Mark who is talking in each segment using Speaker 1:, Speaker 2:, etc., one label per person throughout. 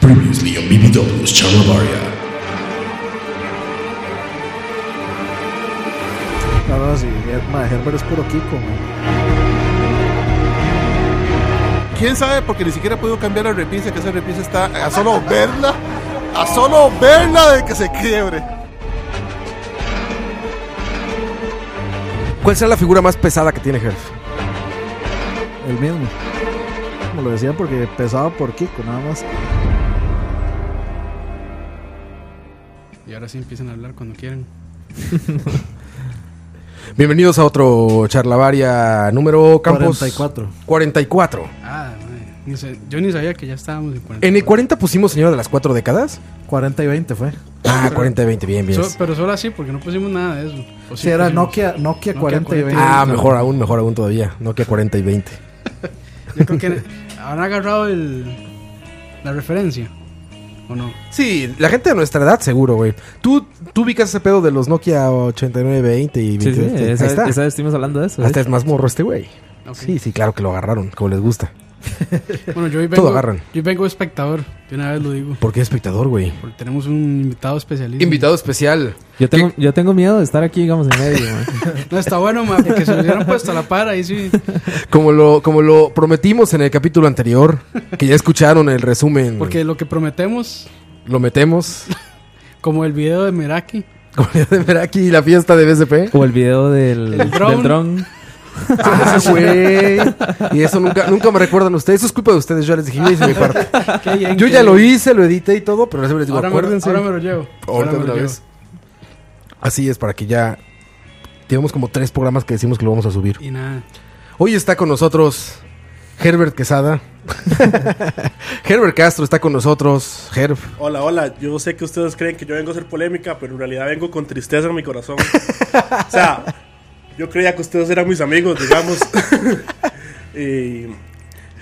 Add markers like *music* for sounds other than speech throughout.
Speaker 1: Previously on BBW's Channel
Speaker 2: No, no, sí, Her- ma, Herbert es puro Kiko, ma.
Speaker 3: ¿Quién sabe? Porque ni siquiera he podido cambiar la repisa, que esa repisa está a solo verla, a solo verla de que se quiebre.
Speaker 4: ¿Cuál será la figura más pesada que tiene Herf?
Speaker 2: el mismo. Como lo decían, porque pesaba por Kiko, nada más.
Speaker 5: Y ahora sí empiezan a hablar cuando quieran.
Speaker 4: Bienvenidos a otro charlavaria número Campos
Speaker 2: 44.
Speaker 4: 44.
Speaker 5: Ah, madre. Ni sé- yo ni sabía que ya estábamos en 40.
Speaker 4: En el 40 pusimos Señora de las Cuatro Décadas.
Speaker 2: 40 y 20 fue.
Speaker 4: Ah, 40 y 20, bien, Ah, bien.
Speaker 5: So- pero solo así, porque no pusimos nada de eso. O
Speaker 2: Sí, era
Speaker 5: pusimos.
Speaker 2: Nokia, Nokia, 40 y 20.
Speaker 4: Ah, mejor aún, mejor aún todavía. Nokia 40 y 20.
Speaker 5: Yo creo que han agarrado el, la referencia. ¿O no?
Speaker 4: Sí, la gente de nuestra edad seguro, güey. Tú, tú ubicas ese pedo de los Nokia 89, 20 y
Speaker 6: Sí, sí,
Speaker 4: 20. Ahí
Speaker 6: esa,
Speaker 4: está.
Speaker 6: esa vez estuvimos hablando de eso. ¿eh? de
Speaker 4: Hasta
Speaker 6: hecho.
Speaker 4: es más morro este güey.
Speaker 5: Ok.
Speaker 4: Sí, sí, claro que lo agarraron, como les gusta.
Speaker 5: Bueno, yo hoy vengo,
Speaker 4: Todo agarran.
Speaker 5: Yo hoy vengo espectador, de una vez lo digo.
Speaker 4: ¿Por qué espectador, güey?
Speaker 5: Porque tenemos un invitado especialista.
Speaker 4: especial.
Speaker 6: yo, tengo, yo tengo miedo de estar aquí, digamos, en medio. man.
Speaker 5: No, está bueno, ma, porque se lo hubieran puesto a la par, ahí sí.
Speaker 4: *laughs* Como lo, como lo prometimos en el capítulo anterior, que ya escucharon el resumen,
Speaker 5: Porque lo que prometemos,
Speaker 4: lo metemos. *laughs*
Speaker 5: como el video de Meraki,
Speaker 4: Como ya de ver aquí la fiesta de BCP.
Speaker 6: O el video del,
Speaker 5: El dron.
Speaker 6: del dron.
Speaker 4: Ah, güey. Y eso nunca, nunca me recuerdan ustedes. Eso es culpa de ustedes. Yo ya les dije, yo hice mi
Speaker 5: *laughs*
Speaker 4: parte. Yo ya lo hice, lo edité y todo, pero siempre les digo,
Speaker 5: ahora me,
Speaker 4: acuérdense.
Speaker 5: ahora me lo llevo.
Speaker 4: Ahorita
Speaker 5: Ahora me lo
Speaker 4: otra
Speaker 5: llevo.
Speaker 4: vez. Así es, para que ya. Tenemos como tres programas que decimos que lo vamos a subir.
Speaker 5: Y nada.
Speaker 4: Hoy está con nosotros Herbert
Speaker 5: *laughs*
Speaker 4: Quesada. Herbert Castro está con nosotros. Herb.
Speaker 7: Hola, hola. Yo sé que ustedes creen que yo vengo a hacer polémica, pero en realidad vengo con tristeza en mi corazón. o sea, yo creía que ustedes eran mis amigos, digamos. *laughs* y,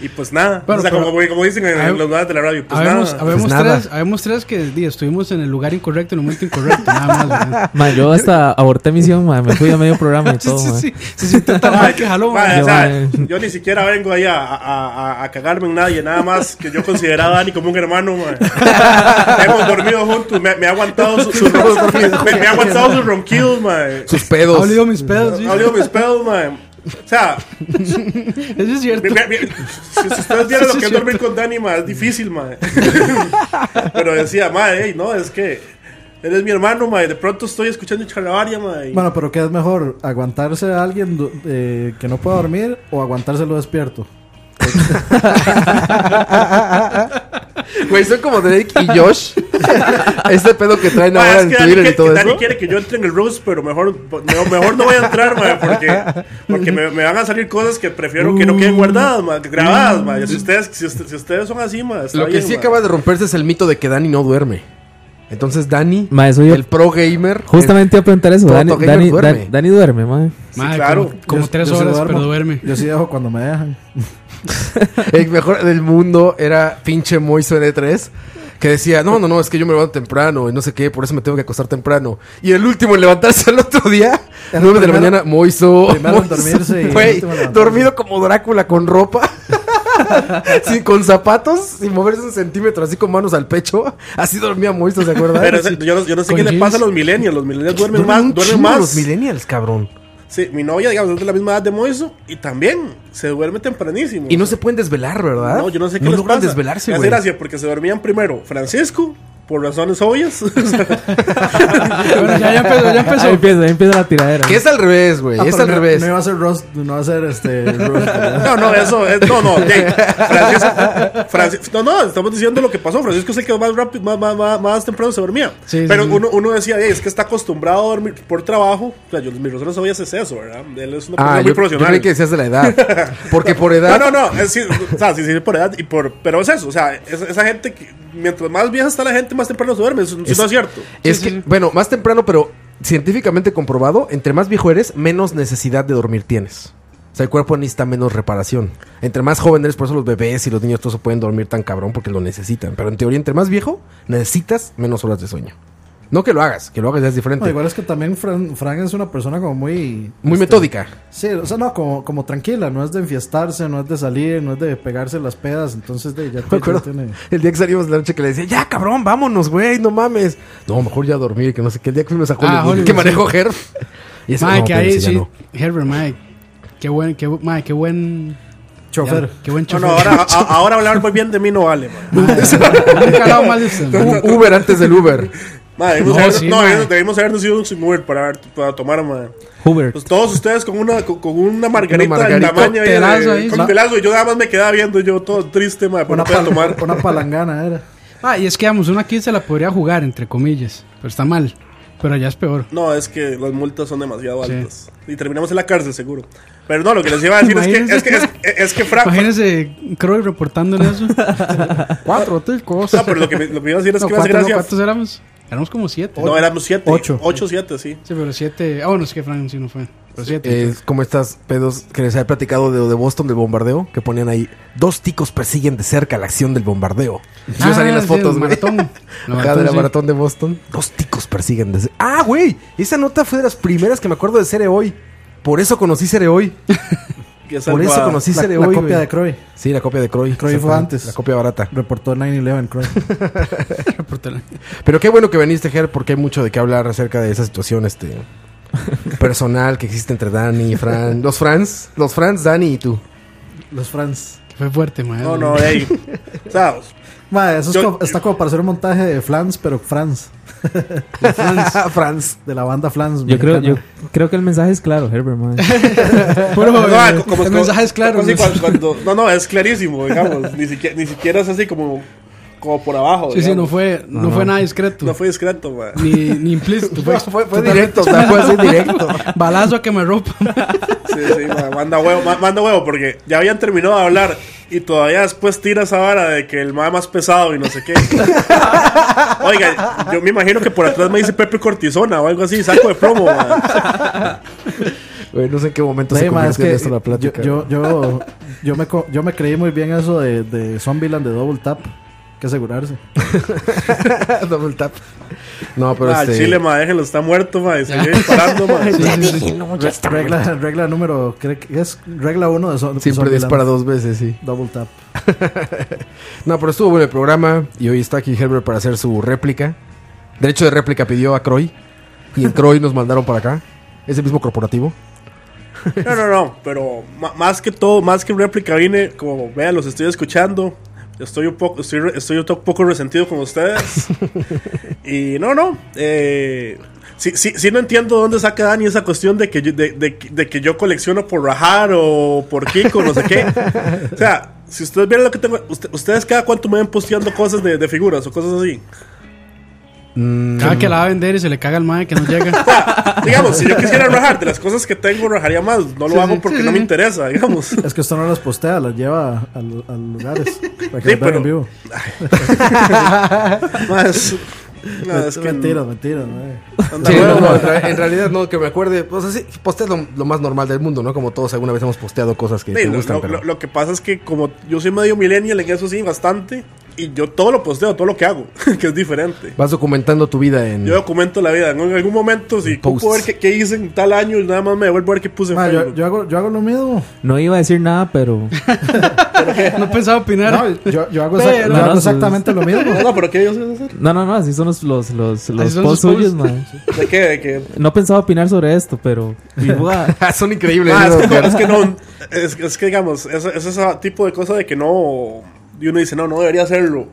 Speaker 7: y pues nada.
Speaker 5: Bueno,
Speaker 7: o sea, como, como dicen en,
Speaker 5: hab-
Speaker 7: los lugares de la radio, pues
Speaker 5: habemos,
Speaker 7: nada.
Speaker 5: habemos
Speaker 4: Pues nada.
Speaker 5: tres, habemos tres que di, estuvimos en el lugar incorrecto, en el momento incorrecto, nada
Speaker 4: *laughs*
Speaker 5: más. ¿verdad?
Speaker 6: Man, yo hasta aborté misión, man, me fui a medio programa
Speaker 5: *laughs*
Speaker 6: y
Speaker 5: Sí,
Speaker 6: todo.
Speaker 5: sí,
Speaker 6: man.
Speaker 5: sí, se sintió
Speaker 7: Ah,
Speaker 5: tan mal que jaló,
Speaker 7: Madre,
Speaker 5: madre.
Speaker 7: o
Speaker 6: Yo,
Speaker 7: sea,
Speaker 6: eh.
Speaker 7: yo ni siquiera vengo ahí a, a- a- a cagarme en nadie, nada más que yo consideraba a Dani como un hermano. madre. Hemos dormido juntos, me, me ha aguantado sus su, me, me ha aguantado sus ronquidos, madre.
Speaker 4: Sus
Speaker 5: Ha
Speaker 4: pedos.
Speaker 5: olido mis pedos, sí.
Speaker 7: Ha olido mis pedos, madre. O sea,
Speaker 5: Eso es cierto.
Speaker 7: Mira, mira, mira, Si, si ustedes vieran lo
Speaker 5: Sí,
Speaker 7: que
Speaker 5: es
Speaker 7: es dormir con Dani, ma, es difícil, ma. Pero decía, ma, ey, no, es que eres mi hermano, ma. De pronto estoy escuchando charlavaria, ma. y-
Speaker 2: Bueno, pero ¿qué es mejor? ¿Aguantarse a alguien du- eh, que no pueda dormir o aguantárselo despierto?
Speaker 4: Güey, son como Drake y
Speaker 5: *laughs*
Speaker 4: Josh. este pedo que traen
Speaker 7: Ma,
Speaker 4: ahora
Speaker 7: es
Speaker 4: en
Speaker 7: que Dani,
Speaker 4: Twitter
Speaker 7: quiere,
Speaker 4: y todo
Speaker 7: que Dani
Speaker 4: eso.
Speaker 7: quiere que yo entre en el roast, pero mejor, no, mejor no voy a entrar, ma, porque, porque me, me van a salir cosas que prefiero que no queden guardadas, ma, grabadas, ma. y Si ustedes, si, usted- si ustedes son así, ma, está
Speaker 4: Lo que
Speaker 7: bien,
Speaker 4: sí
Speaker 7: ma.
Speaker 4: acaba de romperse es el mito de que Dani no duerme. Entonces Dani,
Speaker 6: Man, eso yo
Speaker 4: el pro gamer,
Speaker 6: justamente iba a preguntar eso.
Speaker 4: Todo
Speaker 6: Dani,
Speaker 4: toque
Speaker 6: Dani,
Speaker 4: que duerme.
Speaker 6: Dan- Dani duerme, man.
Speaker 5: Madre,
Speaker 7: claro.
Speaker 5: Como, como
Speaker 2: Yo-
Speaker 5: tres
Speaker 2: yo sí
Speaker 5: horas,
Speaker 2: duermo.
Speaker 5: pero duerme.
Speaker 2: Yo sí dejo cuando me dejan.
Speaker 4: el, el mejor del mundo era pinche Moiso N3. Que decía, no, no, no, es que yo me levanto temprano y no sé qué, por eso me tengo que acostar temprano. Y el último en levantarse al otro día,
Speaker 2: El
Speaker 4: 9 de la
Speaker 2: primero-
Speaker 4: mañana, Moiso.
Speaker 2: primero en
Speaker 4: Moiso,
Speaker 2: dormirse y el
Speaker 4: güey,
Speaker 2: último en levantarse.
Speaker 4: dormido como Drácula con ropa, *laughs* sin, con zapatos, sin moverse un centímetro, así con manos al pecho. Así dormía Moiso, ¿se acuerdan?
Speaker 7: Pero ese- yo, no, yo no sé
Speaker 5: Con
Speaker 7: qué le
Speaker 5: jeans.
Speaker 7: pasa a los millennials. Los millennials duermen
Speaker 4: Duermen un
Speaker 7: más. Duermen
Speaker 4: chingo
Speaker 7: más.
Speaker 4: Los millennials, cabrón.
Speaker 7: Sí, mi novia, digamos, es de la misma edad de Moiso y también se duerme tempranísimo.
Speaker 4: Y no se pueden desvelar, ¿verdad?
Speaker 7: No, yo no sé qué les
Speaker 4: logran
Speaker 7: pasa.
Speaker 4: desvelarse,
Speaker 7: Me hace
Speaker 4: güey.
Speaker 7: gracia porque se dormían primero Francisco, por razones obvias. *laughs*
Speaker 5: Bueno, ya, ya empezó, ya empezó.
Speaker 6: Ahí empieza, ahí empieza la tiradera.
Speaker 4: Que es al revés, güey.
Speaker 2: Ah,
Speaker 4: es
Speaker 2: pero
Speaker 4: al
Speaker 2: no-
Speaker 4: revés.
Speaker 2: No iba a ser roast, no iba a ser
Speaker 4: *laughs*
Speaker 2: este roast, ¿verdad?
Speaker 7: no, no, eso es. No, no, de- Francisco, Francis- No, no, estamos diciendo lo que pasó. Francisco es el que más rápido, más, más, más, más temprano se dormía.
Speaker 5: Sí,
Speaker 7: Pero
Speaker 5: sí, sí.
Speaker 7: uno, uno decía, "Ey, es que está acostumbrado a dormir por trabajo. O sea, yo, mis razones obvias es eso, ¿verdad? Él es una persona
Speaker 4: Ah,
Speaker 7: muy
Speaker 4: yo, yo
Speaker 7: profesional.
Speaker 4: creí que decías de la
Speaker 7: *laughs*
Speaker 4: edad. Porque por edad.
Speaker 7: No, no, no. Es, sí, o sea, sí, sí, por edad y por. Pero es eso. O sea, es- esa gente. Que, mientras más vieja está la gente, más temprano se duerme. Eso eso
Speaker 4: Es-
Speaker 7: no es cierto.
Speaker 4: Es que, bueno, más temprano, pero científicamente comprobado, entre más viejo eres, menos necesidad de dormir tienes. O sea, el cuerpo necesita menos reparación. Entre más joven eres, por eso los bebés y los niños todos se pueden dormir tan cabrón porque lo necesitan. Pero en teoría, entre más viejo, necesitas menos horas de sueño. No que lo hagas, que lo hagas ya es diferente.
Speaker 2: No, igual es que también Fran, Fran es una persona como muy...
Speaker 4: Muy
Speaker 7: este,
Speaker 4: metódica.
Speaker 2: Sí, o sea, no, como, como tranquila, no es de enfiestarse, no es de salir, no es de pegarse las pedas, entonces de, ya,
Speaker 4: Me
Speaker 2: te- ya
Speaker 4: acuerdo
Speaker 2: tiene...
Speaker 4: el día que salimos de la noche que le decía, ya cabrón, vámonos, güey, no mames. No, mejor ya dormir, que no sé qué. El día que fuimos a Hollywood,
Speaker 5: Ah, Hollywood,
Speaker 4: que
Speaker 5: sí.
Speaker 4: manejó Herb. Y ese,
Speaker 5: Mae,
Speaker 4: no,
Speaker 5: que
Speaker 4: espérense,
Speaker 5: ahí
Speaker 4: ya
Speaker 5: sí.
Speaker 4: no.
Speaker 5: Herbert, mae. Qué buen, qué, bu- mae, qué buen.
Speaker 2: Chofer.
Speaker 5: ya, Qué buen
Speaker 7: No,
Speaker 5: chofer.
Speaker 7: no, ahora, ah, a- ahora hablar muy bien de mí no vale, man.
Speaker 5: *laughs* Nunca he hablado mal de usted. mae.
Speaker 4: U- Uber antes del Uber. *laughs*
Speaker 7: Madre, debimos,
Speaker 5: No,
Speaker 7: haber-
Speaker 5: sí,
Speaker 7: no,
Speaker 5: madre.
Speaker 7: debimos- debimos habernos ido sin Uber para, ver- para tomar, madre.
Speaker 6: Hoover.
Speaker 7: Pues todos ustedes con una, con, con una margarita
Speaker 4: Una margarita,
Speaker 7: del tamaño ahí,
Speaker 5: telazo
Speaker 7: de-
Speaker 5: ahí,
Speaker 7: con
Speaker 5: ¿no?
Speaker 7: telazo, y yo nada más me quedaba viendo yo todo triste, madre, por
Speaker 2: Una,
Speaker 7: no poder
Speaker 2: pal-
Speaker 7: tomar.
Speaker 2: una palangana era.
Speaker 5: Ah, y es que, vamos, uno aquí se la podría jugar, entre comillas. Pero está mal. Pero allá es peor.
Speaker 7: No, es que las multas son demasiado
Speaker 5: Sí.
Speaker 7: altas. Y terminamos en la cárcel, seguro. Pero no, lo que les iba a decir es que, es que, es, es que Frank.
Speaker 5: Imagínense Croy reportando en
Speaker 7: *laughs*
Speaker 5: eso. cuatro, tres cosas.
Speaker 7: No, pero lo que, me- lo que iba a decir es
Speaker 5: No,
Speaker 7: que me hace
Speaker 5: cuatro, no,
Speaker 7: gracia.
Speaker 5: ¿Cuántos éramos? Éramos como siete.
Speaker 7: No, éramos siete.
Speaker 2: Ocho.
Speaker 7: Ocho, siete, sí.
Speaker 5: Sí, pero siete. Ah, bueno, es que Frank sí no fue. Pero siete.
Speaker 4: Es como estas Eh, pedos que les había platicado de, de Boston del bombardeo, que ponían ahí, dos ticos persiguen de cerca la acción del bombardeo. Y Yo salí en las
Speaker 5: Ah, sí, el
Speaker 4: fotos, güey. *laughs*
Speaker 5: maratón. La
Speaker 4: Acá de la
Speaker 5: sí.
Speaker 4: maratón de Boston. Dos ticos persiguen desde. ¡Ah, güey! Esa nota fue de las primeras que me acuerdo de Cere Hoy. Por eso conocí Cere Hoy.
Speaker 7: Que es
Speaker 4: Por
Speaker 7: algo
Speaker 4: eso
Speaker 7: a-
Speaker 4: conocí
Speaker 2: la,
Speaker 4: Cere
Speaker 2: la
Speaker 4: Hoy.
Speaker 2: copia
Speaker 4: güey.
Speaker 2: de Croy.
Speaker 4: Sí, la copia de Croy.
Speaker 2: Croy fue
Speaker 4: Exactamente,
Speaker 2: antes.
Speaker 4: La copia barata.
Speaker 2: Reportó 9-11
Speaker 4: *laughs*
Speaker 2: Croy.
Speaker 5: Reportó-
Speaker 4: Pero qué bueno que veniste, Ger, porque hay mucho de qué hablar acerca de esa situación *laughs* este personal que existe entre Dani y Fran. Los Frans, los Frans, Dani y tú.
Speaker 2: Los Frans.
Speaker 5: que Fue fuerte, mae.
Speaker 7: No, no, ey. O sea,
Speaker 2: Madre, eso es
Speaker 7: Yo-
Speaker 2: como- está como para hacer un montaje de Flans, pero
Speaker 4: *laughs*
Speaker 2: Frans. *laughs*
Speaker 4: Frans.
Speaker 2: De la banda Flans.
Speaker 6: Yo creo, yo
Speaker 2: mexicana.
Speaker 6: creo que el mensaje es claro, Herbert, man.
Speaker 5: Puro,
Speaker 7: No, ah,
Speaker 5: eh,
Speaker 7: co- como-
Speaker 5: el
Speaker 7: como-
Speaker 5: mensaje es claro.
Speaker 7: como
Speaker 5: ¿no?
Speaker 7: así cuando- cuando- no, no, es clarísimo, digamos. Ni siquiera, ni siquiera es así como, como por abajo.
Speaker 5: Sí, sí, no
Speaker 7: digamos.
Speaker 5: fue, no fue nada discreto.
Speaker 7: No fue discreto, man.
Speaker 5: ni,
Speaker 4: *laughs*
Speaker 5: ni implícito. Fue,
Speaker 4: Fue, fue
Speaker 5: totalmente
Speaker 4: directo, o sea, *laughs* fue así directo.
Speaker 5: Balazo a quemarropa.
Speaker 7: Sí, sí, ma, manda huevo, ma- manda huevo, porque ya habían terminado de hablar y todavía después tira esa vara de que el más más pesado y no sé qué. Oiga, yo me imagino que por atrás me dice Pepe Cortisona o algo así, saco de plomo, ma.
Speaker 4: Güey, no sé en qué momento
Speaker 2: Sí,
Speaker 4: se
Speaker 2: ma,
Speaker 4: convirtió
Speaker 2: es
Speaker 4: en
Speaker 2: que
Speaker 4: esto la plática.
Speaker 2: Yo, yo, yo, yo me, co- yo me creí muy bien eso de, de Zombieland de Double Tap. Hay Que asegurarse.
Speaker 4: *laughs* Double tap. No, pero
Speaker 7: Ah,
Speaker 4: este...
Speaker 7: Chile, ma, déjenlo, está muerto, ma, y
Speaker 4: *laughs*
Speaker 7: siguió disparando, ma.
Speaker 2: Re- regla, regla número. creo que es regla uno de Zo-
Speaker 4: Siempre
Speaker 2: Zombieland.
Speaker 4: dispara dos veces, sí.
Speaker 2: Double Tap.
Speaker 4: No, pero estuvo bueno el programa y hoy está aquí Herbert para hacer su réplica. Derecho de réplica pidió a Croy y en Croy nos mandaron para acá. Es el mismo corporativo.
Speaker 7: No, no, no, pero ma- más que todo, más que réplica vine, como vean, los estoy escuchando. Estoy un poco, estoy, re- estoy un to- poco resentido con
Speaker 4: *laughs*
Speaker 7: ustedes. y no, no. Eh, sí, sí, sí no entiendo dónde saca Dani esa cuestión de que, yo, de, de- de que yo colecciono por rajar o por Kiko, no sé qué. O sea, si ustedes vieran lo que tengo, usted- ustedes cada cuánto me ven posteando cosas de, de figuras o cosas así.
Speaker 4: Mm.
Speaker 5: Cada que la va a vender y se le caga el mae que no
Speaker 4: *laughs*
Speaker 5: llega.
Speaker 7: Digamos,
Speaker 5: *laughs*
Speaker 7: si yo quisiera rajar de las cosas que tengo, rajaría más. No lo
Speaker 5: Sí,
Speaker 7: hago
Speaker 5: sí,
Speaker 7: porque
Speaker 5: sí,
Speaker 7: no me
Speaker 5: sí.
Speaker 7: interesa,
Speaker 5: *laughs*
Speaker 7: digamos.
Speaker 2: Es que esto no las postea, las lleva a, lu- a
Speaker 4: *laughs*
Speaker 2: lugares. Para que
Speaker 7: Sí,
Speaker 2: las vean
Speaker 7: pero-
Speaker 2: en vivo.
Speaker 7: Más. no, es
Speaker 2: Es
Speaker 7: que
Speaker 2: mentira, mentira. madre.
Speaker 7: Anda,
Speaker 4: Sí, no,
Speaker 7: huevo,
Speaker 4: no,
Speaker 7: ma.
Speaker 4: en ra- en realidad no, que me acuerde. O sea, sí, posteas lo, lo más normal del mundo, ¿no? Como todos alguna vez hemos posteado cosas que
Speaker 7: Sí,
Speaker 4: te
Speaker 7: lo,
Speaker 4: gustan,
Speaker 7: lo-
Speaker 4: pero...
Speaker 7: lo- lo que pasa es que como yo soy medio millennial en eso sí, bastante, y yo todo lo posteo, todo lo que hago, *laughs* que es diferente.
Speaker 4: Vas documentando tu vida en...
Speaker 7: Yo documento la vida. En algún momento, si
Speaker 4: Mm. Posts.
Speaker 7: puedo ver qué, qué hice en tal año, nada más me devuelvo a ver qué puse en
Speaker 2: Ma, yo,
Speaker 7: Facebook.
Speaker 2: yo, hago, yo hago lo mismo.
Speaker 6: No iba a decir nada, pero.
Speaker 5: No pensaba opinar. Ah,
Speaker 2: No, yo, yo hago, exact-
Speaker 5: Pero-
Speaker 2: yo hago
Speaker 6: No, no,
Speaker 2: exactamente lo mismo.
Speaker 7: No, no, pero ¿qué ibas a hacer?
Speaker 6: No, no, no, así son los, los, los, los
Speaker 5: son
Speaker 6: posts
Speaker 5: sus posts.
Speaker 6: suyos, man.
Speaker 7: ¿De qué? ¿De qué?
Speaker 6: No pensaba opinar sobre esto, pero. Igual.
Speaker 4: *laughs* Ah, son increíbles.
Speaker 7: Ah,
Speaker 4: ¿no?
Speaker 7: es, que no, es que no, es, es que digamos, es, es ese tipo de cosa de que no, y uno dice, no, no debería hacerlo.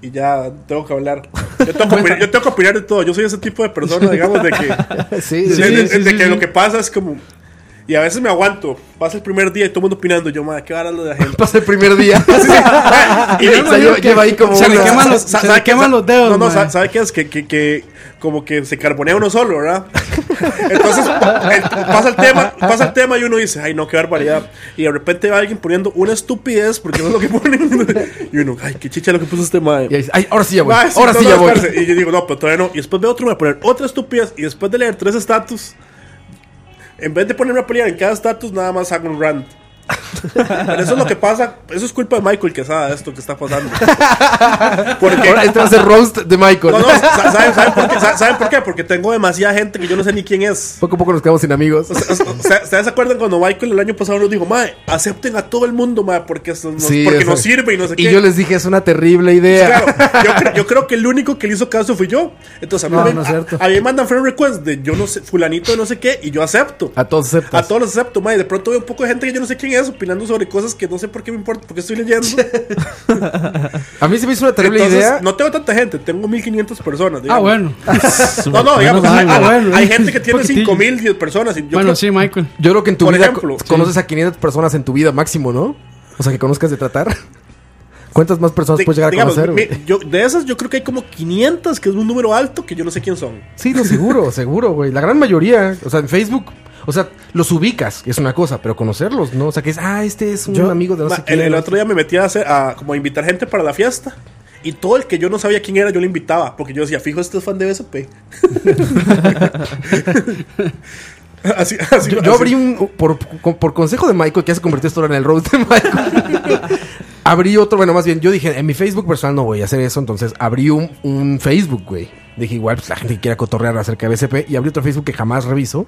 Speaker 7: Y ya tengo que hablar. Yo tengo que, opinar, yo tengo que opinar de todo. Yo soy ese tipo de persona, digamos, de
Speaker 4: *laughs*
Speaker 7: que
Speaker 4: Sí,
Speaker 7: De,
Speaker 4: sí.
Speaker 7: de-
Speaker 5: sí,
Speaker 7: de
Speaker 5: sí,
Speaker 7: que
Speaker 5: sí.
Speaker 7: lo que pasa es como. Y a veces me aguanto. Pasa el primer día y todo el mundo opinando. Yo, madre, qué vara lo de la gente.
Speaker 4: Pasa el primer día.
Speaker 7: y
Speaker 4: *laughs*
Speaker 7: yo,
Speaker 4: O sea, lleva, lleva ahí como
Speaker 5: Se le
Speaker 4: una-
Speaker 5: queman
Speaker 7: *laughs*
Speaker 5: los-
Speaker 7: sa-
Speaker 5: se
Speaker 7: sa-
Speaker 5: le queman
Speaker 7: sa-
Speaker 5: los dedos,
Speaker 7: No, no,
Speaker 5: mae.
Speaker 7: sa- ¿sabe qué es? Que, que, que como que se carbonea uno solo, ¿verdad? Entonces pa- el- pasa el tema, pasa el tema y uno dice, ay no, qué barbaridad. Y de repente va alguien poniendo una estupidez porque no es lo que ponen. *laughs* y uno, ay, qué chicha lo que puso este madre.
Speaker 4: *laughs* Y ahí- ay, ahora sí ya voy.
Speaker 7: Ah, sí,
Speaker 4: ahora sí
Speaker 7: no,
Speaker 4: ya
Speaker 7: no,
Speaker 4: voy. *laughs*
Speaker 7: espérese. Y yo digo, no, pero todavía no. Y después veo otro, me voy a poner otra estupidez. Y después de leer tres estatus, en vez de ponerme a pelear en cada estatus, nada más hago un rant. Pero eso es lo que pasa, eso es culpa de Michael Quesada, esto que está pasando. Porque,
Speaker 4: Ahora este va a ser roast de Michael.
Speaker 7: no, no, sa- ¿saben, saben por qué? Sa- ¿Saben por qué? Porque tengo demasiada gente que yo no sé ni quién es.
Speaker 4: *laughs* Poco a poco nos quedamos sin amigos.
Speaker 7: O sea, o sea, ¿Ustedes se acuerdan cuando Michael el año pasado nos dijo, mae, acepten a todo el mundo, mae, porque, esto nos,
Speaker 4: Sí,
Speaker 7: porque
Speaker 4: o sea,
Speaker 7: nos sirve y no sé
Speaker 4: Y
Speaker 7: qué?
Speaker 4: yo les dije, es una terrible idea. *laughs*
Speaker 7: *laughs* Claro, yo, cre- yo creo que el único que le hizo caso fui yo. Entonces, a mí,
Speaker 2: No,
Speaker 7: me,
Speaker 2: no es
Speaker 7: a-
Speaker 2: cierto.
Speaker 7: a mí me mandan friend request de yo no sé, fulanito de no sé qué, y yo acepto.
Speaker 4: A todos
Speaker 7: A
Speaker 4: aceptas.
Speaker 7: todos los acepto, mae. De pronto veo un poco de gente que yo no sé quién es opinando sobre cosas que no sé por qué me importa, porque estoy leyendo.
Speaker 4: A mí se me hizo una terrible
Speaker 7: Entonces,
Speaker 4: idea.
Speaker 7: no tengo tanta gente, tengo 1500 personas.
Speaker 5: Ah,
Speaker 7: digamos.
Speaker 5: bueno.
Speaker 7: No, no, digamos,
Speaker 6: Menos
Speaker 7: hay,
Speaker 6: mal,
Speaker 7: hay-
Speaker 6: güey.
Speaker 5: bueno,
Speaker 7: hay
Speaker 5: eh.
Speaker 7: gente que tiene
Speaker 5: Poquitillo.
Speaker 7: 5000 10 personas. y yo
Speaker 5: bueno,
Speaker 7: creo-
Speaker 5: sí, Michael.
Speaker 4: Yo creo que en tu
Speaker 7: Por
Speaker 4: vida
Speaker 7: ejemplo,
Speaker 4: co- conoces a 500 personas en tu vida máximo, ¿no? O sea, que conozcas de tratar. *laughs* ¿Cuántas más personas
Speaker 7: di-
Speaker 4: puedes llegar a
Speaker 7: digamos,
Speaker 4: conocer?
Speaker 7: mi-
Speaker 4: güey?
Speaker 7: yo- de esas yo creo que hay como 500, que es un número alto, que yo no sé quién son.
Speaker 4: Sí, no, seguro, *laughs* seguro, güey. La gran mayoría. O sea, en Facebook. O sea, los ubicas, que es una cosa, pero conocerlos, ¿no? O sea, que es, ah, este es un
Speaker 2: Yo-
Speaker 4: amigo de no
Speaker 7: Ma,
Speaker 4: sé quién.
Speaker 7: el, el otro día me metí a, hacer, a como a invitar gente para la fiesta. Y todo el que yo no sabía quién era, yo le invitaba. Porque yo decía, fijo, este es fan de BSP. *laughs* así,
Speaker 4: *laughs*
Speaker 7: así,
Speaker 4: Yo,
Speaker 7: lo-
Speaker 4: yo
Speaker 7: así-
Speaker 4: abrí un. Por, por consejo de Michael, que ya se convirtió esto ahora en el roast de Michael. *laughs* abrí otro, bueno, más bien, yo dije, en mi Facebook personal no voy a hacer eso, entonces abrí un, un Facebook, güey. Dije, igual, pues la gente que quiera cotorrear acerca de BCP. Y abrí otro Facebook que jamás reviso.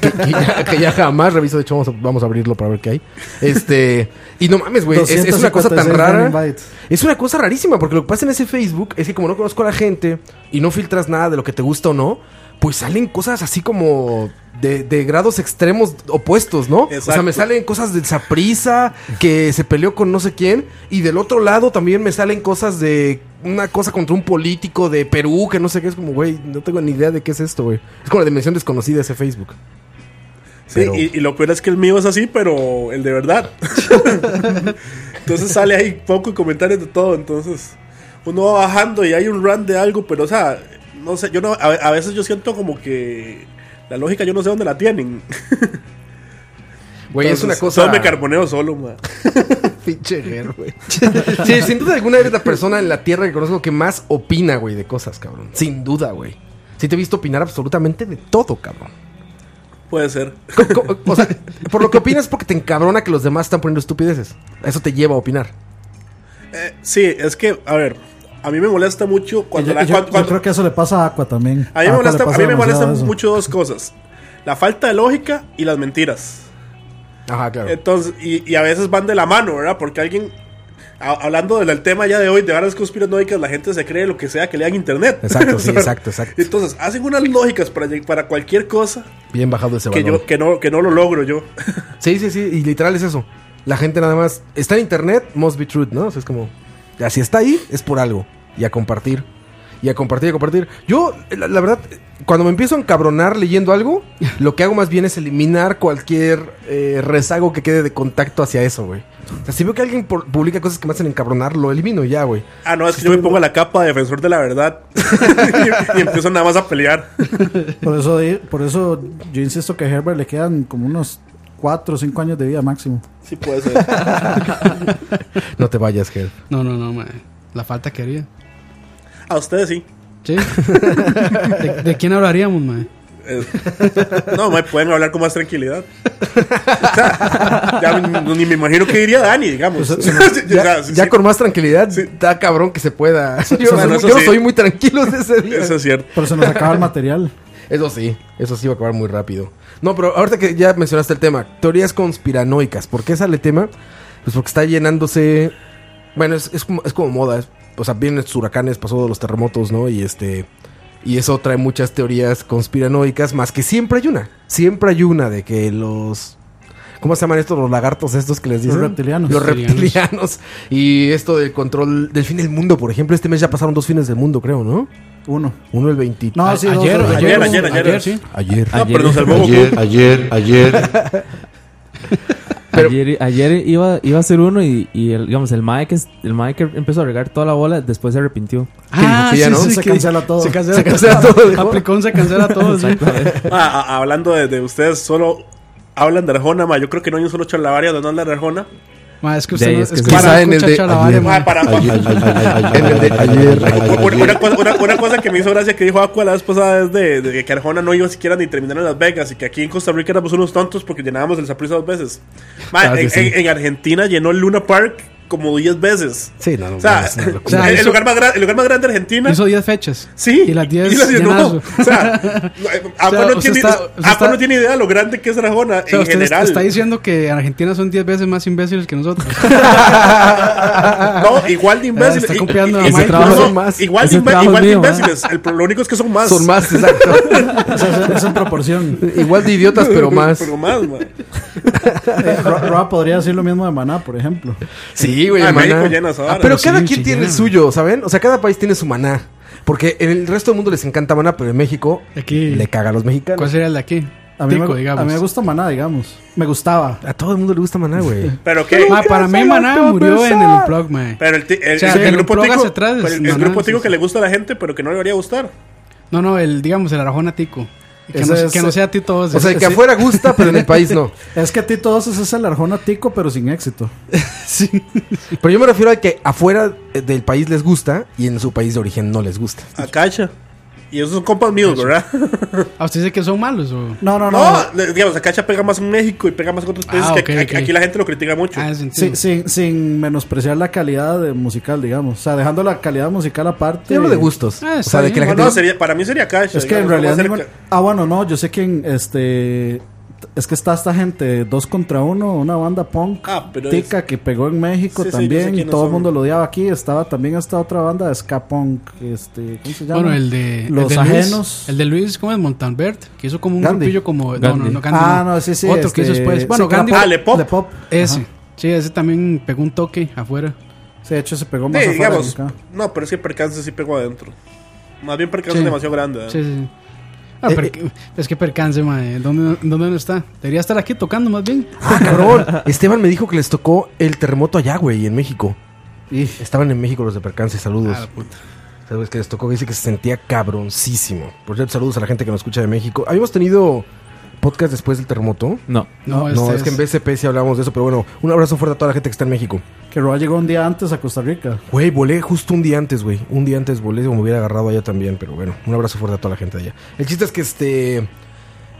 Speaker 4: que, que ya, que ya jamás reviso. De hecho, vamos a, vamos a abrirlo para ver qué hay. Este. Y no mames, güey. Es, es una cosa tan
Speaker 2: 256
Speaker 4: rara.
Speaker 2: fan invites.
Speaker 4: Es una cosa rarísima, porque lo que pasa en ese Facebook es que como no conozco a la gente y no filtras nada de lo que te gusta o no, pues salen cosas así como de, de grados extremos opuestos, ¿no? O sea,
Speaker 7: Exacto.
Speaker 4: me salen cosas del Saprisa, que se peleó con no sé quién, y del otro lado también me salen cosas de una cosa contra un político de Perú, que no sé qué, es como, güey, no tengo ni idea de qué es esto, güey. Es como la dimensión desconocida de ese Facebook.
Speaker 7: Sí,
Speaker 4: Pero-
Speaker 7: y, y lo peor es que el mío es así, pero el de verdad. *laughs* entonces sale ahí poco y comentarios de todo. Entonces uno va bajando y hay un run de algo, pero o sea, no sé, yo no, a, a veces yo siento como que la lógica yo no sé dónde la tienen.
Speaker 4: Güey, es una
Speaker 7: Entonces,
Speaker 4: cosa...
Speaker 7: Solo me carboneo solo, ma.
Speaker 4: Pinche Ger, güey. *laughs* sí, sin duda alguna eres la persona en la tierra que conozco que más opina, güey, de cosas, cabrón. Sin duda, güey. Sí te he visto opinar absolutamente de todo, cabrón.
Speaker 7: Puede ser.
Speaker 4: Co- co- O sea, por lo que opinas es porque te encabrona que los demás están poniendo estupideces. Eso te lleva a opinar.
Speaker 7: Eh, sí, es que, a ver, a mí me molesta mucho
Speaker 2: Y
Speaker 7: cuando
Speaker 2: Yo,
Speaker 7: la.
Speaker 2: yo-
Speaker 7: cuando-
Speaker 2: yo
Speaker 7: cuando-
Speaker 2: creo que eso le pasa a Aqua también.
Speaker 7: a mí me
Speaker 2: Aqua le
Speaker 7: molesta,
Speaker 2: pasa
Speaker 7: a mí me
Speaker 2: demasiado
Speaker 7: molestan
Speaker 2: eso.
Speaker 7: mucho dos cosas: la falta de lógica y las mentiras.
Speaker 4: Ajá, claro.
Speaker 7: Entonces, y, y a veces van de la mano, ¿verdad? Porque alguien, a- hablando del tema ya de hoy, de varas conspiranoicas, la gente se cree lo que sea que lea en internet. *laughs*
Speaker 4: Exacto, sí,
Speaker 7: O sea,
Speaker 4: exacto, exacto.
Speaker 7: Entonces, hacen unas lógicas para, lleg- para cualquier cosa
Speaker 4: Bien bajado ese
Speaker 7: que,
Speaker 4: valor.
Speaker 7: yo, que, no, que no lo logro yo. *laughs*
Speaker 4: Sí, sí, sí. Y literal es eso. La gente nada más está en internet, must be truth, ¿no? O sea, es como, ya, si está ahí, es por algo. Y a compartir. Y a compartir, y a compartir. Yo, la, la verdad, cuando me empiezo a encabronar leyendo algo, lo que hago más bien es eliminar cualquier eh, rezago que quede de contacto hacia eso, güey. O sea, si veo que alguien por- publica cosas que me hacen encabronar, lo elimino y ya, güey.
Speaker 7: Ah, no, es que yo me pongo la capa de defensor de la verdad *laughs* y, y empiezo nada más a pelear.
Speaker 2: Por eso, di- por eso yo insisto que a Herbert le quedan como unos 4 o 5 años de vida máximo.
Speaker 7: Sí, puede ser.
Speaker 4: No te vayas, Ger.
Speaker 5: No, no, no, mae. La falta que haría.
Speaker 7: A ustedes sí.
Speaker 4: *laughs*
Speaker 5: Sí. ¿De, de quién hablaríamos, mae?
Speaker 7: Eh, *laughs* No, me pueden hablar con más tranquilidad. O sea, ya ni, ni me imagino que diría Dani, digamos.
Speaker 4: Pues,
Speaker 7: *laughs*
Speaker 4: Ya,
Speaker 7: O sea, *laughs* sí,
Speaker 4: ya
Speaker 7: sí,
Speaker 4: con más tranquilidad, da cabrón que se
Speaker 7: *laughs*
Speaker 4: pueda. Yo,
Speaker 7: sí,
Speaker 4: soy,
Speaker 7: bueno, eso
Speaker 4: yo
Speaker 7: sí.
Speaker 4: soy muy tranquilo de ese día.
Speaker 7: Eso es cierto.
Speaker 2: Pero se nos acaba
Speaker 7: *laughs*
Speaker 2: el material.
Speaker 4: Eso sí, eso sí va a acabar muy rápido. No, pero ahorita que ya mencionaste el tema, teorías conspiranoicas. ¿Por qué sale el tema? Pues porque está llenándose. Bueno, es, es como, es como moda. es- o sea, vienen estos huracanes, pasó los terremotos, ¿no? Y este. Y eso trae muchas teorías conspiranoicas, más que siempre hay una. Siempre hay una de que los. ¿Cómo se llaman estos? Los lagartos estos que les dicen.
Speaker 2: reptilianos.
Speaker 4: Los
Speaker 5: Reptilianos.
Speaker 4: reptilianos. Y esto del control del fin del mundo, por ejemplo. Este mes ya pasaron dos fines del mundo, creo, ¿no?
Speaker 2: Uno.
Speaker 4: Uno el 20.
Speaker 2: No, sí, dos, dos, dos.
Speaker 7: ayer, ayer, ayer.
Speaker 5: sí.
Speaker 4: Ayer.
Speaker 7: No, pero nos salvó Goku.
Speaker 8: Ayer, ayer, ayer.
Speaker 4: Pero-
Speaker 6: ayer, ayer iba, iba a ser uno y, y el, digamos, el Mike, que, es- el mae que empezó a regar toda la bola, después se arrepintió.
Speaker 5: Ah,
Speaker 4: que ya
Speaker 5: sí,
Speaker 4: no,
Speaker 5: sí,
Speaker 2: se
Speaker 5: que-
Speaker 2: cancela todo.
Speaker 5: Se cancela,
Speaker 4: Se cancela todo, dijo.
Speaker 5: Aplicó un se cancela todo. sí.
Speaker 7: Ah, ah, hablando de, de ustedes, solo hablan de Arjona, ma. Yo creo que no hay un solo charlavaria donde no hablan de Arjona.
Speaker 5: Ma, es que
Speaker 6: De
Speaker 5: usted
Speaker 6: ahí,
Speaker 5: no,
Speaker 6: es
Speaker 5: es
Speaker 6: que
Speaker 5: que
Speaker 6: sí.
Speaker 5: para
Speaker 4: Quizá en el de
Speaker 5: escuchar la vara,
Speaker 4: ayer.
Speaker 5: ma.
Speaker 7: Ma, para-
Speaker 4: *laughs* En el de ayer.
Speaker 7: Una, una cosa, una- una cosa que me hizo gracia que dijo Aqua la vez pasada es de, de que Arjona no iba siquiera ni terminar en Las Vegas y que aquí en Costa Rica éramos unos tontos porque llenábamos el Saprissa dos veces. Ma,
Speaker 4: Claro que
Speaker 7: en,
Speaker 4: Ah, sí.
Speaker 7: en- en Argentina llenó el Luna Park como 10 veces.
Speaker 4: Sí, no, no.
Speaker 7: O sea,
Speaker 4: es una locura.
Speaker 5: O sea,
Speaker 7: el, el
Speaker 5: hizo-
Speaker 7: lugar más gra- el lugar más grande de Argentina.
Speaker 5: Hizo 10 fechas.
Speaker 7: Sí,
Speaker 5: Y las 10
Speaker 7: llenó.
Speaker 5: llenazo.
Speaker 7: *laughs* O sea,
Speaker 5: sea,
Speaker 7: Aqua no,
Speaker 5: usted
Speaker 7: tiene,
Speaker 5: está- usted
Speaker 7: Aqua
Speaker 5: está-
Speaker 7: no tiene idea de lo grande que es Arjona
Speaker 5: O sea,
Speaker 7: en
Speaker 5: usted
Speaker 7: general.
Speaker 5: está diciendo que en Argentina son 10 veces más imbéciles que nosotros.
Speaker 7: Ah,
Speaker 5: ah,
Speaker 7: No, igual de imbéciles.
Speaker 5: está
Speaker 7: Y-
Speaker 5: copiando
Speaker 7: y-
Speaker 5: a
Speaker 7: y-
Speaker 5: Mike.
Speaker 7: no,
Speaker 4: Ese
Speaker 7: no,
Speaker 4: trabajo-
Speaker 7: Igual de
Speaker 6: ese
Speaker 7: imbe-
Speaker 6: trabajo
Speaker 7: igual
Speaker 5: ah.
Speaker 6: mío,
Speaker 7: de
Speaker 6: ¿eh?
Speaker 7: imbéciles. El pro- lo único es que son más.
Speaker 4: Son
Speaker 7: *laughs*
Speaker 4: más, exacto.
Speaker 2: O sea, es- es en proporción.
Speaker 4: Igual de idiotas, pero más.
Speaker 7: Pero más, ma.
Speaker 2: Eh, Ro- Roa podría decir lo mismo de Maná, por ejemplo.
Speaker 4: Sí, güey,
Speaker 7: Ah,
Speaker 4: el maná.
Speaker 7: México llena esa vara.
Speaker 4: Ah, pero
Speaker 5: Sí,
Speaker 4: cada
Speaker 5: sí,
Speaker 4: quien tiene
Speaker 5: llena.
Speaker 4: el suyo, ¿saben? O sea, cada país tiene su maná. Porque en el resto del mundo les encanta maná, pero en México
Speaker 5: Aquí.
Speaker 4: le caga a los
Speaker 5: ¿Cuál
Speaker 4: mexicanos.
Speaker 5: sería el de aquí?
Speaker 2: A mí,
Speaker 5: Tico,
Speaker 2: me,
Speaker 5: digamos.
Speaker 2: a mí me gusta Maná, digamos. Me gustaba.
Speaker 4: A todo el mundo le gusta maná, güey.
Speaker 5: *laughs*
Speaker 7: Pero que.
Speaker 5: Ma, para mí Maná murió en el blog, ma.
Speaker 7: Pero el, ti- el,
Speaker 5: O sea,
Speaker 7: el- el
Speaker 5: del
Speaker 7: grupo
Speaker 5: blog
Speaker 7: tico,
Speaker 5: hacia atrás,
Speaker 7: pero el- el
Speaker 5: maná,
Speaker 7: grupo
Speaker 5: sí,
Speaker 7: tico
Speaker 5: sí.
Speaker 7: que le gusta a la gente, pero que no le debería gustar.
Speaker 5: No, no, el, digamos, el Arajona Tico. Y Que, no,
Speaker 2: Ese es-
Speaker 5: que no sea Tito Voces.
Speaker 4: O sea, el que
Speaker 5: Sí.
Speaker 4: afuera gusta, pero en el país no.
Speaker 2: Es que a ti todos es el Arjona tico, pero sin éxito.
Speaker 4: Pero yo me refiero a que afuera eh, del país les gusta y en su país de origen no les gusta.
Speaker 7: A Cacha. Y esos son compas míos, ¿verdad?
Speaker 5: ¿A usted dice que son malos o...?
Speaker 2: No, no, no.
Speaker 7: No, le- digamos, a Cacha pega más en México y pega más en otros países
Speaker 5: Ah,
Speaker 7: que
Speaker 5: ok,
Speaker 7: a-
Speaker 5: ok.
Speaker 7: aquí la gente lo critica mucho.
Speaker 5: Ah,
Speaker 2: Sí,
Speaker 5: sentido.
Speaker 2: sin, sin menospreciar la calidad de musical, digamos. O sea, dejando la calidad musical aparte.
Speaker 4: Yo hablo de gustos.
Speaker 5: Ah,
Speaker 4: o
Speaker 5: está
Speaker 4: sea, de que la
Speaker 7: No,
Speaker 4: gente.
Speaker 7: no, sería, para mí sería Cacha.
Speaker 2: Es que en
Speaker 7: digamos,
Speaker 2: realidad.
Speaker 7: como
Speaker 2: ningún-
Speaker 7: acerca-
Speaker 2: Ah, bueno, no. Yo sé que en este. Es que está esta gente, dos contra uno, una banda punk
Speaker 7: Ah, pero es-
Speaker 2: tica que pegó en México
Speaker 7: Sí, sí, yo sé
Speaker 2: también. y
Speaker 7: quiénes
Speaker 2: todo el
Speaker 7: son.
Speaker 2: mundo lo odiaba aquí. Estaba también esta otra banda de ska punk. Este, ¿Cómo se llama?
Speaker 5: Bueno, el de...
Speaker 2: Los
Speaker 5: el de Luis,
Speaker 2: ajenos.
Speaker 5: el de Luis, ¿cómo es? Montalbert, que hizo como un
Speaker 2: Gandhi.
Speaker 5: grupillo como... No, no,
Speaker 6: Gandhi.
Speaker 5: no, Gandhi
Speaker 2: ah, no, sí, sí.
Speaker 5: Otro que hizo
Speaker 2: este,
Speaker 5: después. Bueno,
Speaker 2: sí, que era
Speaker 5: Gandhi...
Speaker 7: Ah, Le Pop.
Speaker 2: Le Pop.
Speaker 5: Ese.
Speaker 2: Ajá.
Speaker 5: Sí, ese también pegó un toque afuera.
Speaker 2: Sí, de hecho se pegó más
Speaker 7: Sí,
Speaker 2: afuera
Speaker 7: digamos.
Speaker 2: que acá.
Speaker 7: No, pero es que percance sí pegó adentro. Más bien percance
Speaker 5: Sí.
Speaker 7: demasiado grande. ¿eh?
Speaker 5: Sí, sí, sí. Ah,
Speaker 4: Eh,
Speaker 5: per- es que percance, mae. ¿Dónde, ¿Dónde no está? Debería estar aquí tocando más bien.
Speaker 4: Ah, cabrón. Esteban me dijo que les tocó el terremoto allá, güey, en México.
Speaker 2: Y-
Speaker 4: Estaban en México los de percance, saludos.
Speaker 5: Ah, la puta.
Speaker 4: Sabes que les tocó, dice que se sentía cabroncísimo. Por cierto, saludos a la gente que nos escucha de México. Habíamos tenido podcast después del terremoto.
Speaker 6: No.
Speaker 4: no,
Speaker 5: No, este
Speaker 4: es que en BCP sí hablamos de eso, pero bueno, un abrazo fuerte a toda la gente que está en México.
Speaker 2: Que Roa llegó un día antes a Costa Rica.
Speaker 4: Güey, volé justo un día antes, güey. Un día antes volé, me hubiera agarrado allá también, pero bueno, un abrazo fuerte a toda la gente de allá. El chiste es que este.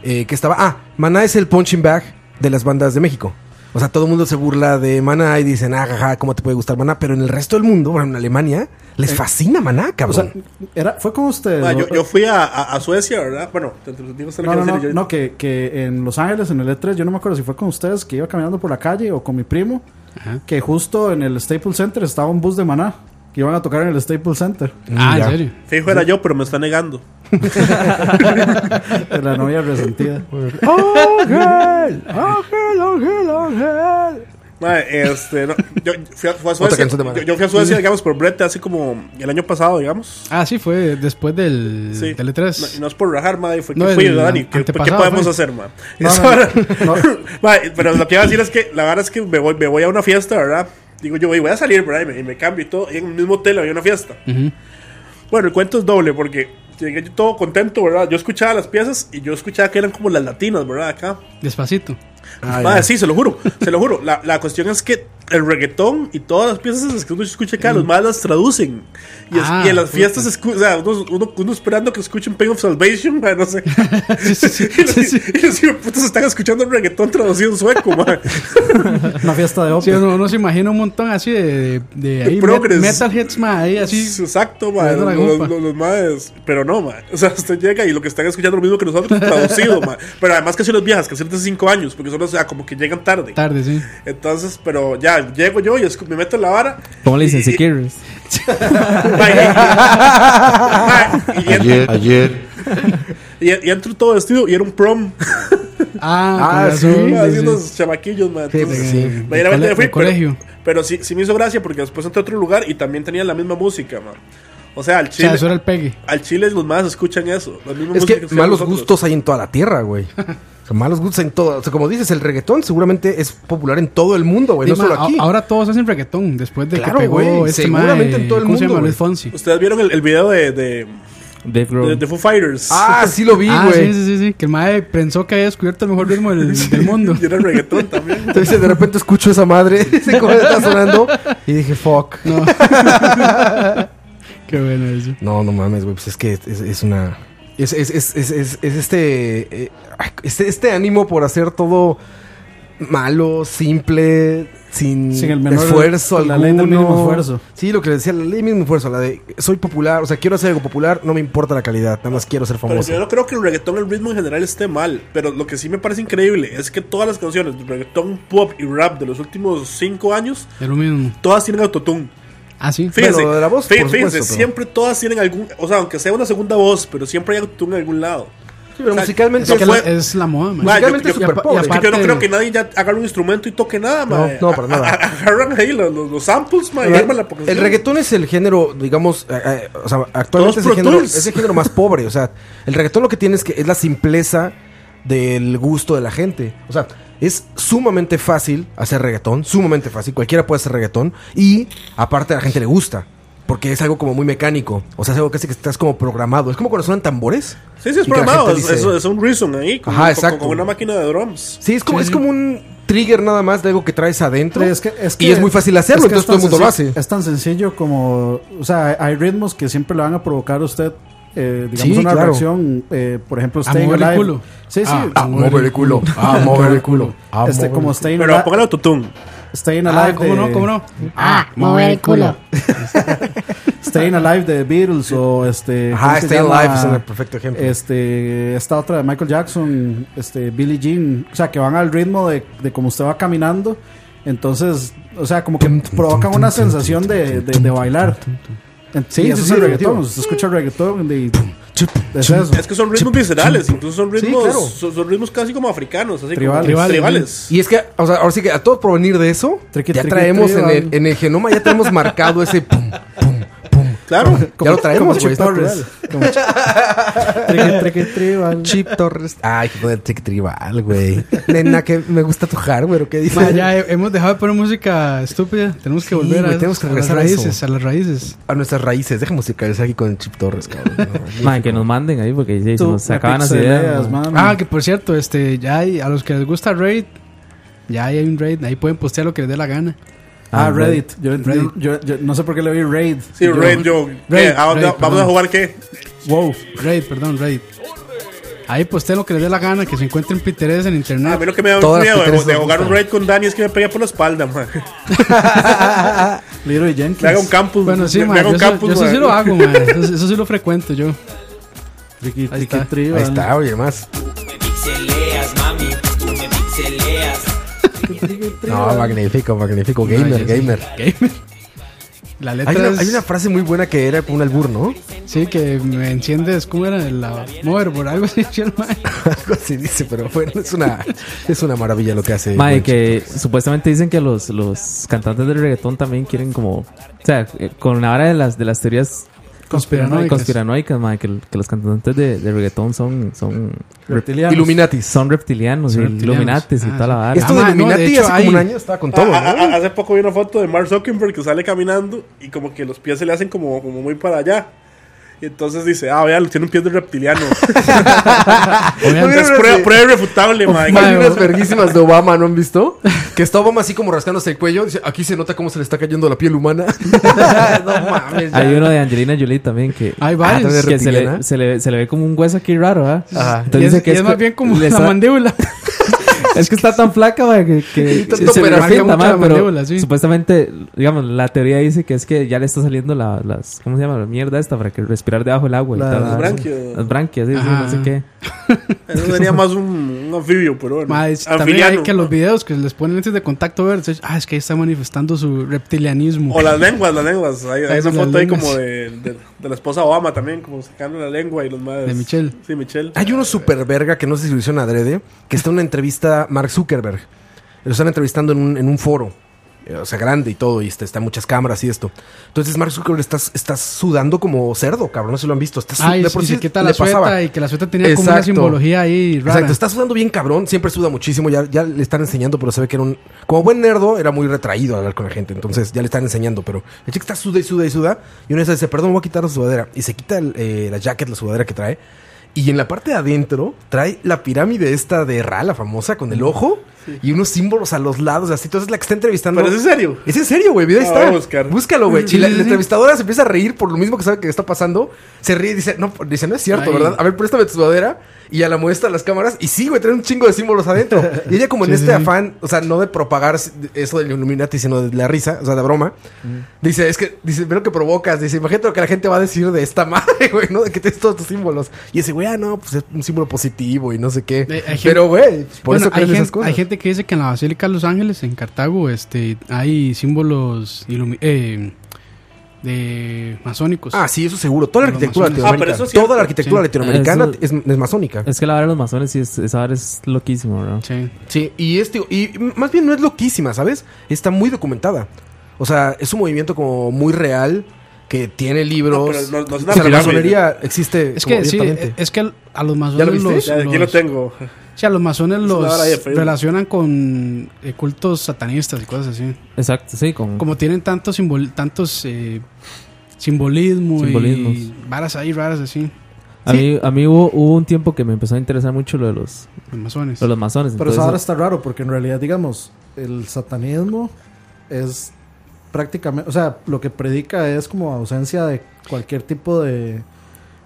Speaker 4: eh, que estaba. Ah, Maná es el punching bag de las bandas de México. O sea, todo el mundo se burla de Maná y dicen, ah, jaja, ¿cómo te puede gustar Maná? Pero en el resto del mundo, bueno, en Alemania, les fascina Maná,
Speaker 2: O
Speaker 4: cabrón.
Speaker 2: sea, era, fue con ustedes.
Speaker 7: Ma,
Speaker 2: ¿no?
Speaker 7: Ah, yo, yo fui a, a- a Suecia, ¿verdad? Bueno, te, te- te digo usted
Speaker 2: No,
Speaker 7: lo que
Speaker 2: no,
Speaker 7: iba a
Speaker 2: no,
Speaker 7: decir, yo-
Speaker 2: no, que, que en Los Ángeles, en el E3, yo no me acuerdo si fue con ustedes, que iba caminando por la calle o con mi primo,
Speaker 5: Ajá.
Speaker 2: que justo en el Staples Center estaba un bus de maná, que iban a tocar en el Staples Center. *laughs*
Speaker 5: Ah,
Speaker 4: Ya.
Speaker 5: en serio.
Speaker 7: Fijo era yo, pero me está negando.
Speaker 2: de la novia resentida.
Speaker 7: Ma, este, no, yo, yo fui a, fui
Speaker 4: *laughs*
Speaker 7: a
Speaker 4: Otra
Speaker 7: Suecia.
Speaker 4: canción de Maná.
Speaker 7: Yo, yo fui a Suecia, digamos, por Brett hace como el año pasado, digamos.
Speaker 5: Ah, sí, fue después del,
Speaker 7: Sí.
Speaker 5: del E
Speaker 7: No, y
Speaker 5: E3.
Speaker 7: no es por rajar, madre, fue que
Speaker 5: No, el
Speaker 7: fui, Dani. ¿Qué, qué
Speaker 5: antepasado
Speaker 7: podemos
Speaker 5: fue.
Speaker 7: hacer, madre?
Speaker 2: No,
Speaker 7: Eso
Speaker 2: no,
Speaker 7: era- *laughs*
Speaker 2: no.
Speaker 7: Ma, pero lo que iba a decir es que la verdad es que me voy, me voy a una fiesta, ¿verdad? Digo yo, "Ey, voy a salir, ¿verdad? Y me, y me cambio y todo. Y en el mismo hotel había una fiesta.
Speaker 5: Ujú.
Speaker 7: Bueno, el cuento es doble porque llegué yo todo contento, ¿verdad? Yo escuchaba las piezas y yo escuchaba que eran como las latinas, ¿verdad? Acá. *laughs*
Speaker 5: Despacito.
Speaker 4: Ah,
Speaker 7: Madre,
Speaker 4: ya.
Speaker 7: sí, se lo juro, se lo juro. La, la cuestión es que el reggaetón y todas las piezas que uno escucha acá, los más las traducen. Y, es-
Speaker 5: Ah,
Speaker 7: y en las
Speaker 5: puta.
Speaker 7: fiestas, escu- o sea, uno, uno- uno esperando que escuchen Pain of Salvation, madre, no sé.
Speaker 5: Sí, sí, sí,
Speaker 7: *laughs* y los,
Speaker 5: sí, sí.
Speaker 7: y los hijos de putas están escuchando el reggaetón traducido en sueco, madre.
Speaker 2: Una fiesta de
Speaker 5: Sí,
Speaker 2: ópera.
Speaker 5: uno, uno se imagina un montón así de, de, de ahí,
Speaker 7: progress.
Speaker 5: met- metalheads, ma, ahí
Speaker 7: Sí,
Speaker 5: así.
Speaker 7: Exacto, madre.
Speaker 5: Dando la
Speaker 7: Los,
Speaker 5: gompa.
Speaker 7: los- los madres. Pero no, madre. O sea, usted llega y lo que están escuchando es lo mismo que nosotros, traducido, madre. Pero además que son las viejas, que son de 5 años, porque son, o sea, como que llegan tarde.
Speaker 5: Tarde, sí.
Speaker 7: Entonces, pero ya, llego yo y escu- me meto en la vara.
Speaker 6: ¿Cómo le dicen?
Speaker 7: y-
Speaker 6: Si
Speaker 7: y-
Speaker 6: quieres.
Speaker 7: Ma, y- y- ma, y entro-
Speaker 1: ayer.
Speaker 7: Y, y entro todo vestido y era un prom.
Speaker 5: Ah,
Speaker 4: Ah,
Speaker 5: con
Speaker 7: *laughs*
Speaker 4: sí.
Speaker 5: razón,
Speaker 7: Haciendo
Speaker 5: sí, sí.
Speaker 7: unos chamaquillos, man.
Speaker 4: Sí,
Speaker 7: Entonces,
Speaker 4: pues sí.
Speaker 7: me
Speaker 5: Del
Speaker 7: dieron
Speaker 5: cole-
Speaker 7: cuenta que fui,
Speaker 5: del colegio.
Speaker 7: Pero, pero sí, sí me hizo gracia porque después entré a otro lugar y también tenía la misma música, man. O sea, al
Speaker 5: O
Speaker 7: chile,
Speaker 5: sea, eso era el pegue.
Speaker 7: al chile los más escuchan eso. La misma
Speaker 4: Es
Speaker 7: música
Speaker 4: que
Speaker 7: escuchan
Speaker 4: malos
Speaker 7: nosotros.
Speaker 4: gustos hay en toda la tierra, güey. O sea, malos gustos en todo. O sea, como dices, el reggaetón seguramente es popular en todo el mundo, güey, Pues no
Speaker 5: Sí, ma,
Speaker 4: solo aquí.
Speaker 5: a- Ahora todos hacen reggaetón después de
Speaker 4: Claro,
Speaker 5: que pegó
Speaker 4: güey,
Speaker 5: este
Speaker 4: seguramente
Speaker 5: ma,
Speaker 4: en todo el
Speaker 5: ¿cómo se
Speaker 4: mundo,
Speaker 5: llama?
Speaker 4: güey.
Speaker 5: Luis Fonsi.
Speaker 7: Ustedes vieron el, el video de, de-
Speaker 6: Dave
Speaker 7: de,
Speaker 6: Grohl.
Speaker 7: de Foo Fighters.
Speaker 4: Ah, sí lo vi,
Speaker 5: ah,
Speaker 4: güey.
Speaker 5: sí, sí, sí, sí. Que el mae pensó que había descubierto el mejor
Speaker 4: *laughs*
Speaker 5: ritmo del, del mundo.
Speaker 7: *laughs* Y era reggaetón también.
Speaker 4: Entonces de repente escucho esa madre, *laughs* ese cover está sonando y dije, fuck.
Speaker 5: No. Qué bueno eso.
Speaker 4: No, no mames, güey, pues es que es, es una... Es, es, es, es, es- es este, eh, ay, este... Este ánimo por hacer todo malo, simple, sin,
Speaker 2: Sin el menor-
Speaker 4: esfuerzo
Speaker 2: la ley del
Speaker 4: alguno.
Speaker 2: mínimo esfuerzo.
Speaker 4: Sí, lo que les decía, la ley del mínimo esfuerzo, la de soy popular, o sea, quiero hacer algo popular, no me importa la calidad, nada más quiero ser
Speaker 7: Pero
Speaker 4: famoso.
Speaker 7: yo no creo que el reggaetón, el ritmo en general esté mal. Pero lo que sí me parece increíble es que todas las canciones de reggaetón, pop y rap de los últimos cinco años,
Speaker 5: Es lo mismo.
Speaker 7: todas tienen autotune.
Speaker 5: Ah, sí.
Speaker 7: Fíjense,
Speaker 4: Bueno, de la voz,
Speaker 7: fí-
Speaker 4: por
Speaker 7: fíjense,
Speaker 4: supuesto, pero-
Speaker 7: siempre todas tienen algún. O sea, aunque sea una segunda voz, pero siempre hay autotune en algún lado.
Speaker 4: Sí, pero
Speaker 7: O sea,
Speaker 4: musicalmente...
Speaker 7: no
Speaker 5: Es, que
Speaker 7: fue-
Speaker 5: la- es la moda, mae.
Speaker 7: Ma, yo-
Speaker 4: Musicalmente
Speaker 7: yo-
Speaker 4: es súper
Speaker 5: y apa- y
Speaker 4: pobre.
Speaker 7: Es que yo no
Speaker 5: Aparte-
Speaker 7: creo que nadie ya agarre un instrumento y toque nada,
Speaker 4: No,
Speaker 7: mae.
Speaker 4: no, para
Speaker 7: A-
Speaker 4: nada.
Speaker 7: a- Agarran ahí los, los- los samples, mae, y
Speaker 4: Pero
Speaker 7: arman la
Speaker 4: el,
Speaker 7: canción.
Speaker 4: reggaetón es el género, digamos, eh, eh, o sea, actualmente
Speaker 7: Todos
Speaker 4: es
Speaker 7: Pro
Speaker 4: el, género,
Speaker 7: Tools.
Speaker 4: es el género más pobre. O sea, el reggaetón lo que tiene es que es la simpleza del gusto de la gente. O sea, es sumamente fácil hacer reggaetón, sumamente fácil. Cualquiera puede hacer reggaetón y aparte a la gente le gusta. Porque es algo como muy mecánico. O sea, es algo casi que estás como programado. Es como cuando suenan tambores.
Speaker 7: Sí, sí,
Speaker 4: y
Speaker 7: es
Speaker 4: que la
Speaker 7: programado.
Speaker 4: gente
Speaker 7: Es,
Speaker 4: dice-
Speaker 7: es- es un reason ahí. Con,
Speaker 4: Ajá,
Speaker 7: con-
Speaker 4: exacto.
Speaker 7: con una máquina de drums.
Speaker 4: Sí, es como, es como un trigger nada más de algo que traes adentro.
Speaker 2: Es que- es que-
Speaker 4: y es muy fácil hacerlo,
Speaker 2: es que
Speaker 4: entonces
Speaker 2: es
Speaker 4: todo
Speaker 2: tan
Speaker 4: el mundo lo hace.
Speaker 2: senc- Es tan sencillo como. O sea, hay ritmos que siempre le van a provocar a usted, eh, digamos,
Speaker 4: Sí,
Speaker 2: una
Speaker 4: claro.
Speaker 2: reacción. eh, por ejemplo, Staying
Speaker 5: mover el
Speaker 2: Alive.
Speaker 5: culo.
Speaker 2: Sí, sí.
Speaker 5: Ah,
Speaker 4: A mover el culo. A mover el culo. a
Speaker 2: *laughs* este,
Speaker 4: mover
Speaker 2: como
Speaker 4: el
Speaker 2: Staying,
Speaker 7: Pero
Speaker 2: Alive-
Speaker 7: póngale autotune.
Speaker 2: Staying Alive.
Speaker 5: Ah, ¿cómo
Speaker 2: de-
Speaker 5: no? ¿Cómo no?
Speaker 8: Ah, mover el culo.
Speaker 4: *laughs*
Speaker 2: Staying Alive de The Beatles o este.
Speaker 4: Ajá,
Speaker 2: ¿cómo se
Speaker 4: Staying
Speaker 2: llama?
Speaker 4: Alive es el perfecto ejemplo.
Speaker 2: Este, esta otra de Michael Jackson, este, Billie Jean. O sea, que van al ritmo de, de cómo usted va caminando. Entonces, o sea, como que provocan una sensación de, de, de bailar. Sí,
Speaker 4: sí,
Speaker 2: eso es
Speaker 4: sí,
Speaker 2: el reggaetón.
Speaker 4: definitivo.
Speaker 2: Usted escucha el reggaetón y
Speaker 4: chup,
Speaker 2: es eso.
Speaker 7: Es que son ritmos viscerales, incluso son ritmos,
Speaker 4: claro.
Speaker 7: son, son ritmos casi como africanos, así
Speaker 2: Tribales.
Speaker 7: como
Speaker 5: Tribales.
Speaker 7: tribales.
Speaker 4: Y es que, o sea, ahora sí que a todo provenir de eso,
Speaker 2: Triqui,
Speaker 4: ya
Speaker 2: triqui,
Speaker 4: traemos en
Speaker 2: tribal.
Speaker 4: el, en el genoma, ya tenemos marcado ese pum, pum, pum.
Speaker 5: *laughs*
Speaker 7: Claro.
Speaker 4: ya lo traemos, güey.
Speaker 2: Chip
Speaker 4: es natural.
Speaker 2: Torres. Como Chip- Triqui, triqui, tribal.
Speaker 4: Chip Torres. Ay, que poner triqui
Speaker 2: *laughs*
Speaker 4: tribal, güey. Nena, que me gusta tu hardware, ¿o qué dices?
Speaker 5: Ma,
Speaker 8: *laughs*
Speaker 5: ya he- hemos dejado de poner música estúpida. Tenemos que
Speaker 4: Sí,
Speaker 5: volver a,
Speaker 4: güey, tenemos que
Speaker 5: a las
Speaker 4: regresar a eso.
Speaker 5: raíces, a las raíces.
Speaker 4: A nuestras raíces, déjame musicalizar aquí con el Chip
Speaker 2: *laughs*
Speaker 4: Torres, cabrón. ¿no?
Speaker 6: Mae, que nos manden ahí porque sí, se
Speaker 2: Tú
Speaker 6: nos
Speaker 2: me
Speaker 6: sacaban las
Speaker 2: pixeleas,
Speaker 6: ideas. mae.
Speaker 2: mano.
Speaker 5: Ah, que por cierto, este, ya hay, a los que les gusta Reddit, ya hay un Reddit, ahí pueden postear lo que les dé la gana.
Speaker 2: Ah, Reddit. Yo, entendí- yo- yo no sé por qué le vi Raid.
Speaker 7: Sí, Red Joe. ¿Qué? ¿A dónde-
Speaker 5: Raid,
Speaker 7: ¿Vamos a
Speaker 5: perdón.
Speaker 7: jugar qué?
Speaker 5: Wow. Reddit, perdón, Reddit. Ahí postean lo que les dé la gana, que se encuentren Pinterest en
Speaker 7: A
Speaker 5: internet.
Speaker 7: mí lo que Ah, me da
Speaker 4: Todas
Speaker 7: miedo
Speaker 4: las
Speaker 7: de,
Speaker 4: mujeres
Speaker 7: de
Speaker 4: nos
Speaker 7: jugar un
Speaker 4: gustan.
Speaker 7: raid con Dani es que me pegue por la
Speaker 5: *laughs*
Speaker 7: espalda, man.
Speaker 2: Leroy Jenkins.
Speaker 7: Me haga un campus.
Speaker 5: bueno, sí,
Speaker 7: me, me
Speaker 5: man,
Speaker 7: haga
Speaker 5: yo,
Speaker 7: un
Speaker 5: eso-
Speaker 7: campus.
Speaker 5: yo eso sí
Speaker 7: man.
Speaker 5: lo hago,
Speaker 7: *laughs*
Speaker 5: man. Eso, eso sí lo frecuento yo.
Speaker 2: Triqui,
Speaker 5: Ahí
Speaker 2: triqui,
Speaker 5: está.
Speaker 2: tribal.
Speaker 4: Ahí está, oye, más.
Speaker 9: me pixeleas, mami, tú me pixeleas.
Speaker 4: No, magnífico, magnífico.
Speaker 5: Ay,
Speaker 4: Gamer,
Speaker 5: sí.
Speaker 4: gamer.
Speaker 5: Gamer. La letra
Speaker 4: Hay una,
Speaker 5: es...
Speaker 4: hay una frase muy buena que era como un albur, ¿no?
Speaker 5: Sí, que me enciendes, ¿cómo era? La mover por algo así, *laughs* decía el man.
Speaker 4: *laughs* Algo así dice, pero bueno, es una, es una maravilla lo que hace.
Speaker 6: Mae,
Speaker 4: Juancho.
Speaker 6: que supuestamente dicen que los, los cantantes del reggaetón también quieren como... O sea, eh, con ahora de las, de las teorías
Speaker 5: Conspiranoicas.
Speaker 6: conspiranoicas, mae, que, que los cantantes de, de reggaetón son, son,
Speaker 2: Reptilianos.
Speaker 4: Illuminatis.
Speaker 6: son reptilianos, y
Speaker 5: reptilianos.
Speaker 6: iluminatis y
Speaker 5: Ah,
Speaker 6: toda la
Speaker 5: sí.
Speaker 6: vara.
Speaker 4: Esto
Speaker 5: Ah,
Speaker 4: de
Speaker 5: ma, no, de
Speaker 4: Illuminati
Speaker 5: hecho,
Speaker 4: hace
Speaker 5: hay-
Speaker 4: como un año estaba con
Speaker 7: Ah,
Speaker 5: *laughs*
Speaker 4: todo.
Speaker 7: ah,
Speaker 4: ¿no?
Speaker 7: ah, hace poco vi una foto de Mark Zuckerberg que sale caminando y como que los pies se le hacen como, como muy para allá. Y entonces dice, ah, vean, tiene un pie
Speaker 5: *laughs*
Speaker 7: de reptiliano. *laughs*
Speaker 5: Obviamente,
Speaker 7: es prueba, prueba
Speaker 5: Oh,
Speaker 7: irrefutable, man.
Speaker 4: Hay
Speaker 5: Mae,
Speaker 4: unas verguísimas de Obama, ¿no han visto? Que está Obama así como rascándose el cuello. Dice, aquí se nota cómo se le está cayendo la piel humana. *laughs* no mames. ya.
Speaker 6: Hay uno de Angelina Jolie también que...
Speaker 5: Hay
Speaker 4: Ah,
Speaker 5: varios.
Speaker 4: también
Speaker 6: que se
Speaker 4: reptiliana.
Speaker 6: le, se, le, se le ve como un hueso aquí raro, ¿ah?
Speaker 4: Ajá.
Speaker 6: Entonces
Speaker 5: Y es,
Speaker 6: dice que
Speaker 5: y es
Speaker 6: co-
Speaker 5: más bien como la
Speaker 6: le está-
Speaker 5: mandíbula.
Speaker 6: Es que está tan flaca, mae, que, que
Speaker 4: tanto
Speaker 6: se le
Speaker 4: operación,
Speaker 6: revienta,
Speaker 5: mucha
Speaker 6: mae, pero
Speaker 5: mandíbula, sí.
Speaker 6: supuestamente, digamos, la teoría dice que es que ya le está saliendo la, las, ¿cómo se llama? La mierda esta para que respirar debajo del agua. y
Speaker 2: La-
Speaker 6: tal,
Speaker 2: las
Speaker 6: ¿no?
Speaker 7: branquias.
Speaker 6: Las branquias, sí, sí,
Speaker 5: Ajá.
Speaker 6: no sé qué.
Speaker 7: Eso sería más un, un anfibio, pero bueno.
Speaker 5: Ma, es- también hay
Speaker 7: Anfiliano.
Speaker 5: que los videos que les ponen antes de contacto verdes. Ah, es que ahí está manifestando su reptilianismo.
Speaker 7: O las lenguas, las lenguas. Hay, hay
Speaker 5: Ah, sí,
Speaker 7: una
Speaker 5: las
Speaker 7: foto ahí
Speaker 5: lenguas.
Speaker 7: como de, de- de la esposa Obama también, como sacando la lengua y los madres.
Speaker 5: De Michelle.
Speaker 7: Sí, Michelle.
Speaker 4: Hay uno super verga que no sé si lo hicieron adrede, que está en una entrevista a Mark Zuckerberg. Lo están entrevistando en un, en un foro. eh, o sea, grande y todo, y este, está, está muchas cámaras y esto. Entonces Mark Zuckerberg está, está sudando como cerdo, cabrón, no se lo han visto. Está su-
Speaker 5: Ay,
Speaker 4: de
Speaker 5: sí,
Speaker 4: por
Speaker 5: se
Speaker 4: sí
Speaker 5: quita
Speaker 4: le
Speaker 5: la sueta
Speaker 4: pasaba.
Speaker 5: y que la sueta tenía como una
Speaker 4: Exacto.
Speaker 5: simbología ahí rara.
Speaker 4: Exacto, está sudando bien cabrón, siempre suda muchísimo, ya, ya le están enseñando, pero se ve que era un... Como buen nerdo, era muy retraído a hablar con la gente, entonces ya le están enseñando, pero el chico está suda y suda y suda, y una vez dice, perdón, voy a quitar la sudadera, y se quita el, eh, la jacket, la sudadera que trae, y en la parte de adentro trae la pirámide esta de Ra, la famosa, con el ojo, y unos símbolos a los lados, así, entonces la que está entrevistando...
Speaker 7: Pero es en serio.
Speaker 4: Es en serio, güey, video ahí
Speaker 7: La
Speaker 4: está.
Speaker 7: voy a buscar.
Speaker 4: Búscalo, güey.
Speaker 5: Sí,
Speaker 4: y la,
Speaker 5: sí,
Speaker 4: la
Speaker 5: sí.
Speaker 4: entrevistadora se empieza a reír por lo mismo que sabe que está pasando. Se ríe y dice, no, pues, dice, no es cierto,
Speaker 5: Ay.
Speaker 4: ¿verdad? A ver, préstame tu sudadera. Y ya la muestra a las cámaras. Y sí, güey, trae un chingo de símbolos
Speaker 5: *laughs*
Speaker 4: adentro. Y ella, como en este afán, o sea, no de propagar eso del Illuminati, sino de la risa, o sea, de broma.
Speaker 5: Mm.
Speaker 4: Dice, es que, dice, ve lo que provocas. Dice, imagínate lo que la gente va a decir de esta *laughs* madre, güey, ¿no? De que tienes todos tus símbolos. Y dice, güey, ah, no, pues es un símbolo positivo y no sé qué.
Speaker 5: Eh, hay gente-
Speaker 4: Pero, güey, por
Speaker 5: Bueno,
Speaker 4: eso
Speaker 5: hay
Speaker 4: creen esas
Speaker 5: gente,
Speaker 4: cosas.
Speaker 5: hay gente que dice que en la Basílica de los Ángeles, en Cartago, este, hay símbolos ilumi- eh, de masónicos.
Speaker 4: Ah, sí, eso seguro. Toda la
Speaker 5: Pero
Speaker 4: arquitectura
Speaker 5: masónica.
Speaker 4: latinoamericana.
Speaker 7: Ah, pero eso es cierto. Ah,
Speaker 4: toda la arquitectura
Speaker 5: Sí.
Speaker 4: latinoamericana
Speaker 6: Eso-
Speaker 4: es, es masónica.
Speaker 6: Es que la vara de los masones, sí, es, esa vara es loquísimo, bro.
Speaker 5: Sí.
Speaker 4: Sí, y este, y más bien no es loquísima, ¿sabes? Está muy documentada. O sea, es un movimiento como muy real que tiene
Speaker 7: No,
Speaker 4: libros.
Speaker 7: pero no- no es
Speaker 4: o
Speaker 7: una
Speaker 4: sea, la
Speaker 7: pirámide.
Speaker 4: masonería existe.
Speaker 5: Es
Speaker 4: como
Speaker 5: que sí, eh,
Speaker 4: abiertamente.
Speaker 5: es que a los
Speaker 4: ¿Ya lo
Speaker 5: masones
Speaker 4: viste?
Speaker 5: los,
Speaker 7: Ya, aquí lo
Speaker 5: los-
Speaker 7: tengo.
Speaker 5: sí, a los masones
Speaker 7: una vara ahí de
Speaker 5: los
Speaker 7: Facebook.
Speaker 5: relacionan con eh, cultos satanistas y cosas así.
Speaker 6: Exacto, sí, con.
Speaker 5: Como tienen tanto simbol- tantos eh, simbolismo y
Speaker 6: Simbolismos.
Speaker 5: varas ahí raras así,
Speaker 6: A mí, a mí hubo, hubo un tiempo que me empezó a interesar mucho lo de los,
Speaker 5: los masones.
Speaker 6: lo de los masones.
Speaker 2: Pero
Speaker 6: entonces-
Speaker 2: eso ahora está raro porque en realidad, digamos, el satanismo es prácticamente, o sea, lo que predica es como ausencia de cualquier tipo de,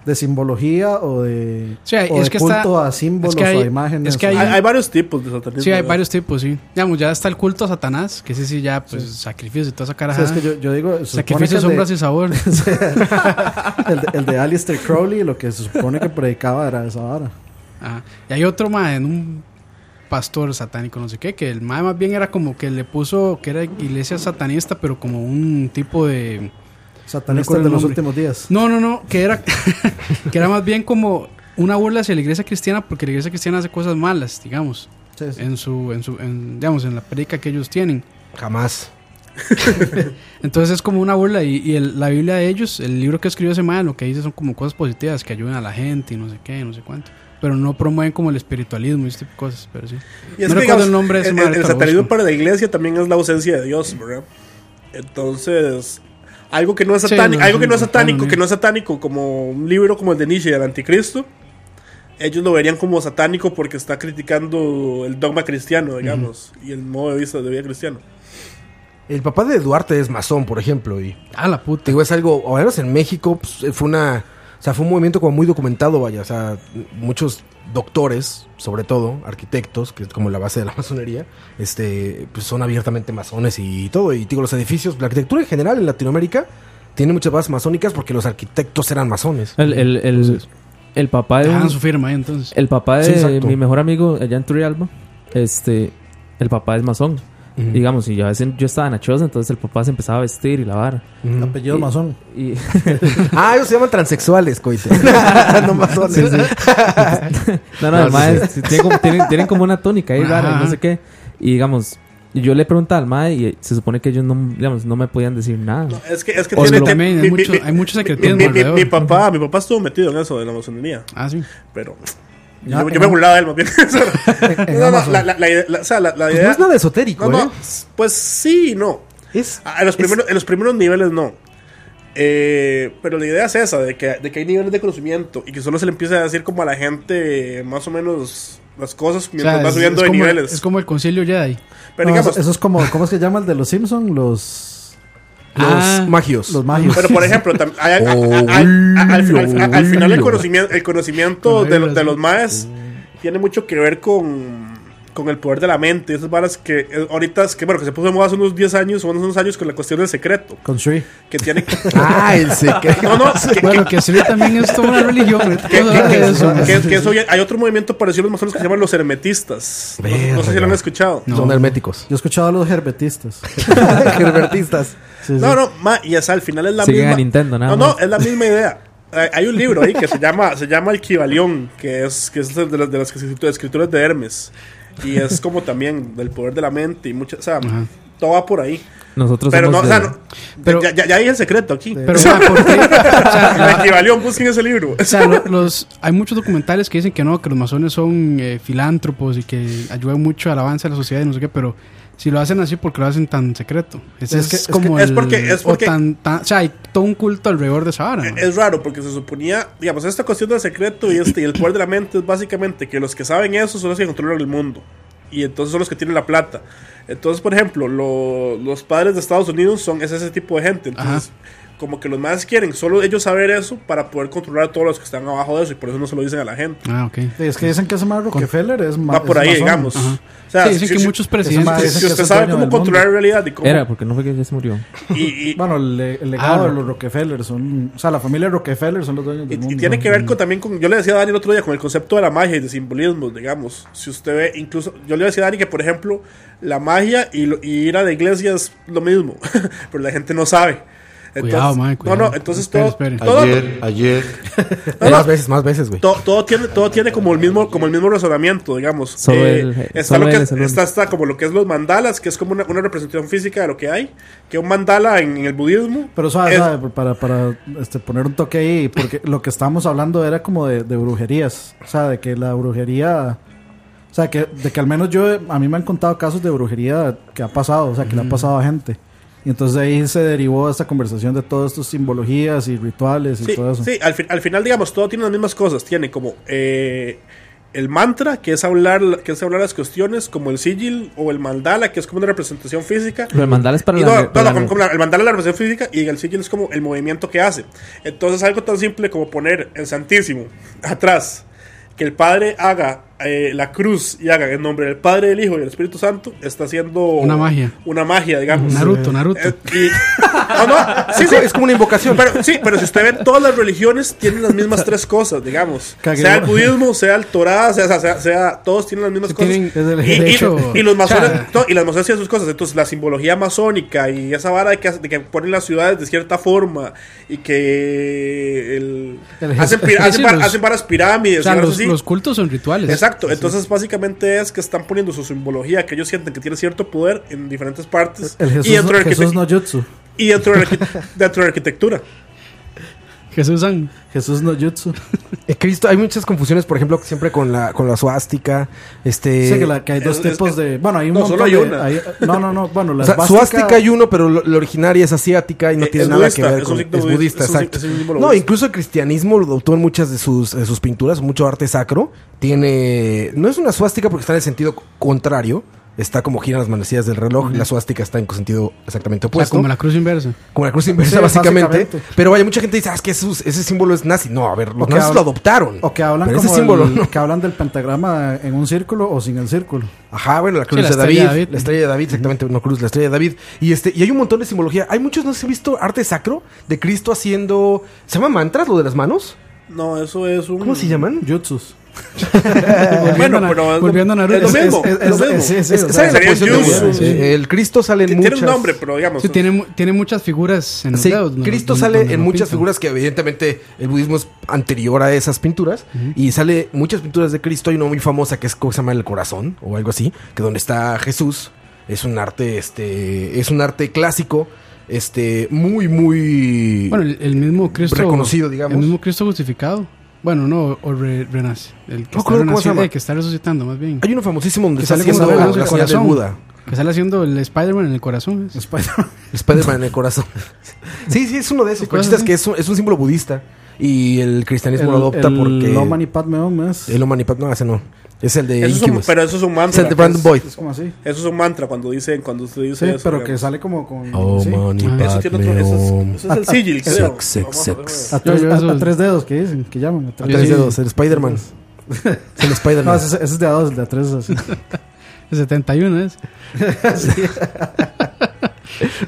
Speaker 2: de simbología o de,
Speaker 5: Sí, hay-
Speaker 2: o de
Speaker 5: es que
Speaker 2: culto
Speaker 5: está-
Speaker 2: a símbolos
Speaker 5: es que hay-
Speaker 2: o a imágenes.
Speaker 5: es que
Speaker 2: o-
Speaker 7: Hay,
Speaker 5: Hay-
Speaker 7: hay varios tipos de satanismo.
Speaker 5: Sí, hay
Speaker 7: ¿verdad?
Speaker 5: varios tipos, sí. Digamos, ya está el culto a Satanás, que sí, sí, ya, pues, sacrificios y toda esa cara.
Speaker 2: o sea, es que yo, yo digo, se supone que
Speaker 5: sacrificios,
Speaker 2: el de-
Speaker 5: sombras y sabor.
Speaker 2: el, de, *laughs* el de Aleister Crowley, lo que se supone que predicaba era esa vara.
Speaker 5: Ajá. Ah, Y hay otro más en un pastor satánico, no sé qué, que el mae más bien era como que le puso que era iglesia satanista, pero como un tipo de.
Speaker 2: Satanista
Speaker 5: recuerdo
Speaker 2: de
Speaker 5: el
Speaker 2: los
Speaker 5: nombre.
Speaker 2: últimos días.
Speaker 5: No, no, no, que era, *laughs* que era más bien como una burla hacia la iglesia cristiana, porque la iglesia cristiana hace cosas malas, digamos,
Speaker 2: Sí, sí.
Speaker 5: en su, en su, en, digamos, en la predica que ellos tienen.
Speaker 4: Jamás.
Speaker 5: *laughs* Entonces es como una burla y, y el- la Biblia de ellos, el libro que escribió ese man, lo que dice son como cosas positivas que ayudan a la gente y no sé qué, no sé cuánto. Pero no promueven como el espiritualismo y este tipo de cosas, pero sí.
Speaker 7: Y es
Speaker 5: no recuerdo
Speaker 7: que, digamos,
Speaker 5: el nombre de ese
Speaker 7: el,
Speaker 5: man,
Speaker 7: el
Speaker 5: ahorita lo
Speaker 7: satanismo
Speaker 5: busco.
Speaker 7: para la iglesia también es la ausencia de Dios, ¿verdad? Entonces, algo que no es
Speaker 5: Sí,
Speaker 7: satánico,
Speaker 5: no,
Speaker 7: algo
Speaker 5: sí,
Speaker 7: que no es
Speaker 5: no, no,
Speaker 7: satánico,
Speaker 5: no.
Speaker 7: que no es satánico, como un libro como el de Nietzsche, el anticristo, ellos lo verían como satánico porque está criticando el dogma cristiano, digamos, y el modo de vista de vida cristiano.
Speaker 4: El papá de Duarte es masón, por ejemplo, y
Speaker 5: Ah, la puta.
Speaker 4: te digo, es algo, o al menos en México, pues, fue una. O sea, fue un movimiento como muy documentado, vaya. O sea, muchos doctores, sobre todo, arquitectos, que es como la base de la *laughs* masonería, este, pues son abiertamente masones y todo. Y digo, los edificios, la arquitectura en general en Latinoamérica tiene muchas bases masónicas porque los arquitectos eran masones.
Speaker 6: El, el, el, el papá de
Speaker 5: Dejaron
Speaker 6: un-
Speaker 5: su firma ahí entonces.
Speaker 6: el papá
Speaker 4: Sí,
Speaker 6: de
Speaker 4: exacto.
Speaker 6: mi mejor amigo allá en Turrialba, este, el papá es masón.
Speaker 4: Ujú.
Speaker 6: Digamos, y yo a veces yo estaba en la choza, entonces el papá se empezaba a vestir y la vara.
Speaker 5: Mm.
Speaker 4: Ujú.
Speaker 7: Mm.
Speaker 5: Eh,
Speaker 2: Apellido masón.
Speaker 6: Y
Speaker 4: *laughs*
Speaker 6: *laughs*
Speaker 4: Ah, ellos se llaman transexuales, coito.
Speaker 7: *laughs*
Speaker 4: no masones.
Speaker 6: Sí, sí. no, no,
Speaker 4: No,
Speaker 6: el
Speaker 4: sí,
Speaker 6: mae es- tiene como- tienen, tienen como una tónica ahí rara, y
Speaker 5: Ajá.
Speaker 6: no sé qué. Y digamos, yo le preguntaba al mae y se supone que ellos no, digamos, no me podían decir nada.
Speaker 7: Es que, es que
Speaker 6: O
Speaker 7: tiene
Speaker 6: lo-
Speaker 7: tiene-
Speaker 5: Amén, hay
Speaker 7: mi-
Speaker 5: mucho-
Speaker 7: mi-
Speaker 5: hay mucho
Speaker 7: mi-
Speaker 5: secretismo
Speaker 7: mi- mi-
Speaker 5: alrededor.
Speaker 7: mi papá, mi papá estuvo metido en eso de la masonería,
Speaker 5: Ah, sí.
Speaker 7: pero
Speaker 2: Ya,
Speaker 7: yo, yo
Speaker 2: en-
Speaker 7: me burlaba de él más
Speaker 5: *laughs*
Speaker 7: bien. *laughs*
Speaker 2: en
Speaker 7: No, no,
Speaker 2: Amazon.
Speaker 7: la- la- la idea- la- o sea, la- la
Speaker 4: Pues no
Speaker 7: idea-
Speaker 4: es nada esotérico,
Speaker 7: no, no,
Speaker 4: ¿eh?
Speaker 7: pues sí, y no.
Speaker 4: Es,
Speaker 7: Ah, en, los primeros, en los primeros niveles no. Eh, pero la idea es esa, de que, de que hay niveles de conocimiento y que solo se le empieza a decir como a la gente eh, más o menos las cosas
Speaker 5: O
Speaker 7: mientras
Speaker 5: sea,
Speaker 7: va
Speaker 5: es-
Speaker 7: subiendo
Speaker 5: es
Speaker 7: de
Speaker 5: como,
Speaker 7: niveles.
Speaker 5: Es como el concilio Jedi.
Speaker 7: pero
Speaker 2: No,
Speaker 7: digamos,
Speaker 2: eso, eso es como, ¿cómo es que llama el de los Simpsons? Los,
Speaker 4: los
Speaker 5: Ah.
Speaker 4: magios.
Speaker 2: los magios.
Speaker 7: pero
Speaker 5: *laughs*
Speaker 7: por ejemplo, tam- hay- hay-
Speaker 4: Oh,
Speaker 7: hay- hay- al, al- al- al final el
Speaker 4: oh.
Speaker 7: conocimiento, el conocimiento
Speaker 5: Con
Speaker 7: de, lo-
Speaker 5: vibras,
Speaker 7: de
Speaker 5: ¿no?
Speaker 7: los maes tiene mucho que ver con, con el poder de la mente. Esas varas que eh, ahorita, es que bueno, que se puso de moda hace unos 10 años o unos años con la cuestión del secreto,
Speaker 2: con Shree.
Speaker 7: que tiene que... *laughs*
Speaker 4: Ah, el secreto.
Speaker 7: No, no, que-
Speaker 5: Bueno, que sí también es toda una religión. ahorita
Speaker 7: Que,
Speaker 5: vamos a
Speaker 7: que-
Speaker 5: hablar de
Speaker 7: que-
Speaker 5: eso, man.
Speaker 7: que- que eso ya- hay otro movimiento parecido a los masones que se llaman los hermetistas. No, sé- no sé si
Speaker 4: Verga.
Speaker 7: lo han escuchado. No,
Speaker 5: No.
Speaker 4: Son herméticos.
Speaker 2: Yo he escuchado a los
Speaker 7: *laughs*
Speaker 2: herbetistas.
Speaker 4: Herbertistas.
Speaker 2: Sí, sí.
Speaker 7: no, ma, y es, al final es la
Speaker 6: Siguen
Speaker 7: misma.
Speaker 6: a Nintendo, nada
Speaker 7: no, no,
Speaker 6: más.
Speaker 7: es la
Speaker 6: *laughs*
Speaker 7: misma idea. Hay, hay un libro ahí que se llama, se llama El Kibalión, que es, que es de las, de las escritu- escrituras de Hermes. Y es como también del poder de la mente y muchas. O sea,
Speaker 5: Ajá.
Speaker 7: todo va por ahí.
Speaker 6: Nosotros
Speaker 7: Pero no,
Speaker 6: somos
Speaker 7: o sea,
Speaker 6: de-
Speaker 7: no-
Speaker 5: Pero-
Speaker 7: ya, ya- ya dije el secreto aquí.
Speaker 5: Pero,
Speaker 7: *laughs*
Speaker 5: ma, ¿por qué? O sea,
Speaker 7: Me
Speaker 5: la-
Speaker 7: equivalió, busquen ese libro.
Speaker 5: o sea, lo- los, hay muchos documentales que dicen que no, que los masones son eh, filántropos y que ayudan mucho al avance de la sociedad y no sé qué, pero si lo hacen así, ¿por qué lo hacen tan secreto? Ese
Speaker 2: Es
Speaker 5: es,
Speaker 2: que- es
Speaker 5: como
Speaker 7: que- es
Speaker 5: el-
Speaker 7: porque- es
Speaker 5: o
Speaker 7: porque-
Speaker 5: tan- tan- o sea, hay todo un culto alrededor de esa vara. ma.
Speaker 7: Es raro porque se suponía, digamos, esta cuestión del secreto y este y el poder de la mente es básicamente que los que saben eso son los que controlan el mundo y entonces son los que tienen la plata. Entonces, por ejemplo, lo- los padres de Estados Unidos son es ese tipo de gente. Entonces, como que los más quieren solo ellos saber eso para poder controlar a todos los que están abajo de eso y por eso no se lo dicen a la gente.
Speaker 5: Ah, ok.
Speaker 2: Sí, Es que dicen que ese más Rockefeller es ma-
Speaker 7: Va por
Speaker 2: es
Speaker 7: ahí,
Speaker 2: masón.
Speaker 7: digamos.
Speaker 5: Ajá.
Speaker 7: O sea,
Speaker 5: sí, dicen
Speaker 7: si-
Speaker 5: que
Speaker 7: si-
Speaker 5: muchos
Speaker 2: ma-
Speaker 5: presidentes...
Speaker 7: si-
Speaker 2: dicen
Speaker 7: si
Speaker 2: que
Speaker 7: usted
Speaker 2: es el
Speaker 7: sabe
Speaker 2: dueño
Speaker 7: cómo
Speaker 2: del mundo.
Speaker 7: controlar la realidad y cómo
Speaker 6: Era, porque no fue que ya se murió.
Speaker 7: y- y-
Speaker 2: Bueno, el, le- el legado
Speaker 5: Ah,
Speaker 2: de los Rockefeller son. O sea, la familia Rockefeller son los dueños
Speaker 7: Y,
Speaker 2: del
Speaker 7: y
Speaker 2: mundo.
Speaker 7: tiene que ver con, también con, yo le decía a Dani el otro día, con el concepto de la magia y de simbolismo, digamos. Si usted ve, incluso, yo le decía a Dani que, por ejemplo, la magia y, lo- y ir a la iglesia es lo mismo, *laughs* pero la gente no sabe. Entonces,
Speaker 5: Cuidado, mae, cuidado.
Speaker 7: No, no, entonces
Speaker 5: Espere,
Speaker 7: todo,
Speaker 5: espere.
Speaker 7: todo,
Speaker 3: ayer.
Speaker 7: no,
Speaker 4: Más
Speaker 7: no,
Speaker 4: veces, más veces, güey.
Speaker 7: to- todo tiene, todo tiene como el mismo, como el mismo razonamiento, digamos.
Speaker 6: Solo
Speaker 7: Eh,
Speaker 6: él, eh,
Speaker 7: está,
Speaker 6: solo
Speaker 7: lo que
Speaker 6: él
Speaker 7: es-
Speaker 6: es el único.
Speaker 7: está, está como lo que es los mandalas, que es como una, una representación física de lo que hay, que un mandala en, en el budismo.
Speaker 2: Pero suave,
Speaker 7: es-
Speaker 2: suave, para, para este, poner un toque ahí, porque lo que estábamos hablando era como de, de brujerías. O sea, de que la brujería. O sea, que, de que al menos yo, a mí me han contado casos de brujería que ha pasado, o sea, que le ha pasado a gente. Y entonces de ahí se derivó esta conversación de todas estas simbologías y rituales y
Speaker 7: Sí,
Speaker 2: todo eso.
Speaker 7: sí, al, fin- al final, digamos, todo tiene las mismas cosas. Tiene como eh, el mantra, que es hablar que es hablar las cuestiones, como el sigil o el mandala, que es como una representación física.
Speaker 6: Lo del mandala es para
Speaker 7: Y
Speaker 6: la-
Speaker 7: no,
Speaker 6: la-
Speaker 7: no, no,
Speaker 6: la-
Speaker 7: como- como la- el mandala es la representación física y el sigil es como el movimiento que hace. Entonces, algo tan simple como poner el Santísimo atrás, que el Padre haga eh, la cruz y haga en nombre del Padre, del Hijo y del Espíritu Santo, está haciendo
Speaker 5: Una magia.
Speaker 7: Una magia, digamos.
Speaker 5: Naruto, Naruto.
Speaker 7: Eh, y- no, no, sí, sí.
Speaker 4: Es como una invocación.
Speaker 7: Pero, sí, pero si usted ve, todas las religiones tienen las mismas tres cosas, digamos.
Speaker 2: Cagué.
Speaker 7: Sea el budismo, sea el Torah, sea, sea, sea, sea- todos tienen las mismas
Speaker 5: Sí,
Speaker 7: cosas.
Speaker 5: tienen-
Speaker 2: desde el-
Speaker 7: y,
Speaker 5: de
Speaker 7: y-
Speaker 5: hecho,
Speaker 7: y los masones,
Speaker 5: o sea-
Speaker 7: no, y las masones tienen sus cosas. Entonces, la simbología masónica y esa vara de que, de que ponen las ciudades de cierta forma y que el-
Speaker 2: El
Speaker 7: hacen, pi-
Speaker 5: Jesús.
Speaker 7: hacen var-
Speaker 5: los-
Speaker 7: hacen varas pirámides.
Speaker 5: O sea,
Speaker 7: y varas
Speaker 5: los,
Speaker 7: así.
Speaker 5: los cultos son rituales.
Speaker 7: Exacto, entonces básicamente es que están poniendo su simbología que ellos sienten que tiene cierto poder en diferentes partes
Speaker 2: El Jesús,
Speaker 7: y dentro de la
Speaker 2: Jesús
Speaker 7: arquite-
Speaker 2: no jutsu.
Speaker 7: y dentro de la arquite- dentro de la arquitectura.
Speaker 5: Jesús San.
Speaker 2: Jesús no jutsu.
Speaker 4: Eh, Cristo, hay muchas confusiones, por ejemplo, siempre con la, con la suástica. Este.
Speaker 2: Sí, que, la- que hay dos
Speaker 7: *laughs* es- es-
Speaker 2: tipos de. Bueno, hay un
Speaker 7: no,
Speaker 2: montón
Speaker 7: solo hay
Speaker 2: de-
Speaker 7: una.
Speaker 2: hay- no, no, no. Bueno, la
Speaker 4: *laughs* O sea,
Speaker 2: esvástica-
Speaker 4: suástica hay uno, pero lo- la originaria es asiática y no
Speaker 7: Eh,
Speaker 4: tiene
Speaker 7: es
Speaker 4: nada
Speaker 7: budista,
Speaker 4: que ver
Speaker 7: es
Speaker 4: con...
Speaker 7: un signo
Speaker 4: es
Speaker 7: budista,
Speaker 4: budista,
Speaker 7: es un-
Speaker 4: exacto.
Speaker 7: es un símbolo
Speaker 4: no,
Speaker 7: budista.
Speaker 4: incluso el cristianismo lo adoptó en muchas de sus, de sus pinturas, mucho arte sacro. Tiene... No es una suástica porque está en el sentido co- contrario. Está como giran las manecillas del reloj. La suástica está en sentido exactamente
Speaker 5: O sea,
Speaker 7: Pues
Speaker 4: opuesto.
Speaker 5: como la cruz inversa.
Speaker 4: cruz inversa,
Speaker 2: Sí,
Speaker 4: básicamente.
Speaker 2: básicamente.
Speaker 4: Pero vaya, mucha gente dice, ah, es que esos- ese símbolo es nazi. No, a ver, los
Speaker 2: O que
Speaker 4: nazis
Speaker 2: hablan-
Speaker 4: lo adoptaron.
Speaker 2: O que hablan
Speaker 4: Pero
Speaker 2: como
Speaker 4: ese símbolo,
Speaker 2: el-
Speaker 4: ¿no?
Speaker 2: que hablan del pentagrama en un círculo o sin el círculo.
Speaker 4: Ajá, bueno, la cruz
Speaker 5: la
Speaker 4: de, David,
Speaker 5: estrella de David.
Speaker 4: La estrella de David, exactamente, no cruz, la estrella de David. Y este, y hay un montón de simbología. Hay muchos, no sé si han visto arte sacro de Cristo haciendo. ¿Se llama mantras lo de las manos?
Speaker 7: No, eso es un. eh,
Speaker 4: ¿Cómo se
Speaker 5: Mm.
Speaker 4: llaman?
Speaker 2: Jutsus.
Speaker 7: Bueno,
Speaker 5: Volviendo a-
Speaker 7: pero es lo-
Speaker 5: volviendo a Naruto.
Speaker 7: es lo
Speaker 5: Es-
Speaker 7: mismo.
Speaker 2: es-
Speaker 7: es lo
Speaker 2: es-
Speaker 7: mismo.
Speaker 2: es- es-
Speaker 4: Es-
Speaker 2: o sea,
Speaker 4: ¿saben la
Speaker 7: sería
Speaker 4: cuestión del-
Speaker 7: yuzu.
Speaker 4: Sí. El Cristo sale en
Speaker 7: Tiene
Speaker 4: muchas.
Speaker 7: un nombre, pero digamos.
Speaker 5: Sí, tiene, mu- tiene muchas figuras en los
Speaker 4: Sí,
Speaker 5: dedos, ¿no?
Speaker 4: Cristo
Speaker 5: Donde-
Speaker 4: sale
Speaker 5: donde
Speaker 4: en
Speaker 5: lo
Speaker 4: muchas
Speaker 5: pintan.
Speaker 4: figuras que evidentemente el budismo es anterior a esas pinturas y sale muchas pinturas de Cristo. Hay una muy famosa que es ¿cómo se llama el corazón o algo así, que donde está Jesús es un arte, este, es un arte clásico, este, muy muy.
Speaker 5: Bueno, el, el mismo Cristo.
Speaker 4: eh, Reconocido, digamos.
Speaker 5: El mismo Cristo justificado. Bueno, no, o re- renace.
Speaker 4: No
Speaker 5: El que,
Speaker 4: creo
Speaker 5: está
Speaker 4: cómo se
Speaker 5: renaciendo,
Speaker 4: llama.
Speaker 5: el que está resucitando, más bien.
Speaker 4: Hay uno famosísimo donde
Speaker 5: Que
Speaker 4: está
Speaker 5: sale con
Speaker 4: haciendo
Speaker 5: una
Speaker 4: la
Speaker 5: lanza en el
Speaker 4: señal de
Speaker 5: corazón.
Speaker 4: Buda.
Speaker 5: Que sale haciendo el Spider-Man en el corazón. ¿ves?
Speaker 4: El Spider-Man en el corazón. *laughs* Sí, sí, es uno de esos. Pero el chiste es que es un, es un símbolo budista. Y el cristianismo lo adopta porque.
Speaker 2: El Oman y Pat Meom es,
Speaker 4: El Oman y Pat- No, ese no. Es el de
Speaker 7: Eso es un,
Speaker 4: Incubus.
Speaker 7: pero eso es un
Speaker 4: Es
Speaker 7: mantra.
Speaker 4: el de Brandon
Speaker 7: es-
Speaker 4: Boyd.
Speaker 2: es como así.
Speaker 7: Eso es un mantra cuando dicen, cuando usted dice
Speaker 2: Sí,
Speaker 7: eso.
Speaker 2: pero que
Speaker 7: digamos.
Speaker 2: sale como con. sí.
Speaker 4: Oman y
Speaker 5: Ah,
Speaker 7: Eso
Speaker 4: Pat
Speaker 7: tiene otro. Eso
Speaker 4: Meom.
Speaker 7: es, eso es el sigil,
Speaker 4: Sex,
Speaker 7: creo.
Speaker 4: sex,
Speaker 7: Vamos a
Speaker 4: sex.
Speaker 7: ver.
Speaker 2: A tres,
Speaker 5: Yo- yo
Speaker 2: a-
Speaker 5: eso-
Speaker 2: a tres dedos que dicen, que llaman. A tres
Speaker 4: Tres
Speaker 2: dedos.
Speaker 4: dedos, el Spider-Man. *laughs* Es el
Speaker 2: No,
Speaker 4: Spider-Man.
Speaker 2: ese, ese es de a dos, el de a tres. es así.
Speaker 5: El 71 es. *laughs*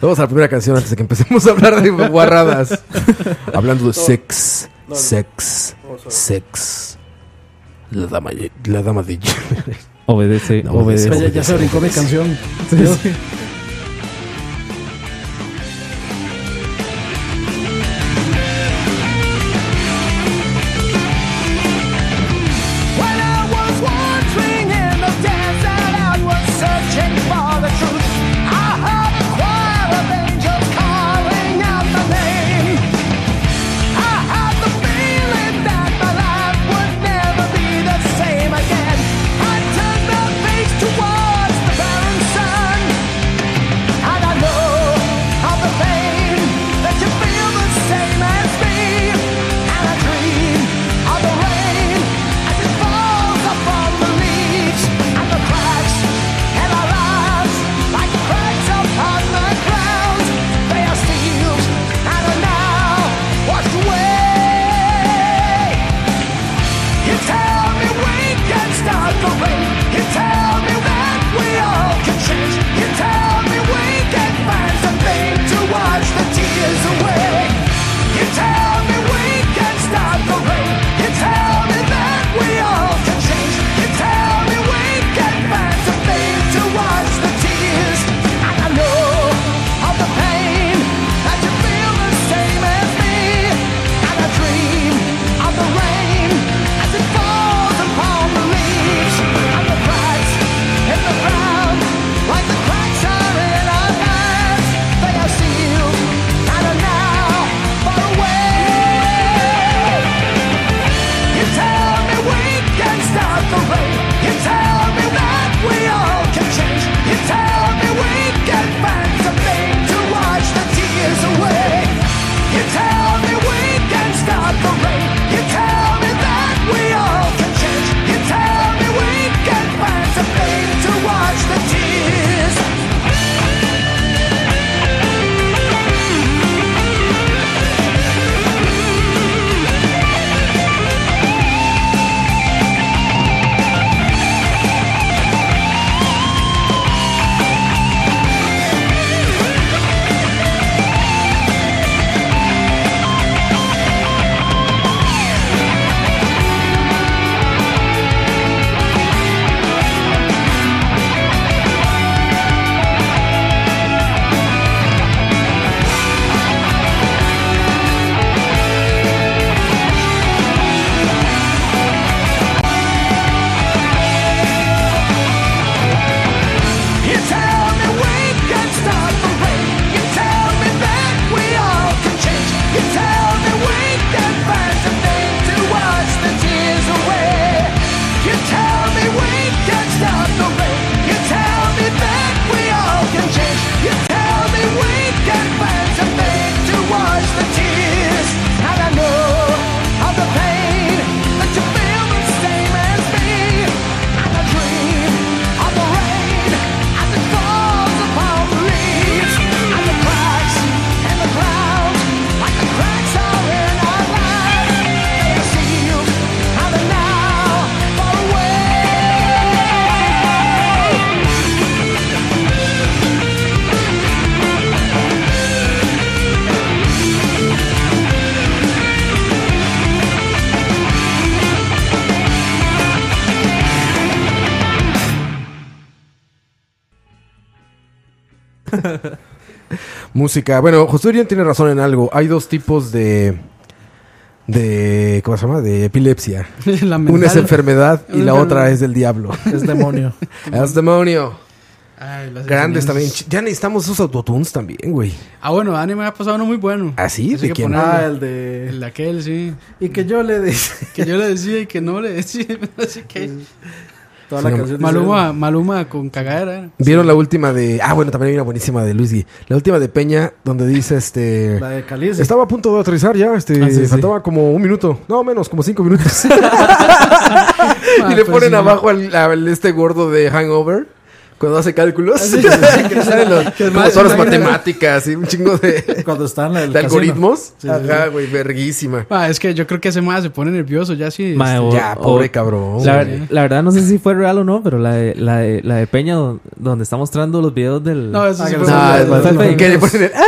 Speaker 4: Vamos a la primera canción antes de que empecemos a hablar de guarradas. *laughs* Hablando de sex,
Speaker 7: no.
Speaker 4: sex,
Speaker 7: Vamos a ver.
Speaker 4: sex. La dama, la dama de
Speaker 6: Obedece,
Speaker 4: No,
Speaker 6: obedece.
Speaker 4: obedece.
Speaker 2: ya, ya se brincó mi canción.
Speaker 8: When I was wandering in the desert, I was searching for the truth. I heard
Speaker 4: Música. Bueno, José Urián tiene razón en algo. Hay dos tipos de. de ¿Cómo se llama? De epilepsia.
Speaker 5: La
Speaker 4: Una es
Speaker 5: mental.
Speaker 4: enfermedad y
Speaker 5: Una
Speaker 4: la otra
Speaker 5: enfermedad.
Speaker 4: es del diablo.
Speaker 2: Es demonio.
Speaker 4: *laughs* Es demonio.
Speaker 5: Ay, las
Speaker 4: Grandes
Speaker 5: enseñanzas.
Speaker 4: también. Ch- Ya necesitamos esos autotunes también, güey.
Speaker 5: Ah, bueno, Dani me ha pasado uno muy bueno.
Speaker 4: ¿Ah, sí?
Speaker 5: Así
Speaker 4: ¿De
Speaker 5: que
Speaker 4: quién?
Speaker 5: ponerlo.
Speaker 2: ah, el de.
Speaker 5: El de aquel, sí.
Speaker 2: Y que yo le dije.
Speaker 5: Que yo le decía y que no le decía. *laughs* Así que.
Speaker 2: *laughs* Toda
Speaker 4: Sí,
Speaker 2: la
Speaker 4: no,
Speaker 2: canción. dice-
Speaker 5: Maluma, Maluma con cagadera.
Speaker 4: ¿Vieron la última de.? Ah, bueno, también hay una buenísima de Luis Gui. La última de Peña, donde dice este.
Speaker 2: La de Calice.
Speaker 4: Estaba a punto de aterrizar ya, este,
Speaker 5: Ah, sí, sí.
Speaker 4: faltaba como un minuto, no menos, como cinco minutos. y le
Speaker 5: pues
Speaker 4: ponen
Speaker 5: sí.
Speaker 4: abajo al, al este gordo de Hangover cuando hace cálculos. *laughs* que salen los- como
Speaker 5: más-
Speaker 4: todas las
Speaker 5: imagínate.
Speaker 4: matemáticas y un
Speaker 2: *laughs*
Speaker 4: chingo de,
Speaker 2: Cuando está en la del
Speaker 4: de
Speaker 2: casino.
Speaker 4: algoritmos. Ajá, güey, verguísima.
Speaker 5: Ah, es que yo creo que ese más se pone nervioso ya sí.
Speaker 6: Mae, o-
Speaker 4: Ya,
Speaker 6: o-
Speaker 4: pobre cabrón.
Speaker 6: La,
Speaker 4: güey.
Speaker 6: la verdad no sé si fue real o no, pero la de, la de, la de Peña don- donde está mostrando los videos del...
Speaker 5: No, eso sí
Speaker 2: Ah,
Speaker 5: fue-
Speaker 4: No, es
Speaker 6: Fue
Speaker 4: bueno.
Speaker 6: fake.
Speaker 4: Que le ponen *laughs* el- ¡Ah!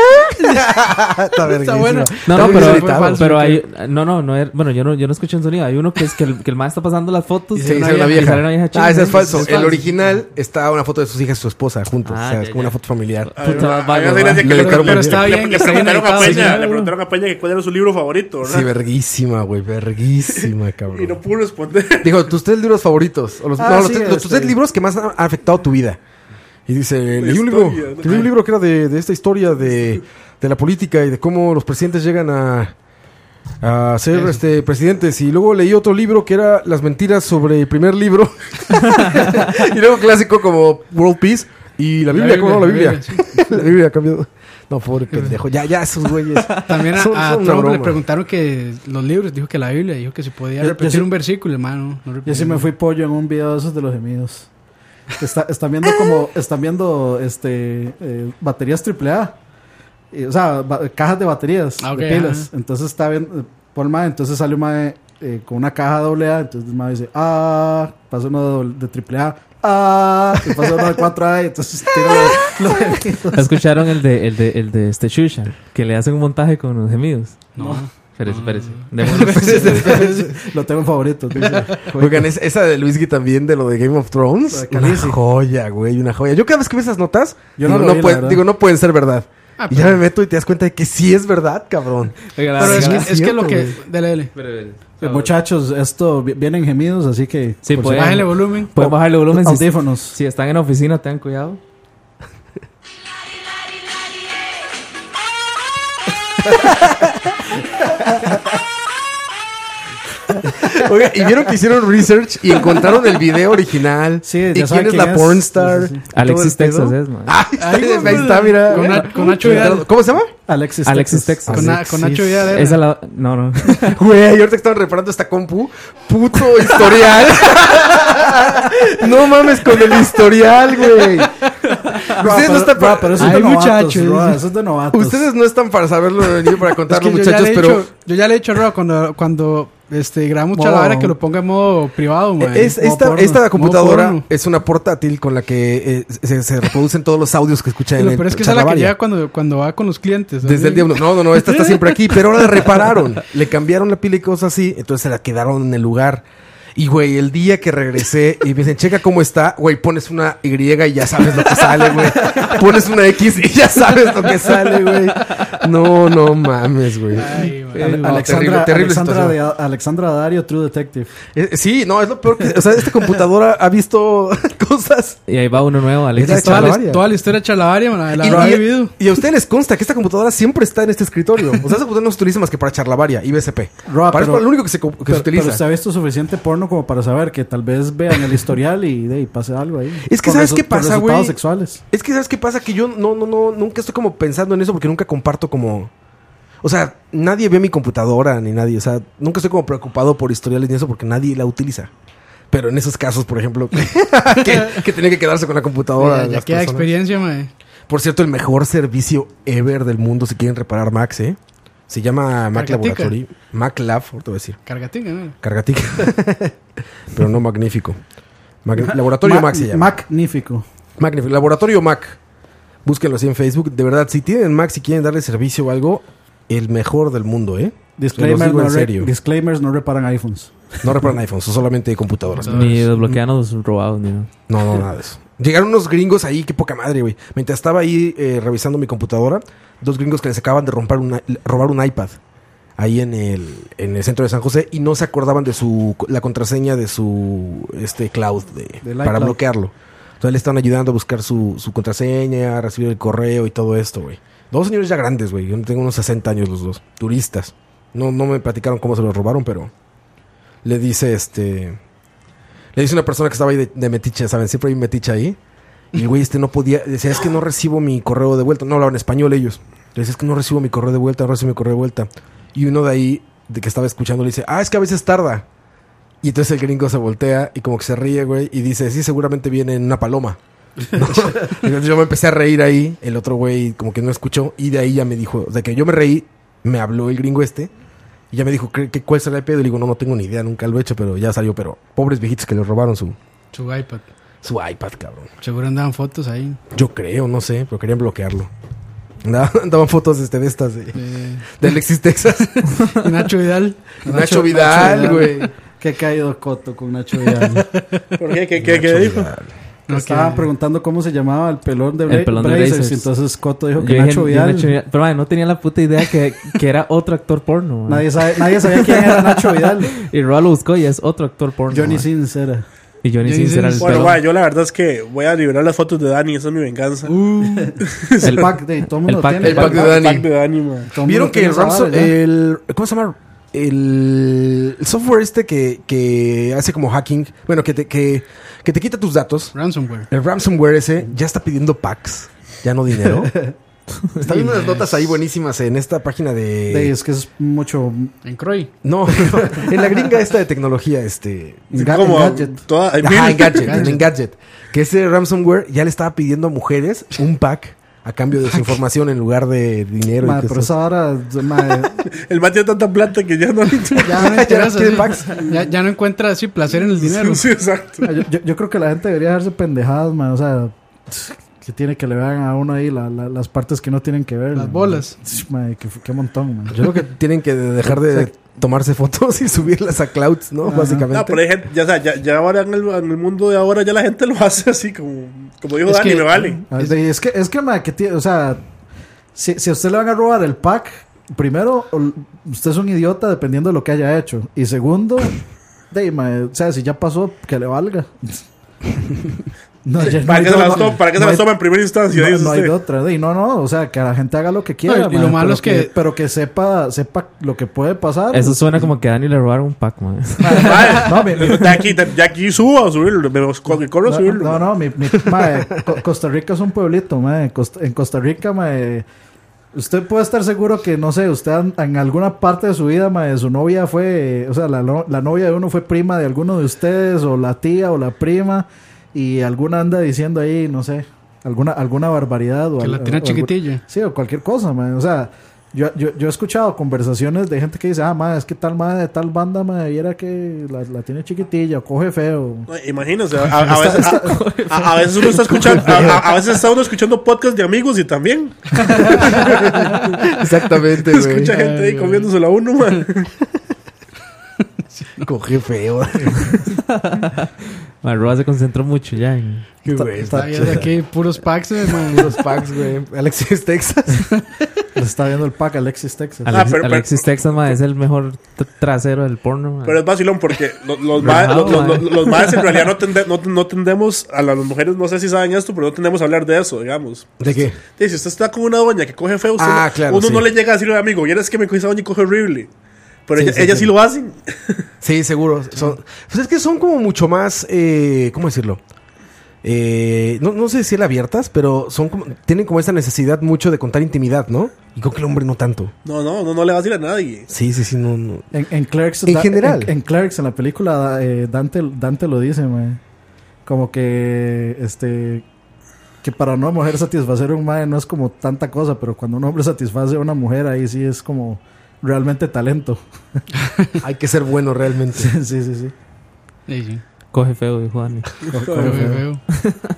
Speaker 4: Está verguísima.
Speaker 5: bueno.
Speaker 6: No, no,
Speaker 4: Está
Speaker 6: pero,
Speaker 4: muy
Speaker 5: fue
Speaker 4: editado.
Speaker 5: falso.
Speaker 6: pero hay... No, no, no era- Bueno, yo no, yo no escuché un sonido. Hay uno que es que el, que el mae está pasando las fotos.
Speaker 4: Y se
Speaker 6: y
Speaker 4: dice una
Speaker 6: y
Speaker 4: vieja.
Speaker 6: sale una vieja
Speaker 4: ah,
Speaker 6: china.
Speaker 4: ese es falso.
Speaker 6: Ese
Speaker 4: El original está una foto de sus hijas y su esposa juntos.
Speaker 6: Ah,
Speaker 4: o sea, es
Speaker 6: ya,
Speaker 4: como
Speaker 6: ya. Ah,
Speaker 4: una foto familiar.
Speaker 7: Ay,
Speaker 6: Puta,
Speaker 7: no,
Speaker 6: va-
Speaker 7: a mí me hace
Speaker 6: va-
Speaker 7: gracia que
Speaker 4: lo
Speaker 7: le-
Speaker 4: educaron
Speaker 7: le-
Speaker 4: muy
Speaker 5: bien. Pero
Speaker 7: le- le- Le
Speaker 5: está bien,
Speaker 7: preguntaron
Speaker 5: está
Speaker 7: a
Speaker 5: bien
Speaker 7: Peña,
Speaker 5: editado,
Speaker 7: le
Speaker 5: sí.
Speaker 7: preguntaron a Peña que cuál era su libro favorito,
Speaker 4: Sí,
Speaker 7: ¿verdad?
Speaker 4: verguísima, güey. Verguísima,
Speaker 7: *laughs* Y no
Speaker 4: cabrón.
Speaker 7: pudo responder. *laughs*
Speaker 4: Dijo, tus tres libros favoritos. O los,
Speaker 2: Ah,
Speaker 4: no, los
Speaker 2: sí,
Speaker 4: tres, los- tus
Speaker 2: este.
Speaker 4: tres libros que más han afectado tu vida. Y dice, leí un libro.
Speaker 7: historia, ¿no?
Speaker 4: leí un libro que era de, de esta historia de, de la política y de cómo los presidentes llegan a. A ser
Speaker 5: Eso.
Speaker 4: este, presidentes, y luego leí otro libro que era Las mentiras sobre el primer libro, *laughs* y luego clásico como World Peace, y la Biblia, ¿cómo no? La Biblia. *laughs* La Biblia ha cambiado. No, pobre pendejo. Ya, ya, esos güeyes.
Speaker 5: También a,
Speaker 4: Son-
Speaker 5: a
Speaker 4: son una
Speaker 5: Trump le
Speaker 4: broma.
Speaker 5: preguntaron que los libros, dijo que la Biblia, dijo que se podía
Speaker 2: Yo- yo
Speaker 5: repetir
Speaker 2: sí-
Speaker 5: un versículo, hermano. No repetí.
Speaker 2: Yo sí me fui pollo en un video de esos de los gemidos. Que está- están viendo como. Están viendo este eh, baterías AAA. Y, o sea, ba- cajas de baterías.
Speaker 5: Ah, ok,
Speaker 2: de pilas.
Speaker 5: ajá.
Speaker 2: Entonces está viendo. Por mae, entonces sale un mae eh, con una caja doble A. Entonces el mae dice. Ah, pasa uno de, doble- de AAA. Ah, y pasa uno de 4A. Y entonces tira los,
Speaker 5: *laughs*
Speaker 2: los gemidos.
Speaker 6: ¿Escucharon el de, el de, el de este Shusha? Que le hacen un montaje con los gemidos.
Speaker 5: No.
Speaker 6: Espérese, espérese.
Speaker 2: *laughs* Lo tengo en favorito. dice.
Speaker 4: Oigan, es- esa de Luis Gui también, de lo de Game of Thrones.
Speaker 2: La de
Speaker 4: Una
Speaker 2: Khaleesi.
Speaker 4: joya, güey, una joya. Yo cada vez que veo esas notas,
Speaker 2: Yo
Speaker 4: digo,
Speaker 2: no lo
Speaker 4: no
Speaker 2: vi, la
Speaker 4: puede-
Speaker 2: verdad.
Speaker 4: digo, no pueden ser verdad.
Speaker 5: Ah,
Speaker 4: y ya me meto y te das cuenta de que sí es verdad, cabrón.
Speaker 5: *laughs* Pero es que, es que lo que.
Speaker 4: Ah, Cierto,
Speaker 5: Dele, dele.
Speaker 2: Eh, Muchachos, esto vi- vienen gemidos, así que.
Speaker 6: Sí,
Speaker 2: por
Speaker 6: pueden-
Speaker 5: Bájale volumen.
Speaker 6: Pueden bajarle volumen. Si,
Speaker 2: Audífonos.
Speaker 6: si están en la oficina, tengan cuidado.
Speaker 4: Oiga, y vieron que hicieron research y encontraron el video original.
Speaker 2: Sí, ya
Speaker 4: ¿Y quién
Speaker 2: saben
Speaker 4: es
Speaker 2: quién
Speaker 4: la
Speaker 2: es.
Speaker 4: pornstar? *laughs*
Speaker 2: Sí, sí, sí.
Speaker 4: y todo el pedo.
Speaker 6: Alexis Texas es, man.
Speaker 4: Ah, ahí está,
Speaker 5: Ay,
Speaker 4: ahí
Speaker 5: güey.
Speaker 4: está, mira.
Speaker 5: Con
Speaker 4: Mira.
Speaker 5: Na- con Nacho Vidal.
Speaker 4: ¿Cómo se llama?
Speaker 2: Alexis,
Speaker 6: Alexis
Speaker 2: Texas.
Speaker 6: Texas.
Speaker 5: Con, Na- con Nacho Vidal. era.
Speaker 6: Esa la... No, *laughs* no.
Speaker 2: Eh,
Speaker 4: Güey, ahorita que estaban reparando esta compu, puto historial. *laughs* no mames con el historial, güey. Ustedes no están
Speaker 2: *laughs*
Speaker 4: para.
Speaker 2: No, pero eso es
Speaker 5: Ay,
Speaker 2: de novatos,
Speaker 5: muchachos.
Speaker 2: Roa, eso es de novatos.
Speaker 5: Pues,
Speaker 4: Ustedes no están para saberlo ni *laughs* para
Speaker 5: Es que
Speaker 4: contarlo,
Speaker 5: yo, ya
Speaker 4: muchachos,
Speaker 5: le he
Speaker 4: pero
Speaker 5: hecho, yo ya le he dicho a Roa cuando, cuando este, grabamos mucha la
Speaker 2: Modo-
Speaker 5: vara que lo ponga en modo privado, man.
Speaker 4: E- eh, es-
Speaker 5: Modo
Speaker 4: esta,
Speaker 5: porno.
Speaker 4: esta
Speaker 5: Modo
Speaker 4: computadora
Speaker 5: porno.
Speaker 4: es una portátil con la que eh, se, se reproducen todos los audios que escuchan en
Speaker 5: Lo
Speaker 4: el
Speaker 5: peor es que esa es la que
Speaker 4: charlavaria.
Speaker 5: llega cuando, cuando va con los clientes.
Speaker 4: Desde el día uno. No, no, no, esta está siempre aquí, pero
Speaker 5: *laughs*
Speaker 4: ahora la repararon. Le cambiaron la pila y cosas así, entonces se la quedaron en el lugar. Y, güey, el día que regresé y me dicen, checa cómo está, güey, pones una Y y ya sabes lo que sale, güey. Pones una X y ya sabes lo que sale, güey. No, no mames, güey.
Speaker 5: Ay, man.
Speaker 4: Eh, no,
Speaker 2: Alexandra,
Speaker 4: terrible, terrible
Speaker 2: Alexandra,
Speaker 4: situación.
Speaker 2: de- Alexandra Dario, True Detective.
Speaker 4: Eh, Sí, no, es lo peor que... O sea, esta computadora ha visto *laughs* cosas...
Speaker 6: Y ahí va uno nuevo,
Speaker 4: Era
Speaker 6: Alexis.
Speaker 5: Toda la,
Speaker 4: Chalabaria.
Speaker 5: toda la historia de Chalabaria, man, la- la
Speaker 4: y,
Speaker 5: Roa ha
Speaker 4: y-
Speaker 5: vivido.
Speaker 4: y a ustedes les consta que esta computadora siempre está en este escritorio. O sea, esta computadora no se utiliza más que para charlavaria y BSP.
Speaker 2: Roa,
Speaker 4: para
Speaker 2: pero-
Speaker 4: es lo único que se, co- que se
Speaker 2: Pero,
Speaker 4: utiliza.
Speaker 2: pero usted ha visto suficiente porno como para saber que tal vez vean el historial y de ahí pase algo ahí.
Speaker 4: Es que
Speaker 2: Por
Speaker 4: ¿sabes
Speaker 2: resu-
Speaker 4: qué
Speaker 2: por
Speaker 4: pasa,
Speaker 2: resultados
Speaker 4: güey?
Speaker 2: sexuales.
Speaker 4: Es que, ¿sabes qué pasa? Que yo no, no, no, nunca estoy como pensando en eso porque nunca comparto como. O sea, nadie ve mi computadora ni nadie. O sea, nunca estoy como preocupado por historiales ni eso porque nadie la utiliza. Pero en esos casos, por ejemplo, *laughs* que, que tenía que quedarse con la computadora.
Speaker 5: Ya,
Speaker 4: de
Speaker 5: ya
Speaker 4: las
Speaker 5: queda
Speaker 4: personas.
Speaker 5: experiencia, man.
Speaker 4: Por cierto, el mejor servicio ever del mundo si quieren reparar Macs, ¿eh? Se llama Mac
Speaker 5: Cargatica.
Speaker 4: Laboratory. Mac Lab, te voy a decir.
Speaker 5: Cargatinga, man.
Speaker 4: Cargatica. *laughs* Pero no magnífico. Magn- Laboratorio
Speaker 2: Ma-
Speaker 4: Mac se llama.
Speaker 2: Magnífico.
Speaker 4: Magnífico. Laboratorio Mac. Búsquenlo así en Facebook. De verdad, si tienen Mac, si quieren darle servicio o algo, el mejor del mundo, ¿eh? Se los
Speaker 2: Disclaimer,
Speaker 4: digo
Speaker 2: no
Speaker 4: en
Speaker 2: re-
Speaker 4: serio.
Speaker 2: disclaimers no reparan iPhones.
Speaker 4: No reparan iPhones, son solamente computadoras.
Speaker 6: Ni desbloquean los robados, ni nada.
Speaker 4: No, no, nada de eso. Llegaron unos gringos ahí, qué poca madre, güey. Mientras estaba ahí eh, revisando mi computadora, dos gringos que les acaban de romper un, i- robar un iPad ahí en el, en el centro de San José y no se acordaban de su la contraseña de su este cloud de-
Speaker 2: Del
Speaker 4: para
Speaker 2: iCloud.
Speaker 4: bloquearlo. Entonces le están ayudando a buscar su, su contraseña, a recibir el correo y todo esto, güey. Dos señores ya grandes, güey. Yo tengo unos 60 años los dos, turistas. No, no me platicaron cómo se los robaron, pero le dice este. Le dice una persona que estaba ahí de, de metiche, ¿saben? Siempre hay un metiche ahí. Y el güey este no podía. Decía, es que no recibo mi correo de vuelta. No hablaban español ellos. Le decía, es que no recibo mi correo de vuelta, no recibo mi correo de vuelta. Y uno de ahí, de que estaba escuchando, le dice, ah, es que a veces tarda. Y entonces el gringo se voltea y como que se ríe, güey, y dice, sí, seguramente viene en una paloma. *laughs* entonces yo me empecé a reír ahí. El otro güey como que no escuchó. Y de ahí ya me dijo, de que yo me reí, me habló el gringo este. Y ya me dijo, ¿qué, qué, ¿cuál será el pedo? Y le digo, no, no tengo ni idea, nunca lo he hecho, pero ya salió. Pero pobres viejitos que le robaron su,
Speaker 5: Su iPad.
Speaker 4: su iPad, cabrón.
Speaker 5: Seguro andaban fotos ahí.
Speaker 4: Yo creo, no sé, pero querían bloquearlo. Andaba- *laughs* Andaban fotos este, de estas de,
Speaker 5: Eh,
Speaker 4: de Alexis *laughs* Texas.
Speaker 5: Nacho Vidal.
Speaker 4: Y Nacho Vidal, güey.
Speaker 2: Que ha caído Coto con Nacho
Speaker 4: *laughs*
Speaker 2: Vidal.
Speaker 7: ¿Por qué? ¿Qué, qué, qué
Speaker 4: Nacho
Speaker 7: dijo?
Speaker 4: Vidal.
Speaker 5: No,
Speaker 2: Estaban
Speaker 5: que-
Speaker 2: preguntando cómo se llamaba el pelón de, Bra
Speaker 6: El pelón de
Speaker 2: Brazers,
Speaker 6: Brazers.
Speaker 2: y entonces Coto dijo
Speaker 6: Yo
Speaker 2: que
Speaker 6: dije,
Speaker 2: Nacho
Speaker 6: yo
Speaker 2: Vidal.
Speaker 6: Nacho Vidal. Pero madre, no tenía la puta idea que, que era otro actor porno. madre.
Speaker 2: Nadie, sabe- nadie sabía quién era Nacho
Speaker 6: *laughs*
Speaker 2: Vidal.
Speaker 6: Y Roa lo buscó y es otro actor porno.
Speaker 2: Johnny
Speaker 6: madre.
Speaker 2: Sins era.
Speaker 6: Y Johnny
Speaker 5: Johnny
Speaker 6: Sins era el
Speaker 5: Sins.
Speaker 7: Bueno,
Speaker 6: pelón.
Speaker 7: ma, yo la verdad es que voy a liberar las fotos de Dani, esa es mi venganza.
Speaker 2: El pack de todo el mundo
Speaker 6: el pack-
Speaker 2: tiene.
Speaker 4: el pack de
Speaker 7: Ah,
Speaker 4: Dani.
Speaker 7: pack de Dani, ma.
Speaker 2: Todo el
Speaker 4: Vieron
Speaker 2: mundo ¿eh?
Speaker 4: que
Speaker 2: tiene
Speaker 4: el
Speaker 2: esa
Speaker 4: Ramso,
Speaker 2: vara, ya.
Speaker 4: el, ¿cómo se llama? El, el software este que, que hace como hacking, bueno, que te, que, que te quita tus datos.
Speaker 5: Ransomware.
Speaker 4: El ransomware ese ya está pidiendo packs, ya no *laughs* dinero. está viendo unas notas ahí buenísimas en esta página de...
Speaker 2: De- es que es mucho.
Speaker 5: En Croy.
Speaker 4: No, *laughs* no, en la gringa esta de tecnología, este...
Speaker 7: Sí,
Speaker 2: ga-
Speaker 7: como
Speaker 2: gadget.
Speaker 7: toda- ay,
Speaker 4: Ajá, en
Speaker 7: mil-
Speaker 4: Gadget, en Engadget. Que ese ransomware ya le estaba pidiendo a mujeres un pack a cambio de su información en lugar de dinero. y
Speaker 2: Ma, pero
Speaker 4: cosas.
Speaker 2: esa vara. ma,
Speaker 7: El man tiene tanta plata que ya no le interesa.
Speaker 5: *laughs* Ya no,
Speaker 4: Ya
Speaker 5: interesa,
Speaker 4: tiene
Speaker 5: sí.
Speaker 4: packs.
Speaker 5: ya, ya no encuentra así placer en el dinero.
Speaker 7: Sí, exacto.
Speaker 2: yo, yo- yo creo que la gente debería darse pendejadas, man. O sea, que tiene que le vean a uno ahí la- la- las partes que no tienen que ver.
Speaker 5: Las
Speaker 2: man.
Speaker 5: bolas.
Speaker 2: Ma, qué, qué montón, man.
Speaker 4: Yo creo que tienen que dejar de tomarse fotos y subirlas a clouds, ¿no? Básicamente.
Speaker 7: No, pero hay gente, ya, o sea, ya, ya ahora en el, en el mundo de ahora ya la gente lo hace así, como, como dijo
Speaker 5: Es
Speaker 7: Dani,
Speaker 5: que-
Speaker 7: me vale.
Speaker 2: A ver, Ah, Es que, es que, ma, que tie- o sea, si, si a usted le van a robar el pack, primero, ol- usted es un idiota dependiendo de lo que haya hecho. Y segundo, de, ma, o sea, si ya pasó, que le
Speaker 5: *laughs*
Speaker 2: valga. No, ya no
Speaker 7: ¿Para
Speaker 2: hay
Speaker 7: qué se
Speaker 2: do-
Speaker 7: las
Speaker 2: no-
Speaker 7: toma, ¿Para qué se
Speaker 2: no
Speaker 7: las
Speaker 2: hay-
Speaker 7: toma en primera instancia?
Speaker 2: No,
Speaker 7: dice
Speaker 2: no hay
Speaker 7: usted?
Speaker 2: de otra, de, no, no, o sea, que la gente haga lo que quiera.
Speaker 5: No, y- y
Speaker 2: ma,
Speaker 5: lo malo
Speaker 2: pero
Speaker 5: es que-
Speaker 2: Pero que sepa, sepa lo que puede pasar.
Speaker 6: Eso suena como que a Dani le robaron un pack, man.
Speaker 7: Madre,
Speaker 2: *laughs* No, mi- mi-
Speaker 7: de Ah, aquí, de aquí subo a subirlo, me corro, corro a
Speaker 2: No,
Speaker 7: subirlo.
Speaker 2: No, no, mi, mi- mae, Co- Costa Rica es un pueblito, mae. Costa- en Costa Rica, mae, usted puede estar seguro que, no sé, usted en, en alguna parte de su vida, mae, su novia fue, o sea, la, no- la novia de uno fue prima de alguno de ustedes, o la tía, o la prima, y alguna anda diciendo ahí, no sé, alguna, alguna barbaridad. O
Speaker 5: Que
Speaker 2: al-
Speaker 5: la tiene
Speaker 2: o- o algún-
Speaker 5: chiquitilla.
Speaker 2: Sí, o cualquier cosa, man. O sea, yo, yo, yo he escuchado conversaciones de gente que dice, ah, ma, es que tal madre de tal banda, ma, y era que la, la tiene chiquitilla, o coge feo.
Speaker 7: No, Imagínense, a, a- a veces, a, a- a
Speaker 2: *laughs*
Speaker 7: veces uno está escuchando, a, a- a veces está uno escuchando podcast de amigos y también
Speaker 4: Exactamente, güey.
Speaker 7: escucha gente ahí comiéndosela a uno, man.
Speaker 4: Coge *laughs* feo.
Speaker 6: Man, Roa se concentró mucho ya en...
Speaker 4: Qué
Speaker 2: Está-
Speaker 4: güey.
Speaker 2: está-
Speaker 5: Está viendo aquí puros packs, eh, man.
Speaker 4: Los packs, güey. Alexis *laughs* Texas.
Speaker 2: Le está viendo el pack a Alexis Texas.
Speaker 6: Alexis,
Speaker 7: pero- pero-
Speaker 6: Alexis Texas, ma, es el mejor t- trasero del porno. ma.
Speaker 7: Pero es vacilón
Speaker 4: *laughs*
Speaker 7: porque los, los, ma-
Speaker 6: Relajado,
Speaker 7: los, los-
Speaker 6: madre.
Speaker 7: los- los madres en realidad no, tende- no, no tendemos, a la- las mujeres no sé si saben esto, pero no tendemos a hablar de eso, digamos.
Speaker 4: ¿De qué?
Speaker 7: Sí, si usted está con una doña que coge feo, usted
Speaker 4: Ah,
Speaker 7: no-
Speaker 4: claro,
Speaker 7: uno
Speaker 4: sí.
Speaker 7: no le llega a decirle, amigo, ya eres que me coge esa doña y coge horrible. Pero
Speaker 4: Sí,
Speaker 7: ella- ellas
Speaker 4: sí, sí.
Speaker 7: sí, lo hacen.
Speaker 4: Sí, seguro. Son, pues es que son como mucho más. Eh, ¿Cómo decirlo? Eh, no, no sé si abiertas, pero son como, tienen como esta necesidad mucho de contar intimidad, ¿no? Y creo que el hombre no tanto.
Speaker 7: No, no, no, no le va a decir a nadie.
Speaker 4: Sí, sí, sí, no. no.
Speaker 2: En, en Clerks.
Speaker 4: En general.
Speaker 2: En, en Clerks, en la película, eh, Dante, Dante lo dice, mae. Como que. Este. Que para una mujer satisfacer a un mae no es como tanta cosa, pero cuando un hombre satisface a una mujer, ahí sí es como realmente talento.
Speaker 4: *laughs*
Speaker 2: *laughs*
Speaker 4: Hay que ser bueno realmente.
Speaker 2: sí, sí, sí.
Speaker 5: Sí, sí.
Speaker 6: Coge feo, dijo Dani.
Speaker 5: Feo, feo.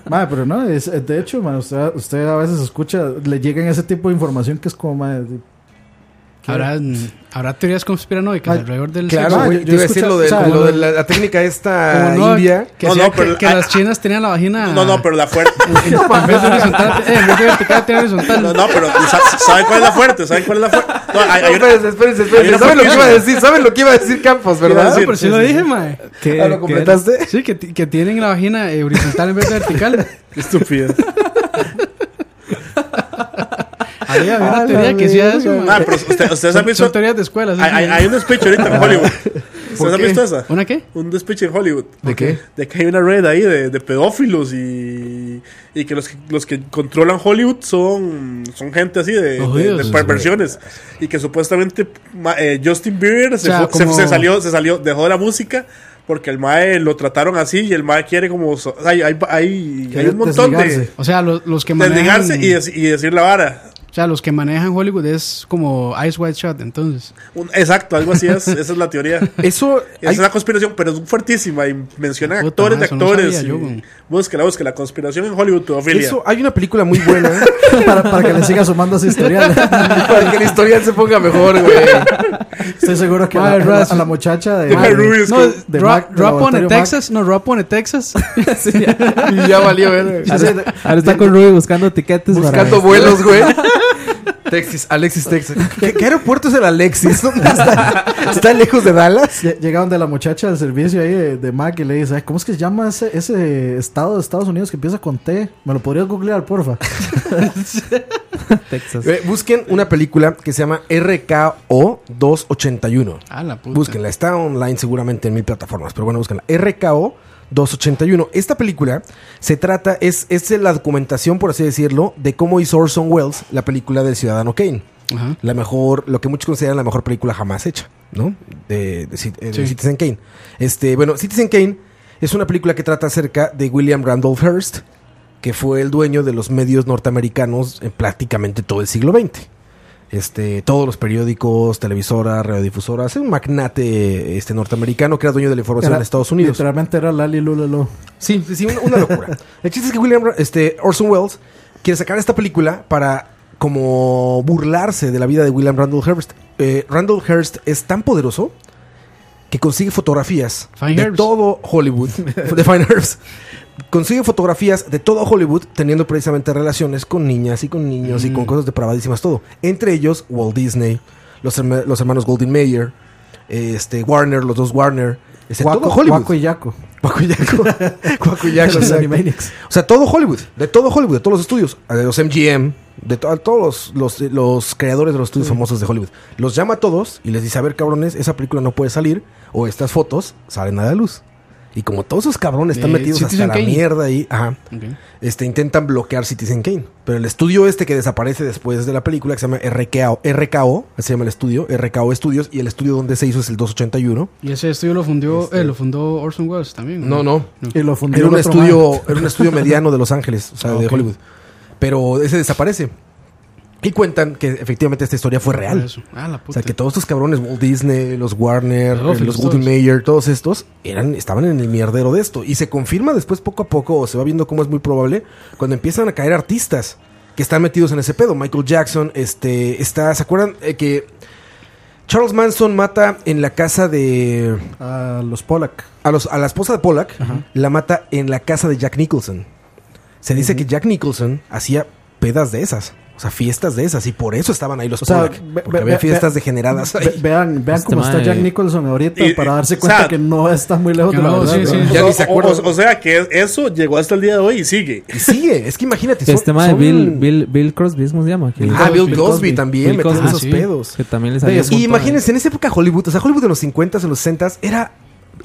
Speaker 2: Mae, pero no, es, es- de hecho, mae, usted, usted a veces escucha, le llegan ese tipo de información que es como, mae.
Speaker 5: Habrá, habrá teorías conspiranoicas
Speaker 2: Ay,
Speaker 5: alrededor del
Speaker 4: Claro,
Speaker 2: Sí,
Speaker 5: sexo.
Speaker 4: güey,
Speaker 2: yo-
Speaker 4: yo iba a
Speaker 2: yo
Speaker 4: decir
Speaker 2: escucha-
Speaker 4: lo de,
Speaker 2: o sea,
Speaker 4: lo
Speaker 2: no-
Speaker 4: de la, la técnica esta
Speaker 5: Como no,
Speaker 4: india.
Speaker 5: Que,
Speaker 7: No,
Speaker 5: hacía
Speaker 7: no,
Speaker 5: que-
Speaker 7: pero-
Speaker 5: que las chinas tenían la
Speaker 4: Ah.
Speaker 5: vagina.
Speaker 7: No, no, pero la fuerte.
Speaker 5: En vez de horizontal, eh, en vez de vertical, tenía horizontal. *laughs*
Speaker 7: No, no, pero sa- ¿saben cuál es la fuerte? ¿Saben cuál es la fuerte? No, hay,
Speaker 4: No,
Speaker 7: hay una-
Speaker 4: espérense, espérense, espérense.
Speaker 7: hay
Speaker 4: ¿Saben
Speaker 7: una
Speaker 4: lo que
Speaker 7: porquería.
Speaker 4: iba a decir? ¿Saben lo que iba a decir Campos,
Speaker 5: Ah,
Speaker 4: verdad?
Speaker 7: decir-
Speaker 5: pero sí
Speaker 7: sí,
Speaker 5: lo
Speaker 7: sí.
Speaker 5: dije, mae.
Speaker 6: ¿Qué-
Speaker 4: Ah, ¿Lo
Speaker 6: qué-
Speaker 4: completaste?
Speaker 5: Sí, que, ti- que tienen la vagina eh, horizontal en vez de vertical.
Speaker 7: Estúpido.
Speaker 5: Ahí había
Speaker 4: A la
Speaker 5: una teoría que hacía eso,
Speaker 7: Ah,
Speaker 5: mae.
Speaker 7: pero usted- ustedes
Speaker 5: Son,
Speaker 7: han visto.
Speaker 5: son teorías de escuelas.
Speaker 7: Hay, hay- hay un despecho ahorita en Hollywood. ¿Ustedes han visto esa?
Speaker 5: ¿Una qué?
Speaker 7: Un despecho en Hollywood.
Speaker 4: ¿De qué?
Speaker 7: De que hay una red ahí de, de pedófilos y, y que los, que los que controlan Hollywood son, son gente así de,
Speaker 5: Oh,
Speaker 7: de- de
Speaker 5: Dios,
Speaker 7: perversiones. Y que supuestamente ma- eh, Justin Bieber se,
Speaker 5: O sea,
Speaker 7: fue- se-
Speaker 5: como-
Speaker 7: se salió, se salió, dejó de la música porque el Mae lo trataron así y el Mae quiere como... so- Hay, hay, hay, hay
Speaker 2: Quiere
Speaker 7: un montón de...
Speaker 2: desligarse.
Speaker 5: O sea, los, los que manejan.
Speaker 7: Desligarse y, dec- y decir la vara.
Speaker 5: O sea, los que manejan Hollywood es como Ice White Shot, entonces.
Speaker 7: Un- exacto, algo así es. Esa es la teoría.
Speaker 4: Eso.
Speaker 7: Es
Speaker 4: hay-
Speaker 7: una conspiración, pero es mencionan mencionan
Speaker 5: Puta,
Speaker 7: actores
Speaker 5: ma,
Speaker 7: de
Speaker 5: eso no
Speaker 7: actores.
Speaker 5: sabía yo,
Speaker 7: y-
Speaker 5: güey.
Speaker 7: búsquela, búsquela. Conspiración en Hollywood, pedofilia.
Speaker 4: Eso, hay una película muy *laughs* buena
Speaker 2: para, para que le siga sumando su historial.
Speaker 4: *laughs* para que el historial se ponga mejor, güey.
Speaker 2: Estoy seguro que a la,
Speaker 5: Madre,
Speaker 2: a la-
Speaker 5: Raz.
Speaker 2: a la muchacha de.
Speaker 7: Deja Rubius
Speaker 5: No,
Speaker 7: con-
Speaker 2: de
Speaker 5: Rock
Speaker 2: Mac- de
Speaker 5: Rapone,
Speaker 2: Laboratorio
Speaker 5: Texas. No,
Speaker 4: *laughs*
Speaker 5: Rapone, Texas.
Speaker 4: Y ya valió, güey.
Speaker 2: Yo sé, de-
Speaker 6: Ahora está con Ruby buscando tiquetes. para-
Speaker 4: Buscando vuelos, güey. *laughs* Texas, Alexis, Texas. ¿Qué, qué aeropuerto es el Alexis? ¿Dónde está? ¿Está lejos de Dallas?
Speaker 2: lle- Llega donde la muchacha del servicio ahí de, de Mac y le dice: "Ay, ¿Cómo es que se llama ese, ese estado de Estados Unidos que empieza con T? ¿Me lo podrías googlear, porfa?
Speaker 6: Texas.
Speaker 4: Eh, Busquen una película que se llama RKO 281.
Speaker 5: Ah, la puta.
Speaker 4: Búsquenla, está online seguramente en mil plataformas, pero bueno, búsquenla. RKO 281. Esta película se trata, es, es la documentación, por así decirlo, de cómo hizo Orson Welles la película del Ciudadano Kane.
Speaker 5: Ajá.
Speaker 4: La mejor, lo que muchos consideran la mejor película jamás hecha, ¿no? De, de Ci- eh, de
Speaker 5: Sí.
Speaker 4: Citizen Kane. Este, bueno, Citizen Kane es una película que trata acerca de William Randolph Hearst, que fue el dueño de los medios norteamericanos en prácticamente todo el siglo XX. Este, todos los periódicos, televisoras, radiodifusoras, era un magnate este, norteamericano que era dueño de la información
Speaker 2: Era-
Speaker 4: en Estados Unidos.
Speaker 2: Literalmente era Lali Lulalo.
Speaker 4: Sí, sí, sí, una, una locura. El chiste es que William, este, Orson Welles quiere sacar esta película para como burlarse de la vida de William Randall Hearst. Eh, Randall Hearst es tan poderoso que consigue fotografías
Speaker 5: Fine
Speaker 4: de
Speaker 5: Herbs.
Speaker 4: todo Hollywood, de Fine Herbs. Consigue fotografías de todo Hollywood teniendo precisamente relaciones con niñas y con niños y con cosas depravadísimas, todo. Entre ellos Walt Disney, los, herma- los hermanos Golden Mayer, este, Warner, los dos Warner. Este, todo
Speaker 2: Guaco,
Speaker 4: Hollywood.
Speaker 2: Guaco y Yaco.
Speaker 5: *laughs*
Speaker 4: Cuacuyaco. Cuacuyaco,
Speaker 2: Los
Speaker 4: exacto.
Speaker 2: Animaniacs.
Speaker 4: O sea, todo Hollywood, de todo Hollywood, de todos los estudios, de los MGM, de to- todos los, los, los creadores de los estudios famosos de Hollywood. Los llama a todos y les dice, a ver cabrones, esa película no puede salir o estas fotos salen a la luz. Y como todos esos cabrones están
Speaker 5: Eh,
Speaker 4: metidos hasta
Speaker 5: Citizen
Speaker 4: la
Speaker 5: Kane.
Speaker 4: mierda ahí, ajá,
Speaker 5: Ok.
Speaker 4: este, intentan bloquear Citizen Kane. Pero el estudio este que desaparece después de la película, que se llama RKO, RKO, así se llama el estudio, RKO Studios, y el estudio donde se hizo es el 281.
Speaker 5: Y ese estudio lo fundió, eh, lo fundó Orson Welles también.
Speaker 4: Este. No, no,
Speaker 2: Y lo fundió
Speaker 4: Era
Speaker 2: el
Speaker 4: un,
Speaker 2: otro
Speaker 4: estudio, era un estudio mediano de Los Ángeles, o sea,
Speaker 5: Ah,
Speaker 4: de Hollywood. Pero ese desaparece. Y cuentan que efectivamente esta historia fue
Speaker 5: Por
Speaker 4: real.
Speaker 5: eso. Ah, la
Speaker 4: O
Speaker 5: puta.
Speaker 4: sea, que todos estos cabrones, Walt Disney, los Warner,
Speaker 5: Pedófilos,
Speaker 4: eh, los Golden
Speaker 5: todos.
Speaker 4: Mayer, todos estos, eran, estaban en el mierdero de esto. Y se confirma después poco a poco, o se va viendo cómo es muy probable, cuando empiezan a caer artistas que están metidos en ese pedo. Michael Jackson, este, está, ¿se acuerdan eh, que Charles Manson mata en la casa de...
Speaker 2: man. A los Pollack.
Speaker 4: A, los- a la esposa de Pollack la mata en la casa de Jack Nicholson. Se dice que Jack Nicholson hacía pedas de esas. O sea, fiestas de esas. Y por eso estaban ahí los
Speaker 2: O sea,
Speaker 4: Pollack.
Speaker 2: ve-
Speaker 4: porque
Speaker 2: ve-
Speaker 4: había
Speaker 2: ve-
Speaker 4: fiestas
Speaker 2: ve-
Speaker 4: degeneradas
Speaker 2: Ve-
Speaker 4: ahí.
Speaker 2: vean vean
Speaker 6: Este
Speaker 2: cómo está
Speaker 6: mae.
Speaker 2: Jack Nicholson ahorita
Speaker 7: Y-
Speaker 2: para darse
Speaker 7: o
Speaker 2: cuenta
Speaker 7: sea,
Speaker 2: que no está muy lejos
Speaker 5: que
Speaker 2: de la
Speaker 5: no,
Speaker 2: verdad.
Speaker 5: sí, sí,
Speaker 2: ¿verdad?
Speaker 4: Ya
Speaker 7: O-
Speaker 4: ni se
Speaker 7: o-
Speaker 4: acuerdan.
Speaker 7: o- o sea, que eso llegó hasta el día de hoy y sigue.
Speaker 4: Y sigue. Es que imagínate. son-
Speaker 6: Este tema de
Speaker 4: son-
Speaker 6: Bill, Bill, Bill Crosby, ¿cómo se llama? Que-
Speaker 4: Ah, Bill
Speaker 5: Bill
Speaker 4: Cosby también.
Speaker 6: Bill
Speaker 4: metió en
Speaker 6: Cosby.
Speaker 4: esos
Speaker 5: Ah, sí.
Speaker 4: pedos.
Speaker 6: Que también le salía un
Speaker 4: Y
Speaker 6: montón.
Speaker 4: imagínense, en esa época Hollywood, o sea, Hollywood en los 50s, en los 60s, era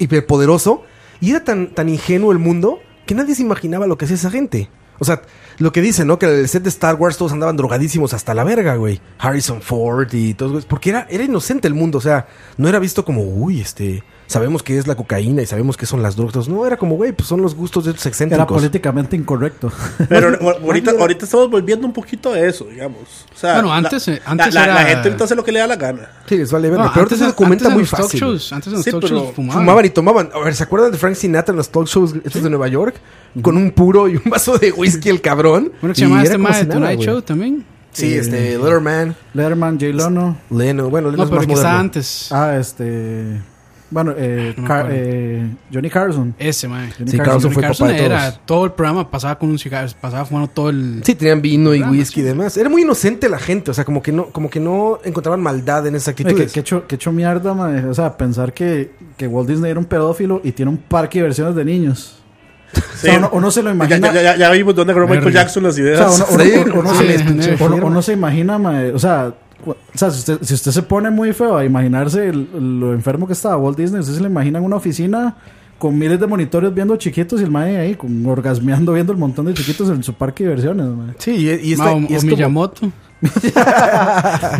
Speaker 4: hiperpoderoso y era tan, tan ingenuo el mundo que nadie se imaginaba lo que hacía esa gente. O sea, lo que dicen, ¿no? Que en el set de Star Wars todos andaban drogadísimos hasta la verga, güey. Harrison Ford y todos, güey. Porque era, era inocente el mundo, o sea, no era visto como, uy, este, sabemos que es la cocaína y sabemos que son las drogas. No, era como, güey, pues son los gustos de estos
Speaker 2: Era
Speaker 4: excéntricos.
Speaker 2: políticamente incorrecto. *laughs*
Speaker 7: Pero o- ahorita, ahorita estamos volviendo un poquito a eso, digamos. O sea,
Speaker 5: Bueno,
Speaker 7: la-
Speaker 5: antes, eh,
Speaker 7: la,
Speaker 5: antes
Speaker 7: la-
Speaker 5: era-
Speaker 7: la gente ahorita hace lo que le da la gana.
Speaker 4: Sí, les vale verga.
Speaker 5: No,
Speaker 4: pero ahorita se documenta
Speaker 5: antes en
Speaker 4: muy
Speaker 5: los talk
Speaker 4: fácil. güey.
Speaker 5: shows, antes en los
Speaker 7: Sí,
Speaker 5: talk
Speaker 7: pero
Speaker 5: shows fumaban.
Speaker 4: Fumaban. y tomaban. A ver, ¿se acuerdan de Frank Sinatra en los talk shows estos de Nueva York? Con un puro y un vaso de whisky el cabrón.
Speaker 5: Bueno, que se
Speaker 4: Y
Speaker 5: llamaba
Speaker 4: era
Speaker 5: este
Speaker 4: como
Speaker 5: mae
Speaker 4: si
Speaker 5: de
Speaker 4: nada,
Speaker 5: Tonight
Speaker 4: güey.
Speaker 5: Show también.
Speaker 4: Sí,
Speaker 2: Eh,
Speaker 4: este, Letterman,
Speaker 2: Letterman, Jay Leno.
Speaker 4: Leno, bueno, Leno
Speaker 5: No,
Speaker 4: es
Speaker 5: pero
Speaker 4: más
Speaker 5: que está
Speaker 4: moderno.
Speaker 5: antes.
Speaker 2: Ah, este. Bueno, eh,
Speaker 5: No me
Speaker 2: Car-
Speaker 5: acuerdo.
Speaker 2: eh, Johnny Carson.
Speaker 5: Ese, mae.
Speaker 2: Johnny
Speaker 4: Sí,
Speaker 2: Carson.
Speaker 4: Carson fue papá de todos.
Speaker 5: era todo el programa, pasaba con un cigarro, pasaba fumando todo el.
Speaker 4: Sí, tenían vino y
Speaker 5: Ah,
Speaker 4: whisky y demás. Era muy inocente la gente, o sea, como que no, como que no encontraban maldad en esas
Speaker 2: Mae, Que,
Speaker 4: actitudes.
Speaker 2: que hecho, que hecho mierda, mae. O sea, pensar que, que Walt Disney era un pedófilo y tiene un parque de versiones de niños. O sea,
Speaker 7: Sí.
Speaker 2: uno, uno se lo
Speaker 7: Ya,
Speaker 2: imagina.
Speaker 7: ya, ya, ya vimos dónde agarró Michael
Speaker 5: Verga.
Speaker 7: Jackson las
Speaker 2: O
Speaker 7: ideas. Ah,
Speaker 2: sea, uno,
Speaker 7: *laughs*
Speaker 2: uno-
Speaker 4: Sí,
Speaker 2: uno- uno
Speaker 5: sí,
Speaker 2: se,
Speaker 5: sí.
Speaker 2: uno- uno se imagina, mae, o sea, cu- o sea, si usted, si usted se pone muy feo a imaginarse el- lo enfermo que estaba Walt Disney, usted se le imagina en una oficina con miles de monitores viendo chiquitos y el mae ahí con, orgasmeando viendo el montón de chiquitos en su parque de diversiones, mae.
Speaker 4: Sí, y, y
Speaker 5: Ma,
Speaker 4: esta-
Speaker 5: o,
Speaker 4: y
Speaker 5: o
Speaker 4: es como-
Speaker 5: Miyamoto.
Speaker 4: *laughs*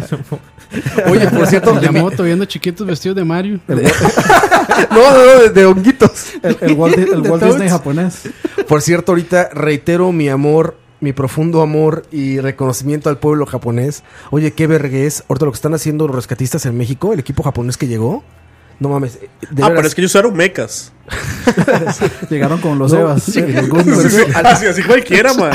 Speaker 4: Oye, por
Speaker 5: *laughs*
Speaker 4: cierto, de mi- no,
Speaker 5: Miyamoto viendo chiquitos vestidos de Mario.
Speaker 4: *laughs* no, de, de honguitos.
Speaker 2: El, el Walt,
Speaker 4: *laughs*
Speaker 2: Di- el
Speaker 4: De
Speaker 2: Walt
Speaker 4: Toads.
Speaker 2: Disney japonés.
Speaker 4: Por cierto, ahorita reitero mi amor, mi profundo amor y reconocimiento al pueblo japonés. Oye, qué vergüenza. Ahorita lo que están haciendo los rescatistas en México, el equipo japonés que llegó. No mames. eh, De
Speaker 7: ah,
Speaker 4: veras.
Speaker 7: pero es que ellos usaron mecas.
Speaker 2: Llegaron con los Evas. eh, los Gundams.
Speaker 7: *laughs* así, así cualquiera, man.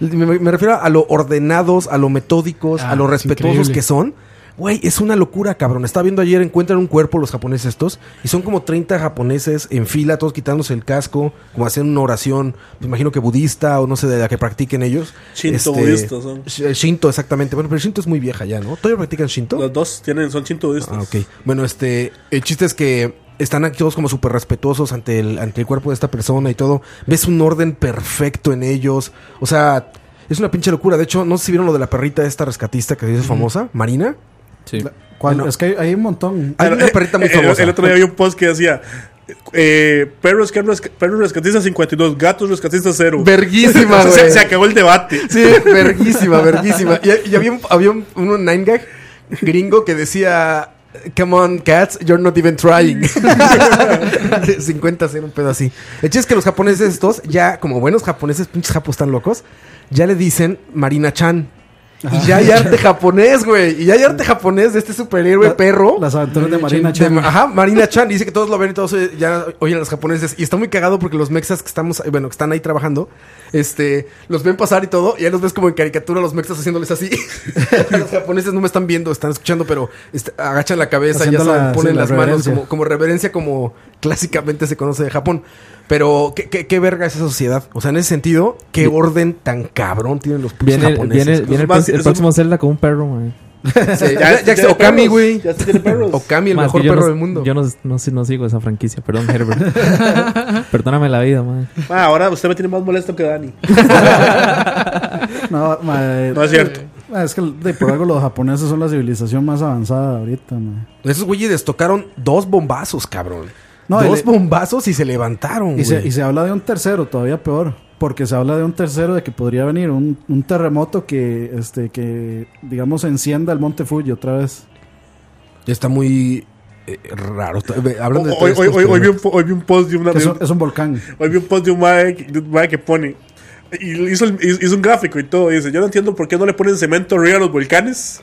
Speaker 4: Me, me refiero a lo ordenados, a lo metódicos,
Speaker 5: Ah,
Speaker 4: a lo
Speaker 5: es
Speaker 4: respetuosos
Speaker 5: increíble.
Speaker 4: que son. Güey, es una locura, cabrón. Estaba viendo ayer, encuentran un cuerpo los japoneses estos. Y son como 30 japoneses en fila, todos quitándose el casco, como haciendo una oración, me imagino que budista o no sé, de la que practiquen ellos. Este,
Speaker 7: Shinto budistas son.
Speaker 4: sh- Shinto, exactamente. Bueno, pero Shinto es muy vieja ya, ¿no? ¿Todavía practican Shinto?
Speaker 7: Los dos tienen, son chintoístas.
Speaker 4: Ah, ok. Bueno, este, el chiste es que están aquí todos como súper respetuosos ante el, ante el cuerpo de esta persona y todo. Ves un orden perfecto en ellos. O sea, es una pinche locura. De hecho, no sé si vieron lo de la perrita esta rescatista que se hizo famosa, Marina.
Speaker 2: Cuando-
Speaker 4: Bueno.
Speaker 2: Es que hay, hay un montón.
Speaker 7: Ah,
Speaker 4: Hay una perrita muy
Speaker 7: eh, *laughs* El- el-
Speaker 4: famosa.
Speaker 7: El otro día vi un post que decía: eh, perros, que han resca- perros rescatistas 52, gatos rescatistas 0. *laughs*
Speaker 4: Verguísima,
Speaker 7: se,
Speaker 4: güey.
Speaker 7: se acabó el debate.
Speaker 4: Sí, verguísima, verguísima. Y, y había, un, había un, un nine gag gringo que decía... Come on, cats, you're not even
Speaker 2: *laughs*
Speaker 4: trying. *laughs* 50 era un pedo así. El chiste es que los japoneses estos, ya como buenos japoneses, pinches japos tan locos, ya le dicen Marina Chan. Y ya hay arte japonés, güey. Y ya hay arte japonés de este superhéroe
Speaker 2: La-
Speaker 4: perro.
Speaker 2: Las aventuras de Marina
Speaker 4: De-
Speaker 2: Chan.
Speaker 4: ajá, Marina Chan dice que todos lo ven y todos eh, ya oyen a los japoneses. Y está muy cagado porque los mexas que estamos, eh, bueno, que están ahí trabajando, este, los ven pasar y todo. Y ahí los ves como en caricatura, los mexas haciéndoles así. *laughs* los japoneses no me están viendo, están escuchando, pero este, agachan la cabeza,
Speaker 2: Haciendo
Speaker 4: ya saben,
Speaker 2: la-
Speaker 4: ponen
Speaker 2: sí, la
Speaker 4: las manos
Speaker 2: reverencia.
Speaker 4: como, como reverencia, como clásicamente se conoce de Japón. Pero, ¿qué, qué, qué verga es esa sociedad? O sea, en ese sentido, ¿qué orden tan cabrón tienen los pinches
Speaker 6: Viene,
Speaker 4: japoneses?
Speaker 6: viene, viene el,
Speaker 7: Más-
Speaker 6: pro- el
Speaker 7: eso-
Speaker 6: próximo Zelda con un perro, man.
Speaker 4: Sí, ya, ya,
Speaker 7: tiene
Speaker 4: Okami,
Speaker 7: perros,
Speaker 4: güey.
Speaker 7: Ya se tiene perros.
Speaker 4: Okami, el
Speaker 6: Más
Speaker 4: mejor
Speaker 6: que yo
Speaker 4: perro
Speaker 6: no-
Speaker 4: del mundo.
Speaker 6: Yo no, no, sé- no sigo esa franquicia,
Speaker 4: *laughs*
Speaker 6: perdón, Herbert. Perdóname la vida, man.
Speaker 7: Ah, ahora usted me tiene más molesto que Dani.
Speaker 2: No, mae,
Speaker 7: No es cierto.
Speaker 2: mae, es que de por algo los japoneses son la civilización más avanzada ahorita, mae.
Speaker 4: Esos güeyes tocaron dos bombazos, cabrón.
Speaker 2: No,
Speaker 4: dos
Speaker 2: y-
Speaker 4: bombazos y se levantaron,
Speaker 2: Y se,
Speaker 4: güey.
Speaker 2: y se habla de un tercero, todavía peor. Porque se habla de un tercero de que podría venir un, un terremoto que, este, que, digamos, encienda el Monte Fuji otra vez.
Speaker 4: Está muy eh, raro. Está- ve, Hablando de
Speaker 7: Hoy, hoy,
Speaker 4: todos
Speaker 7: hoy, hoy vi un,
Speaker 4: estos
Speaker 7: po- hoy vi un post de una.
Speaker 2: Que
Speaker 7: de
Speaker 2: es,
Speaker 7: un-
Speaker 2: un, es un volcán.
Speaker 7: Hoy vi un post de un mae que, de un mae que pone. Y hizo, el- hizo un gráfico y todo. y dice: Yo no entiendo por qué no le ponen cemento arriba a los volcanes.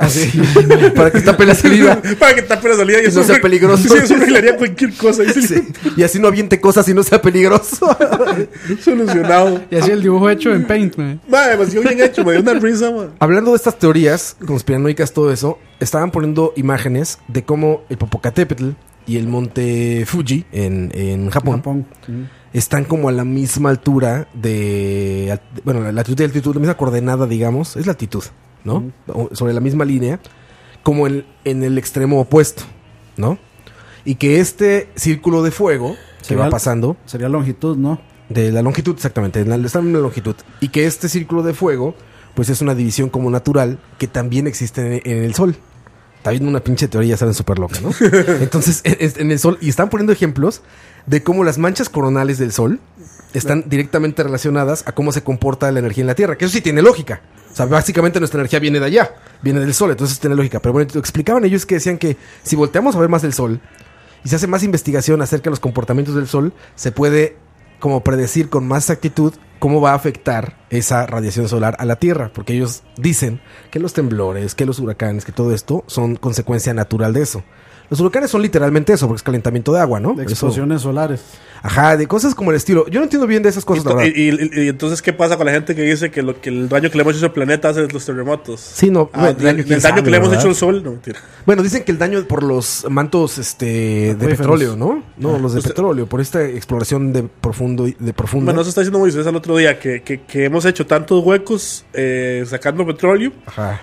Speaker 4: problemas. Ah, *laughs* Para que esta pelea se viva.
Speaker 7: *laughs* Para que tape la salida y
Speaker 4: Que
Speaker 7: eso
Speaker 4: no sea
Speaker 7: arreg-
Speaker 4: peligroso.
Speaker 7: *laughs* Sí, eso arreglaría cualquier cosa.
Speaker 4: *laughs*
Speaker 7: Dice,
Speaker 4: Sí. Y así no aviente cosas y no sea peligroso. *laughs*
Speaker 7: Solucionado.
Speaker 5: Y así el dibujo hecho en Paint, mae.
Speaker 7: Madre, demasiado bien hecho, me dio una risa, man.
Speaker 4: Hablando de estas teorías conspiranoicas, todo eso, estaban poniendo imágenes de cómo el Popocatépetl y el monte Fuji en, en Japón,
Speaker 2: Japón. Mm. Ujú.
Speaker 4: están como a la misma altura de. al- Bueno, la latitud y altitud, la misma coordenada, digamos, es latitud, ¿no? O- Sobre la misma línea, como en, en el extremo opuesto, ¿no? Y que este círculo de fuego que
Speaker 2: Se
Speaker 4: va
Speaker 2: va-
Speaker 4: pasando.
Speaker 2: Sería longitud, ¿no?
Speaker 4: De la longitud, exactamente. en la- Está en la longitud. Y que este círculo de fuego, pues es una división como natural que también existe en, en el Sol. Está viendo una pinche teoría, ya saben, súper loca, ¿no? Entonces, en, en- en el Sol, y están poniendo ejemplos de cómo las manchas coronales del Sol están directamente relacionadas a cómo se comporta la energía en la Tierra, que eso sí tiene lógica. O sea, básicamente nuestra energía viene de allá, viene del Sol, entonces tiene lógica. Pero bueno, explicaban ellos que decían que si volteamos a ver más del Sol, y se hace más investigación acerca de los comportamientos del Sol, se puede como predecir con más exactitud cómo va a afectar esa radiación solar a la Tierra, porque ellos dicen que los temblores, que los huracanes, que todo esto son consecuencia natural de eso. Los huracanes son literalmente eso, porque es calentamiento de agua, ¿no?
Speaker 2: de
Speaker 4: Eso.
Speaker 2: explosiones solares.
Speaker 4: Ajá, de cosas como el estilo. Yo no entiendo bien de esas cosas, la
Speaker 7: Esto-
Speaker 4: verdad.
Speaker 7: y, y- y- y entonces, ¿qué pasa con la gente que dice que, lo, que el daño que le hemos hecho al planeta hace los terremotos?
Speaker 4: Sí, no,
Speaker 7: Ah,
Speaker 4: bueno,
Speaker 7: el, el
Speaker 4: quién
Speaker 7: daño
Speaker 4: sabe,
Speaker 7: que le hemos
Speaker 4: ¿verdad?
Speaker 7: hecho al sol, no mentira.
Speaker 4: Bueno, dicen que el daño por los mantos este, de
Speaker 2: Acuíferos.
Speaker 4: petróleo, ¿no? No, los de petróleo, por esta exploración de profundo y- de profunda.
Speaker 7: Bueno, eso está diciendo Moisés al otro día, que, que, que hemos hecho tantos huecos eh, sacando petróleo
Speaker 4: Ajá.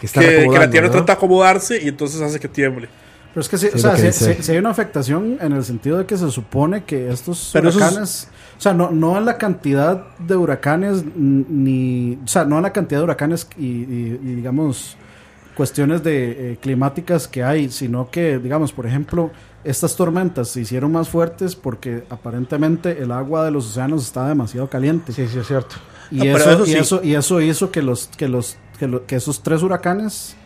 Speaker 4: Que, están
Speaker 7: que, que la
Speaker 4: acomodando,
Speaker 7: Tierra
Speaker 4: ¿no?
Speaker 7: trata de acomodarse y entonces hace que tiemble.
Speaker 2: Pero es que sí, o
Speaker 4: lo
Speaker 2: sea,
Speaker 4: que
Speaker 2: sí-
Speaker 4: dice.
Speaker 2: sí- sí hay una afectación en el sentido de que se supone que estos
Speaker 7: Pero eso es-
Speaker 2: huracanes, o sea, no, no en la cantidad de huracanes, n- ni, o sea, no en la cantidad de huracanes y, y- y, digamos, cuestiones de eh, climáticas que hay, sino que, digamos, por ejemplo, estas tormentas se hicieron más fuertes porque aparentemente el agua de los océanos está demasiado caliente.
Speaker 4: Sí, sí, es cierto.
Speaker 2: Y,
Speaker 7: Ah,
Speaker 2: eso,
Speaker 7: pero eso
Speaker 2: y
Speaker 7: sí.
Speaker 2: eso y eso hizo que los que los que, lo- que esos tres huracanes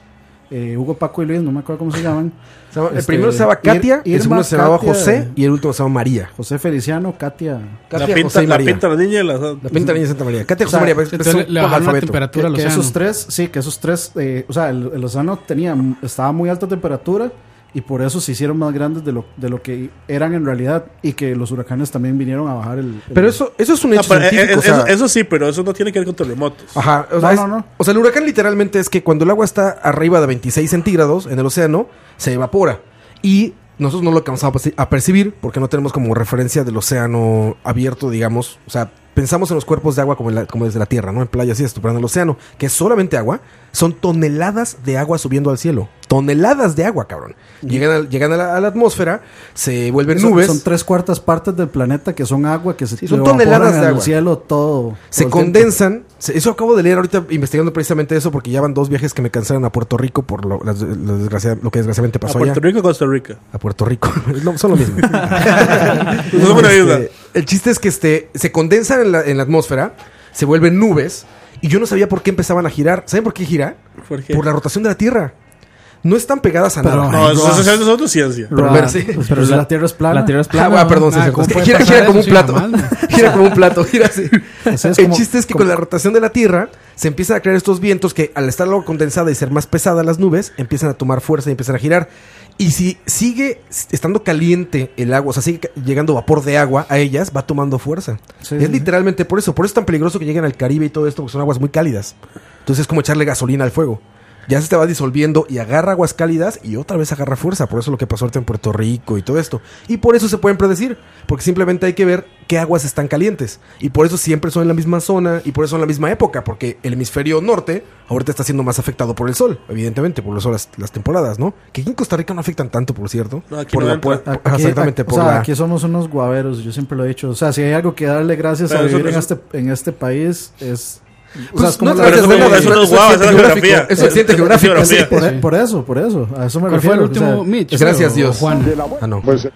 Speaker 2: eh, Hugo, Paco y Luis, no me acuerdo cómo se llaman.
Speaker 4: Se llama- el
Speaker 2: Este,
Speaker 4: primero se llama
Speaker 2: Ir-
Speaker 4: Katia, el
Speaker 2: Irma,
Speaker 4: segundo se llamaba
Speaker 2: Katia.
Speaker 4: José y el último se llama María.
Speaker 2: José Feliciano, Katia.
Speaker 7: La
Speaker 4: Katia,
Speaker 7: pinta,
Speaker 4: José y
Speaker 7: la
Speaker 4: María.
Speaker 7: pinta la niña y la...
Speaker 4: La pinta niña de Santa María. Katia,
Speaker 2: O
Speaker 4: José
Speaker 2: sea,
Speaker 4: María, pues, es
Speaker 5: Entonces
Speaker 4: un
Speaker 5: le bajaron la
Speaker 4: alfabeto.
Speaker 5: temperatura al
Speaker 2: que
Speaker 5: océano.
Speaker 2: esos tres, sí, que esos tres, eh, o sea, el, el océano tenía, estaba a muy alta temperatura y por eso se hicieron más grandes de lo, de lo que eran en realidad y que los huracanes también vinieron a bajar el... el-
Speaker 4: Pero eso, eso es un
Speaker 7: No,
Speaker 4: hecho
Speaker 7: pero, eh,
Speaker 4: científico.
Speaker 7: eh,
Speaker 4: o sea- Ah,
Speaker 7: eso, eso sí, pero eso no tiene que ver con terremotos.
Speaker 4: Ajá, o
Speaker 2: No,
Speaker 4: sea, es-
Speaker 2: no, no.
Speaker 4: o sea, el huracán literalmente es que cuando el agua está arriba de 26 centígrados en el océano, se evapora. Y nosotros no lo alcanzamos a perci- a percibir porque no tenemos como referencia del océano abierto, digamos. O sea, pensamos en los cuerpos de agua como, en la- como desde la tierra, ¿no? En playas y esto, pero en el océano, que es solamente agua, son toneladas de agua subiendo al cielo. Toneladas de agua, cabrón. Llegan, al- llegan a, la, a la atmósfera, se vuelven
Speaker 2: son,
Speaker 4: nubes.
Speaker 2: son tres cuartas partes del planeta que son agua, que se
Speaker 4: Sí, son
Speaker 2: evaporan
Speaker 4: toneladas de
Speaker 2: en el
Speaker 4: agua.
Speaker 2: cielo todo.
Speaker 4: se
Speaker 2: todo el tiempo.
Speaker 4: condensan. se- eso acabo de leer ahorita investigando precisamente eso porque ya van dos viajes que me cansaron a Puerto Rico por lo, las- lo desgracia- lo que desgraciadamente
Speaker 7: A
Speaker 4: pasó allá.
Speaker 7: Puerto Rico o Costa Rica.
Speaker 4: A Puerto Rico. *laughs* No, son lo mismo.
Speaker 7: *laughs* No somos una
Speaker 4: Este,
Speaker 7: isla.
Speaker 4: el chiste es que este, se condensan en la, en la atmósfera, se vuelven nubes y yo no sabía por qué empezaban a girar. ¿Saben por qué gira?
Speaker 7: ¿Por qué?
Speaker 4: Por la rotación de la Tierra. No están pegadas a
Speaker 2: Pero-
Speaker 4: nada.
Speaker 7: No, eso, eso-
Speaker 2: Ross.
Speaker 7: eso es otra ciencia.
Speaker 4: Pero
Speaker 2: Ra-
Speaker 4: ver, sí.
Speaker 2: pues, pero si la, Tierra es plana.
Speaker 6: La tierra es
Speaker 4: Ah,
Speaker 6: plana.
Speaker 4: bueno,
Speaker 6: ¿no?
Speaker 4: perdón, sí,
Speaker 5: Ah,
Speaker 4: es
Speaker 5: ¿cómo
Speaker 4: cierto.
Speaker 5: puede
Speaker 4: gira,
Speaker 5: pasar
Speaker 4: gira como un
Speaker 5: eso? Sí,
Speaker 4: plato.
Speaker 5: jamás,
Speaker 4: *laughs* gira como un plato,
Speaker 2: *laughs*
Speaker 4: gira así.
Speaker 2: Eso es
Speaker 4: el
Speaker 2: como-
Speaker 4: chiste es que con la rotación de la Tierra se empiezan a crear estos vientos que al estar luego condensada y ser más pesada las nubes, empiezan a tomar fuerza y empiezan a girar. Y si sigue estando caliente el agua, o sea, sigue ca- llegando vapor de agua a ellas, va tomando fuerza.
Speaker 2: Sí,
Speaker 4: es
Speaker 2: sí,
Speaker 4: literalmente por eso. Por eso es tan peligroso que lleguen al Caribe y todo esto, porque son aguas muy cálidas. Entonces es como echarle gasolina al fuego. Ya se te va disolviendo y agarra aguas cálidas y otra vez agarra fuerza. Por eso lo que pasó ahorita en Puerto Rico y todo esto. Y por eso se pueden predecir, porque simplemente hay que ver qué aguas están calientes. Y por eso siempre son en la misma zona y por eso en la misma época, porque el hemisferio norte ahorita está siendo más afectado por el sol, evidentemente, por los horas, las temporadas, ¿no? Que aquí en Costa Rica no afectan tanto, por cierto.
Speaker 7: No, aquí
Speaker 4: por
Speaker 7: no
Speaker 4: la
Speaker 7: entra.
Speaker 4: pu-
Speaker 2: Aquí,
Speaker 4: exactamente,
Speaker 2: o
Speaker 4: por
Speaker 2: sea,
Speaker 4: la-
Speaker 2: aquí somos unos guaveros, yo siempre lo he dicho. O sea, si hay algo que darle gracias
Speaker 7: Pero
Speaker 2: a
Speaker 7: eso-
Speaker 2: vivir en,
Speaker 7: eso-
Speaker 2: este, en este país es... o
Speaker 4: Pues,
Speaker 2: sea, es como
Speaker 4: no
Speaker 2: la-
Speaker 4: te
Speaker 7: Pero eso
Speaker 4: Pero
Speaker 7: no-
Speaker 4: es
Speaker 7: eso no es
Speaker 4: un
Speaker 7: guau, eso es
Speaker 4: accidente
Speaker 7: geografía.
Speaker 4: geográfico, es un accidente geográfico,
Speaker 2: Sí,
Speaker 7: geografía.
Speaker 2: por, e- por eso, por eso. A eso me
Speaker 5: ¿Cuál fue el
Speaker 2: refiero. o
Speaker 5: último
Speaker 2: sea,
Speaker 5: Mitch?
Speaker 4: pues, Gracias,
Speaker 5: o
Speaker 4: Dios.
Speaker 5: Juan.
Speaker 4: Ah, no.
Speaker 7: Pues,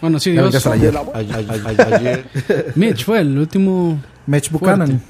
Speaker 5: Bueno, sí,
Speaker 4: Ya me
Speaker 5: Dios.
Speaker 4: quedaste ayer. *laughs*
Speaker 5: Mitch fue el último.
Speaker 2: Mitch Buchanan.
Speaker 5: Fuerte.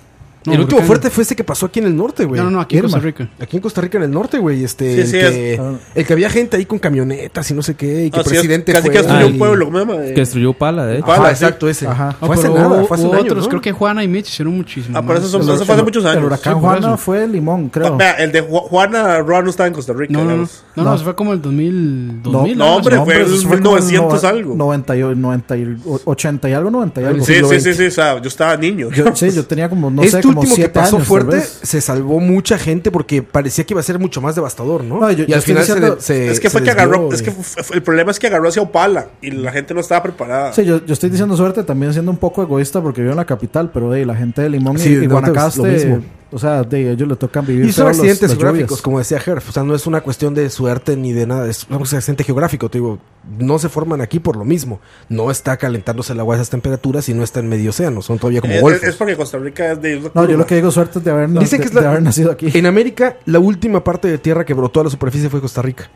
Speaker 5: no,
Speaker 4: el último
Speaker 5: huracán.
Speaker 4: fuerte fue este que pasó aquí en el norte, güey.
Speaker 5: No, no, no, aquí en
Speaker 4: Irma.
Speaker 5: Costa Rica.
Speaker 4: Aquí en Costa Rica, en el norte, güey. Este,
Speaker 7: Sí,
Speaker 4: el,
Speaker 7: sí,
Speaker 4: que,
Speaker 2: es-
Speaker 4: el que había gente ahí con camionetas y no sé qué. Y que
Speaker 7: Así Ah, es,
Speaker 4: presidente
Speaker 7: casi
Speaker 4: fue.
Speaker 7: que destruyó
Speaker 4: Ay.
Speaker 7: un pueblo, ¿cómo se llama? Eh,
Speaker 6: Que destruyó Pala, de hecho.
Speaker 4: Ajá,
Speaker 7: Pala, sí.
Speaker 4: exacto, ese.
Speaker 2: Ajá.
Speaker 4: Fue
Speaker 5: Ah,
Speaker 4: hace
Speaker 5: pero
Speaker 4: nada,
Speaker 5: hubo-
Speaker 4: fue hace un
Speaker 5: hubo
Speaker 4: año,
Speaker 5: otros,
Speaker 4: ¿no?
Speaker 5: creo que Juana y Mitch hicieron muchísimo.
Speaker 7: Ah, pero eso son-
Speaker 5: más.
Speaker 7: eso fue hace muchos
Speaker 2: El
Speaker 7: años. Ah,
Speaker 2: huracán
Speaker 5: Sí, por
Speaker 2: Juana
Speaker 5: eso.
Speaker 2: fue Limón, creo.
Speaker 7: Vea, el de Ju- Juana Roa no estaba en Costa Rica.
Speaker 5: No, no, no.
Speaker 7: digamos.
Speaker 5: No, no, eso fue como el 2000. 2000
Speaker 7: no,
Speaker 5: algo
Speaker 7: hombre,
Speaker 5: así.
Speaker 7: fue-
Speaker 2: eso
Speaker 7: eso
Speaker 2: fue
Speaker 7: fue
Speaker 2: como
Speaker 7: 900
Speaker 2: no-
Speaker 7: algo.
Speaker 2: 90 y, 90 y, o- 80 y algo, 90 y algo.
Speaker 7: Sí,
Speaker 4: siglo
Speaker 7: sí,
Speaker 4: XX.
Speaker 7: sí, sí, o sea, yo estaba niño.
Speaker 2: Yo, sí,
Speaker 7: *laughs*
Speaker 2: yo tenía como, no
Speaker 4: este
Speaker 2: sé, como
Speaker 4: último que
Speaker 2: 7 años.
Speaker 4: pasó
Speaker 2: tal
Speaker 4: fuerte
Speaker 2: vez.
Speaker 4: se salvó mucha gente porque parecía que iba a ser mucho más devastador, ¿no?
Speaker 2: No, yo-
Speaker 4: y
Speaker 2: yo
Speaker 4: al
Speaker 2: estoy
Speaker 4: final se,
Speaker 2: diciendo-
Speaker 4: de- se-
Speaker 7: es que
Speaker 4: se
Speaker 7: fue que
Speaker 4: desvió,
Speaker 7: agarró,
Speaker 4: güey.
Speaker 7: es que fue- fue- el problema es que agarró hacia Opala y la gente no estaba preparada.
Speaker 2: Sí, yo, yo estoy diciendo suerte también siendo un poco egoísta porque vivo en la capital, pero de la gente de Limón
Speaker 4: Sí,
Speaker 2: y,
Speaker 4: de
Speaker 2: y
Speaker 4: Norte es lo
Speaker 2: Guanacaste,
Speaker 4: mismo.
Speaker 2: o sea, de ellos le tocan vivir
Speaker 4: Y son
Speaker 2: feo las-
Speaker 4: accidentes
Speaker 2: las
Speaker 4: geográficos,
Speaker 2: lluvias.
Speaker 4: como decía Herf. O sea, no es una cuestión de suerte ni de nada. Es un accidente geográfico. Te digo, no se forman aquí por lo mismo. No está calentándose el agua a esas temperaturas y no está en medio océano. Son todavía como
Speaker 7: es,
Speaker 4: golfos.
Speaker 7: es- es porque Costa Rica es de.
Speaker 2: No, yo lo que digo suerte es de haber, na-
Speaker 4: Dicen que
Speaker 2: de-
Speaker 4: es la-
Speaker 2: de haber nacido aquí.
Speaker 4: *laughs* En América, la última parte de tierra que brotó a la superficie fue Costa Rica.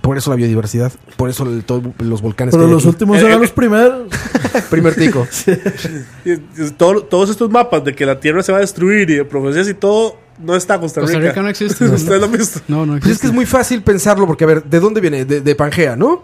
Speaker 4: Por eso la biodiversidad. Por eso el- todo- los volcanes.
Speaker 2: Pero
Speaker 4: que hay
Speaker 2: los
Speaker 4: aquí.
Speaker 2: últimos
Speaker 7: Eh,
Speaker 2: eran
Speaker 7: eh,
Speaker 2: los primeros.
Speaker 4: *laughs* Primer
Speaker 2: *laughs*
Speaker 4: tico.
Speaker 7: y- y todo- todos estos mapas de que la tierra se va a destruir y de profecías y todo, no está Costa Rica.
Speaker 5: Costa Rica no
Speaker 7: *laughs*
Speaker 5: existe.
Speaker 7: Ustedes lo han visto.
Speaker 5: No, no
Speaker 4: Pues es que
Speaker 5: existe.
Speaker 4: es muy fácil pensarlo, porque a ver, ¿de dónde viene? De, de Pangea, ¿no?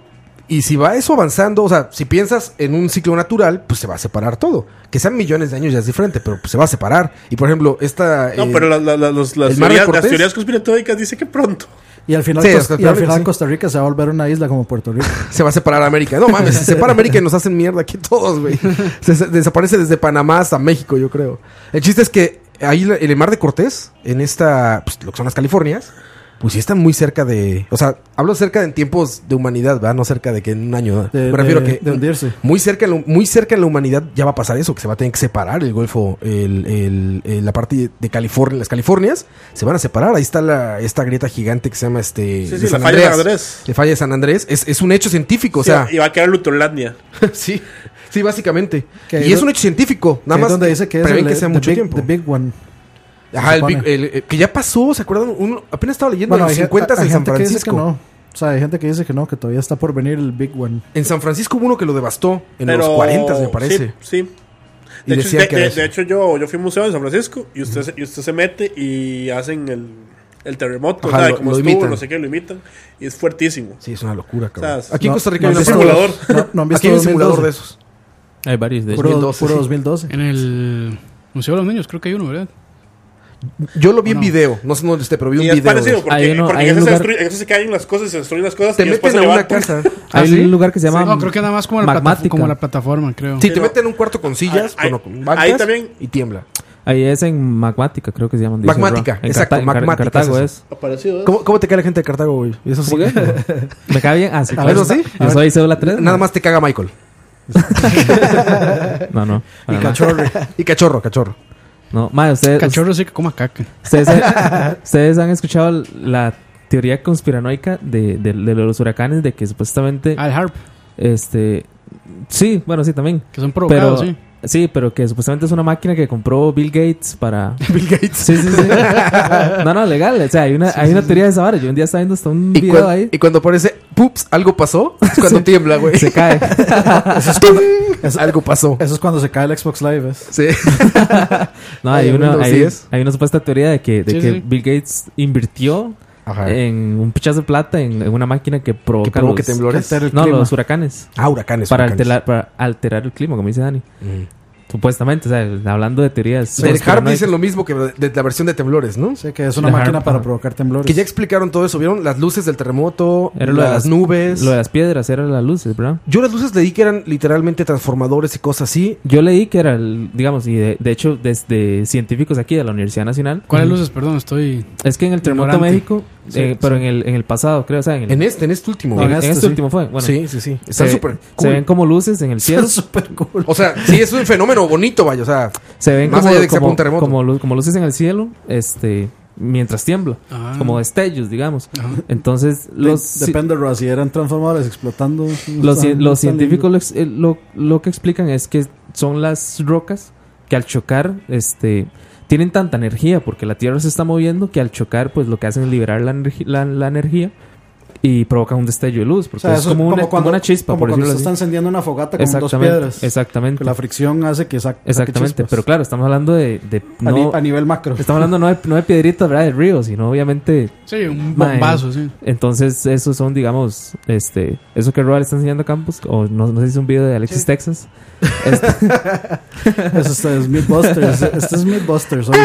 Speaker 4: Y si va eso avanzando, o sea, si piensas en un ciclo natural, pues se va a separar todo. Que sean millones de años ya es diferente, pero pues, se va a separar. Y por ejemplo, esta.
Speaker 7: No,
Speaker 4: eh,
Speaker 7: pero la- la- la- los- las,
Speaker 4: el Mar de
Speaker 7: teorías, las
Speaker 4: Cortés.
Speaker 7: teorías conspiratorias dicen que pronto.
Speaker 2: Y al final,
Speaker 4: Sí,
Speaker 2: Cos-
Speaker 4: es que
Speaker 2: y al
Speaker 4: claro que
Speaker 2: final
Speaker 4: sí.
Speaker 2: Costa Rica se va a volver una isla como Puerto
Speaker 4: *laughs*
Speaker 2: Rico.
Speaker 4: Se va a separar América. No mames, se separa América y nos hacen mierda aquí todos,
Speaker 7: *laughs*
Speaker 4: güey. Se- se- desaparece desde Panamá hasta México, yo creo. El chiste es que ahí la- en el Mar de Cortés, en esta, pues, lo que son las Californias, pues sí están muy cerca de. O sea, hablo cerca de en tiempos de humanidad, ¿verdad? No cerca de que en un año. ¿verdad?
Speaker 2: De-
Speaker 4: Me refiero
Speaker 2: de-
Speaker 4: a que.
Speaker 2: de hundirse.
Speaker 4: Muy cerca, en la- muy cerca en la humanidad ya va a pasar eso, que se va a tener que separar el Golfo, el- el- el- la parte de California, las Californias, se van a separar. Ahí está la, esta grieta gigante que se llama este.
Speaker 7: Sí, sí, la falla de San Andrés.
Speaker 4: La falla de San Andrés. Es, es un hecho científico, o sea.
Speaker 7: y va a quedar Lutolandia.
Speaker 4: *laughs* sí, sí, básicamente.
Speaker 2: Que ahí
Speaker 4: y es
Speaker 2: lo-
Speaker 4: un hecho científico, nada
Speaker 2: Que
Speaker 4: más.
Speaker 2: es donde dice que es
Speaker 4: prevén
Speaker 2: el,
Speaker 4: que sea
Speaker 2: the
Speaker 4: mucho
Speaker 2: big-
Speaker 4: tiempo.
Speaker 2: the big one.
Speaker 4: Ajá, el big-
Speaker 2: supone.
Speaker 4: el- el- que ya pasó, ¿se acuerdan? Un- apenas estaba leyendo
Speaker 2: Bueno,
Speaker 4: en los
Speaker 2: hay,
Speaker 4: 50
Speaker 2: hay
Speaker 4: en San
Speaker 2: gente que dice que
Speaker 4: Francisco.
Speaker 2: no. O sea, hay gente que dice que no, que todavía está por venir el Big One.
Speaker 4: En San Francisco hubo uno que lo devastó en
Speaker 7: Pero-
Speaker 4: los 40, me parece.
Speaker 7: Sí, sí.
Speaker 4: Y
Speaker 7: De hecho,
Speaker 4: decía
Speaker 7: de-
Speaker 4: que
Speaker 7: de-
Speaker 4: era eso.
Speaker 7: de hecho, yo, yo fui a un museo en San Francisco y usted, se- y usted se mete y hacen el, el terremoto,
Speaker 4: Ajá,
Speaker 7: ¿sabe?
Speaker 4: lo-
Speaker 7: como
Speaker 4: lo
Speaker 7: estuvo,
Speaker 4: imitan.
Speaker 7: no sé qué, lo imitan. Y es fuertísimo.
Speaker 4: Sí, es una locura,
Speaker 7: O
Speaker 4: cabrón.
Speaker 7: sea,
Speaker 4: Aquí en
Speaker 2: No,
Speaker 4: Costa Rica
Speaker 2: no
Speaker 4: hay
Speaker 2: han
Speaker 4: un
Speaker 2: visto-
Speaker 4: simulador.
Speaker 2: No, no han visto
Speaker 4: Aquí hay un simulador
Speaker 2: 2012.
Speaker 4: de esos.
Speaker 6: Hay varios de
Speaker 2: Puro,
Speaker 4: 2012,
Speaker 2: puro
Speaker 4: sí.
Speaker 2: 2012.
Speaker 5: En el Museo de los Niños creo que hay uno, ¿verdad?
Speaker 4: Yo lo vi en
Speaker 5: No.
Speaker 4: video, no sé dónde esté, pero vi un
Speaker 7: Y
Speaker 4: video.
Speaker 7: es parecido,
Speaker 4: de-
Speaker 7: porque,
Speaker 6: Hay uno-
Speaker 7: porque
Speaker 6: hay
Speaker 7: en
Speaker 6: un
Speaker 7: eso se
Speaker 6: lugar-
Speaker 7: destruye- en eso se caen las cosas, se destruyen las cosas.
Speaker 4: Te
Speaker 7: y después
Speaker 4: meten a
Speaker 7: se
Speaker 4: una
Speaker 7: levantan.
Speaker 4: casa.
Speaker 6: Hay
Speaker 5: Ah, ¿sí?
Speaker 6: un lugar que se llama.
Speaker 5: No, creo que nada más como la, plata-
Speaker 6: Magmática.
Speaker 5: como la plataforma, creo.
Speaker 4: Sí,
Speaker 7: Sí,
Speaker 4: te
Speaker 7: no.
Speaker 4: meten en un cuarto con sillas,
Speaker 7: Ahí-
Speaker 4: bueno, con
Speaker 7: ahí
Speaker 4: bancas
Speaker 7: también-
Speaker 4: y tiembla.
Speaker 6: Ahí es en Magmática, creo que se llaman. dicen,
Speaker 4: Magmática,
Speaker 6: ¿verdad? En
Speaker 4: exacto,
Speaker 6: Carta- en Car- en
Speaker 4: Magmática
Speaker 6: Cartago
Speaker 4: es
Speaker 6: es.
Speaker 7: Aparecido, ¿eh?
Speaker 4: ¿Cómo, cómo te cae la gente de Cartago, güey? Eso sí.
Speaker 6: Me cae bien. Ah, sí,
Speaker 4: A
Speaker 6: claro.
Speaker 4: ver, ¿sí?
Speaker 6: Yo soy cédula 3.
Speaker 4: Nada más te caga Michael.
Speaker 6: *laughs* No, no.
Speaker 4: Ah,
Speaker 6: para
Speaker 2: Y
Speaker 4: *laughs*
Speaker 6: nada.
Speaker 2: cachorro.
Speaker 4: Y cachorro, cachorro.
Speaker 6: No, madre, ustedes,
Speaker 5: Cachorro sí que coma caca.
Speaker 6: ustedes,
Speaker 4: *laughs*
Speaker 6: ustedes han escuchado la teoría conspiranoica de, de, de los huracanes de que supuestamente,
Speaker 5: Ah, el harp,
Speaker 6: este, sí, bueno, sí, también.
Speaker 5: que son
Speaker 6: Pero,
Speaker 5: provocados,
Speaker 6: sí.
Speaker 5: sí.
Speaker 6: pero que supuestamente es una máquina que compró Bill Gates para... Bill Gates. Sí, sí, sí. No, no, legal. O sea, hay una, hay una teoría de esa vara. Yo un día estaba viendo hasta un
Speaker 4: Y,
Speaker 6: video
Speaker 4: cuan-
Speaker 6: ahí.
Speaker 4: y cuando aparece, ¡pups! Algo pasó. Es *laughs* cuando tiembla, güey.
Speaker 6: Se cae.
Speaker 4: *laughs* ¡Ting! algo pasó.
Speaker 2: Eso es cuando se cae el Xbox Live. ¿ves?
Speaker 4: Sí.
Speaker 6: No, hay,
Speaker 4: Hay
Speaker 6: una,
Speaker 4: Windows
Speaker 6: hay,
Speaker 4: 10.
Speaker 6: hay una supuesta teoría de que, de
Speaker 5: Sí,
Speaker 6: que
Speaker 5: sí.
Speaker 6: Bill Gates invirtió
Speaker 4: Ajá.
Speaker 6: en un pichazo de plata en, en una máquina que
Speaker 4: Ah. que
Speaker 6: provoca,
Speaker 4: provoque
Speaker 6: los-
Speaker 4: temblores.
Speaker 2: el
Speaker 6: No,
Speaker 2: clima.
Speaker 6: los huracanes.
Speaker 4: Ah, huracanes.
Speaker 6: Para
Speaker 4: huracanes.
Speaker 6: alterar, para alterar el clima, como dice Dani.
Speaker 4: Mm.
Speaker 6: Supuestamente, o sea, el- hablando de teorías.
Speaker 4: Del Harp
Speaker 6: conspiranoicas.
Speaker 4: dicen lo mismo que de la versión de temblores, ¿no?
Speaker 2: Sí, que es una
Speaker 6: La
Speaker 2: máquina
Speaker 6: harpa.
Speaker 2: para provocar temblores. *laughs*
Speaker 4: Que ya explicaron todo eso. ¿Vieron? Las luces del terremoto,
Speaker 6: Era lo de
Speaker 4: las,
Speaker 6: las-
Speaker 4: nubes.
Speaker 6: Lo de las piedras eran las luces, ¿verdad?
Speaker 4: Yo las luces leí que eran literalmente transformadores y cosas así.
Speaker 6: Yo leí que era, el, digamos, y de, de hecho, desde científicos aquí de la Universidad Nacional. Mm.
Speaker 5: ¿Cuáles luces? Perdón, estoy...
Speaker 6: Es que en el terremoto
Speaker 5: Ignorante.
Speaker 6: México, eh,
Speaker 5: sí.
Speaker 6: pero En, el, en el pasado, creo, o sea, en el.
Speaker 4: En este, en este último.
Speaker 6: en-
Speaker 2: No,
Speaker 6: en
Speaker 2: en este,
Speaker 6: este
Speaker 2: sí.
Speaker 6: último fue. Bueno,
Speaker 4: sí, sí, sí. Están
Speaker 6: se,
Speaker 4: súper
Speaker 6: se
Speaker 4: cool.
Speaker 6: ven como luces
Speaker 4: *laughs*
Speaker 6: en el cielo. *laughs*
Speaker 2: es súper cool.
Speaker 4: O sea, sí, es un fenómeno bonito, vaya. O sea,
Speaker 6: Se ven
Speaker 4: Más
Speaker 6: como,
Speaker 4: allá de que sea
Speaker 6: como-
Speaker 4: un terremoto.
Speaker 6: como lu- como luces en el cielo, este, mientras tiembla,
Speaker 5: Ah,
Speaker 4: Ah.
Speaker 6: como destellos, digamos. Entonces, los,
Speaker 2: De- Depende, bro, si eran transformadores explotando.
Speaker 6: los,
Speaker 2: no
Speaker 6: ci-
Speaker 2: están- no están
Speaker 6: los científicos lo, ex- eh, lo, lo que explican es que son las rocas que al chocar, este, tienen tanta energía porque la Tierra se está moviendo que al chocar, pues lo que hacen es liberar la, energi- la, la energía y provoca un destello de luz, porque
Speaker 2: O sea,
Speaker 6: es
Speaker 2: eso
Speaker 6: como, una, como
Speaker 2: cuando-
Speaker 6: una chispa,
Speaker 2: como
Speaker 6: por
Speaker 2: cuando
Speaker 6: decirlo
Speaker 2: se está
Speaker 6: así.
Speaker 2: encendiendo una fogata con dos
Speaker 6: Exactamente,
Speaker 2: piedras.
Speaker 6: exactamente,
Speaker 2: Que la fricción hace que sac- saque
Speaker 6: exactamente.
Speaker 2: chispas.
Speaker 6: Pero claro, estamos hablando de, de
Speaker 2: A ni-
Speaker 6: no-
Speaker 2: a, nivel macro.
Speaker 6: Estamos hablando no de, no de piedritas, ¿verdad? De ríos, sino obviamente
Speaker 5: Sí, un
Speaker 6: Mae.
Speaker 5: bombazo, sí.
Speaker 6: Entonces, esos son, digamos, este, eso que Roa le está enseñando a Campos, o no, no sé si es un video de Alexis Texas.
Speaker 2: *laughs* Eso está- es
Speaker 6: *laughs*
Speaker 2: Mythbusters. Este es Mythbusters. oye.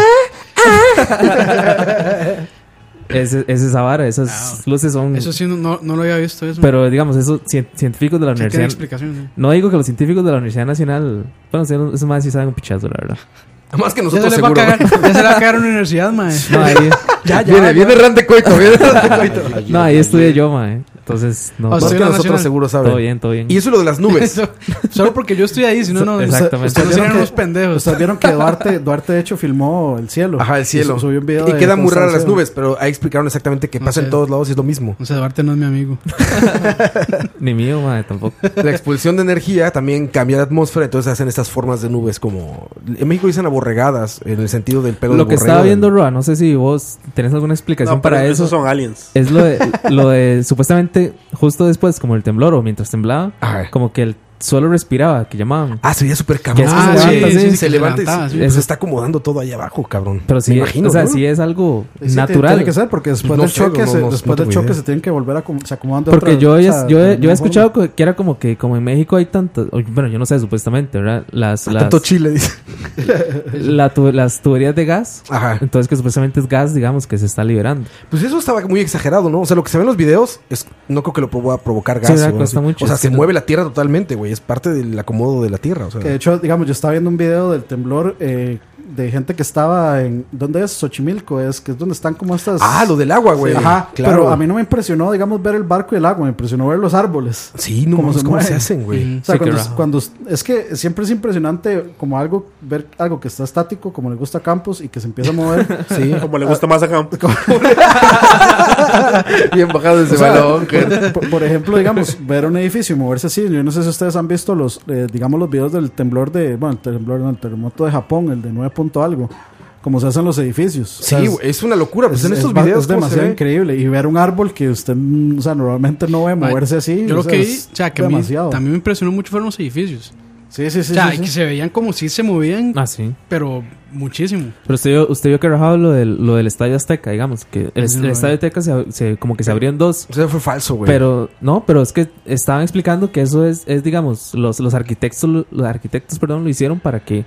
Speaker 6: Es, es esa vara, esas luces son.
Speaker 5: Eso sí, no, no lo había visto eso.
Speaker 6: Mm. Pero digamos, esos cien- científicos de la
Speaker 5: sí tiene
Speaker 6: universidad.
Speaker 5: explicación, sí.
Speaker 6: No digo que los científicos de la Universidad Nacional. Bueno, sí, esos más sí saben un pichazo, la
Speaker 4: *laughs*
Speaker 6: verdad.
Speaker 4: más que
Speaker 5: Ya se,
Speaker 4: nosotros
Speaker 5: le va a
Speaker 4: seguro.
Speaker 5: cagar, ya se le va a cagar una universidad, mae.
Speaker 6: No, ahí,
Speaker 5: Ya, ya.
Speaker 4: Viene, viene Rande Coito, viene Rande Coito.
Speaker 6: no, ahí estudié yo, mae. Entonces, no.
Speaker 5: O
Speaker 4: Más
Speaker 5: sea,
Speaker 4: que
Speaker 5: la
Speaker 4: nosotros
Speaker 5: nacional.
Speaker 4: seguro
Speaker 6: todo
Speaker 4: saben.
Speaker 6: bien, todo bien.
Speaker 4: Y eso es lo de las
Speaker 5: *laughs*
Speaker 4: nubes.
Speaker 5: *laughs* Eso- Solo porque yo estoy ahí, si no, no.
Speaker 6: Exactamente.
Speaker 5: Ustedes no
Speaker 2: Ustedes vieron
Speaker 5: serían
Speaker 2: que-
Speaker 5: unos pendejos.
Speaker 2: Ustedes vieron que Duarte, Duarte de hecho, filmó el cielo.
Speaker 4: Ajá, el cielo.
Speaker 2: Y subió un video
Speaker 4: y
Speaker 2: de
Speaker 4: quedan
Speaker 2: cómo
Speaker 4: muy
Speaker 2: estaba
Speaker 4: raras
Speaker 2: el
Speaker 4: las
Speaker 2: cielo.
Speaker 4: nubes, pero ahí explicaron exactamente que
Speaker 5: No
Speaker 4: pasa
Speaker 5: sé.
Speaker 4: en todos lados y es lo mismo.
Speaker 5: O sea, Duarte no es mi amigo.
Speaker 6: Ni mío,
Speaker 4: *laughs*
Speaker 6: mae, tampoco.
Speaker 4: La expulsión de energía también cambia la atmósfera, entonces hacen estas formas de nubes como... En México dicen aborregadas, en el sentido del pelo
Speaker 6: Lo
Speaker 4: del
Speaker 6: que
Speaker 4: borrego,
Speaker 6: estaba
Speaker 4: del-
Speaker 6: viendo Roa, no sé si vos tenés alguna explicación
Speaker 7: No, pero
Speaker 6: para eso.
Speaker 7: Esos son aliens.
Speaker 6: Es lo de, lo de supuestamente justo después, como el temblor o mientras temblaba,
Speaker 4: Ajá.
Speaker 6: como que el, solo respiraba, que llamaban.
Speaker 4: Ah, sería súper cabrón.
Speaker 6: Que es que se
Speaker 4: Ah,
Speaker 6: levanta,
Speaker 4: sí,
Speaker 6: sí,
Speaker 4: sí,
Speaker 5: que
Speaker 4: se
Speaker 5: se
Speaker 4: levanta. y
Speaker 5: levantaba,
Speaker 4: se-
Speaker 5: sí.
Speaker 4: pues, se está acomodando todo ahí abajo, cabrón.
Speaker 6: Pero sí,
Speaker 4: Me imagino,
Speaker 6: o sea,
Speaker 4: ¿no?
Speaker 6: sí es algo
Speaker 2: Sí, sí, tiene-
Speaker 6: natural.
Speaker 2: Tiene que ser, porque después
Speaker 4: No
Speaker 2: del
Speaker 4: sé,
Speaker 2: choque,
Speaker 4: no-
Speaker 2: se,
Speaker 4: no-
Speaker 2: después
Speaker 4: no
Speaker 2: del
Speaker 4: tengo
Speaker 2: choque
Speaker 4: idea.
Speaker 2: se tienen que volver a acom- se acomodan de
Speaker 6: Porque
Speaker 2: otra-
Speaker 6: yo,
Speaker 2: o
Speaker 6: he-
Speaker 2: sea,
Speaker 6: yo,
Speaker 2: de
Speaker 6: he- yo
Speaker 2: ningún
Speaker 6: he escuchado que que era como que como en México hay tantas, o- bueno, yo no sé, supuestamente, ¿verdad? Las, las,
Speaker 4: Ah, Tanto *laughs* chile, dice.
Speaker 6: la tu- las tuberías de gas.
Speaker 4: Ajá.
Speaker 6: Entonces que supuestamente es gas, digamos, que se está liberando.
Speaker 4: Pues eso estaba muy exagerado, ¿no? O sea, lo que se ve en los videos es, no creo que lo pueda provocar gas.
Speaker 6: Sí, ¿verdad?
Speaker 4: o,
Speaker 6: Cuesta
Speaker 4: así.
Speaker 6: mucho.
Speaker 4: o sea,
Speaker 6: Es
Speaker 4: se
Speaker 6: que no-
Speaker 4: mueve la tierra totalmente, güey. Es parte del acomodo de la tierra. O sea,
Speaker 2: Que de hecho, digamos, yo estaba viendo un video del temblor eh, de gente que estaba en. ¿Dónde es? Xochimilco, es que es donde están como estas.
Speaker 4: ah, lo del agua, güey.
Speaker 2: Ajá,
Speaker 4: claro.
Speaker 2: pero a mí no me impresionó, digamos, ver el barco y el agua, me impresionó ver los árboles.
Speaker 4: Sí, no
Speaker 2: ¿Cómo
Speaker 4: mames,
Speaker 2: se
Speaker 4: ¿cómo
Speaker 2: mueve? Mm.
Speaker 4: se hacen, güey? *laughs*
Speaker 2: O sea,
Speaker 6: Sí, qué
Speaker 2: cuando,
Speaker 6: raja.
Speaker 2: cuando- es que siempre es impresionante como algo, ver algo que está estático, como le gusta a Campos y que se empieza a
Speaker 4: *laughs*
Speaker 2: mover. sí.
Speaker 7: *laughs* Como le gusta más a Campo.
Speaker 4: Bien bajado ese
Speaker 2: O sea,
Speaker 4: balón, *laughs* güey.
Speaker 2: por, por- por ejemplo, digamos, ver un edificio y moverse así. Yo no sé si ustedes han visto los, eh, digamos, los videos del temblor de, bueno, el temblor, no, el terremoto de Japón, el de 9 punto algo, como se hacen los edificios. O sea,
Speaker 4: Sí,
Speaker 2: es-
Speaker 4: güey, es una locura. Pues
Speaker 2: Es,
Speaker 4: en
Speaker 2: es
Speaker 4: estos
Speaker 2: ba-
Speaker 4: videos
Speaker 2: es
Speaker 4: ¿cómo se
Speaker 2: demasiado
Speaker 4: ve?
Speaker 2: increíble. Y ver un árbol que usted, mm, o sea, normalmente no ve moverse así.
Speaker 5: Yo
Speaker 2: o
Speaker 5: lo
Speaker 2: sea,
Speaker 5: que vi,
Speaker 2: es
Speaker 5: o sea, que a mí
Speaker 2: demasiado.
Speaker 5: también me impresionó mucho fueron los edificios.
Speaker 2: Sí, sí, sí.
Speaker 5: o sea,
Speaker 2: sí,
Speaker 5: y que
Speaker 2: sí.
Speaker 5: se veían como si se movían,
Speaker 6: Ah, sí.
Speaker 5: pero muchísimo.
Speaker 6: Pero usted vio, usted vio que rajado lo del, lo del Estadio Azteca, digamos, que el,
Speaker 5: Sí,
Speaker 6: el
Speaker 5: lo vi.
Speaker 6: Estadio Azteca se, se- como que se abrió en dos.
Speaker 4: O sea, fue falso, güey.
Speaker 6: Pero, no, pero es que estaban explicando que eso es, es digamos, los, los arquitectos, los arquitectos, perdón, lo hicieron para que,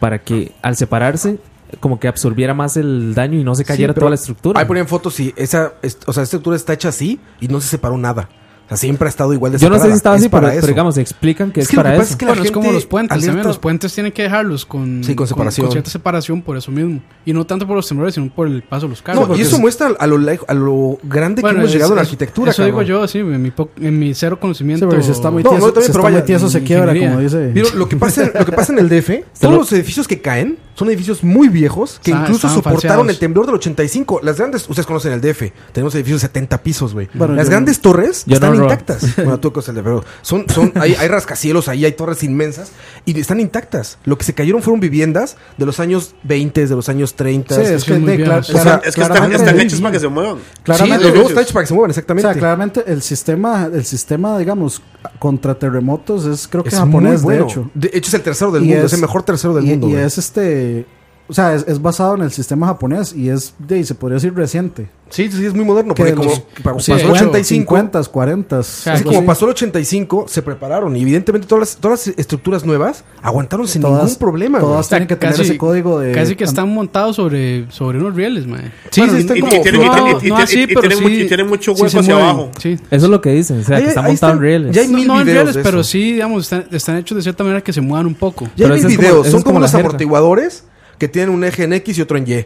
Speaker 6: para que al separarse, como que absorbiera más el daño y no se cayera
Speaker 4: pero
Speaker 6: toda la estructura.
Speaker 4: Ahí ponían fotos y esa, est- o sea, esta estructura está hecha así y no se separó nada. O sea, siempre ha estado igual de
Speaker 6: Yo no sé
Speaker 4: separada.
Speaker 6: si estaba
Speaker 4: Es
Speaker 6: así, pero,
Speaker 4: para
Speaker 6: pero
Speaker 4: eso.
Speaker 6: digamos, explican que es,
Speaker 4: Es que lo
Speaker 6: para
Speaker 4: que pasa
Speaker 6: eso.
Speaker 4: es que la
Speaker 5: Bueno, es como
Speaker 4: gente
Speaker 5: los puentes también.
Speaker 4: alerta-
Speaker 5: Los puentes tienen que dejarlos con,
Speaker 4: Sí, con separación.
Speaker 5: con cierta separación por eso mismo. Y no tanto por los temblores, sino por el paso de los carros.
Speaker 4: No, y eso muestra a lo, lejo- a lo grande que
Speaker 5: Bueno,
Speaker 4: hemos
Speaker 5: es-
Speaker 4: llegado a la
Speaker 5: es-
Speaker 4: arquitectura,
Speaker 5: Eso
Speaker 4: cabrón.
Speaker 5: digo yo, sí, en mi, po- en mi cero
Speaker 2: Sí,
Speaker 5: conocimiento.
Speaker 2: pero si está muy
Speaker 4: No,
Speaker 2: tieso,
Speaker 4: no, también,
Speaker 2: si
Speaker 4: pero
Speaker 2: está muy
Speaker 4: vaya,
Speaker 2: tieso se quiebra,
Speaker 5: ingeniería.
Speaker 2: como dice.
Speaker 4: Mira, lo que pasa, lo que pasa en el DF, todos
Speaker 6: lo-
Speaker 4: los edificios que caen son edificios muy viejos que
Speaker 5: Está-
Speaker 4: incluso
Speaker 5: estaban
Speaker 4: soportaron
Speaker 5: falseados.
Speaker 4: el temblor del 85. Las grandes, ustedes conocen el DF, tenemos edificios de 70 pisos, güey.
Speaker 2: Bueno,
Speaker 4: Las
Speaker 2: yo-
Speaker 4: grandes torres
Speaker 6: yo no,
Speaker 4: están
Speaker 6: Roa. *laughs*
Speaker 4: intactas. bueno, tú conoces el DF, pero son, son, hay, hay rascacielos ahí, hay torres inmensas y están intactas. Lo que se cayeron fueron viviendas de los años 20, de los años 30.
Speaker 2: Sí, es que
Speaker 5: muy
Speaker 2: de-
Speaker 5: bien,
Speaker 2: clar-
Speaker 5: sí.
Speaker 7: O sea,
Speaker 2: clara-
Speaker 7: es que están,
Speaker 2: claramente-
Speaker 7: están hechos para que se muevan.
Speaker 4: Claramente,
Speaker 2: claramente-
Speaker 4: los nuevos están hechos para que se muevan,
Speaker 2: O
Speaker 4: exactamente.
Speaker 2: sea, claramente el sistema, el sistema, digamos, contra terremotos es creo que
Speaker 4: es muy
Speaker 2: japonés,
Speaker 4: bueno.
Speaker 2: de hecho.
Speaker 4: De hecho, es el tercero del
Speaker 2: Y
Speaker 4: mundo, es, el mejor tercero del
Speaker 2: y-
Speaker 4: mundo.
Speaker 2: Y
Speaker 4: güey.
Speaker 2: es este. O sea, es, es basado en el sistema japonés y es, de, se podría decir, reciente.
Speaker 4: Sí, sí, es muy moderno.
Speaker 2: Que
Speaker 4: Porque
Speaker 2: de
Speaker 4: como
Speaker 2: los-
Speaker 4: pasó
Speaker 5: sí,
Speaker 4: el
Speaker 5: de hecho,
Speaker 4: 85,
Speaker 2: 50, 40.
Speaker 5: sea,
Speaker 4: Así
Speaker 6: Pues
Speaker 5: Algo
Speaker 4: como pasó el 85, se prepararon. Y evidentemente todas las, todas las estructuras nuevas aguantaron sin
Speaker 2: Todas-
Speaker 4: ningún problema. güey.
Speaker 2: todas- tienen que tener ese código de-
Speaker 5: Casi que están montados sobre, sobre unos rieles, mae.
Speaker 4: Sí,
Speaker 5: Bueno,
Speaker 4: sí,
Speaker 7: Y-
Speaker 4: están
Speaker 7: y-
Speaker 4: como-
Speaker 7: y tienen- y-
Speaker 5: no,
Speaker 7: y- y-
Speaker 5: no
Speaker 7: y-
Speaker 5: así,
Speaker 7: y
Speaker 5: pero
Speaker 7: tienen
Speaker 5: sí-
Speaker 7: mu- y tienen mucho
Speaker 5: sí
Speaker 7: hueco
Speaker 5: se
Speaker 7: hacia
Speaker 5: mueven,
Speaker 7: abajo.
Speaker 5: Sí.
Speaker 6: Eso es lo que dicen, o sea,
Speaker 4: Ahí-
Speaker 6: que está
Speaker 4: ahí
Speaker 6: montado en
Speaker 4: están-
Speaker 6: rieles.
Speaker 4: ya hay-
Speaker 5: No,
Speaker 4: mil
Speaker 5: no en
Speaker 4: videos
Speaker 5: reales,
Speaker 4: de eso.
Speaker 5: pero sí, digamos, están, están hechos de cierta manera que se muevan un poco.
Speaker 4: Ya
Speaker 6: Pero
Speaker 4: hay
Speaker 6: ese
Speaker 4: mil
Speaker 6: es como-
Speaker 4: videos.
Speaker 6: ese
Speaker 4: son
Speaker 6: es
Speaker 4: como,
Speaker 6: como la
Speaker 4: los
Speaker 6: jerga.
Speaker 4: amortiguadores que tienen un eje en X y otro en Y.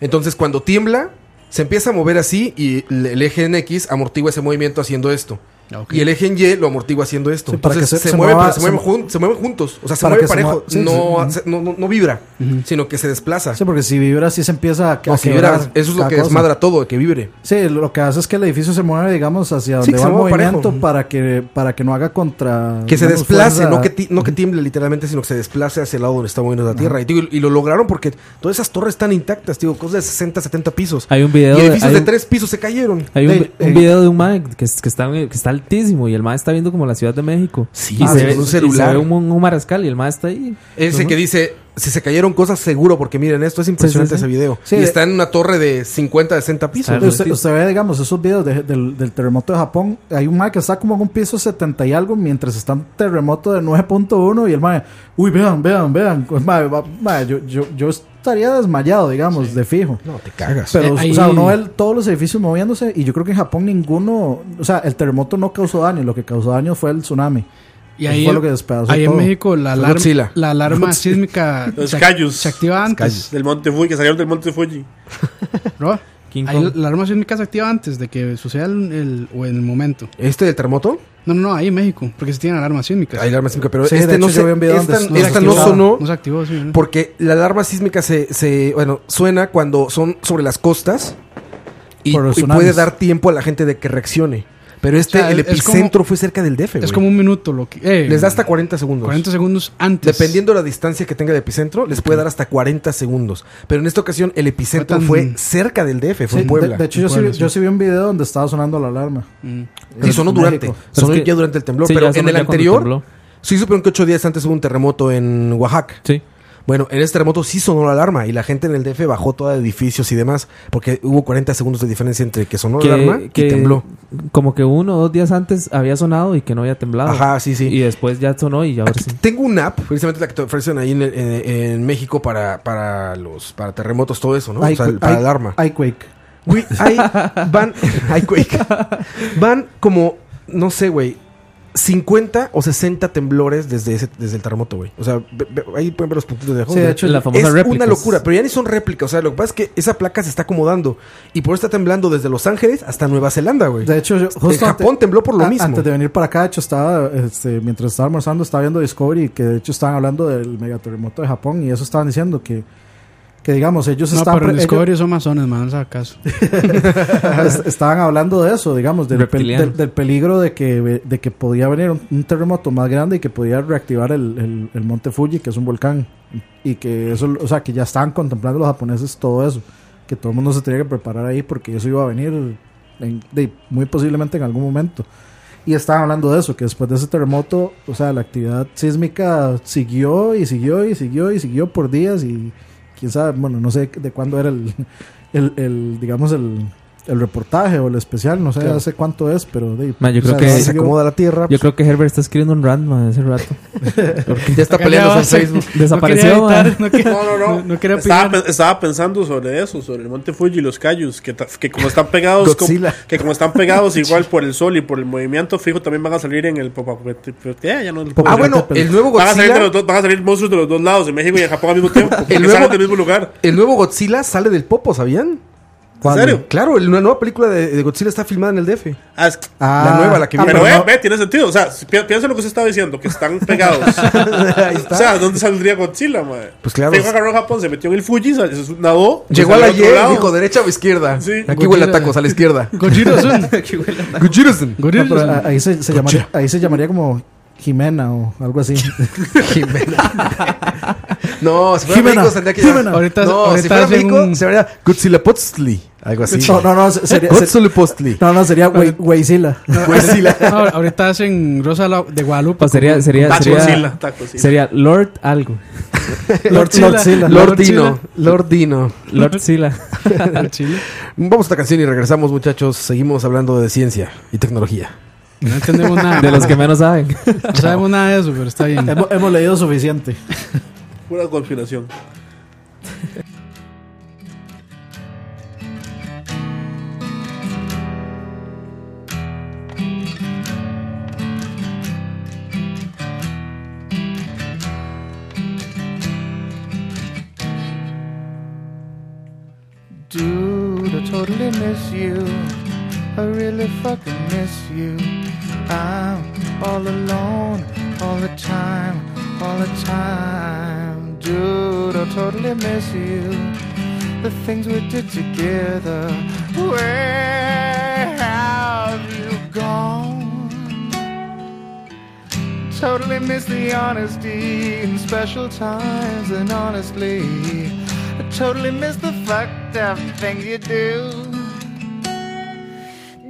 Speaker 4: Entonces, cuando tiembla, se empieza a mover así. Y le- el eje en X amortigua ese movimiento haciendo esto.
Speaker 5: Ah, ok.
Speaker 4: Y el eje en Y lo amortigua haciendo esto.
Speaker 2: Sí, para
Speaker 4: Entonces,
Speaker 2: que
Speaker 4: se,
Speaker 2: se- se
Speaker 4: mueve,
Speaker 2: mueva-
Speaker 4: pero se,
Speaker 2: se
Speaker 4: mueven jun- se mueven juntos. O sea, se
Speaker 2: Para
Speaker 4: mueve
Speaker 2: que se
Speaker 4: parejo.
Speaker 2: mueva- sí,
Speaker 4: no,
Speaker 2: sí.
Speaker 4: se- no, no- no vibra, sino que se desplaza.
Speaker 2: Sí, porque si vibra sí se empieza a, que-
Speaker 4: No,
Speaker 2: a
Speaker 4: si
Speaker 2: quebrar
Speaker 4: vibra, eso es lo
Speaker 2: cada
Speaker 4: que
Speaker 2: cosa.
Speaker 4: desmadra todo, que vibre.
Speaker 2: Sí, lo que hace es que el edificio se mueve, digamos, hacia donde
Speaker 4: Sí, que se
Speaker 2: va el
Speaker 4: mueva
Speaker 2: movimiento
Speaker 4: parejo.
Speaker 2: para que para que no haga contra
Speaker 4: Que se
Speaker 2: digamos,
Speaker 4: desplace,
Speaker 2: fuerza.
Speaker 4: no que, ti- no que tiemble literalmente, sino que se desplace hacia el lado donde está moviendo la tierra. Y, digo, y lo lograron porque todas esas torres están intactas, digo, cosas de 60, 70 pisos.
Speaker 6: Hay un video
Speaker 4: y
Speaker 6: de-
Speaker 4: edificios
Speaker 6: hay
Speaker 4: de
Speaker 6: un-
Speaker 4: tres pisos se cayeron.
Speaker 6: Hay un,
Speaker 2: Del-
Speaker 6: un
Speaker 2: eh,
Speaker 6: video de un mae que, es- que está, que está altísimo y el mae está viendo como la Ciudad de México.
Speaker 4: Sí,
Speaker 6: y
Speaker 4: ah,
Speaker 6: se
Speaker 4: con
Speaker 6: ve,
Speaker 4: un
Speaker 6: y se
Speaker 4: celular.
Speaker 6: ve un, un marascal y el mae está ahí.
Speaker 4: Ese que dice, si se cayeron cosas, seguro, porque miren esto, es impresionante
Speaker 6: sí, sí.
Speaker 4: ese video.
Speaker 2: Sí,
Speaker 4: y
Speaker 2: de-
Speaker 4: está en una torre de 50, 60 pisos.
Speaker 6: Claro.
Speaker 2: Usted, usted ve, digamos, esos videos de- del, del terremoto de Japón. Hay un mae que está como en un piso 70 y algo mientras está un terremoto de 9.1 y el mae, uy, vean, vean, vean. Pues, mae, va- mae, yo, yo, yo estaría desmayado, digamos, de fijo.
Speaker 4: No, te cagas.
Speaker 2: Pero,
Speaker 5: Eh, ahí-
Speaker 2: o sea, uno ve el- todos los edificios moviéndose y yo creo que en Japón ninguno, o sea, el terremoto no causó daño, lo que causó daño fue el tsunami.
Speaker 5: Y
Speaker 2: Eso
Speaker 5: ahí,
Speaker 2: fue lo que despedazó
Speaker 5: ahí en
Speaker 2: todo.
Speaker 5: México la
Speaker 4: Fue Godzilla.
Speaker 5: alarma, la alarma *laughs* sísmica
Speaker 7: Los
Speaker 5: se, ac-
Speaker 7: callos.
Speaker 5: se activa antes.
Speaker 7: Del Monte Fuji, que salieron del Monte Fuji.
Speaker 5: ¿no?
Speaker 6: King
Speaker 5: Ahí
Speaker 6: Kong.
Speaker 5: la la alarma sísmica se activa antes de que suceda el, el- o en el momento.
Speaker 4: ¿Este del terremoto?
Speaker 5: No, no, no, ahí en México, porque se tienen alarmas sísmicas.
Speaker 4: Ahí la arma sísmica, pero
Speaker 2: Sí, de
Speaker 4: este
Speaker 2: hecho,
Speaker 4: no
Speaker 2: yo
Speaker 4: se-
Speaker 2: vi un video
Speaker 4: esta-
Speaker 2: donde
Speaker 4: esta no
Speaker 2: desactivaba.
Speaker 4: sonó.
Speaker 5: No se activó, sí. ¿no?
Speaker 4: Porque la alarma sísmica se, se bueno, suena cuando son sobre las costas y,
Speaker 2: Por los
Speaker 4: y
Speaker 2: tsunamis.
Speaker 4: puede dar tiempo a la gente de que reaccione. Pero este,
Speaker 5: O sea,
Speaker 4: el
Speaker 5: es- es
Speaker 4: epicentro fue cerca del DF.
Speaker 5: es
Speaker 4: güey.
Speaker 5: como un minuto lo que... eh,
Speaker 4: les da hasta 40 segundos.
Speaker 5: 40 segundos antes.
Speaker 4: Dependiendo la distancia que tenga el epicentro, les puede dar hasta 40 segundos. Pero en esta ocasión, el epicentro
Speaker 5: tan-
Speaker 4: fue cerca del DF, fue
Speaker 2: Sí,
Speaker 4: en
Speaker 2: de-
Speaker 4: Puebla.
Speaker 2: de, hecho, yo,
Speaker 5: Puebla,
Speaker 2: sí,
Speaker 5: sí.
Speaker 2: yo sí vi un video donde estaba sonando la alarma.
Speaker 5: Mm.
Speaker 4: Sí, sonó
Speaker 2: en
Speaker 4: durante.
Speaker 2: México.
Speaker 4: Sonó
Speaker 6: Es que-
Speaker 4: ya durante el temblor.
Speaker 6: Sí,
Speaker 4: pero
Speaker 6: ya
Speaker 4: en
Speaker 6: sonó
Speaker 4: el
Speaker 6: ya cuando
Speaker 4: anterior,
Speaker 6: tembló.
Speaker 4: Sí supieron que ocho días antes hubo un terremoto en Oaxaca.
Speaker 6: Sí.
Speaker 4: Bueno, en ese terremoto sí sonó la alarma y la gente en el DF bajó toda de edificios y demás porque hubo 40 segundos de diferencia entre que sonó la alarma
Speaker 6: Que, que
Speaker 4: y tembló.
Speaker 6: Como que uno o dos días antes había sonado y que no había temblado.
Speaker 4: Ajá, sí, sí.
Speaker 6: Y después ya sonó y ahora
Speaker 4: Aquí *laughs*
Speaker 6: sí.
Speaker 4: Tengo una app, precisamente la que te ofrecen ahí en, en- en México para, para los para terremotos, todo eso, ¿no? o sea, el- para alarma.
Speaker 2: iQuake.
Speaker 4: Güey, hay- van, *laughs* hay quake. Van como, no sé, güey, 50 o 60 temblores desde, ese, desde el terremoto, güey. O sea, ve- ve- ahí pueden ver los puntitos de abajo.
Speaker 6: Sí,
Speaker 4: O
Speaker 6: de
Speaker 4: sea,
Speaker 6: hecho, la famosa
Speaker 4: es una
Speaker 6: réplica es-
Speaker 4: locura, pero ya ni son réplicas. O sea, lo que pasa es que esa placa se está acomodando y por eso está temblando desde Los Ángeles hasta Nueva Zelanda, güey.
Speaker 2: De hecho, yo- justo
Speaker 4: en Japón tembló por lo
Speaker 2: a-
Speaker 4: mismo.
Speaker 2: Antes de venir para acá, de hecho, estaba, este, mientras estaba almorzando, estaba viendo Discovery, que de hecho estaban hablando del megaterremoto de Japón y eso estaban diciendo que, que digamos,
Speaker 4: pues,
Speaker 2: ellos
Speaker 5: No,
Speaker 2: estaban,
Speaker 5: pero en
Speaker 2: pre-
Speaker 5: Discovery
Speaker 4: eh,
Speaker 5: son masones, man, no se haga caso.
Speaker 2: ellos, *laughs* es- estaban hablando de eso, digamos, del, pel-
Speaker 6: Reptilianos.
Speaker 2: del- del peligro de que, de que podía venir un, un terremoto más grande y que podía reactivar el, el- el monte Fuji, que es un volcán. Y que eso, o sea, que ya estaban contemplando los japoneses todo eso, que todo el mundo se tenía que preparar ahí porque eso iba a venir en- de- muy posiblemente en algún momento. Y estaban hablando de eso, que después de ese terremoto, o sea, la actividad sísmica siguió y siguió y siguió y siguió por días y quién sabe, bueno, no sé de cuándo era el, *laughs* el, el, digamos, el, el reportaje o el especial, no sé hace cuánto es, pero... de-
Speaker 6: Ma, yo
Speaker 2: o sea,
Speaker 6: creo que-
Speaker 2: sí
Speaker 4: se
Speaker 2: siguió.
Speaker 4: acomoda la tierra.
Speaker 6: Yo creo que Herbert está escribiendo un rant, man, hace rato.
Speaker 4: ya está *laughs* peleándose en Facebook.
Speaker 6: Desapareció,
Speaker 5: no quería
Speaker 6: man.
Speaker 5: editar, no, quería-
Speaker 7: No, no,
Speaker 5: *laughs*
Speaker 7: no.
Speaker 5: no- no quería
Speaker 7: estaba,
Speaker 5: opinar.
Speaker 7: pe- estaba pensando sobre eso, sobre el monte Fuji y los cayos, que, ta- que como están pegados, com-
Speaker 4: Godzilla.
Speaker 7: *laughs* que como
Speaker 4: *laughs*
Speaker 7: están pegados igual por el sol y por el movimiento fijo, también van a salir en el popa- eh, ya no es el
Speaker 4: Ah,
Speaker 7: popa-
Speaker 4: bueno, el nuevo
Speaker 7: Van a, salir de
Speaker 4: Godzilla.
Speaker 7: los dos- van a salir monstruos de los dos lados, de México y de Japón al mismo tiempo,
Speaker 4: *laughs*
Speaker 7: porque
Speaker 4: El
Speaker 7: salen
Speaker 4: nuevo-
Speaker 7: del mismo lugar.
Speaker 4: *laughs* El nuevo Godzilla sale del popo, ¿sabían?
Speaker 7: ¿En serio?
Speaker 4: Claro, el- una nueva película de, de Godzilla está filmada en el DF.
Speaker 7: Ah, es-
Speaker 4: la nueva,
Speaker 2: ah,
Speaker 4: la que viene.
Speaker 7: pero ve, ve, tiene sentido. O sea, si pi- piensa lo que usted estaba diciendo,
Speaker 4: *laughs*
Speaker 7: que están pegados. O sea, ¿dónde saldría Godzilla, madre?
Speaker 4: Pues claro.
Speaker 7: Fijo, agarró Japón, se metió en el Fuji, sal- se nadó.
Speaker 4: Llegó a
Speaker 7: salió
Speaker 4: la
Speaker 7: otro
Speaker 4: Y,
Speaker 7: lado.
Speaker 4: dijo derecha o izquierda.
Speaker 7: Sí.
Speaker 4: Aquí huele a
Speaker 5: Godzilla.
Speaker 4: tacos a la *laughs* izquierda.
Speaker 5: Gojira Sun. Qué huele a-
Speaker 4: Godzilla.
Speaker 5: Gorilla
Speaker 2: No, pero
Speaker 5: Sun.
Speaker 2: a- ahí, se, se llamaría, ahí se llamaría como Jimena o algo así.
Speaker 4: *laughs* No, si fuera
Speaker 2: Jimena,
Speaker 4: México tendría que
Speaker 2: Jimena.
Speaker 4: llamar-
Speaker 5: Ahorita-
Speaker 4: no, si
Speaker 5: ahorita
Speaker 4: fuera
Speaker 5: hacen
Speaker 4: México
Speaker 5: un-
Speaker 4: se llamaría Godzilla Postli, algo así.
Speaker 2: No, no, no, se- sería, se-
Speaker 4: Godzilla Postli.
Speaker 2: no, no, sería Wey- Weizila. *laughs*
Speaker 4: Godzilla.
Speaker 5: No, ahorita hacen Rosa la- de
Speaker 4: *laughs*
Speaker 5: Guadalupe.
Speaker 6: O Pues sería, sería,
Speaker 7: Tacozilla,
Speaker 6: sería,
Speaker 7: tacozilla.
Speaker 6: sería Lord algo.
Speaker 5: Lordzilla.
Speaker 2: Lordzilla.
Speaker 4: Lordino, Lordino.
Speaker 6: Lord Sila.
Speaker 5: Al chile.
Speaker 4: Vamos a esta canción y regresamos, muchachos. Seguimos hablando de ciencia y tecnología.
Speaker 5: No entendemos nada.
Speaker 6: *laughs* De los que menos saben. *laughs*
Speaker 5: No sabemos nada de eso, pero está bien.
Speaker 2: Hemos, hemos leído suficiente.
Speaker 7: Pura conspiración.
Speaker 8: Dude, I totally miss you. I really fucking miss you. I'm all alone all the time, all the time. Dude, I totally miss you. The things we did together. Where have you gone? Totally miss the honesty and special times, and honestly, I totally miss the fucked up things you do.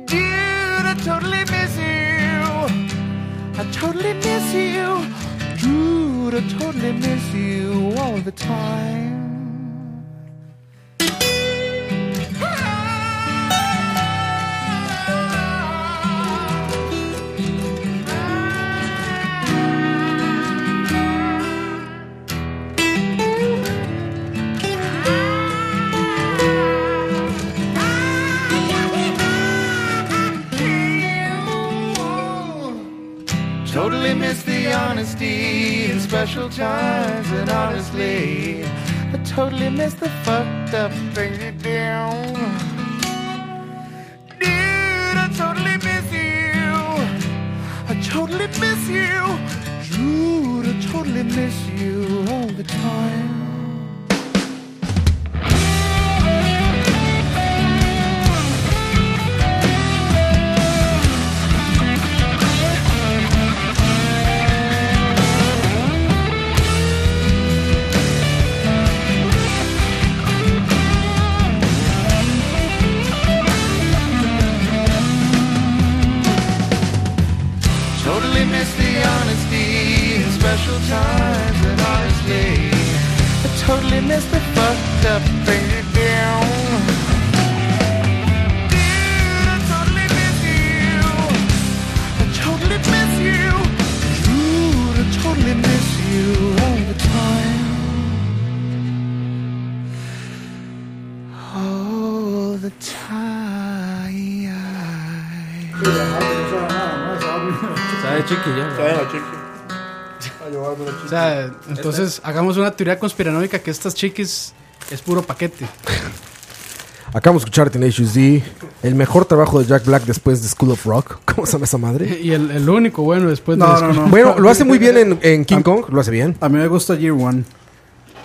Speaker 8: Dude, I totally miss you. I totally miss you. Dude, I totally miss you all the time. Totally miss the honesty and special times, and honestly, I totally miss the fucked up things you do. Dude, I totally miss you. I totally miss you. Dude, I totally miss you all the time. Totally miss the honesty special times, and honestly, I totally missed the fucked up thing you do. Dude, I totally miss you. I totally miss you. Dude, I totally miss you all the time. All the time.
Speaker 6: Sabe, chiqui, ya.
Speaker 7: Trae la chiqui.
Speaker 5: O sea, entonces hagamos una teoría conspiranoica que estas chiquis es puro paquete.
Speaker 4: Acabamos de escuchar Tenacious D, el mejor trabajo de Jack Black después de School of Rock. *laughs* ¿Cómo se llama esa madre?
Speaker 5: Y el, el único bueno después
Speaker 2: No,
Speaker 5: de
Speaker 2: no, no.
Speaker 4: Bueno, lo hace muy bien en, en King Kong, lo hace bien.
Speaker 2: A mí me gusta Year One.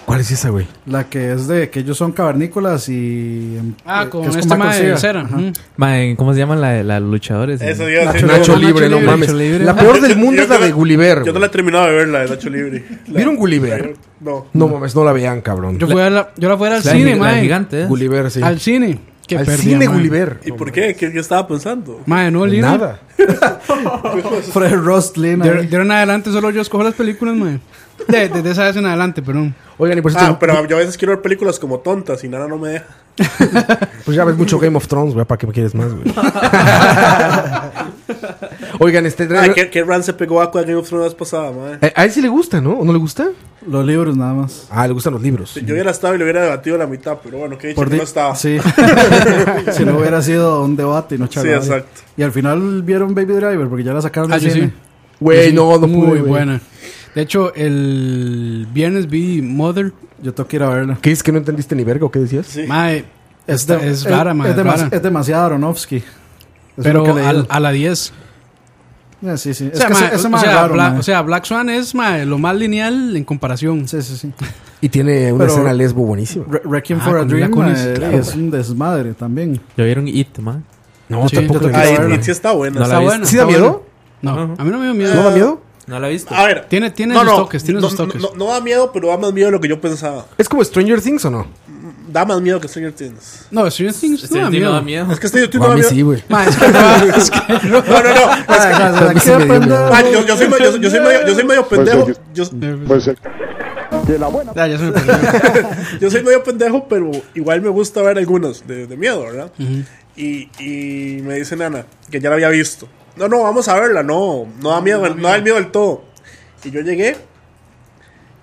Speaker 4: ¿Cuál es esa, güey?
Speaker 2: La que es de que ellos son cavernícolas y.
Speaker 5: Ah,
Speaker 2: eh,
Speaker 5: con
Speaker 2: que es
Speaker 5: esta
Speaker 2: Michael
Speaker 5: madre
Speaker 2: Cera.
Speaker 5: de cera. ujú.
Speaker 6: Mae, ¿Cómo se llaman la, la luchadores?
Speaker 7: Eso iba a decir.
Speaker 4: Nacho
Speaker 7: yo-
Speaker 4: Libre, no
Speaker 5: Libre,
Speaker 4: mames.
Speaker 5: Nacho Libre.
Speaker 4: La peor del
Speaker 7: yo-
Speaker 4: mundo
Speaker 7: yo
Speaker 4: es la
Speaker 7: no
Speaker 4: de
Speaker 7: la-
Speaker 4: Gulliver.
Speaker 7: Yo no la he terminado de ver, la de Nacho Libre. La-
Speaker 4: ¿Vieron Gulliver?
Speaker 7: No.
Speaker 4: No mames, no la vean, cabrón.
Speaker 5: Yo, fui a la, yo la fui a ver al
Speaker 6: La
Speaker 5: cine,
Speaker 6: gi- la
Speaker 5: mae.
Speaker 6: gigante, ¿eh?
Speaker 4: Gulliver, sí.
Speaker 5: Al cine. Qué
Speaker 4: Al
Speaker 5: pérdida,
Speaker 4: cine
Speaker 5: mae.
Speaker 4: Gulliver.
Speaker 7: ¿Y por qué? ¿Qué, qué estaba pensando?
Speaker 5: Mae, no, Lina.
Speaker 4: Nada.
Speaker 2: Fred Rostlin.
Speaker 5: De, de ahora en adelante solo yo escojo las películas, mae. De- Desde esa vez en adelante, perdón.
Speaker 4: Oigan, y por cierto,
Speaker 7: Ah, pero yo a veces quiero ver películas como tontas y nada no me deja.
Speaker 4: pues ya ves mucho Game of Thrones, güey. ¿Para qué me quieres más, güey? Oigan, este.
Speaker 7: Ay, ¿qué, qué ran se pegó Aqua Game of Thrones la vez pasada, madre?
Speaker 4: A- A él sí le gusta, ¿no? ¿O no le gusta?
Speaker 2: Los libros nada más.
Speaker 4: Ah, le gustan los libros.
Speaker 7: Yo hubiera estado y le hubiera debatido la mitad, pero bueno, que he dicho que
Speaker 2: di-
Speaker 7: no estaba. *laughs*
Speaker 2: Sí. si no hubiera sido un debate y no charlar.
Speaker 7: exacto.
Speaker 2: Y al final vieron Baby Driver porque ya la sacaron
Speaker 5: Ah,
Speaker 2: del
Speaker 5: yo
Speaker 2: cine.
Speaker 5: sí.
Speaker 4: Güey, no, no pude.
Speaker 5: Muy
Speaker 4: güey.
Speaker 5: buena. De hecho, el viernes vi Mother.
Speaker 2: Yo tengo que ir a verla.
Speaker 4: ¿Qué es que no entendiste ni verga o qué decías?
Speaker 7: Sí.
Speaker 5: Mae,
Speaker 2: Es,
Speaker 5: Esta-
Speaker 2: de-
Speaker 5: es rara, man,
Speaker 2: es, demas-
Speaker 5: rara.
Speaker 2: es demasiado Aronofsky. Es
Speaker 5: pero
Speaker 2: lo que leí.
Speaker 5: al- a, la 10.
Speaker 2: Eh, sí, sí.
Speaker 5: O
Speaker 2: Es
Speaker 5: sea,
Speaker 2: que
Speaker 5: mae,
Speaker 2: ese- ese
Speaker 5: o
Speaker 2: más
Speaker 5: sea,
Speaker 2: raro,
Speaker 5: Bla-
Speaker 2: mae.
Speaker 5: o sea, Black Swan es mae, lo más lineal en comparación.
Speaker 2: sí, sí, sí.
Speaker 4: Y tiene una
Speaker 2: Pero-
Speaker 4: escena lesbo buenísima.
Speaker 2: Re- Requiem
Speaker 5: Ah,
Speaker 2: for a
Speaker 5: con Mila
Speaker 2: Dream
Speaker 5: Kunis,
Speaker 2: mae,
Speaker 4: claro,
Speaker 2: es un desmadre también.
Speaker 6: Ya vieron It, mae.
Speaker 4: No,
Speaker 5: Sí,
Speaker 4: tampoco.
Speaker 2: yo
Speaker 4: la
Speaker 2: tengo
Speaker 4: he
Speaker 7: Ay,
Speaker 2: que
Speaker 4: visto.
Speaker 2: verla.
Speaker 7: y sí está buena.
Speaker 6: No la
Speaker 5: Está
Speaker 6: he
Speaker 5: buena.
Speaker 4: ¿Sí da
Speaker 2: Ah,
Speaker 5: está buena.
Speaker 4: miedo?
Speaker 5: No, a mí no me dio miedo.
Speaker 4: ¿No da miedo?
Speaker 6: No la he visto.
Speaker 7: A ver,
Speaker 5: Tiene, tiene
Speaker 7: no,
Speaker 5: sus
Speaker 7: no,
Speaker 5: toques, tiene
Speaker 7: no,
Speaker 5: sus toques.
Speaker 7: no- no da miedo, pero da más miedo de lo que yo pensaba.
Speaker 4: ¿Es como Stranger Things o no?
Speaker 7: Da más miedo que Stranger Things.
Speaker 5: No, Stranger Things no da miedo.
Speaker 7: Es que Stranger Things
Speaker 4: a
Speaker 7: no da
Speaker 4: mí
Speaker 7: miedo.
Speaker 4: sí, güey.
Speaker 5: Mae, *laughs* es que no, es que no.
Speaker 7: No, no, no.
Speaker 2: Ah, claro,
Speaker 4: a mí sí
Speaker 2: ¿qué
Speaker 4: me dio
Speaker 2: aprende?
Speaker 4: miedo.
Speaker 7: Ay, Ah, yo, yo soy, medio- yo, soy- yo soy medio, yo soy medio pendejo. Pues, Yo, pues, eh,
Speaker 5: Ya, ya se me perdió.
Speaker 7: *laughs* yo soy medio pendejo, pero igual me gusta ver algunos de, de miedo, ¿verdad? y, y me dice Nana que ya la había visto. No, no, vamos a verla, no, no da miedo, no da el miedo del todo. Y yo llegué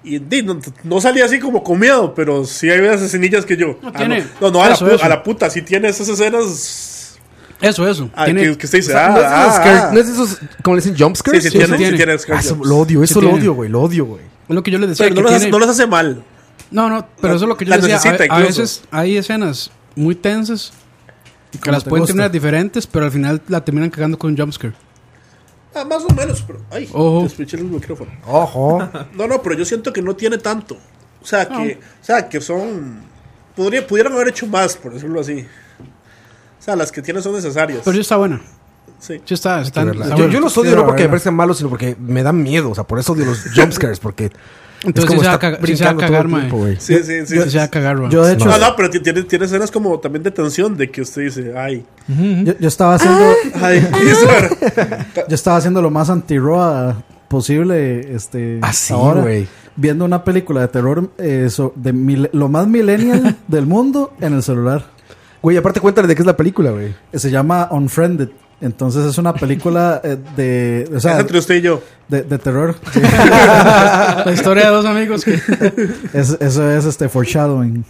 Speaker 7: y di, no, no salí así como con miedo, pero sí hay esas escenillas que yo.
Speaker 5: No
Speaker 7: ah,
Speaker 5: tiene-
Speaker 7: no, no, a,
Speaker 5: eso,
Speaker 7: la, pu-
Speaker 5: eso.
Speaker 7: a la puta, si tiene esas escenas
Speaker 5: Eso, eso.
Speaker 7: ah,
Speaker 5: tiene,
Speaker 7: que, que usted dice, ah,
Speaker 4: ¿No es de
Speaker 7: ah,
Speaker 4: esos scares-
Speaker 7: ah.
Speaker 4: ¿No es de esos, como le dicen, jump
Speaker 7: Sí,
Speaker 4: scares?
Speaker 7: sí,
Speaker 5: sí
Speaker 7: tiene,
Speaker 5: tiene.
Speaker 7: sí tiene
Speaker 4: Ah,
Speaker 7: scare
Speaker 4: eso,
Speaker 7: jumps.
Speaker 4: lo odio,
Speaker 5: Sí
Speaker 4: eso lo
Speaker 5: tiene.
Speaker 4: odio, güey, lo odio, güey.
Speaker 5: Es lo que yo les decía.
Speaker 7: Pero no
Speaker 5: que
Speaker 7: las, hace-
Speaker 5: tiene-
Speaker 7: no las hace mal.
Speaker 5: No, no, pero
Speaker 7: La-
Speaker 5: eso es lo que yo
Speaker 7: las
Speaker 5: decía. A-
Speaker 7: necesita
Speaker 5: A,
Speaker 7: incluso.
Speaker 5: veces hay escenas muy tensas que
Speaker 2: ¿Cómo
Speaker 5: las
Speaker 2: te
Speaker 5: pueden
Speaker 2: gusta?
Speaker 5: terminar diferentes, pero al final la terminan cagando con un jumpscare.
Speaker 7: Ah, más o menos, pero. Ay,
Speaker 5: Ojo.
Speaker 7: te escuché el micrófono. Ah,
Speaker 4: Ojo.
Speaker 7: No, no, pero yo siento que no tiene tanto. O sea, que, o sea, que son. Podría, pudieron haber hecho más, por decirlo así. O sea, las que tiene son necesarias.
Speaker 5: Pero sí está buena.
Speaker 7: Sí.
Speaker 5: Sí está, está, está
Speaker 4: Yo,
Speaker 5: buena.
Speaker 4: yo los
Speaker 2: Sí,
Speaker 4: odio
Speaker 2: la
Speaker 4: no porque me
Speaker 2: verdad.
Speaker 4: parezcan malos, sino porque me dan miedo. O sea, por eso odio los jump scares, porque. es
Speaker 5: Entonces
Speaker 4: como
Speaker 5: sí se va a
Speaker 4: estar
Speaker 5: cagar- sí se va a
Speaker 4: brincando todo
Speaker 5: cagar,
Speaker 4: el
Speaker 5: mae.
Speaker 4: tiempo, güey.
Speaker 7: Sí, sí, sí.
Speaker 5: Sí se va a cagar, bro.
Speaker 2: Yo de hecho
Speaker 7: no, no, pero ti- tiene, tiene escenas como también de tensión, de que usted dice, ay.
Speaker 2: yo, yo estaba haciendo
Speaker 5: Ah. *laughs*
Speaker 7: Ay, y eso era-
Speaker 2: yo estaba haciendo lo más anti-roa posible este
Speaker 4: Ah, sí,
Speaker 2: ahora
Speaker 4: güey.
Speaker 2: viendo una película de terror eh, so- de mil- lo más millennial
Speaker 4: *laughs*
Speaker 2: del mundo en el celular.
Speaker 4: Güey, aparte cuéntale de qué es la película, güey.
Speaker 2: Se llama Unfriended. Entonces es una película eh, de o
Speaker 7: es
Speaker 2: sea,
Speaker 7: entre usted y yo.
Speaker 2: de, de terror.
Speaker 5: La historia de dos amigos que...
Speaker 2: Es- eso es este foreshadowing.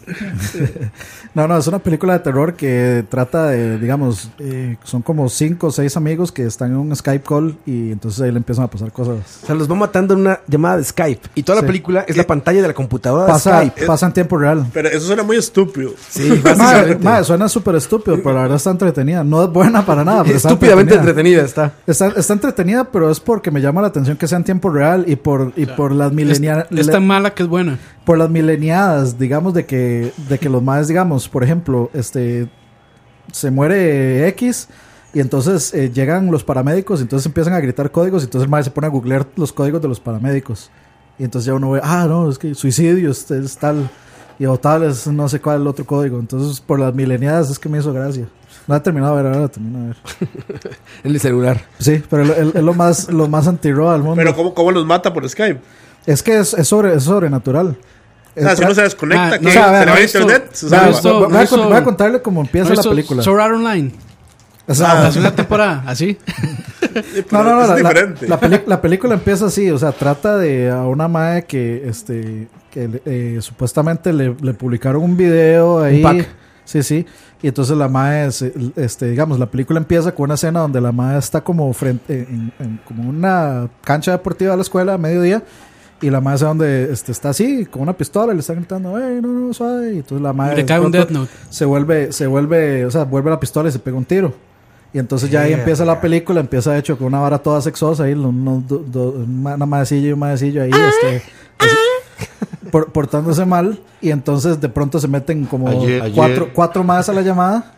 Speaker 2: *laughs* no, no, es una película de terror que trata de, digamos, eh, son como cinco o seis amigos que están en un Skype call y entonces ahí le empiezan a pasar cosas.
Speaker 4: O sea, los va matando en una llamada de Skype. Y toda la
Speaker 2: Sí.
Speaker 4: película es la pantalla de la computadora de
Speaker 2: Pasa,
Speaker 4: Skype.
Speaker 2: pasa en tiempo real.
Speaker 7: Pero eso suena muy estúpido.
Speaker 4: Sí,
Speaker 2: Madre,
Speaker 4: *laughs* básicamente.
Speaker 2: madre, suena súper estúpido, pero la verdad está entretenida. No es buena para nada. Pero está
Speaker 4: Estúpidamente entretenida está.
Speaker 2: Está, está entretenida, pero es porque me llama la atención que sea en tiempo real y por, y por las
Speaker 5: Es,
Speaker 2: mileniales.
Speaker 5: es tan mala que es buena.
Speaker 2: por las mileniadas, digamos, de que, de que los más, digamos, por ejemplo, este se muere X y entonces eh, llegan los paramédicos, entonces empiezan a gritar códigos, y entonces el maestro se pone a googlear los códigos de los paramédicos. Y entonces ya uno ve, ah, no, es que suicidio es, es tal, y o tal es no sé cuál el otro código. Entonces, por las mileniadas es que me hizo gracia. No la he terminado de ver, ahora la termino de ver.
Speaker 4: En el celular.
Speaker 2: Sí, pero el- el- es lo más, lo más anti-roa del mundo.
Speaker 7: Pero ¿cómo, ¿cómo los mata por Skype?
Speaker 2: es que es, es sobre, es sobrenatural.
Speaker 7: O sea, si uno se desconecta,
Speaker 5: Ah,
Speaker 7: que
Speaker 5: no,
Speaker 2: o sea, a ver,
Speaker 7: se le
Speaker 5: no,
Speaker 7: va a
Speaker 5: esto-
Speaker 7: internet, se
Speaker 5: no,
Speaker 7: salva.
Speaker 5: esto-
Speaker 2: voy, a,
Speaker 5: eso-
Speaker 2: cont- voy a contarle cómo empieza la
Speaker 5: So-
Speaker 2: película. Ah.
Speaker 5: So Rare Online.
Speaker 2: O sea,
Speaker 5: Hace una temporada, así.
Speaker 2: No, no, no, la,
Speaker 7: pues, Es
Speaker 2: la-
Speaker 7: diferente.
Speaker 2: la peli- la película empieza así, o sea, trata de a una madre que, este, que le- eh, supuestamente le, le publicaron un video ahí.
Speaker 10: pack.
Speaker 2: Sí, sí. Y entonces la madre, se- este, digamos, la película empieza con una escena donde la madre está como frente, eh, en, en- como una cancha deportiva de la escuela a mediodía. Y la madre se donde este, está así, con una pistola, y le está gritando, ¡Ey, no, no, suave! Y entonces la madre.
Speaker 5: Le cae un
Speaker 2: pronto
Speaker 5: Death Note.
Speaker 2: Se vuelve, se vuelve, o sea, vuelve la pistola y se pega un tiro. Y entonces ya ahí empieza la película, empieza de hecho con una vara toda sexosa ahí, lo- unos do- do- ma- una madrecilla y un madrecillo ahí, este, así, por- portándose mal. Y entonces de pronto se meten como
Speaker 3: Ayer- ayer-
Speaker 2: cuatro, cuatro más a la llamada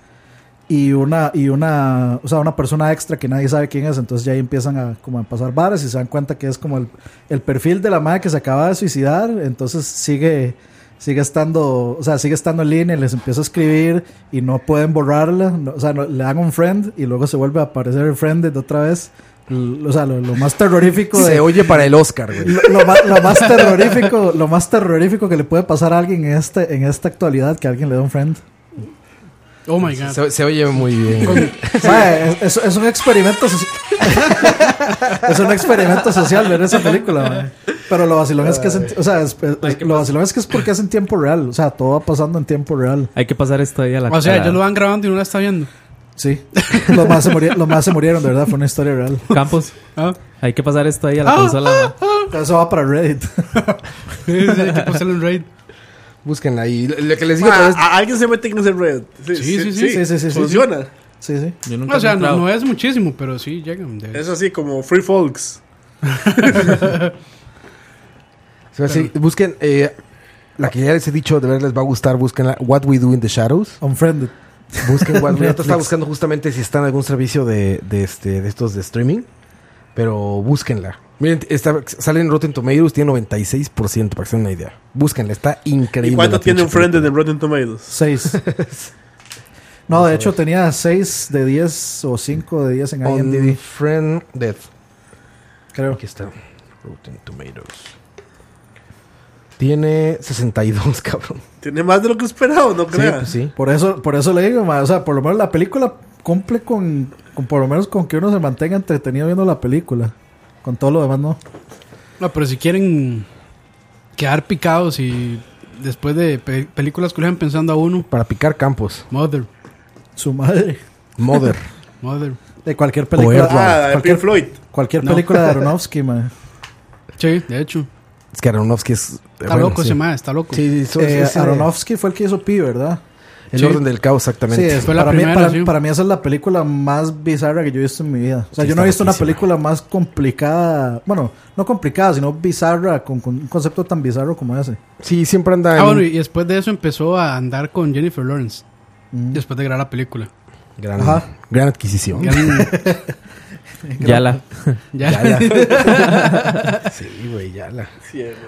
Speaker 2: y una, y una, o sea, una persona extra que nadie sabe quién es. Entonces ya ahí empiezan a, como a pasar varas y se dan cuenta que es como el, el perfil de la madre que se acaba de suicidar. Entonces sigue, sigue estando, o sea, sigue estando en línea, y les empieza a escribir y no pueden borrarla, no- o sea, no- le dan un friend y luego se vuelve a aparecer el friend de otra vez. L- O sea, lo, lo más terrorífico
Speaker 4: Se
Speaker 2: de,
Speaker 4: oye para el
Speaker 2: *laughs*
Speaker 4: Oscar, güey.
Speaker 2: lo, lo más, lo más terrorífico, lo más terrorífico que le puede pasar a alguien en este, en esta actualidad que alguien le da un friend.
Speaker 5: Oh my god.
Speaker 4: Se, se oye muy bien. güey.
Speaker 2: Mae, es, es- es un experimento so- *laughs* es un experimento social ver esa película mae. pero lo vacilón es que es en, o sea, es- es- lo vacilón es que es porque es en tiempo real o sea todo va pasando en tiempo real
Speaker 6: Hay que pasar esto ahí a la
Speaker 5: O sea,
Speaker 6: a la-
Speaker 5: ellos lo van grabando y uno la está viendo.
Speaker 2: sí los más se murieron los más se murieron de verdad fue una historia real
Speaker 6: Campos.
Speaker 5: Ah.
Speaker 6: Hay que pasar esto ahí a la consola. ma.
Speaker 2: eso va para Reddit *laughs*
Speaker 5: Sí, sí, hay que postearlo en raid.
Speaker 4: Búsquenla ahí. Lo que les digo,
Speaker 7: Ma,
Speaker 4: pero es-
Speaker 7: a- alguien se mete en ese red. Sí, sí, sí.
Speaker 2: sí, sí, sí, sí.
Speaker 7: Funciona.
Speaker 2: sí sí
Speaker 6: Yo nunca
Speaker 5: No, o sea,
Speaker 6: he
Speaker 5: no,
Speaker 6: entrado.
Speaker 5: no es muchísimo, pero sí llegan. de-
Speaker 7: Es así como Free Folks.
Speaker 4: Sí, sí, busquen eh, la que ya les he dicho, de verdad les va a gustar, busquen What We Do in the Shadows.
Speaker 2: unfriended
Speaker 4: Busquen *laughs* What We Yo estaba buscando justamente si está en algún servicio de, de este, de estos de streaming, pero búsquenla. Miren, está, sale en Rotten Tomatoes, tiene 96% para que se den una idea. Búsquenla, está increíble.
Speaker 7: ¿Y cuánto
Speaker 4: la
Speaker 7: tiene un
Speaker 4: pinche
Speaker 7: friend en
Speaker 4: película.
Speaker 7: el Rotten Tomatoes?
Speaker 2: seis no de hecho tenía 6 de 10 o 5 de 10 en IMDb
Speaker 4: Friend Death.
Speaker 2: creo
Speaker 4: Aquí está. Rotten Tomatoes. Tiene 62, *laughs* cabrón.
Speaker 7: Tiene más de lo que esperado, no
Speaker 4: Sí,
Speaker 7: creas.
Speaker 4: pues sí.
Speaker 2: Por eso, por eso le digo, ma, o sea, por lo menos la película cumple con, con por lo menos con que uno se mantenga entretenido viendo la película. Con todo lo demás no.
Speaker 5: No, pero si quieren quedar picados y después de pe- películas que le dejan pensando a uno,
Speaker 4: Para picar campos.
Speaker 5: Mother,
Speaker 2: Su madre.
Speaker 4: *laughs* Mother.
Speaker 5: Mother.
Speaker 2: De cualquier película.
Speaker 4: Airbag.
Speaker 7: Ah, de Pink
Speaker 2: cualquier,
Speaker 7: Floyd.
Speaker 2: cualquier
Speaker 5: No.
Speaker 2: película de Aronofsky, man.
Speaker 5: Sí, de hecho.
Speaker 4: Es que Aronofsky es.
Speaker 5: Está loco ese mae, está
Speaker 4: *laughs*
Speaker 5: loco.
Speaker 4: Sí, sí, so-
Speaker 2: Eh,
Speaker 4: ese-
Speaker 2: Aronofsky fue el que hizo Pi, ¿verdad?
Speaker 4: El
Speaker 5: Sí.
Speaker 4: orden del caos,
Speaker 2: Sí,
Speaker 4: exactamente.
Speaker 2: es-
Speaker 5: Fue la
Speaker 2: para, mí,
Speaker 5: primera,
Speaker 2: para,
Speaker 5: sí.
Speaker 2: para mí esa es la película más bizarra que yo he visto en mi vida. O sea,
Speaker 4: Sí,
Speaker 2: yo no he
Speaker 4: está
Speaker 2: visto una
Speaker 4: loquísima.
Speaker 2: película más complicada, bueno, no complicada, sino bizarra, con, con un concepto tan bizarro como ese.
Speaker 4: sí, siempre anda.
Speaker 5: Ah,
Speaker 4: en-
Speaker 5: bueno, y después de eso empezó a andar con Jennifer Lawrence.
Speaker 2: Mm.
Speaker 5: Después de grabar la película.
Speaker 4: gran,
Speaker 2: Ajá.
Speaker 4: gran adquisición.
Speaker 5: Ya,
Speaker 2: *laughs*
Speaker 6: Ya la.
Speaker 5: ya- *laughs*
Speaker 4: sí, güey, ya la.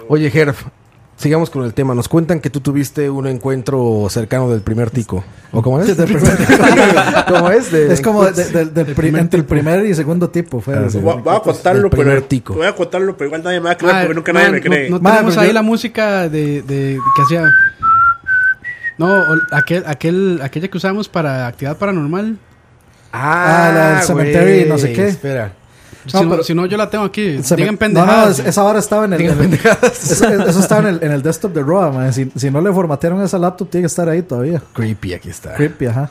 Speaker 4: Oye, Gerf, sigamos con el tema. Nos cuentan que tú tuviste un encuentro cercano del primer tico. ¿O cómo es?
Speaker 2: Desde el primer- *laughs*
Speaker 4: ¿Cómo es? De-
Speaker 2: es como de- de- del pri- entre el primer y segundo tipo. Fue
Speaker 4: Ah, sí.
Speaker 7: Voy a- voy a contarlo,
Speaker 4: El primer
Speaker 7: pero.
Speaker 4: tico.
Speaker 7: Voy a contarlo, pero igual nadie me va a creer
Speaker 5: Mae,
Speaker 7: porque nunca nadie
Speaker 5: mae,
Speaker 7: me
Speaker 5: no-
Speaker 7: cree.
Speaker 5: Ah, No,
Speaker 2: Mae,
Speaker 5: tenemos
Speaker 2: pero
Speaker 5: ahí
Speaker 2: yo-
Speaker 5: la música de, de- que hacía. No, o- aquel, aquel, aquella que usamos para actividad paranormal.
Speaker 2: Ah, la del cementerio y no sé
Speaker 4: güey,
Speaker 2: qué.
Speaker 4: Espera.
Speaker 5: Si No, si no, yo la tengo aquí.
Speaker 2: Se me-
Speaker 5: Digan
Speaker 2: No, no,
Speaker 5: pendejadas.
Speaker 2: es- esa hora estaba en el. en el- eso, eso estaba en el, en el desktop de Roa, man. Si, si no le formatearon esa laptop, tiene que estar ahí todavía.
Speaker 4: Creepy, aquí está.
Speaker 2: Creepy, ajá.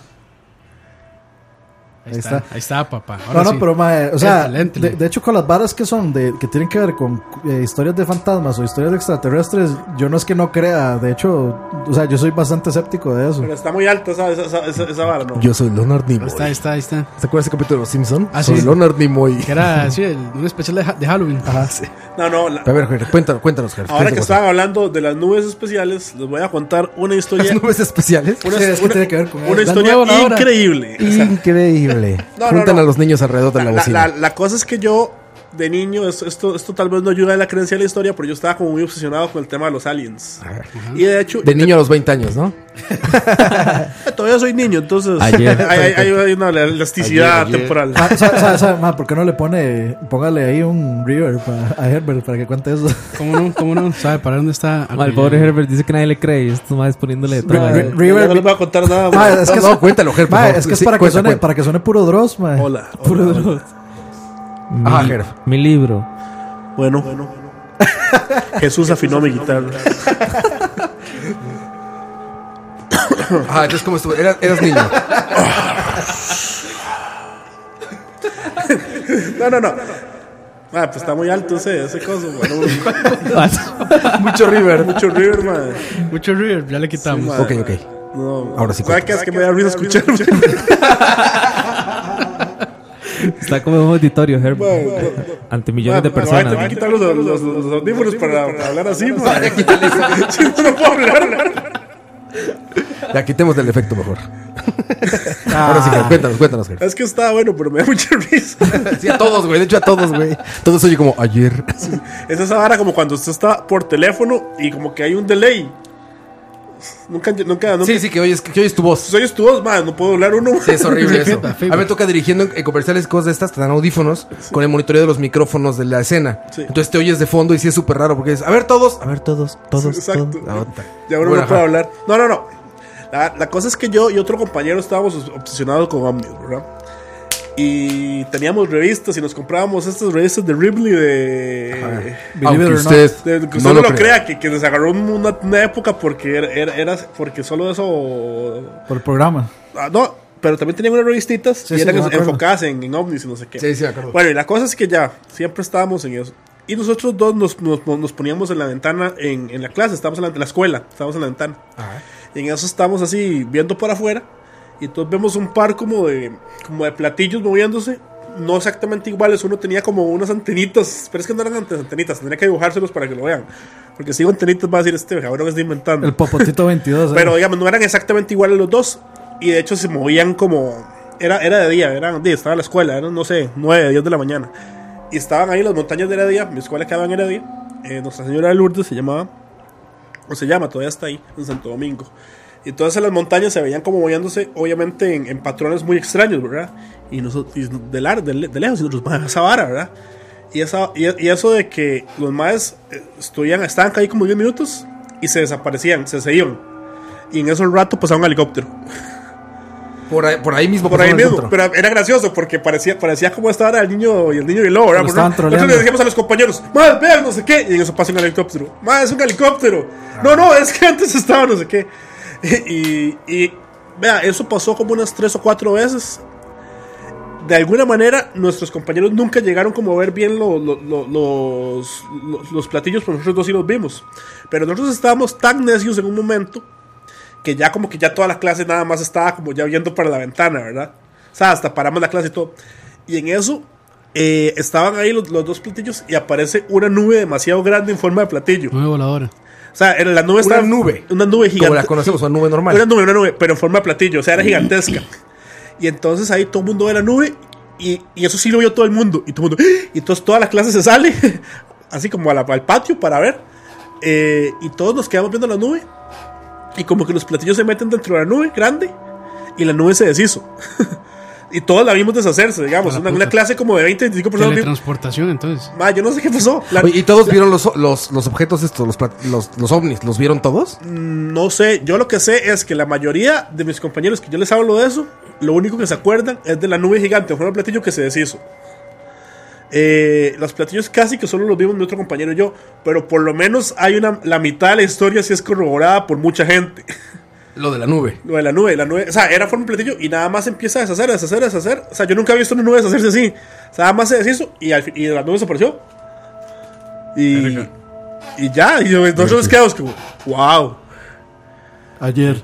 Speaker 5: ahí,
Speaker 2: ahí
Speaker 5: está,
Speaker 2: está.
Speaker 5: ahí está, papá. Ahora
Speaker 2: No, no,
Speaker 5: sí.
Speaker 2: pero, mae, o sea,
Speaker 5: Éntale, éntale.
Speaker 2: de, de hecho, con las varas que son, de, que tienen que ver con eh, historias de fantasmas o historias de extraterrestres, yo no es que no crea. De hecho, o sea, yo soy bastante escéptico de eso.
Speaker 7: Pero está muy alta esa, esa, esa, esa- esa vara, ¿no?
Speaker 4: Yo soy Leonard
Speaker 5: Ahí
Speaker 4: Nimoy.
Speaker 5: está, ahí está, ahí está.
Speaker 4: ¿Se acuerdas ese capítulo de Los Simpsons?
Speaker 5: Ah,
Speaker 4: soy
Speaker 5: sí.
Speaker 4: Leonard Nimoy.
Speaker 2: *laughs*
Speaker 5: Que era así, el- un especial de, ha- de Halloween.
Speaker 2: Ajá.
Speaker 7: No, no. la-
Speaker 4: A ver, Gerf, cuéntanos, cuéntanos, Gerf.
Speaker 7: ahora que
Speaker 4: cuéntanos.
Speaker 7: estaban hablando de las nubes especiales, les voy a contar una historia.
Speaker 4: Las nubes especiales.
Speaker 7: Una,
Speaker 2: Sí, es que
Speaker 7: una-
Speaker 2: tiene que ver con
Speaker 7: una
Speaker 2: eso.
Speaker 7: historia
Speaker 5: nube voladora.
Speaker 7: increíble. O sea,
Speaker 4: Increíble.
Speaker 7: No, no,
Speaker 4: Juntan
Speaker 7: *laughs* no.
Speaker 4: a los niños alrededor de
Speaker 7: la,
Speaker 4: la
Speaker 7: la-
Speaker 4: bocina.
Speaker 7: la- la cosa es que yo de niño, es- esto, esto tal vez no ayuda en la creencia de la historia, pero yo estaba como muy obsesionado con el tema de los aliens. Y de hecho,
Speaker 4: De niño a los 20 años, ¿no?
Speaker 7: eh, todavía soy niño, entonces
Speaker 6: Ayer.
Speaker 7: *laughs* hay, hay- hay- hay una elasticidad
Speaker 3: Ayer, ayer.
Speaker 7: temporal.
Speaker 11: Ah, sa- sa- sa- ma, ¿Por qué no le pone, póngale ahí un river pa- a Herbert para que cuente eso?
Speaker 5: ¿Cómo no? ¿Cómo no? ¿Sabe para dónde está?
Speaker 6: Ma, el pobre Herbert dice que nadie le cree. y Estos más poniéndole de todo.
Speaker 11: Re-
Speaker 7: Yo no
Speaker 11: River,
Speaker 7: les voy a contar nada.
Speaker 11: ma,
Speaker 7: bro.
Speaker 11: es que
Speaker 4: No, no,
Speaker 11: es-
Speaker 4: cuéntalo, Ger, por
Speaker 11: ma,
Speaker 4: favor.
Speaker 11: es que es
Speaker 4: Sí,
Speaker 11: para que
Speaker 4: cuenta,
Speaker 11: suene,
Speaker 4: cuenta.
Speaker 11: para que suene puro Dross, ma.
Speaker 7: Hola, hola,
Speaker 11: Puro
Speaker 7: hola.
Speaker 11: Dross.
Speaker 6: Mi,
Speaker 4: Ah, Ger.
Speaker 6: mi libro.
Speaker 7: Bueno, *laughs* Jesús afinó mi guitarra.
Speaker 4: Ajá, entonces, ¿cómo estuvo? Eras, eras niño.
Speaker 7: No, no, no. Ah, pues está muy alto ese, ese coso, bueno,
Speaker 4: *laughs* Mucho River.
Speaker 7: Mucho river, man.
Speaker 5: Mucho River, ya le quitamos.
Speaker 4: Ok, ok.
Speaker 7: No,
Speaker 4: Ahora sí, cuenta.
Speaker 7: ¿Sabes qué? Es que me da ruido escuchar.
Speaker 6: Está como en un auditorio, Herbert. Ante millones de
Speaker 7: Voy a tener que
Speaker 6: personas.
Speaker 7: quitar los, los, los, los audífonos para, para hablar
Speaker 4: *laughs*
Speaker 7: así, man. *laughs* Si no, no puedo hablar.
Speaker 4: Ya quitemos del efecto *laughs* mejor. Ahora sí, Ger, cuéntanos, cuéntanos, Ger.
Speaker 7: Es que está bueno, pero me da mucha risa.
Speaker 4: Sí, a todos, güey. De hecho, a todos, güey. Todos oye como ayer.
Speaker 7: Es esa vara como cuando usted está por teléfono y como que hay un delay. Nunca, nunca, nunca.
Speaker 4: Sí, sí, que oyes, que oyes tu voz.
Speaker 7: Si oyes tu voz, man, no puedo hablar uno.
Speaker 4: Sí, es horrible eso.
Speaker 5: flipa,
Speaker 4: A
Speaker 5: flipa.
Speaker 4: mí me toca dirigiendo en comerciales cosas de estas, te dan audífonos con el monitoreo de los micrófonos de la escena.
Speaker 7: Sí.
Speaker 4: Entonces te oyes de fondo y sí es súper raro porque es, a ver todos, a ver todos, todos,
Speaker 7: Exacto.
Speaker 4: todos. La otra.
Speaker 7: Ya uno
Speaker 4: Bueno,
Speaker 7: no puede
Speaker 4: ajá.
Speaker 7: hablar. No, no, no. La, la cosa es que yo y otro compañero estábamos obs- obsesionados con Omnius, ¿verdad? Y teníamos revistas y nos comprábamos estas revistas de Ripley de.
Speaker 11: Believe it
Speaker 4: Aunque
Speaker 11: or
Speaker 4: usted,
Speaker 7: de- que usted
Speaker 4: no lo crea.
Speaker 7: que, que nos agarró una, una época porque era, era- era- porque solo eso.
Speaker 11: Por el programa.
Speaker 7: ah, no, pero también tenían unas revistitas
Speaker 11: Sí,
Speaker 7: y
Speaker 11: sí,
Speaker 7: eran
Speaker 11: me acuerdo.
Speaker 7: enfocadas en, en ovnis y no sé qué.
Speaker 4: Sí, sí, de acuerdo.
Speaker 7: Bueno, y la cosa es que ya, siempre estábamos en eso. Y nosotros dos nos, nos- nos poníamos en la ventana, en, en la clase, estábamos en la, en la escuela, estábamos en la ventana. Y en eso estamos así, viendo para afuera. Y entonces vemos un par como de, como de platillos moviéndose. No exactamente iguales, uno tenía como unas antenitas, pero es que no eran ante- antenitas, tendría que dibujárselos para que lo vean. Porque si digo antenitas va a decir este cabrón está inventando.
Speaker 11: El Popotito 22. eh.
Speaker 7: Pero digamos, no eran exactamente iguales los dos. Y de hecho se movían como. Era, era de día, eran día, estaba en la escuela, eran, no sé, 9, 10 de la mañana. Y estaban ahí en las montañas de Heredia, mi escuela quedaba en Heredia. eh, Nuestra Señora de Lourdes se llamaba, o se llama, todavía está ahí, en Santo Domingo. Y entonces en las montañas se veían como moviéndose, obviamente en, en patrones muy extraños, ¿verdad? Y, nosotros, y de, lar- de le- de lejos, y nosotros, "Madre, esa vara, ¿verdad? Y, esa, y, y eso de que los maes eh, estuvieran, estaban ahí como 10 minutos y se desaparecían, se, se iban. Y en ese rato pasaba un helicóptero.
Speaker 4: Por ahí, por ahí mismo.
Speaker 7: Por
Speaker 4: pasó
Speaker 7: ahí
Speaker 4: el
Speaker 7: mismo.
Speaker 4: otro.
Speaker 7: Pero era gracioso porque parecía, parecía como estaba el niño y el niño y el lobo, ¿verdad?
Speaker 11: Lo
Speaker 7: Porque
Speaker 11: estaban
Speaker 7: Nosotros
Speaker 11: troleando.
Speaker 7: le decíamos a los compañeros, más vean, no sé qué. Y en eso pasa un helicóptero. Más es un helicóptero.
Speaker 11: Ah.
Speaker 7: No, no, es que antes estaba no sé qué. *laughs* Y, y vea, eso pasó como unas tres o cuatro veces. De alguna manera, nuestros compañeros nunca llegaron como a ver bien lo- lo- lo- los, los, los platillos, pero nosotros dos sí los vimos. Pero nosotros estábamos tan necios en un momento que ya como que ya toda la clase nada más estaba como ya viendo para la ventana, ¿verdad? O sea, hasta paramos la clase y todo. Y en eso eh, estaban ahí los, los dos platillos y aparece una nube demasiado grande en forma de platillo.
Speaker 5: Nueve voladora.
Speaker 7: O sea, era la nube
Speaker 4: Una
Speaker 7: estaba-
Speaker 4: nube.
Speaker 7: Una nube
Speaker 4: Como
Speaker 7: gigante.
Speaker 4: la conocemos, una nube normal.
Speaker 7: Una nube, una nube, pero en forma de platillo, o sea, era gigantesca. Y entonces ahí todo el mundo ve la nube y, y eso sí lo vio todo el mundo. Y todo el mundo, ¡Ah! y entonces toda la clase se sale, *laughs* así como a la- al patio para ver. eh, y todos nos quedamos viendo la nube y como que los platillos se meten dentro de la nube grande y la nube se deshizo. *laughs* y todos la vimos deshacerse, digamos.
Speaker 5: A la
Speaker 7: Una,
Speaker 5: puta.
Speaker 7: una clase como de 20, 25 personas. vimos-
Speaker 5: Teletransportación, entonces.
Speaker 7: Ma, yo no sé qué pasó. La-
Speaker 4: Oye, y todos vieron los, los, los objetos estos, los, plat- los, los ovnis, ¿los vieron todos?
Speaker 7: No sé, yo lo que sé es que la mayoría de mis compañeros que yo les hablo de eso, lo único que se acuerdan es de la nube gigante, fue un platillo que se deshizo. Eh, los platillos casi que solo los vimos mi otro compañero y yo, pero por lo menos hay una, la mitad de la historia sí es corroborada por mucha gente. *laughs*
Speaker 4: Lo de la nube.
Speaker 7: Lo de la nube, la nube, o sea, era forma un platillo y nada más empieza a deshacer, a deshacer, a deshacer. O sea, yo nunca he visto una nube deshacerse así. O sea, nada más se deshizo y, al fin- y la nube desapareció. Y, y ya, y yo- nosotros nos quedamos como, wow.
Speaker 11: Ayer.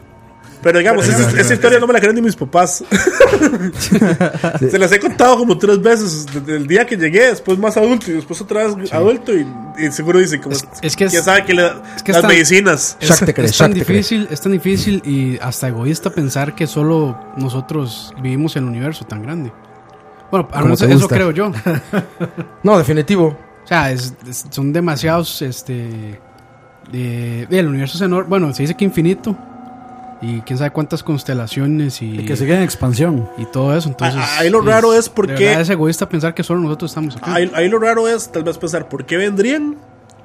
Speaker 7: Pero digamos, esa, esa historia no me la creen ni mis papás. Se las he contado como tres veces. Desde el día que llegué, después más adulto y después otra vez adulto. Y, y seguro dicen, como,
Speaker 5: Es- es que es-
Speaker 7: ya sabe que le-
Speaker 5: es que
Speaker 7: las
Speaker 5: está-
Speaker 7: medicinas.
Speaker 4: Shaq te cree,
Speaker 5: es tan
Speaker 4: Shaq te cree.
Speaker 5: difícil, es tan difícil y hasta egoísta pensar que solo nosotros vivimos el universo tan grande. Bueno, al
Speaker 4: Como
Speaker 5: menos
Speaker 4: te
Speaker 5: eso
Speaker 4: gusta. *laughs*
Speaker 5: creo yo. O
Speaker 4: No, definitivo.
Speaker 5: sea, es- es- son demasiados, este... de- el universo es enorme. Bueno, se dice que infinito. Y quién sabe cuántas constelaciones y,
Speaker 2: Y que sigue en expansión.
Speaker 5: y todo eso. Entonces,
Speaker 7: Ah, ahí lo raro es por
Speaker 5: de
Speaker 7: qué-
Speaker 5: verdad es egoísta pensar que solo nosotros estamos aquí.
Speaker 7: Ahí, ahí lo raro es tal vez pensar por qué vendrían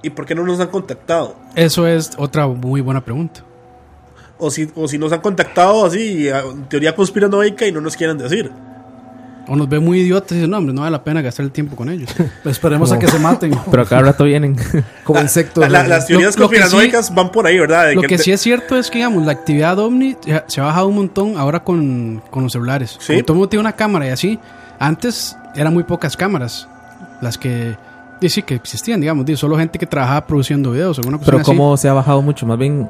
Speaker 7: y por qué no nos han contactado.
Speaker 5: Eso es otra muy buena pregunta.
Speaker 7: O si, o si nos han contactado así, a- en teoría conspiranoica y no nos quieren decir.
Speaker 5: O nos ve muy idiotas y dicen, no, hombre, no vale la pena gastar el tiempo con ellos.
Speaker 2: Esperemos a que se maten.
Speaker 6: Pero a cada rato vienen.
Speaker 4: Como insectos.
Speaker 7: La- la- las teorías
Speaker 5: lo que
Speaker 7: conspiranoicas van por ahí, ¿verdad? De
Speaker 5: Lo
Speaker 7: que
Speaker 5: que
Speaker 7: te-
Speaker 5: sí es cierto es que, digamos, la actividad ovni se- se ha bajado un montón ahora con, con los celulares.
Speaker 7: Sí.
Speaker 5: Como todo el mundo tiene una cámara y así. Antes eran muy pocas cámaras las que y sí que existían, digamos, di, solo gente que trabajaba produciendo videos, alguna cosa
Speaker 6: Pero
Speaker 5: así.
Speaker 6: cómo se ha bajado mucho. Más bien,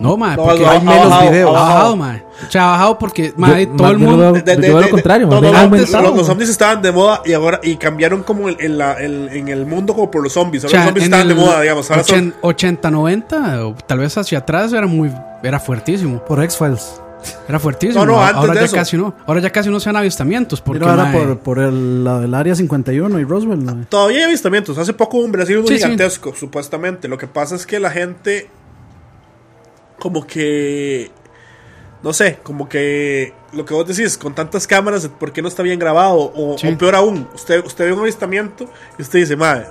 Speaker 5: No, mae,
Speaker 7: No,
Speaker 5: porque
Speaker 7: ha-
Speaker 5: hay
Speaker 7: ha
Speaker 5: menos
Speaker 7: bajado,
Speaker 5: videos.
Speaker 7: ha
Speaker 5: Ha
Speaker 7: bajado.
Speaker 5: bajado, mae. O sea, ha bajado porque, mae,
Speaker 6: Yo-
Speaker 5: todo
Speaker 6: más
Speaker 5: el
Speaker 6: bien
Speaker 5: mundo...
Speaker 6: lo Yo veo lo contrario,
Speaker 7: no,
Speaker 6: más
Speaker 7: no,
Speaker 6: bien
Speaker 7: no,
Speaker 6: ha
Speaker 7: antes
Speaker 6: aumentado.
Speaker 7: los, los zombies estaban de moda y ahora y cambiaron como el- en, la- el- en el mundo como por los zombies.
Speaker 5: o
Speaker 7: Ahora
Speaker 5: sea,
Speaker 7: los zombies
Speaker 5: en
Speaker 7: estaban de
Speaker 5: el
Speaker 7: moda, digamos. Ahora son-
Speaker 5: 80, 80, 90, o tal vez hacia atrás era muy... Era fuertísimo.
Speaker 2: Por X-Files.
Speaker 5: Era fuertísimo.
Speaker 7: No, no,
Speaker 5: ahora
Speaker 7: antes
Speaker 5: ahora
Speaker 7: de
Speaker 5: ya
Speaker 7: eso.
Speaker 5: casi no. Ahora ya casi no se dan avistamientos porque,
Speaker 2: Mira, ahora
Speaker 5: mae,
Speaker 2: por, por el, la del área 51 y Roswell. mae.
Speaker 7: Todavía hay avistamientos. Hace poco hubo un Brasil uno
Speaker 5: Sí, sí.
Speaker 7: gigantesco, supuestamente. Lo que pasa es que la gente. Como que. No sé, como que. Lo que vos decís, con tantas cámaras, ¿por qué no está bien grabado? O,
Speaker 5: Sí.
Speaker 7: o peor aún, usted, usted ve un avistamiento y usted dice, madre,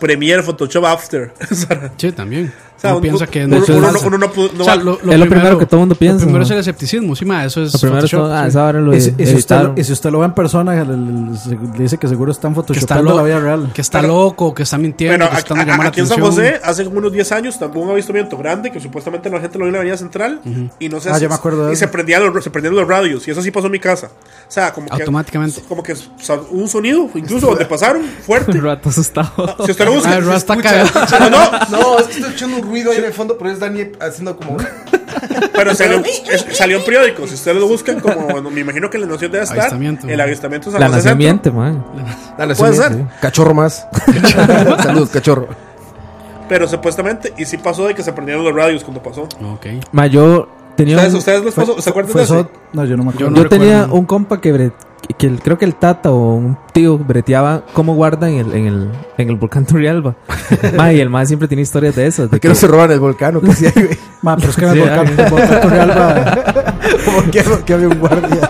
Speaker 7: Premiere, Photoshop, After. *laughs* o sea,
Speaker 5: Sí, también.
Speaker 7: un-
Speaker 5: uno piensa que
Speaker 7: uno,
Speaker 5: no
Speaker 7: uno-
Speaker 5: pasa.
Speaker 7: uno no pudo- no
Speaker 5: O sea,
Speaker 7: va-
Speaker 6: Es lo primero que todo mundo
Speaker 5: Lo
Speaker 6: piensa,
Speaker 5: primero
Speaker 6: ¿no?
Speaker 5: es el escepticismo, sí, ma, eso es.
Speaker 6: lo primero es
Speaker 5: Photoshop,
Speaker 6: todo. Ah,
Speaker 5: sí.
Speaker 6: esa hora lo
Speaker 2: Y, si- y si usted, lo-
Speaker 6: editaron.
Speaker 2: y si usted lo ve en persona, le- le- se- dice que seguro están
Speaker 5: que está,
Speaker 2: photoshopeando
Speaker 5: lo-
Speaker 2: la vida real.
Speaker 5: que está loco, que está mintiendo,
Speaker 7: Bueno,
Speaker 5: que está dando
Speaker 7: aquí,
Speaker 5: llamar la
Speaker 7: aquí en San
Speaker 5: atención.
Speaker 7: José, hace como unos 10 años, también hubo un avistamiento grande que supuestamente la gente lo vio en la Avenida Central y no sé
Speaker 2: Ah,
Speaker 7: si-
Speaker 2: ya me acuerdo de
Speaker 7: y
Speaker 2: eso.
Speaker 7: se prendían, los, se prendían los radios y eso sí pasó en mi casa. O sea, como que
Speaker 5: Automáticamente.
Speaker 7: como que sa- un sonido incluso donde pasaron fuerte.
Speaker 6: Un rato asustado.
Speaker 7: Si usted lo
Speaker 5: Ah,
Speaker 7: busca,
Speaker 5: el
Speaker 7: se
Speaker 5: Roa está
Speaker 7: escucha.
Speaker 5: cagado.
Speaker 7: No, no,
Speaker 4: *laughs* No, es que estoy escuchando un ruido ahí en el fondo, pero es Dani haciendo como.
Speaker 7: pero se lo- es- salió en periódicos. Si ustedes lo buscan, como bueno, me imagino que la noción debe estar,
Speaker 5: Avistamiento.
Speaker 7: el avistamiento de San
Speaker 6: La
Speaker 7: José
Speaker 6: nación miente,
Speaker 7: Centro.
Speaker 6: man.
Speaker 4: Dale,
Speaker 7: Puede ser.
Speaker 4: Cachorro *laughs* más. Saludos, cachorro.
Speaker 7: Pero supuestamente, y sí pasó de que se prendieron los radios cuando pasó.
Speaker 5: Ok.
Speaker 6: Ma, yo tenía
Speaker 7: ¿Ustedes,
Speaker 6: un-
Speaker 7: ustedes les pasó? ¿Se acuerdan
Speaker 2: Fue
Speaker 7: de eso?
Speaker 2: eso- No, yo no me acuerdo.
Speaker 5: Yo no
Speaker 6: yo
Speaker 5: recuerdo.
Speaker 6: tenía un compa que, bre- que el- creo que el tata o un tío breteaba cómo guarda en el, en el, en el volcán *laughs* Turrialba. ma, y el ma siempre tiene historias de esas. De
Speaker 4: ¿Por qué no se roban el volcán? o ¿Qué hacía ahí, güey?
Speaker 2: Ma,
Speaker 6: *laughs*
Speaker 2: pero es que en el
Speaker 6: Sí,
Speaker 2: volcán-
Speaker 6: ah.
Speaker 2: volcán Turrialba-
Speaker 4: ¿Por qué no- que había un guardia?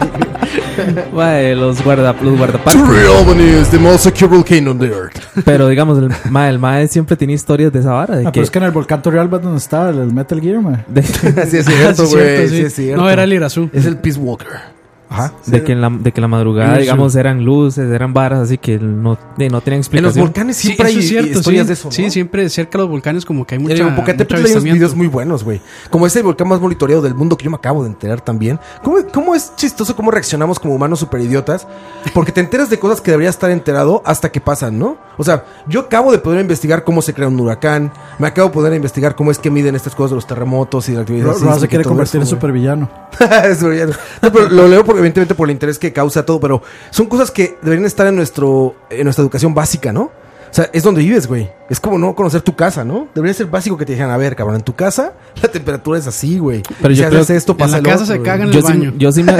Speaker 6: ma, eh, los, guarda, los guardaparques.
Speaker 4: Turrialbany is the most secure volcano on the earth.
Speaker 6: Pero digamos, el ma, el ma siempre tiene historias de esa vara. De
Speaker 2: Ah,
Speaker 6: que,
Speaker 2: pero es que en el volcán Turrialba es donde está el, el Metal Gear, ma.
Speaker 4: *laughs*
Speaker 6: de,
Speaker 4: Sí, es cierto,
Speaker 5: Ah, sí,
Speaker 4: güey.
Speaker 5: cierto,
Speaker 4: Sí,
Speaker 5: sí.
Speaker 4: es cierto.
Speaker 5: No, era el Irazú.
Speaker 4: Es el Peace Walker. Ajá.
Speaker 6: de que en la, de que en la madrugada,
Speaker 5: Sí.
Speaker 6: digamos, eran luces, eran varas, así que no, de- no tenían
Speaker 4: En los
Speaker 6: explicación.
Speaker 4: volcanes
Speaker 5: Sí,
Speaker 4: siempre
Speaker 5: eso
Speaker 4: hay
Speaker 5: es cierto,
Speaker 4: historias
Speaker 5: sí.
Speaker 4: de eso. ¿no?
Speaker 5: Sí, siempre cerca de los volcanes, como que hay mucha.
Speaker 4: En el Popocatépetl
Speaker 5: mucho
Speaker 4: hay unos
Speaker 5: avistamiento.
Speaker 4: videos muy buenos, güey. Como es el volcán más monitoreado del mundo que yo me acabo de enterar también. ¿Cómo, cómo es chistoso cómo reaccionamos como humanos superidiotas? Porque te enteras de cosas que deberías estar enterado hasta que pasan, ¿no? O sea, yo acabo de poder investigar cómo se crea un huracán. Me acabo de poder investigar cómo es que miden estas cosas de los terremotos y de la actividad
Speaker 2: Ro- Roa
Speaker 4: sísmica
Speaker 2: se
Speaker 4: y
Speaker 2: quiere
Speaker 4: todo
Speaker 2: convertir en
Speaker 4: eso, güey.
Speaker 2: supervillano.
Speaker 4: *laughs* Es brillante. No, pero lo leo porque, evidentemente por el interés que causa todo, pero son cosas que deberían estar en nuestro en nuestra educación básica, ¿no? O sea, es donde vives, güey. Es como no conocer tu casa, ¿no? Debería ser básico que te dijeran, a ver, cabrón, en tu casa la temperatura es así, güey.
Speaker 6: Pero yo
Speaker 4: si
Speaker 6: creo
Speaker 4: haces
Speaker 6: que
Speaker 4: esto,
Speaker 5: en
Speaker 4: pasa
Speaker 5: la
Speaker 4: el
Speaker 5: casa
Speaker 4: otro,
Speaker 5: se
Speaker 4: güey.
Speaker 5: cagan en
Speaker 6: yo
Speaker 5: el
Speaker 6: sí,
Speaker 5: baño.
Speaker 4: *laughs*
Speaker 6: yo sí me,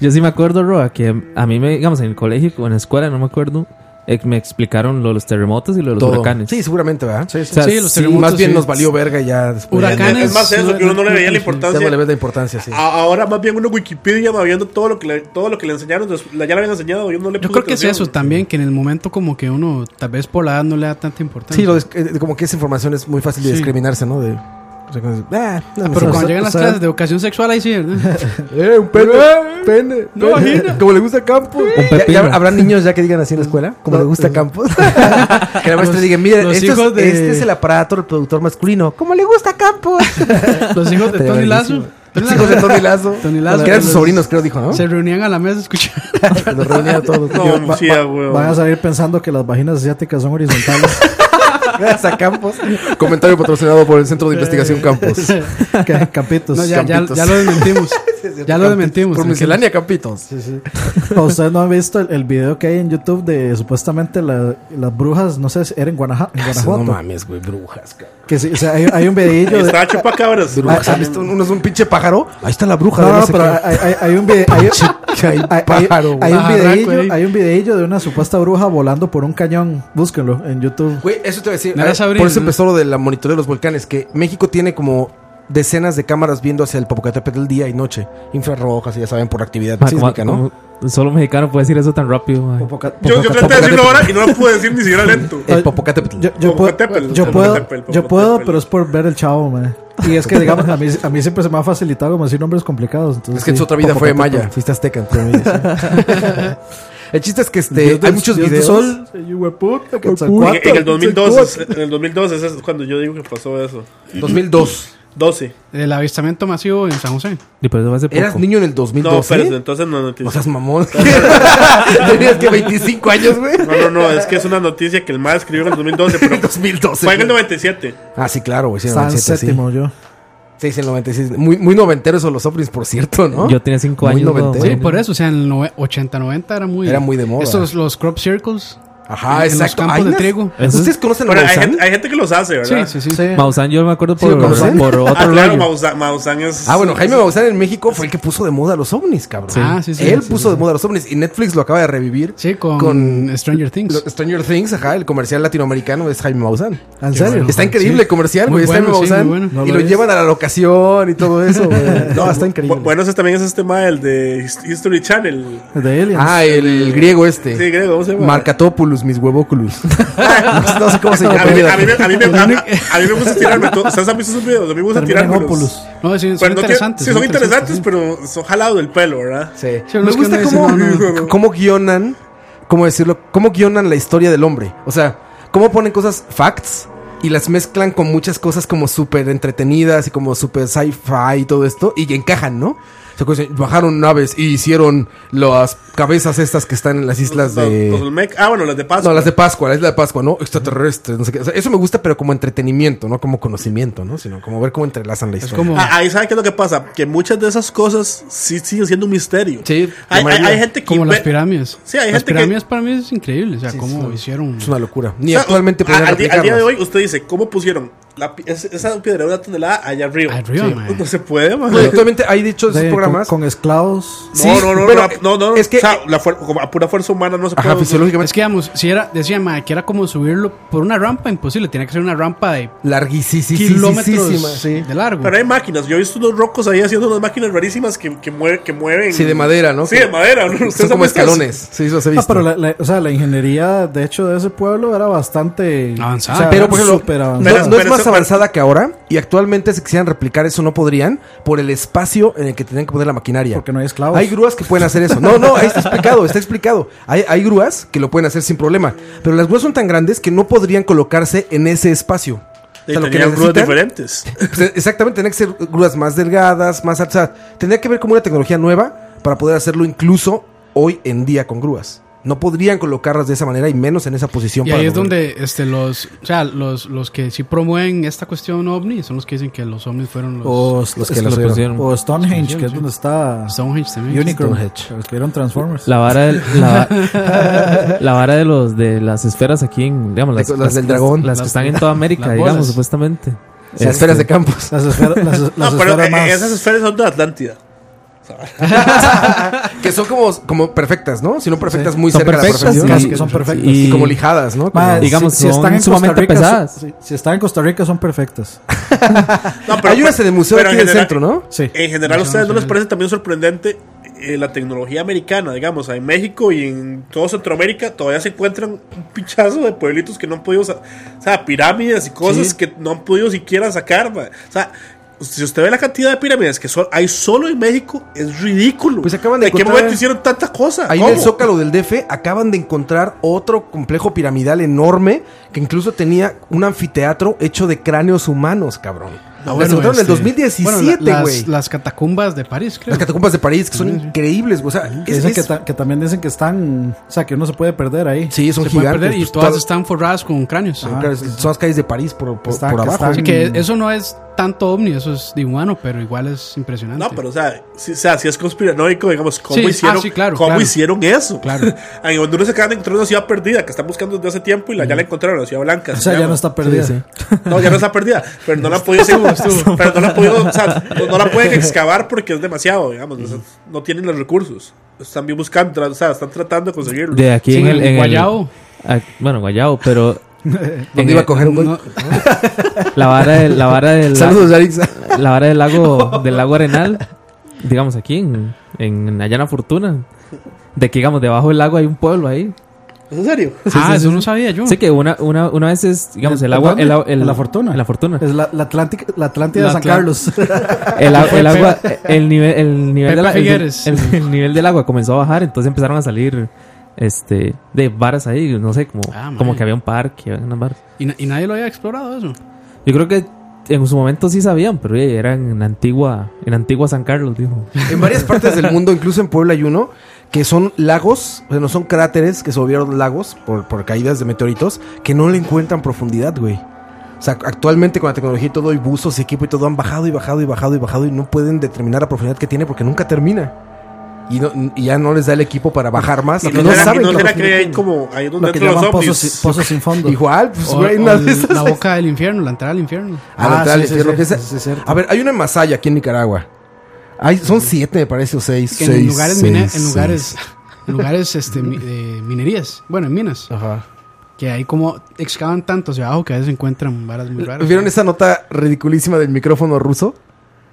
Speaker 6: yo sí me acuerdo, Roa, que a mí me, digamos, en el colegio o en la escuela, no me acuerdo, eh, me explicaron lo de los terremotos y lo de los
Speaker 4: Todo.
Speaker 6: huracanes.
Speaker 4: Sí, seguramente, ¿verdad?
Speaker 6: O sea,
Speaker 5: Sí, los
Speaker 6: sí,
Speaker 5: terremotos,
Speaker 4: Más bien
Speaker 5: sí.
Speaker 4: nos valió verga y ya después.
Speaker 5: Huracanes.
Speaker 7: Es más eso, que uno no le veía la
Speaker 4: Ya
Speaker 7: importancia.
Speaker 4: no le ves la importancia, sí.
Speaker 7: A- Ahora más bien uno Wikipedia va viendo todo lo que le, todo lo que le enseñaron, des- la- ya le habían enseñado, yo no le
Speaker 5: Yo
Speaker 7: puse
Speaker 5: creo que es
Speaker 7: atención.
Speaker 5: eso también, que en el momento, como que uno, tal vez por la edad, no le da tanta importancia.
Speaker 4: Sí, lo des- eh, como que esa información es muy fácil de
Speaker 5: Sí.
Speaker 4: discriminarse, ¿no? De, o sea, como- ah, no, no sé.
Speaker 5: Pero cuando llegan las
Speaker 2: o sea-
Speaker 5: clases de educación sexual, ahí sí, ¿verdad?
Speaker 4: Eh, un pene, pene,
Speaker 5: No,
Speaker 4: pene,
Speaker 5: imagina.
Speaker 4: Como le gusta Campos. eh.
Speaker 6: Un
Speaker 4: Ya- ya
Speaker 6: pepino.
Speaker 4: habrá niños ya que digan así en la escuela, como le gusta Campos. *laughs* que la maestra
Speaker 5: Los-
Speaker 4: diga, miren,
Speaker 5: los
Speaker 4: este es,
Speaker 5: hijos de-
Speaker 4: este es el aparato reproductor masculino, como le gusta Campos.
Speaker 5: Los hijos de
Speaker 4: Estaría
Speaker 5: Tony Lazo.
Speaker 4: buenísimo. *laughs* Los hijos de Tony Lazo.
Speaker 5: Tony Lazo.
Speaker 4: Que eran sus
Speaker 5: Los-
Speaker 4: sobrinos, creo, dijo, ¿no?
Speaker 5: Se reunían a la mesa a escuchar.
Speaker 4: Los reunía a todos.
Speaker 7: No, sí, ah, weón.
Speaker 2: Van a salir pensando que las vaginas asiáticas son horizontales.
Speaker 4: *laughs* Gracias a Campos. *laughs* Pues, Comentario patrocinado por el Centro de Investigación Campos.
Speaker 7: *laughs*
Speaker 2: Que- Campitos.
Speaker 5: No, ya, ya,
Speaker 4: Campitos. *laughs*
Speaker 5: ya lo desmentimos. Ya lo desmentimos.
Speaker 4: Por
Speaker 5: tranquilo.
Speaker 4: miscelánea, Campitos.
Speaker 11: No, Ustedes no han visto el, el video que hay en YouTube de supuestamente la- las brujas, no sé, si era en, Guanaja- en
Speaker 4: No
Speaker 11: Guanajuato.
Speaker 4: mames, güey, brujas, cabrón.
Speaker 11: que sí, o sea, hay, hay un videillo. de-
Speaker 7: Estaba chupacabras.
Speaker 4: Brujas, ¿has visto? Uno es un pinche pájaro. Ahí está la bruja.
Speaker 11: No,
Speaker 4: de
Speaker 11: no,
Speaker 4: sé
Speaker 11: pero
Speaker 4: qué.
Speaker 11: hay, hay- hay un video.
Speaker 4: *laughs*
Speaker 11: Hay,
Speaker 4: Chica, hay
Speaker 11: hay-
Speaker 4: pájaro,
Speaker 11: hay un
Speaker 5: güey. Ajá, güey.
Speaker 11: videillo, hay un videillo de una supuesta bruja volando por un cañón. Búsquenlo en YouTube.
Speaker 4: Güey, eso te voy a decir.
Speaker 5: No
Speaker 4: a
Speaker 5: era
Speaker 4: ver,
Speaker 5: Sabrina,
Speaker 4: por eso
Speaker 5: ¿no?
Speaker 4: empezó lo de la monitoreo de los volcanes, que México tiene como decenas de cámaras viendo hacia el Popocatépetl día y noche, infrarrojas, y ya saben, por actividad
Speaker 11: Ah,
Speaker 6: Ma,
Speaker 4: sísmica,
Speaker 6: como-
Speaker 4: ¿no?
Speaker 6: como- solo un mexicano puede decir eso tan rápido. ma.
Speaker 7: Yo, yo traté de decirlo ahora y no lo pude decir ni siquiera
Speaker 4: *laughs*
Speaker 7: lento.
Speaker 4: El Popocatépetl.
Speaker 11: ah, Yo, yo puedo,
Speaker 7: Popocatépetl,
Speaker 11: yo puedo,
Speaker 7: Popocatépetl,
Speaker 11: yo puedo,
Speaker 7: Popocatépetl.
Speaker 11: pero es por ver el chavo, man. Y es que, digamos, a mí, a mí siempre se me ha facilitado como decir nombres complicados. Entonces,
Speaker 4: es que en
Speaker 11: sí,
Speaker 4: su otra vida fue
Speaker 11: Popocatépetl.
Speaker 4: maya, fuiste azteca. entonces,
Speaker 11: *laughs*
Speaker 4: sí. *laughs* el chiste es que este, hay
Speaker 11: Dios del-
Speaker 4: muchos
Speaker 11: Dios del
Speaker 4: videos.
Speaker 11: sol, el hueputa, que
Speaker 7: En, en
Speaker 11: Quetzalcóatl,
Speaker 7: el 2002, en el 2002 ese es cuando yo digo que pasó eso.
Speaker 4: 2002.
Speaker 7: 12.
Speaker 5: El avistamiento masivo en San José.
Speaker 6: Y por eso fue hace poco.
Speaker 4: Eras niño en el
Speaker 7: No,
Speaker 4: 2002.
Speaker 7: pero
Speaker 4: ¿eh?
Speaker 7: entonces no
Speaker 4: No
Speaker 7: noticia.
Speaker 4: seas
Speaker 7: *laughs*
Speaker 4: mamón. *laughs* Tenías que 25 años, güey.
Speaker 7: No, no, no, es que es una noticia que el más escribió en el 2012,
Speaker 4: *laughs*
Speaker 7: pero
Speaker 4: 2012.
Speaker 7: fue en el
Speaker 4: güey.
Speaker 7: 97.
Speaker 4: Ah, sí, claro, güey. Sí, en el
Speaker 11: San
Speaker 4: 97, sí.
Speaker 11: séptimo, yo.
Speaker 4: Sí, sí, el 96. Muy, muy noventero eso, los ovnis, por cierto, ¿no?
Speaker 6: Yo tenía 5
Speaker 4: Muy
Speaker 6: años. weón.
Speaker 4: noventero.
Speaker 5: Sí, por eso, o sea, en el nove- 80, 90 era muy.
Speaker 4: Era muy de moda.
Speaker 5: Estos, los crop circles.
Speaker 4: Ajá,
Speaker 5: en- en los
Speaker 4: exacto.
Speaker 5: campos
Speaker 4: Hay
Speaker 5: de
Speaker 4: unas-
Speaker 5: trigo.
Speaker 4: ¿Ustedes conocen
Speaker 7: Bueno, hay,
Speaker 4: Maussan?
Speaker 7: gente, hay gente que los hace,
Speaker 5: Sí,
Speaker 7: ¿verdad?
Speaker 5: sí, sí.
Speaker 6: Maussan, yo me acuerdo
Speaker 4: lo
Speaker 6: por,
Speaker 4: conocen?
Speaker 6: *laughs* por otro
Speaker 7: Ah, claro,
Speaker 6: rollo.
Speaker 7: Maussan, Maussan es.
Speaker 4: Ah, bueno, Jaime Maussan en México fue el que puso de moda los ovnis, cabrón.
Speaker 5: Ah, sí, sí,
Speaker 4: Él
Speaker 5: sí,
Speaker 4: puso
Speaker 5: sí,
Speaker 4: de moda los ovnis y Netflix lo acaba de revivir.
Speaker 5: Sí, con,
Speaker 4: Con-
Speaker 5: Stranger Things.
Speaker 4: Lo- Stranger Things, ajá, el comercial latinoamericano es Jaime Maussan.
Speaker 11: ¿En serio?
Speaker 4: Está increíble el
Speaker 5: Sí.
Speaker 4: comercial, güey.
Speaker 5: Muy
Speaker 4: Es Jaime
Speaker 5: bueno, sí,
Speaker 4: Maussan.
Speaker 5: muy bueno. No
Speaker 4: Y
Speaker 5: lo
Speaker 4: lo
Speaker 5: ves.
Speaker 4: llevan a la locación y todo eso,
Speaker 5: *laughs*
Speaker 4: güey. *laughs* No, está
Speaker 7: Bu-
Speaker 4: increíble.
Speaker 7: Bueno, ese también es este tema del de Hist- History Channel.
Speaker 11: El de Alien.
Speaker 4: Ah, el, griego este.
Speaker 7: Sí, creo, ¿cómo se llama?
Speaker 4: Marcatopoulos, mis huevóculos. *laughs* no, sé cómo se
Speaker 7: A
Speaker 4: llama.
Speaker 7: mí, a, mí, me- a, mí, me- a, a- a mí me gusta tirarme. todo- ¿Ustedes han visto esos videos? A mí me gusta
Speaker 11: Termina en
Speaker 7: tirarme.
Speaker 11: ópulos.
Speaker 5: No, sí, son
Speaker 7: Pero no tiene-
Speaker 5: interesantes.
Speaker 7: sí, son
Speaker 4: pues,
Speaker 7: interesantes, pero son jalados del pelo, ¿verdad?
Speaker 4: Sí.
Speaker 5: Sí,
Speaker 4: Me
Speaker 5: los que
Speaker 4: gusta
Speaker 5: no dicen,
Speaker 4: cómo,
Speaker 5: no,
Speaker 7: no.
Speaker 4: cómo guionan, cómo decirlo, cómo guionan la historia del hombre. O sea, cómo ponen cosas facts y las mezclan con muchas cosas como súper entretenidas y como súper sci-fi y todo esto y encajan, ¿no? O sea, como dicen, bajaron naves y hicieron las cabezas estas que están en las islas
Speaker 7: Los-
Speaker 4: de...
Speaker 7: los Olmec- ah, bueno, las de Paz.
Speaker 4: No, las de Pascua, la isla de Pascua, ¿no? Extraterrestres, no sé qué. O sea, eso me gusta, pero como entretenimiento, no como conocimiento, ¿no? Sino como ver cómo entrelazan la
Speaker 5: Es
Speaker 4: historia.
Speaker 5: como.
Speaker 7: Ah, ahí saben qué es lo que pasa, que muchas de esas cosas sí siguen siendo un misterio.
Speaker 4: Sí,
Speaker 7: hay,
Speaker 4: la
Speaker 7: hay-
Speaker 4: mayoría.
Speaker 7: hay gente que
Speaker 5: Como
Speaker 7: ve-
Speaker 5: las pirámides.
Speaker 7: Sí, hay
Speaker 5: las
Speaker 7: gente que-
Speaker 5: pirámides para mí es increíble. O sea, cómo hicieron.
Speaker 4: Es una locura.
Speaker 7: o
Speaker 4: Ni
Speaker 7: sea,
Speaker 4: actualmente
Speaker 7: a- al,
Speaker 4: podrían
Speaker 7: di- al día de
Speaker 4: replicarlas.
Speaker 7: hoy usted dice, ¿cómo pusieron la pi- es- esa piedra de una tonelada allá arriba?
Speaker 5: Arriba,
Speaker 7: Sí,
Speaker 5: man.
Speaker 7: No se puede, man.
Speaker 4: No, y actualmente hay de hecho
Speaker 11: De-
Speaker 4: esos programas.
Speaker 11: Con, con esclavos.
Speaker 4: Pues, Sí,
Speaker 7: no, no, no,
Speaker 4: pero,
Speaker 7: la- no, no,
Speaker 4: es que- eh,
Speaker 7: o sea, la fuer- como a pura fuerza humana no se
Speaker 4: Ajá,
Speaker 7: puede.
Speaker 4: fisiológicamente.
Speaker 5: Es que, digamos, si era, decía, ma, que era como subirlo por una rampa, imposible. Tenía que ser una rampa de kilómetros
Speaker 4: Larguisísima. Sí.
Speaker 5: de largo.
Speaker 7: Pero hay máquinas, yo he visto unos rocos ahí haciendo unas máquinas rarísimas que, que, mue- que mueven.
Speaker 4: Sí, de madera, ¿no?
Speaker 7: Sí,
Speaker 4: Que-
Speaker 7: de madera. ¿no? ¿Ustedes
Speaker 4: Son
Speaker 7: han
Speaker 4: como
Speaker 7: visto eso?
Speaker 4: escalones. Sí, eso se ha
Speaker 11: Ah,
Speaker 4: visto.
Speaker 11: pero la, la- o sea, la ingeniería, de hecho, de ese pueblo era bastante
Speaker 5: Avanzada.
Speaker 11: o sea,
Speaker 4: Pero, por ejemplo,
Speaker 11: súper
Speaker 4: no,
Speaker 11: avanzada.
Speaker 7: Pero-
Speaker 4: no es
Speaker 7: pero
Speaker 4: más
Speaker 7: eso-
Speaker 4: avanzada que ahora. Y actualmente, si quisieran replicar eso, no podrían. Por el espacio en el que tenían que poner la maquinaria.
Speaker 11: Porque no hay esclavos.
Speaker 4: Hay grúas que pueden hacer eso. No, no, ahí está explicado. Está explicado. Hay, hay grúas que lo pueden hacer sin problema. Pero las grúas son tan grandes que no podrían colocarse en ese espacio. O
Speaker 7: Y
Speaker 4: sea, lo que
Speaker 7: tenían grúas
Speaker 4: necesitan-
Speaker 7: diferentes.
Speaker 4: Pues, eh, Exactamente, tenía que ser grúas más delgadas, más altas. O sea, tendría que ver como una tecnología nueva para poder hacerlo incluso hoy en día con grúas. No podrían colocarlas de esa manera y menos en esa posición.
Speaker 5: Y
Speaker 4: para
Speaker 5: ahí es
Speaker 4: mover.
Speaker 5: donde este, los, o sea, los, los que sí promueven esta cuestión ovni son los que dicen que los ovnis fueron los
Speaker 11: O,
Speaker 4: los que
Speaker 11: es- lo
Speaker 4: la subieron.
Speaker 11: pusieron. o Stonehenge,
Speaker 5: Sí,
Speaker 11: que es
Speaker 5: sí.
Speaker 11: donde está
Speaker 5: Stonehenge también.
Speaker 11: Unicron.
Speaker 4: Stonehenge.
Speaker 11: Los que vieron Transformers.
Speaker 6: La vara, del- la,
Speaker 4: *laughs*
Speaker 6: va- la vara de los de las esferas aquí en, digamos, las,
Speaker 4: Las del dragón.
Speaker 6: las, que están en toda América,
Speaker 5: las
Speaker 6: digamos,
Speaker 5: bolas.
Speaker 6: supuestamente.
Speaker 4: Las esferas de campos.
Speaker 11: Las esferas, las, las
Speaker 7: no, pero
Speaker 11: esferas
Speaker 7: eh,
Speaker 11: más.
Speaker 7: esas esferas son de Atlántida.
Speaker 4: *laughs* que son como, como perfectas, ¿no? Si no perfectas, muy
Speaker 6: Este, Son
Speaker 4: cerca de la
Speaker 6: perfectas,
Speaker 4: perfección.
Speaker 11: casi
Speaker 4: Y-
Speaker 11: que son perfectas.
Speaker 4: Y,
Speaker 6: Y-
Speaker 4: como lijadas, ¿no? Como-
Speaker 11: Ma,
Speaker 6: digamos, son sumamente
Speaker 11: Rica, son-
Speaker 6: pesadas.
Speaker 11: si, si están en Costa Rica son perfectas.
Speaker 7: No,
Speaker 4: Hay unas en el museo
Speaker 7: pero
Speaker 4: aquí
Speaker 7: en
Speaker 4: del
Speaker 7: general-
Speaker 4: centro, ¿no?
Speaker 11: Sí.
Speaker 7: En general, ¿a ustedes no les parece también sorprendente eh, la tecnología americana? Digamos, en México y en todo Centroamérica todavía se encuentran un pichazo de pueblitos que no han podido, sa- o sea, pirámides y cosas que no han podido siquiera sacar. ma. O sea, si usted ve la cantidad de pirámides que sol- hay solo en México, es ridículo.
Speaker 4: Pues acaban de
Speaker 7: ¿En qué
Speaker 4: encontrar-
Speaker 7: momento hicieron tanta cosa?
Speaker 4: Ahí
Speaker 7: Ah, ¿Cómo?
Speaker 4: en el zócalo del DF acaban de encontrar otro complejo piramidal enorme que incluso tenía un anfiteatro hecho de cráneos humanos, cabrón.
Speaker 5: Ah,
Speaker 4: Las encontraron en el
Speaker 5: este,
Speaker 4: 2017,
Speaker 5: bueno, la-
Speaker 4: güey.
Speaker 5: las, las catacumbas de París, creo.
Speaker 4: Las catacumbas de París que son increíbles, güey. O sea,
Speaker 11: Que
Speaker 4: es-
Speaker 11: dicen que,
Speaker 4: es-
Speaker 11: ta- que también dicen que están, o sea, que uno se puede perder ahí.
Speaker 4: sí, son
Speaker 5: se pueden
Speaker 4: gigantes.
Speaker 5: perder y
Speaker 4: pues,
Speaker 5: todas
Speaker 4: todas-
Speaker 5: están forradas con cráneos.
Speaker 4: claro, son las calles de París por, por-
Speaker 11: Están-
Speaker 4: por
Speaker 11: que
Speaker 4: abajo.
Speaker 11: están-
Speaker 5: Así que eso no es tanto ovni, eso es de humano, pero igual es impresionante.
Speaker 7: No, pero o sea, si, o sea, si es conspiranoico, digamos, ¿cómo,
Speaker 5: Sí, ah,
Speaker 7: hicieron,
Speaker 5: sí, claro,
Speaker 7: ¿cómo
Speaker 5: claro.
Speaker 7: hicieron eso?
Speaker 5: Claro.
Speaker 7: *laughs* en Honduras se acaban de encontrar una ciudad perdida que están buscando desde hace tiempo y la, ya la encontraron, la ciudad blanca.
Speaker 11: O sea, ya no está perdida.
Speaker 7: No, ya no está perdida, pero no la han podido, pero no la han podido, o sea, no, no la pueden excavar porque es demasiado, digamos, o sea, no tienen los recursos. Están bien buscando, tra- o sea, están tratando de conseguirlo.
Speaker 6: De aquí
Speaker 5: Sí,
Speaker 6: en el.
Speaker 5: en
Speaker 6: En el-
Speaker 5: Guayabo.
Speaker 6: ah, bueno, Guayabo, pero. en
Speaker 4: ¿Dónde iba
Speaker 6: el-
Speaker 4: a coger un gol?
Speaker 5: No,
Speaker 6: La vara del. La vara del
Speaker 4: Saludos, Yarixa.
Speaker 6: la vara del
Speaker 7: *laughs*
Speaker 6: lago del lago Arenal, digamos aquí en, en Ayana Fortuna, de que digamos debajo del lago hay un pueblo ahí.
Speaker 7: ¿Es en serio?
Speaker 5: ah, eso no sabía yo.
Speaker 6: Sé que una, una, una vez es, digamos, el
Speaker 11: ¿En
Speaker 6: agua,
Speaker 11: dónde?
Speaker 6: el, agua- el-
Speaker 11: En La Fortuna.
Speaker 6: en la fortuna.
Speaker 11: Es la, la Atlántica, la Atlántida de
Speaker 5: La
Speaker 11: San
Speaker 5: Atlan-
Speaker 11: Carlos.
Speaker 6: *laughs* El, a- el agua, el nivel, el nivel
Speaker 5: Pepe
Speaker 6: de la- el-
Speaker 5: Figueres.
Speaker 6: el- el nivel del agua comenzó a bajar, entonces empezaron a salir este de varas ahí, no sé, como,
Speaker 5: Ah, madre.
Speaker 6: como que había un parque, había unas varas.
Speaker 5: Y, na- y nadie lo había explorado eso.
Speaker 6: Yo creo que en su momento sí sabían, pero eh, eran en antigua, en antigua San Carlos, dijo.
Speaker 4: En varias partes del mundo, incluso en Puebla hay uno, que son lagos, o sea, no son cráteres que se volvieron lagos por, por caídas de meteoritos, que no le encuentran profundidad, güey. O sea, actualmente con la tecnología y todo, y buzos y equipo y todo, han bajado y bajado y bajado y bajado y no pueden determinar la profundidad que tiene porque nunca termina. Y, no- y ya no les da el equipo para bajar más.
Speaker 7: Y
Speaker 4: porque
Speaker 7: no,
Speaker 4: no
Speaker 7: será,
Speaker 4: saben
Speaker 7: y no
Speaker 4: qué
Speaker 7: será
Speaker 4: profundidad
Speaker 7: que hay
Speaker 4: tiene.
Speaker 7: como ahí donde
Speaker 11: lo que
Speaker 7: entran los
Speaker 11: llaman
Speaker 7: zombies.
Speaker 2: eh,
Speaker 11: pozos, pozos sin fondo.
Speaker 4: Igual, pues,
Speaker 5: O-
Speaker 4: güey,
Speaker 5: o
Speaker 4: una de
Speaker 5: el-
Speaker 4: esas
Speaker 5: la
Speaker 4: es-
Speaker 5: boca del infierno, la entrada al infierno.
Speaker 4: A
Speaker 11: Ah,
Speaker 4: la entrada
Speaker 11: sí,
Speaker 4: del
Speaker 11: sí,
Speaker 4: infierno,
Speaker 11: sí,
Speaker 4: que es-
Speaker 11: sí, es cierto.
Speaker 4: A ver, hay una en Masaya aquí en Nicaragua. Hay, son siete, me parece, o seis.
Speaker 5: Que en
Speaker 4: Seis,
Speaker 5: lugares,
Speaker 4: seis,
Speaker 5: mina- en
Speaker 4: seis.
Speaker 5: lugares, en lugares este, mi- de minerías. Bueno, en minas.
Speaker 4: Ajá.
Speaker 5: Que ahí como excavan tanto hacia abajo que a veces encuentran varas muy raras.
Speaker 4: ¿Vieron esa nota ridiculísima del micrófono ruso?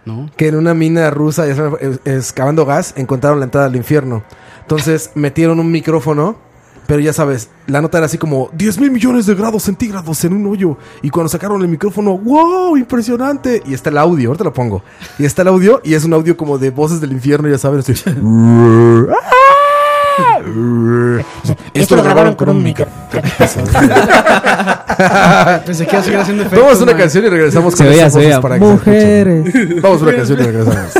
Speaker 5: No.
Speaker 4: Que en una mina rusa, ya saben, es- excavando gas, encontraron la entrada al infierno. Entonces metieron un micrófono, pero ya sabes, la nota era así como 10 mil millones de grados centígrados en un hoyo. Y cuando sacaron el micrófono, ¡wow! ¡Impresionante! Y está el audio, ahorita lo pongo. Y está el audio, y es un audio como de voces del infierno, ya sabes. así. Esto lo grabaron con un micrófono. *laughs*
Speaker 5: Pensé que iba a seguir haciendo efectos.
Speaker 4: Vamos a una
Speaker 5: mae.
Speaker 4: canción y regresamos
Speaker 6: Se
Speaker 4: con
Speaker 6: veía,
Speaker 4: esas
Speaker 6: se
Speaker 4: voces
Speaker 6: veía.
Speaker 4: para que se escuchen.
Speaker 6: Mujeres.
Speaker 4: Vamos a una canción y regresamos.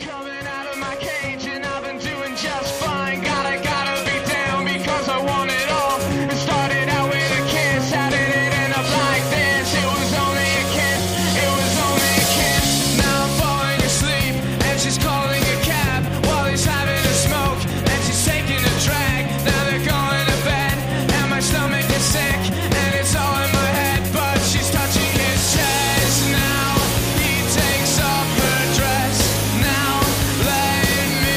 Speaker 8: Coming out of my cage and I've been doing just fine. Gotta, gotta be down because I want it all. It started out with a kiss, how did it end up like this? It was only a kiss, it was only a kiss. Now I'm falling asleep and she's calling a cab while he's having a smoke and she's taking a drag. Now they're going to bed and my stomach is sick and it's all in my head, but she's touching his chest now. He takes off her dress now. Let me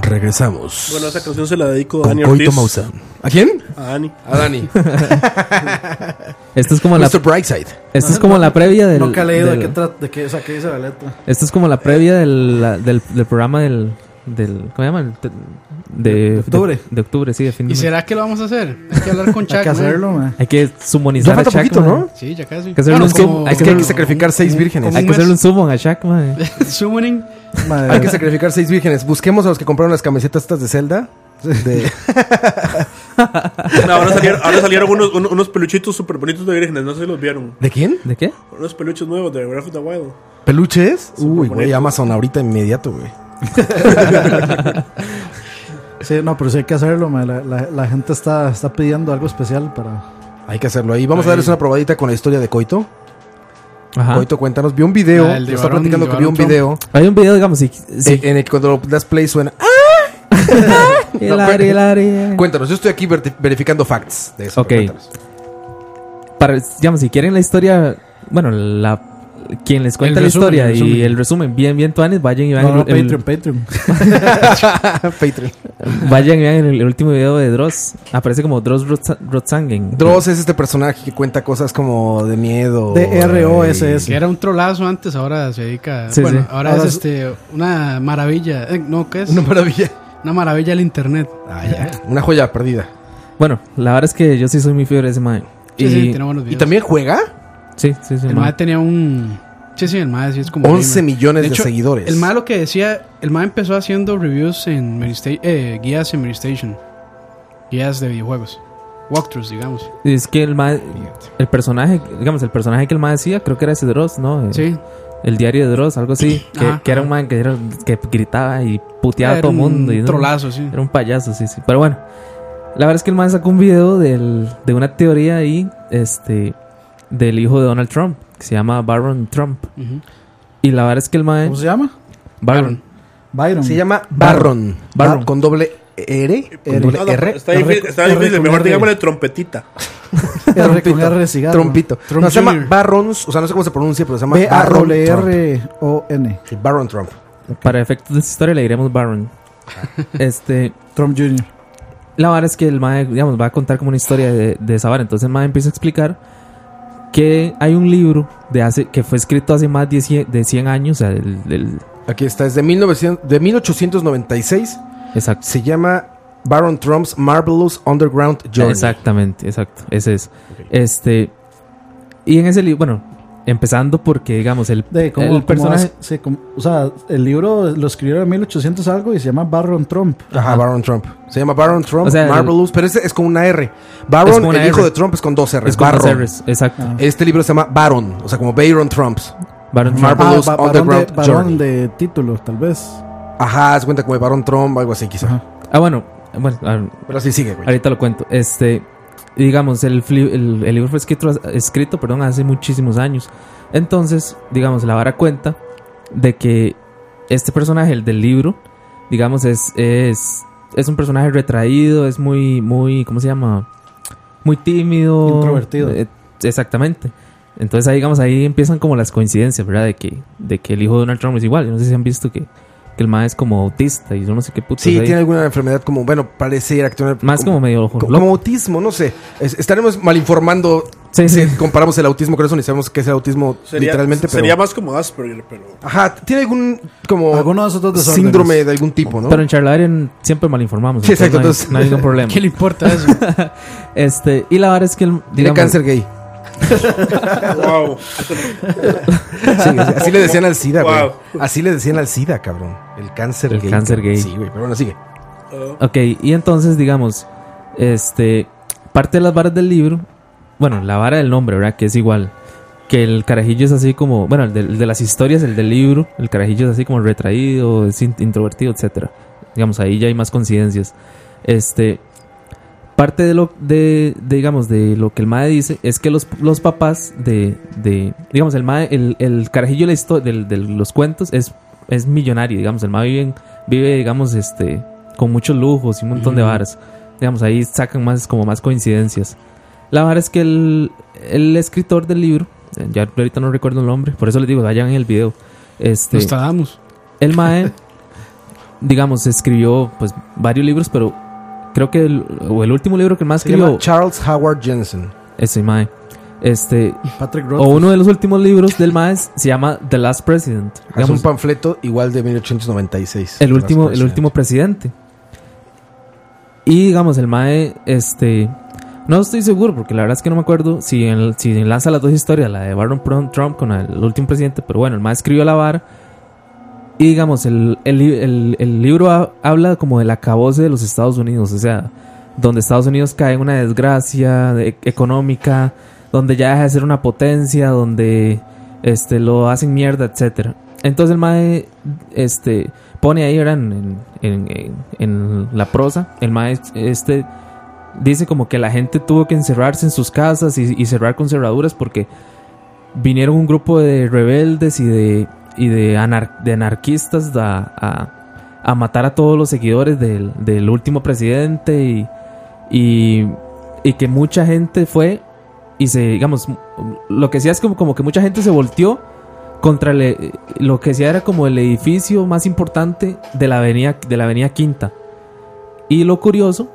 Speaker 4: Regresamos.
Speaker 7: Bueno, esa canción se la dedico a
Speaker 4: con
Speaker 7: Dani
Speaker 4: Coito
Speaker 7: Ortiz.
Speaker 4: Mausa. ¿A quién?
Speaker 7: A Dani.
Speaker 4: A Dani.
Speaker 6: Esta es como la,
Speaker 4: Mr. Brightside.
Speaker 6: esta es como la previa del.
Speaker 2: Nunca he leído de
Speaker 6: del-
Speaker 2: qué, tra- de qué, o sea, qué dice la letra.
Speaker 6: Esta es como la previa del, la- del, del programa del, del. ¿Cómo se llama? El te- De, de
Speaker 2: octubre.
Speaker 6: De, octubre, sí, de fin de
Speaker 5: ¿Y
Speaker 6: mes.
Speaker 5: será que lo vamos a hacer? Hay que hablar con Chuck.
Speaker 2: Hay que
Speaker 5: man.
Speaker 2: hacerlo, man.
Speaker 6: Hay que
Speaker 4: Ya
Speaker 6: sumonizar a
Speaker 4: falta
Speaker 6: Shaq,
Speaker 4: poquito,
Speaker 6: man.
Speaker 4: ¿no?
Speaker 5: Sí, ya casi.
Speaker 6: que hacerlo
Speaker 5: Bueno,
Speaker 6: en Zoom.
Speaker 5: como-
Speaker 4: Hay que, hay que
Speaker 5: como-
Speaker 4: sacrificar seis vírgenes.
Speaker 5: como-
Speaker 6: Hay que hacerle un zoom a Shaq, man.
Speaker 5: *laughs* Summoning.
Speaker 2: Madre,
Speaker 4: Hay que sacrificar seis vírgenes. Busquemos a los que compraron las camisetas estas de Zelda. De-
Speaker 7: No, ahora salieron, ahora salieron unos, unos, unos peluchitos súper bonitos de vírgenes, no sé si los vieron.
Speaker 4: ¿De quién?
Speaker 6: ¿De qué?
Speaker 7: Unos peluches nuevos de Breath of the Wild.
Speaker 4: ¿Peluches? Uy, güey,
Speaker 7: bonitos.
Speaker 4: Amazon ahorita inmediato, güey.
Speaker 2: Sí, no, pero sí hay que hacerlo, man. La, la- la gente está, está pidiendo algo especial para.
Speaker 4: Hay que hacerlo ahí. Vamos a darles una probadita con la historia de Coito.
Speaker 6: Ajá.
Speaker 4: Coito, cuéntanos. Vi un video.
Speaker 5: Ah, el de
Speaker 4: Yo estaba
Speaker 5: Barón-
Speaker 4: platicando
Speaker 5: de
Speaker 4: que vi un
Speaker 5: Barón Trump.
Speaker 4: video
Speaker 6: Hay un video, digamos, si. si-
Speaker 4: eh, en el que cuando lo das play suena. ¡Ah!
Speaker 6: El
Speaker 4: no,
Speaker 6: área, el área.
Speaker 4: Cuéntanos, yo estoy aquí ver- verificando facts de eso.
Speaker 6: Ok.
Speaker 4: pero cuéntanos.
Speaker 6: para, digamos, si quieren la historia, bueno, la quien les cuenta
Speaker 5: El
Speaker 6: la
Speaker 5: resumen,
Speaker 6: historia
Speaker 5: el
Speaker 6: y
Speaker 5: resumen.
Speaker 6: el resumen, bien, bien, tuanes, vayan y vean,
Speaker 2: No, no,
Speaker 6: el,
Speaker 2: Patreon, Patreon.
Speaker 4: Patreon.
Speaker 6: el- *laughs* vayan y vean el, el último video de Dross. Aparece como Dross Rotsa- Rotsangen.
Speaker 4: Dross es este personaje que cuenta cosas como de miedo.
Speaker 5: Que
Speaker 2: D-R-O-S-S.
Speaker 5: era un trolazo antes, ahora se dedica.
Speaker 6: Sí,
Speaker 5: bueno,
Speaker 6: sí.
Speaker 5: ahora,
Speaker 2: Ahora
Speaker 5: es
Speaker 2: es-
Speaker 5: este, una maravilla. Eh, no, ¿qué es?
Speaker 4: Una maravilla.
Speaker 5: Una maravilla el internet.
Speaker 4: Ah, ya. Una joya perdida.
Speaker 6: Bueno, la verdad es que yo sí soy muy fiebre de ese mae.
Speaker 5: Sí,
Speaker 6: y,
Speaker 5: sí, tiene buenos
Speaker 4: ¿Y
Speaker 5: videos.
Speaker 4: también juega?
Speaker 6: Sí, sí, sí,
Speaker 5: El
Speaker 6: mae.
Speaker 5: mae tenía un. Sí, sí, el mae sí es como.
Speaker 4: 11
Speaker 5: gamer.
Speaker 4: millones de,
Speaker 5: hecho,
Speaker 4: seguidores.
Speaker 5: El mae lo que decía. El mae empezó haciendo reviews en Mary Sta- eh, guías en Mary Station. Guías de videojuegos. Walkthroughs, digamos.
Speaker 6: Y Es que el mae, el personaje, digamos, el personaje que el mae decía, creo que era ese Dross, ¿no? Eh,
Speaker 5: Sí.
Speaker 6: El diario de Dross, algo
Speaker 5: *clears throat*
Speaker 6: así. Que,
Speaker 5: Ajá,
Speaker 6: que era
Speaker 5: ajá.
Speaker 6: un mae que, era- que gritaba y puteaba a
Speaker 5: Era
Speaker 6: todo el
Speaker 5: un
Speaker 6: mundo. Y, ¿no?
Speaker 5: trolazo, sí.
Speaker 6: Era un payaso, sí, sí. Pero bueno, la verdad es que el man sacó un video del- de una teoría ahí, este, del hijo de Donald Trump, que se llama Baron Trump.
Speaker 5: Ujú.
Speaker 6: Y la verdad es que el man.
Speaker 2: ¿Cómo se llama?
Speaker 6: Baron.
Speaker 2: Byron.
Speaker 4: Se llama Barron.
Speaker 6: Barron.
Speaker 4: Bar- Con doble R. Con doble
Speaker 7: No, no,
Speaker 4: R.
Speaker 7: está difícil,
Speaker 2: R-
Speaker 7: está
Speaker 2: R-
Speaker 7: difícil.
Speaker 2: con
Speaker 7: mejor
Speaker 2: R.
Speaker 7: digámosle trompetita.
Speaker 2: R con R de cigarro.
Speaker 4: Trompito.
Speaker 5: Trump
Speaker 4: no, se llama
Speaker 5: Jr.
Speaker 4: Barrons. O sea, no sé cómo se pronuncia, pero se llama Barron
Speaker 2: E
Speaker 4: Trump.
Speaker 2: B-A-R-R-O-N.
Speaker 4: Sí, Barron Trump.
Speaker 6: Para efectos de esta historia le diremos
Speaker 2: *laughs*
Speaker 6: Baron. este.
Speaker 2: Trump Jr.
Speaker 6: La verdad es que el mae, digamos, va a contar como una historia de, de esa vara. Entonces el mae empieza a explicar que hay un libro de hace, que fue escrito hace más de 100, de 100 años. O sea, del, del-
Speaker 4: Aquí está. Es de, 1900 de 1896.
Speaker 6: exacto.
Speaker 4: Se llama Baron Trump's Marvelous Underground Journey.
Speaker 6: Exactamente, exacto. Ese es. Este. Y en ese libro, bueno, empezando porque, digamos, el,
Speaker 2: De cómo,
Speaker 6: el
Speaker 2: cómo
Speaker 6: personaje.
Speaker 2: hace- sí, cómo- o sea, el libro lo escribieron en 1800 algo y se llama Barron Trump.
Speaker 4: Ajá, Baron Trump. Se llama Baron Trump,
Speaker 6: O sea, el-
Speaker 4: Marvelous, pero ese es con una R. Baron,
Speaker 6: Es con una
Speaker 4: el hijo
Speaker 6: R.
Speaker 4: de Trump es con dos R.
Speaker 6: es como
Speaker 4: Barron.
Speaker 6: Cerres, exacto.
Speaker 2: Ah.
Speaker 4: Este libro se llama Baron, o sea, como Baron Trumps.
Speaker 6: Baron
Speaker 4: Marvel.
Speaker 6: Trump.
Speaker 4: Marvelous
Speaker 2: Ah, ba- barón de,
Speaker 4: Underground
Speaker 2: barón
Speaker 4: Journey.
Speaker 2: de título, tal vez.
Speaker 4: Ajá, se cuenta como de Baron Trump, algo así quizá.
Speaker 6: Ah, bueno, bueno, ah,
Speaker 4: Pero así sigue, güey.
Speaker 6: ahorita lo cuento. Este. Digamos, el, fli- el, el libro fue escrito, escrito perdón, hace muchísimos años. Entonces, digamos, la vara cuenta de que este personaje, el del libro, digamos, es, es, es un personaje retraído, es muy, muy, ¿cómo se llama? Muy tímido.
Speaker 2: Introvertido.
Speaker 6: Eh, exactamente. Entonces ahí, digamos, ahí empiezan como las coincidencias, ¿verdad? De que, de que el hijo de Donald Trump es igual. Yo no sé si han visto que, que el ma es como autista y yo no sé qué puto.
Speaker 4: Sí, tiene alguna enfermedad como, bueno, pareciera que tiene...
Speaker 6: Más como, medio ojo
Speaker 4: como,
Speaker 6: loco.
Speaker 4: como autismo, no sé. Es- estaremos malinformando
Speaker 6: Sí, sí.
Speaker 4: si comparamos el autismo con eso, ni sabemos qué es el autismo
Speaker 7: Sería,
Speaker 4: literalmente, pero...
Speaker 7: sería más como Asperger, pero.
Speaker 4: Ajá, tiene algún como
Speaker 2: Alguno de esos dos desórdenes.
Speaker 4: síndrome de algún tipo, ¿no?
Speaker 6: Pero en Charlarian siempre malinformamos.
Speaker 4: Sí,
Speaker 6: entonces
Speaker 4: exacto,
Speaker 6: No hay,
Speaker 4: entonces-
Speaker 6: no
Speaker 4: *laughs*
Speaker 6: hay ningún problema.
Speaker 5: ¿Qué le importa eso?
Speaker 6: Este, y la verdad es que el.
Speaker 4: tiene
Speaker 6: digamos,
Speaker 4: cáncer gay.
Speaker 7: ¡Wow!
Speaker 4: Sí, así- así le decían al SIDA, güey.
Speaker 7: Wow.
Speaker 4: Así le decían al SIDA, cabrón. El cáncer
Speaker 6: El
Speaker 4: gay.
Speaker 6: cáncer
Speaker 4: cabrón.
Speaker 6: gay.
Speaker 4: Sí, güey, pero bueno, sigue.
Speaker 6: Ok, y entonces, digamos, este, parte de las varas del libro, bueno, la vara del nombre, ¿verdad? Que es igual. Que el carajillo es así como, bueno, el de, el de las historias, el del libro, el carajillo es así como retraído, es in- introvertido, etcétera. Digamos, ahí ya hay más coincidencias. Este, parte de lo, de, de, digamos, de lo que el MAE dice es que los, los papás de, de, digamos, el MAE, el, el carajillo de, la histo- del- de los cuentos es, es millonario, digamos, el MAE vive, en- vive, digamos, este, con muchos lujos y un montón de varas. Digamos, ahí sacan más, como más coincidencias. La vara es que el, el escritor del libro, eh, ya ahorita no recuerdo el nombre, por eso les digo, vayan en el video. Este,
Speaker 5: Nos tardamos.
Speaker 6: el Mae digamos, escribió pues varios libros, pero creo que el, o el último libro que más
Speaker 4: Se llama
Speaker 6: escribió
Speaker 4: Charles Howard Jensen.
Speaker 6: ese mae. Este,
Speaker 11: Patrick
Speaker 6: o
Speaker 11: Rothfuss.
Speaker 6: uno de los últimos libros del mae es- se llama The Last President.
Speaker 4: Es un
Speaker 6: Digamos,
Speaker 4: panfleto igual de 1896.
Speaker 6: el último,
Speaker 4: Las
Speaker 6: el último presidente. Y digamos, el Mae, este. No estoy seguro, porque la verdad es que no me acuerdo si, en- si enlaza las dos historias, la de Barron Prom- Trump con el último presidente, pero bueno, el Mae escribió la vara. Y digamos, el, el li- el- el libro ha- habla como del acabose de los Estados Unidos, o sea, donde Estados Unidos cae en una desgracia de- económica, donde ya deja de ser una potencia, donde este, lo hacen mierda, etcétera. Entonces el Mae este, pone ahí ¿verdad? En, en- en- en la prosa, el Mae este, dice como que la gente tuvo que encerrarse en sus casas y, y cerrar con cerraduras porque vinieron un grupo de rebeldes y de, y de, anar- de anarquistas a, a- a matar a todos los seguidores del, del último presidente y, y, y que mucha gente fue y se, digamos, lo que decía es como, como que mucha gente se volteó contra el- eh, lo que decía era como el edificio más importante de la avenida, de la avenida Quinta. Y lo curioso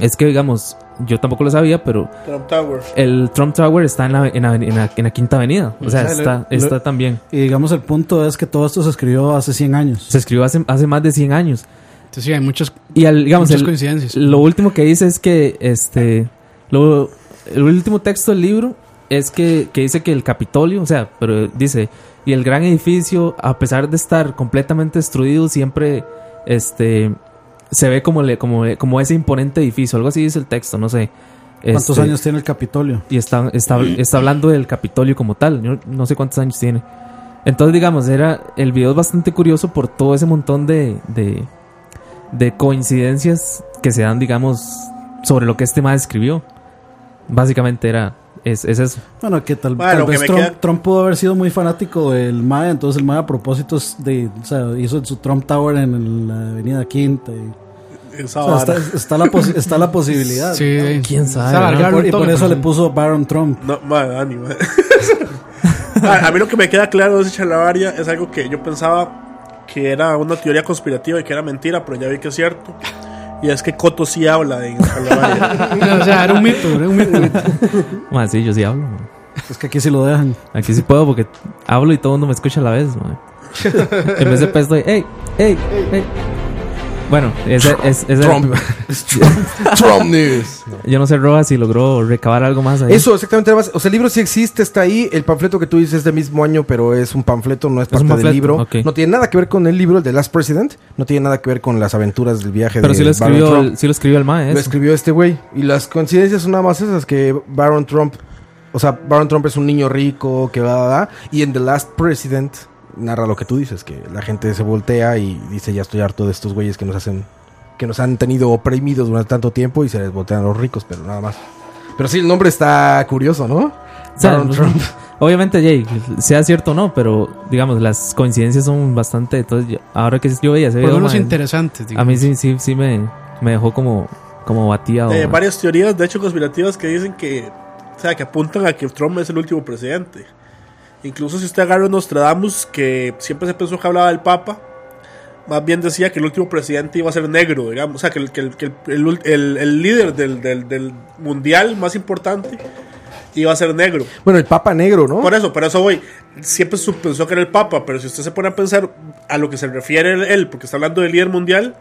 Speaker 6: es que, digamos, yo tampoco lo sabía, pero
Speaker 7: Trump Tower.
Speaker 6: el Trump Tower está en la, en la- en la- en la Quinta Avenida. O sea,
Speaker 11: O sea,
Speaker 6: está,
Speaker 11: lo-
Speaker 6: está también.
Speaker 2: Y digamos, el punto es que todo esto se escribió hace 100 años.
Speaker 6: Se escribió hace, hace más de 100 años.
Speaker 5: Entonces, sí, hay muchas,
Speaker 6: Y al- digamos,
Speaker 5: muchas
Speaker 6: el-
Speaker 5: coincidencias.
Speaker 6: lo último que dice es que este lo- el último texto del libro es que, que dice que el Capitolio, o sea, pero dice, y el gran edificio, a pesar de estar completamente destruido, siempre este se ve como le, como, como ese imponente edificio, algo así dice el texto, no sé.
Speaker 2: ¿Cuántos
Speaker 6: Este,
Speaker 2: años tiene el Capitolio?
Speaker 6: y está, está, está hablando del Capitolio como tal. Yo no sé cuántos años tiene. Entonces, digamos, era el video es bastante curioso por todo ese montón de, de, de coincidencias que se dan, digamos, sobre lo que este más escribió. Básicamente era es, es eso.
Speaker 2: Bueno, que tal,
Speaker 7: Bueno,
Speaker 2: tal
Speaker 7: lo que
Speaker 2: vez
Speaker 7: me
Speaker 2: Trump,
Speaker 7: queda-
Speaker 2: Trump pudo haber sido muy fanático del MAE, entonces el MAE a propósito es de, o sea, hizo su Trump Tower en el- la Avenida Quinta. y-
Speaker 7: Esa
Speaker 2: o sea,
Speaker 7: vara.
Speaker 2: está, está la posi- está la posibilidad.
Speaker 5: Sí, sí.
Speaker 6: quién sabe,
Speaker 5: Es alargarlo
Speaker 2: Y por- y
Speaker 5: un toque,
Speaker 2: por eso
Speaker 5: pero
Speaker 2: le
Speaker 5: sí.
Speaker 2: puso Baron Trump.
Speaker 7: No, madre, Dani, *laughs* madre. a, a mí lo que me queda claro de esa charlavaria es algo que yo pensaba que era una teoría conspirativa y que era mentira, pero ya vi que es cierto. Y es que Coto sí habla de charlavaria.
Speaker 5: O sea, era un mito, era un mito.
Speaker 6: Más sí, yo sí hablo. man.
Speaker 2: Es que aquí sí lo dejan.
Speaker 6: Aquí sí puedo porque hablo y todo el mundo me escucha a la vez. man. En vez de pues, estoy, hey, hey, hey. Bueno, ese es, ese era-
Speaker 4: Trump. *laughs* Trump. Trump News.
Speaker 6: yo no sé, Roa, si logró recabar algo más ahí.
Speaker 4: Eso, exactamente. nada más. O sea, el libro sí existe, está ahí. El panfleto que tú dices es del mismo año, pero es un panfleto, no es parte
Speaker 6: un
Speaker 4: del
Speaker 6: panfleto,
Speaker 4: libro.
Speaker 6: ok.
Speaker 4: No tiene nada que ver con el libro, el de Last President. No tiene nada que ver con las aventuras del viaje
Speaker 6: Pero
Speaker 4: de
Speaker 6: sí lo
Speaker 4: Barron
Speaker 6: escribió,
Speaker 4: Trump.
Speaker 6: el, sí lo escribió el ¿eh? mae.
Speaker 4: Lo
Speaker 6: eso.
Speaker 4: escribió este güey. Y las coincidencias son nada más esas que Baron Trump. O sea, Baron Trump es un niño rico que va, va, va, Y en The Last President narra lo que tú dices, que la gente se voltea y dice, ya estoy harto de estos güeyes que nos hacen, que nos han tenido oprimidos durante tanto tiempo y se les voltean los ricos, pero nada más. Pero sí, el nombre está curioso, ¿no?
Speaker 6: O sea,
Speaker 4: Baron
Speaker 6: pues, *laughs*
Speaker 4: Trump.
Speaker 6: Obviamente, Jay, sea cierto o no, pero digamos, las coincidencias son bastante. Entonces, yo- ahora que yo veía ese
Speaker 5: Por lo
Speaker 6: video,
Speaker 5: menos
Speaker 6: mae,
Speaker 5: interesantes.
Speaker 6: a
Speaker 5: digamos.
Speaker 6: mí sí, sí, sí me, me dejó como, como bateado.
Speaker 7: Eh,
Speaker 6: mae.
Speaker 7: varias teorías, de hecho, conspirativas que dicen que, o sea, que apuntan a que Trump es el último presidente. Incluso si usted agarra a Nostradamus, que siempre se pensó que hablaba del Papa, más bien decía que el último presidente iba a ser negro, digamos. O sea, que el, que el, que el, el ul- el- el líder del, del- del mundial más importante iba a ser negro.
Speaker 4: Bueno, el Papa Negro, ¿no?
Speaker 7: Por eso, por eso voy. Siempre se pensó que era el Papa, pero si usted se pone a pensar a lo que se refiere él- él, porque está hablando del líder mundial,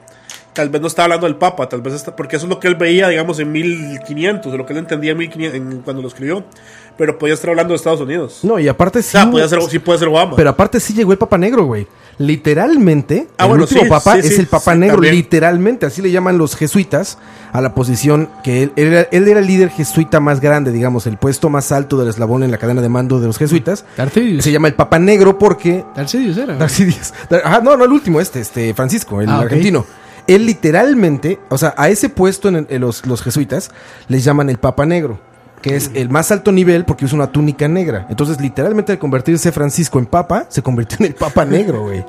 Speaker 7: tal vez no está hablando del Papa, tal vez está, porque eso es lo que él veía, digamos, en 1500, de lo que él entendía en 1500, en- cuando lo escribió, pero podía estar hablando de Estados Unidos.
Speaker 4: No, y aparte
Speaker 7: O
Speaker 4: sí.
Speaker 7: sea,
Speaker 4: hubo-
Speaker 7: podía ser, sí puede ser Obama.
Speaker 4: Pero aparte sí llegó el Papa Negro, güey. Literalmente,
Speaker 7: Ah,
Speaker 4: el
Speaker 7: bueno,
Speaker 4: último
Speaker 7: sí,
Speaker 4: Papa
Speaker 7: sí,
Speaker 4: es
Speaker 7: sí,
Speaker 4: el Papa
Speaker 7: sí,
Speaker 4: Negro,
Speaker 7: también.
Speaker 4: literalmente. Así le llaman los jesuitas a la posición que él, él era, él era el líder jesuita más grande, digamos, el puesto más alto del eslabón en la cadena de mando de los jesuitas.
Speaker 5: Darcidius.
Speaker 4: Se llama el Papa Negro porque...
Speaker 5: Darcidius era.
Speaker 4: Darcy Díaz. Dar- Ajá, no, no el último, este, este, Francisco, el
Speaker 5: Ah, ok.
Speaker 4: argentino. Él literalmente, o sea, a ese puesto en, el- en los, los jesuitas les llaman el Papa Negro, que es el más alto nivel porque usa
Speaker 11: *laughs*
Speaker 4: una túnica negra. Entonces, literalmente al convertirse Francisco en Papa, se convirtió en el Papa Negro, güey.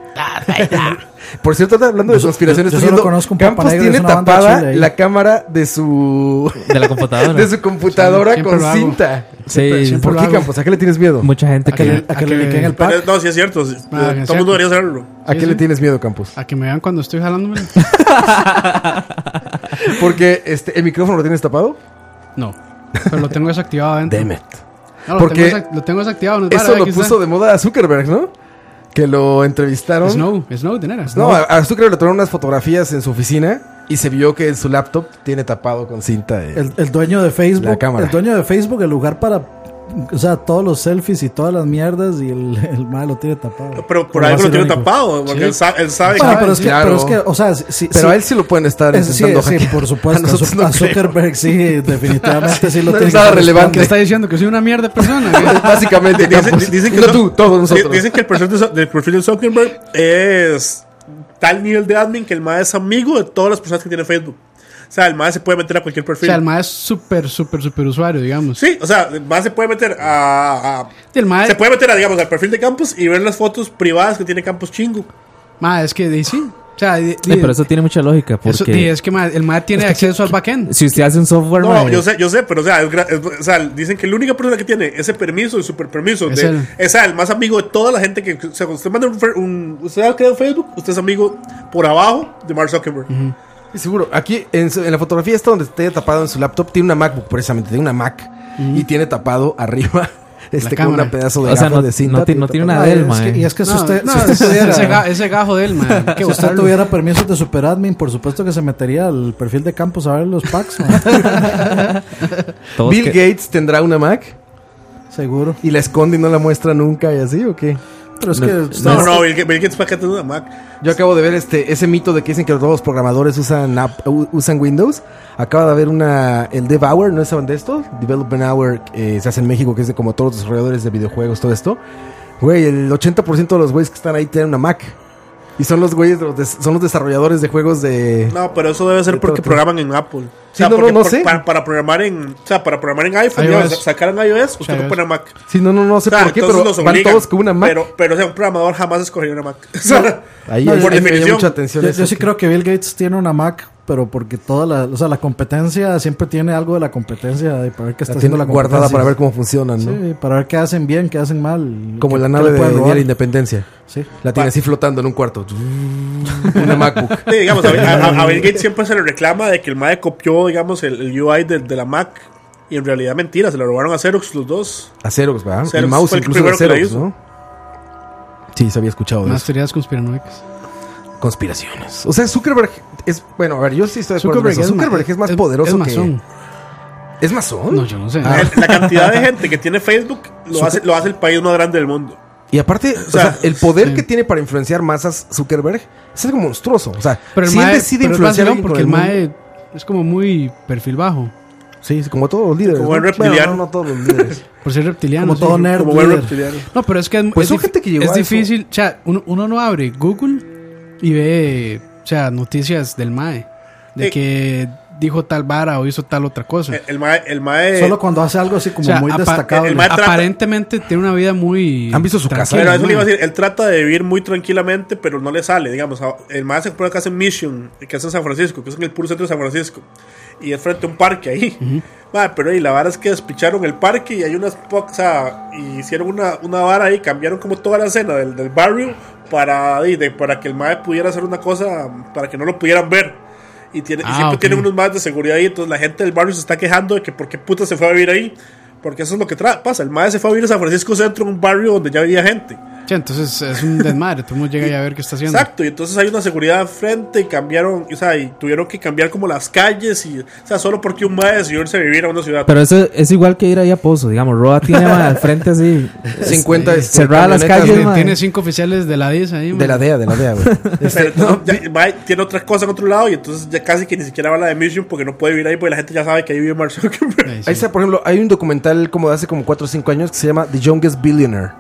Speaker 4: Por cierto, hablando de conspiraciones,
Speaker 11: yo
Speaker 4: estoy
Speaker 11: solo
Speaker 4: viendo-
Speaker 11: conozco un Papa
Speaker 4: Campos
Speaker 11: Negro,
Speaker 4: tiene
Speaker 11: es una banda de
Speaker 4: tapada
Speaker 11: Chile ahí.
Speaker 4: la cámara de su
Speaker 6: de la computadora.
Speaker 4: *laughs* de su computadora
Speaker 5: siempre
Speaker 4: con
Speaker 5: lo hago.
Speaker 4: cinta.
Speaker 6: sí,
Speaker 5: siempre
Speaker 4: ¿Por
Speaker 5: lo
Speaker 4: qué,
Speaker 5: hago.
Speaker 4: Campos? ¿A qué le tienes miedo?
Speaker 6: mucha gente
Speaker 5: ¿A
Speaker 6: que...
Speaker 5: qué-
Speaker 11: a que le queden el pack.
Speaker 7: Pero, no, sí es cierto. sí,
Speaker 5: Ah,
Speaker 7: eh,
Speaker 5: es
Speaker 7: todo el
Speaker 5: cierto.
Speaker 7: mundo debería saberlo.
Speaker 4: ¿A qué
Speaker 5: sí.
Speaker 4: le tienes miedo, Campos?
Speaker 5: A que me vean cuando estoy jalándome.
Speaker 4: Porque este, el micrófono lo tienes tapado.
Speaker 5: No. Pero lo tengo desactivado adentro.
Speaker 4: Damn it.
Speaker 5: No, lo
Speaker 4: Porque
Speaker 5: tengo desac- lo tengo desactivado. No es
Speaker 4: Eso
Speaker 5: vara,
Speaker 4: lo
Speaker 5: aquí está.
Speaker 4: puso de moda a Zuckerberg, ¿no? Que lo entrevistaron.
Speaker 5: Snow, Snow, de nada.
Speaker 4: No, a, a Zuckerberg le tomaron unas fotografías en su oficina y se vio que en su laptop tiene tapado con cinta. eh.
Speaker 11: El, el dueño de Facebook,
Speaker 4: La cámara.
Speaker 11: el dueño de Facebook, el lugar para, o sea, todos los selfies y todas las mierdas y el, *laughs* el mae lo tiene tapado.
Speaker 7: Pero por
Speaker 11: Lo
Speaker 7: algo
Speaker 11: más
Speaker 7: lo tiene
Speaker 11: irónico.
Speaker 7: tapado. Porque él sa- él sabe
Speaker 11: Bueno,
Speaker 7: que.
Speaker 11: pero es que,
Speaker 4: Claro.
Speaker 11: pero es que, o sea, sí,
Speaker 4: Pero
Speaker 11: sí,
Speaker 4: a él sí lo pueden estar
Speaker 11: es- sí,
Speaker 4: intentando
Speaker 11: sí,
Speaker 4: hackear.
Speaker 11: por supuesto,
Speaker 4: *laughs* A
Speaker 11: a,
Speaker 4: nosotros
Speaker 11: Zu-
Speaker 4: no
Speaker 11: a
Speaker 4: creo.
Speaker 11: Zuckerberg sí, definitivamente sí lo
Speaker 4: No
Speaker 11: tiene.
Speaker 4: es nada
Speaker 11: tapar.
Speaker 4: relevante.
Speaker 5: ¿Qué está diciendo? Que soy una mierda de
Speaker 4: *laughs*
Speaker 5: persona. güey?
Speaker 4: *laughs* Básicamente,
Speaker 7: Dicen,
Speaker 4: Campos.
Speaker 7: dicen que
Speaker 4: no
Speaker 7: son-
Speaker 4: tú, todos nosotros.
Speaker 7: Dicen que el perfil de, Zo- del perfil de Zuckerberg es tal nivel de admin que el MAE es amigo de todas las personas que tiene Facebook. O sea, el MAE se puede meter a cualquier
Speaker 5: O
Speaker 7: perfil.
Speaker 5: sea, el MAE es súper, súper, súper usuario, digamos.
Speaker 7: Sí, o sea, el MAE se puede meter a. a-
Speaker 5: El MAE,
Speaker 7: se puede meter a, digamos, al perfil de Campos y ver las fotos privadas que tiene Campos Chingo.
Speaker 5: mae, es que de- sí. O sea, de-
Speaker 6: Sí,
Speaker 5: de-
Speaker 6: pero eso tiene mucha lógica
Speaker 5: eso- de-
Speaker 6: porque
Speaker 5: es que mae, el MAE tiene acceso al backend.
Speaker 6: si usted hace un software,
Speaker 7: No,
Speaker 6: mae,
Speaker 7: yo sé, yo sé, pero o sea, es gra- es- o sea, dicen que la única persona que tiene ese permiso, el super permiso,
Speaker 5: Es
Speaker 7: de,
Speaker 5: el-
Speaker 7: es el más amigo de toda la gente que. O sea, cuando usted manda un. fer- un- usted crea un Facebook, usted es amigo por abajo de Mark Zuckerberg.
Speaker 4: Sí, Seguro, aquí en, su- en la fotografía está donde tiene tapado en su laptop, tiene una MacBook precisamente, tiene una Mac y tiene tapado arriba este con
Speaker 5: cámara.
Speaker 4: una pedazo de
Speaker 6: o sea,
Speaker 4: gafa
Speaker 6: no,
Speaker 4: de cinta.
Speaker 6: no ti- no tiene
Speaker 4: tapado.
Speaker 6: una
Speaker 11: Ah,
Speaker 6: del,
Speaker 11: es
Speaker 6: mae.
Speaker 11: que- y es que si
Speaker 5: No,
Speaker 11: usted,
Speaker 5: no,
Speaker 11: si usted
Speaker 5: ese-
Speaker 11: tuviera-
Speaker 5: ese, ga- ese gajo de él, mae.
Speaker 11: *laughs*
Speaker 5: hay
Speaker 11: si
Speaker 5: que
Speaker 11: usted
Speaker 5: botarlo.
Speaker 11: tuviera permisos de superadmin, por supuesto que se metería al perfil de Campos a ver los packs, mae.
Speaker 4: *laughs*
Speaker 6: Todos
Speaker 4: Bill
Speaker 6: que-
Speaker 4: Gates tendrá una Mac
Speaker 11: seguro.
Speaker 4: y la esconde y no la muestra nunca y así o qué.
Speaker 11: Pero es
Speaker 6: No,
Speaker 11: que
Speaker 6: no,
Speaker 11: usted-
Speaker 7: No, no, Bill Ga- Bill Gates para acá tiene una Mac.
Speaker 4: Yo acabo de ver este ese mito de que dicen que todos los programadores usan app- u- usan Windows. Acaba de haber una el Dev Hour, ¿no saben de esto? Development Hour eh, se hace en México que es de como todos los desarrolladores de videojuegos todo esto. Güey, el 80% de los güeyes que están ahí tienen una Mac. Y son los güeyes, de los des- son los desarrolladores de juegos de...
Speaker 7: No, pero eso debe ser
Speaker 4: De
Speaker 7: porque
Speaker 4: todo.
Speaker 7: programan en Apple. O
Speaker 4: Sí, no, no,
Speaker 7: porque
Speaker 4: no
Speaker 7: por-
Speaker 4: sé.
Speaker 7: Para, para programar en, o sea, para programar en iPhone,
Speaker 5: iOS.
Speaker 7: ya, sa- sacaron iOS, usted
Speaker 5: iOS.
Speaker 7: no pone Mac.
Speaker 4: Sí, no, no, no sé
Speaker 7: O sea,
Speaker 4: por qué,
Speaker 7: Ah, entonces
Speaker 4: pero
Speaker 7: los
Speaker 4: van
Speaker 7: obligan.
Speaker 4: todos con una Mac.
Speaker 7: Pero, pero o sea, un programador jamás escogería una Mac. *laughs* O sea,
Speaker 4: ahí
Speaker 7: no,
Speaker 4: ahí
Speaker 7: por
Speaker 4: me llama
Speaker 7: definición.
Speaker 4: mucha atención
Speaker 11: Yo,
Speaker 4: eso.
Speaker 11: yo sí creo que Bill Gates tiene una Mac, pero porque toda la, o sea, la competencia siempre tiene algo de la competencia de para ver qué está
Speaker 4: La
Speaker 11: haciendo
Speaker 4: tienen
Speaker 11: la
Speaker 4: guardada
Speaker 11: competencia.
Speaker 4: para ver cómo funcionan, ¿no?
Speaker 11: Sí, para ver qué hacen bien, qué hacen mal.
Speaker 4: Como
Speaker 11: qué-
Speaker 4: la
Speaker 11: qué
Speaker 4: nave
Speaker 11: le
Speaker 4: de,
Speaker 11: pueden
Speaker 4: Día de
Speaker 11: robar.
Speaker 4: la Independencia.
Speaker 11: Sí.
Speaker 4: La tiene así flotando en un cuarto. una MacBook.
Speaker 7: sí, digamos, a, a- a Bill Gates siempre se le reclama de que el MAE copió, digamos, el, el UI de, de la Mac. Y en realidad mentira, se lo robaron a Xerox los dos.
Speaker 4: A Xerox, ¿verdad? el
Speaker 7: Xerox
Speaker 4: mouse
Speaker 7: fue el
Speaker 4: incluso de
Speaker 7: primero que la
Speaker 4: Xerox,
Speaker 7: hizo.
Speaker 4: ¿no? Sí, se había escuchado de
Speaker 5: Más
Speaker 4: eso.
Speaker 5: teorías conspiranoicas.
Speaker 4: Conspiraciones. O sea, Zuckerberg es... Bueno, a ver, yo sí estoy de acuerdo con
Speaker 5: Zuckerberg,
Speaker 4: eso.
Speaker 5: es ma-
Speaker 4: Zuckerberg es, más poderoso
Speaker 5: es
Speaker 4: que...
Speaker 5: masón.
Speaker 4: ¿Es masón?
Speaker 5: No, yo no sé.
Speaker 4: Ah.
Speaker 7: El- La cantidad de gente
Speaker 4: *laughs*
Speaker 7: que tiene Facebook lo hace, lo hace el país más grande del mundo.
Speaker 4: Y aparte, o sea,
Speaker 7: sea,
Speaker 4: el poder
Speaker 5: sí.
Speaker 4: que tiene para influenciar masas Zuckerberg es algo monstruoso. O sea,
Speaker 5: Pero el
Speaker 4: si él
Speaker 5: mae-
Speaker 4: decide
Speaker 5: pero es
Speaker 4: influenciar... a
Speaker 5: vacilón
Speaker 4: alguien
Speaker 5: porque
Speaker 4: con
Speaker 5: el
Speaker 4: mundo-
Speaker 5: MAE es como muy perfil bajo.
Speaker 4: Sí, sí, como todos los líderes.
Speaker 7: Como
Speaker 4: ¿no?
Speaker 7: el reptiliano.
Speaker 4: Bueno, no, no todos los líderes.
Speaker 5: Por ser reptiliano.
Speaker 11: Como
Speaker 5: sí.
Speaker 11: todo nerd.
Speaker 7: Como buen
Speaker 11: líder.
Speaker 7: reptiliano.
Speaker 5: No, pero es que es,
Speaker 4: Pues
Speaker 5: es
Speaker 4: son
Speaker 5: dif-
Speaker 4: gente que llegó
Speaker 5: es
Speaker 4: a eso.
Speaker 5: difícil. O sea, uno, uno no abre Google y ve, o sea, noticias del MAE. De
Speaker 7: Eh.
Speaker 5: que dijo tal vara o hizo tal otra cosa.
Speaker 7: El, el MAE. El mae
Speaker 11: Solo cuando hace algo así como
Speaker 5: O sea,
Speaker 11: muy
Speaker 5: apa-
Speaker 11: destacable.
Speaker 7: el mae trata-
Speaker 5: Aparentemente tiene una vida muy.
Speaker 4: ¿Han visto su casa?
Speaker 5: tranquila,
Speaker 7: Pero eso
Speaker 5: ¿no?
Speaker 7: le iba a decir, él trata de vivir muy tranquilamente, pero no le sale, digamos. a- El más se pone casa en Mission, que es en San Francisco, que es en el puro centro de San Francisco. Y es frente a un parque ahí. Madre, pero y la vara es que despicharon el parque y hay unas pocas, o sea, y hicieron una, una vara ahí, cambiaron como toda la escena del, del barrio para, y de- para que el madre pudiera hacer una cosa, para que no lo pudieran ver. Y, tiene, y
Speaker 5: Ah,
Speaker 7: siempre
Speaker 5: ok.
Speaker 7: tienen unos más de seguridad ahí, entonces la gente del barrio se está quejando de que por qué puta se fue a vivir ahí. Porque eso es lo que tra- pasa. El madre se fue a vivir a San Francisco Centro, un barrio donde ya vivía gente.
Speaker 5: Sí, entonces es un desmadre. Todo el mundo llega ya a ver qué está haciendo.
Speaker 7: Exacto, y entonces hay una seguridad al frente y cambiaron, o sea, y tuvieron que cambiar como las calles y, o sea, solo porque un mae decidió irse a vivir a una ciudad.
Speaker 6: Pero eso es igual que ir ahí a Pozo, digamos. Roa tiene mae, al
Speaker 4: *laughs*
Speaker 6: frente así.
Speaker 4: 50 este,
Speaker 6: Cerradas las
Speaker 4: camionetas
Speaker 6: calles,
Speaker 4: de-
Speaker 6: mae.
Speaker 5: Tiene cinco oficiales de la DIS ahí.
Speaker 4: De la
Speaker 5: man.
Speaker 4: DEA, de la DEA, güey.
Speaker 7: Pero entonces ya el mae tiene otra cosa en otro lado y entonces ya casi que ni siquiera va a la de Mission porque no puede vivir ahí porque la gente ya sabe que ahí vive Mark Zuckerberg.
Speaker 5: Ahí sí,
Speaker 4: Ahí está, por ejemplo, hay un documental como de hace como 4 o 5 años que se llama The Youngest Billionaire.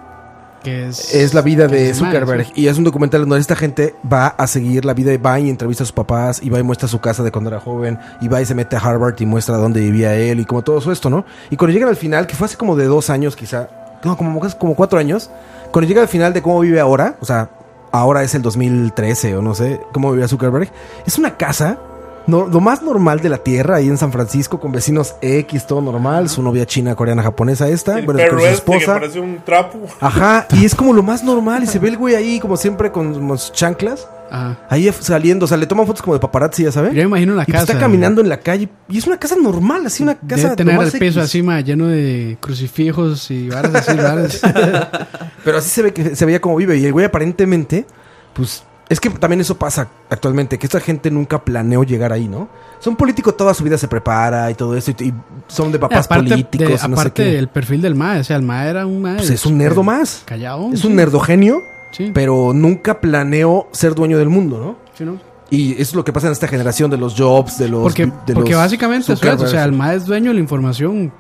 Speaker 5: que es,
Speaker 4: Es la vida
Speaker 5: que
Speaker 4: de
Speaker 5: es el mae,
Speaker 4: Zuckerberg.
Speaker 5: sí.
Speaker 4: Y es un documental donde esta gente va a seguir la vida y va y entrevista a sus papás y va y muestra su casa de cuando era joven y va y se mete a Harvard y muestra dónde vivía él y como todo eso esto, ¿no? Y cuando llegan al final, que fue hace como de dos años quizá, no, como, como cuatro años, cuando llega al final de cómo vive ahora, o sea, ahora es el 2013 o no sé cómo vivía Zuckerberg. Es una casa no- lo más normal de la tierra ahí en San Francisco con vecinos X, todo normal, su novia china, coreana, japonesa esta,
Speaker 7: El
Speaker 4: bueno,
Speaker 7: perro
Speaker 4: con su
Speaker 7: este que
Speaker 4: esposa.
Speaker 7: parece un trapo.
Speaker 4: Ajá, y es como lo más normal y se ve el güey ahí como siempre con sus chanclas.
Speaker 5: Ajá.
Speaker 4: Ahí saliendo, o sea, le toman fotos como de paparazzi, ya sabes.
Speaker 5: Yo me imagino la
Speaker 4: Y pues
Speaker 5: casa.
Speaker 4: está caminando en la calle y es una casa normal, así una casa
Speaker 5: Debe tener
Speaker 4: nomás
Speaker 5: el piso
Speaker 4: X.
Speaker 5: así, ma, lleno de crucifijos y varas
Speaker 4: *laughs*
Speaker 5: así raras.
Speaker 4: Pero así se ve que se veía como vive. Y el güey aparentemente, pues. Es que también eso pasa actualmente, que esta gente nunca planeó llegar ahí, ¿no? Son políticos, toda su vida se prepara y todo eso, y, y son de papás
Speaker 5: aparte
Speaker 4: políticos,
Speaker 5: de-
Speaker 4: y no sé
Speaker 5: aparte
Speaker 4: qué.
Speaker 5: del perfil del ma, o sea, el ma era un ma.
Speaker 4: Pues es un nerdo más.
Speaker 5: Callado.
Speaker 4: Es
Speaker 5: sí,
Speaker 4: un nerdogenio,
Speaker 5: Sí,
Speaker 4: pero nunca planeó ser dueño del mundo, ¿no?
Speaker 5: sí, ¿no?
Speaker 4: Y eso es lo que pasa en esta generación de los Jobs, de los.
Speaker 5: Porque,
Speaker 4: de
Speaker 5: porque
Speaker 4: los
Speaker 5: básicamente es eso, o sea,
Speaker 4: Zuckerbergs.
Speaker 5: el ma es dueño de la información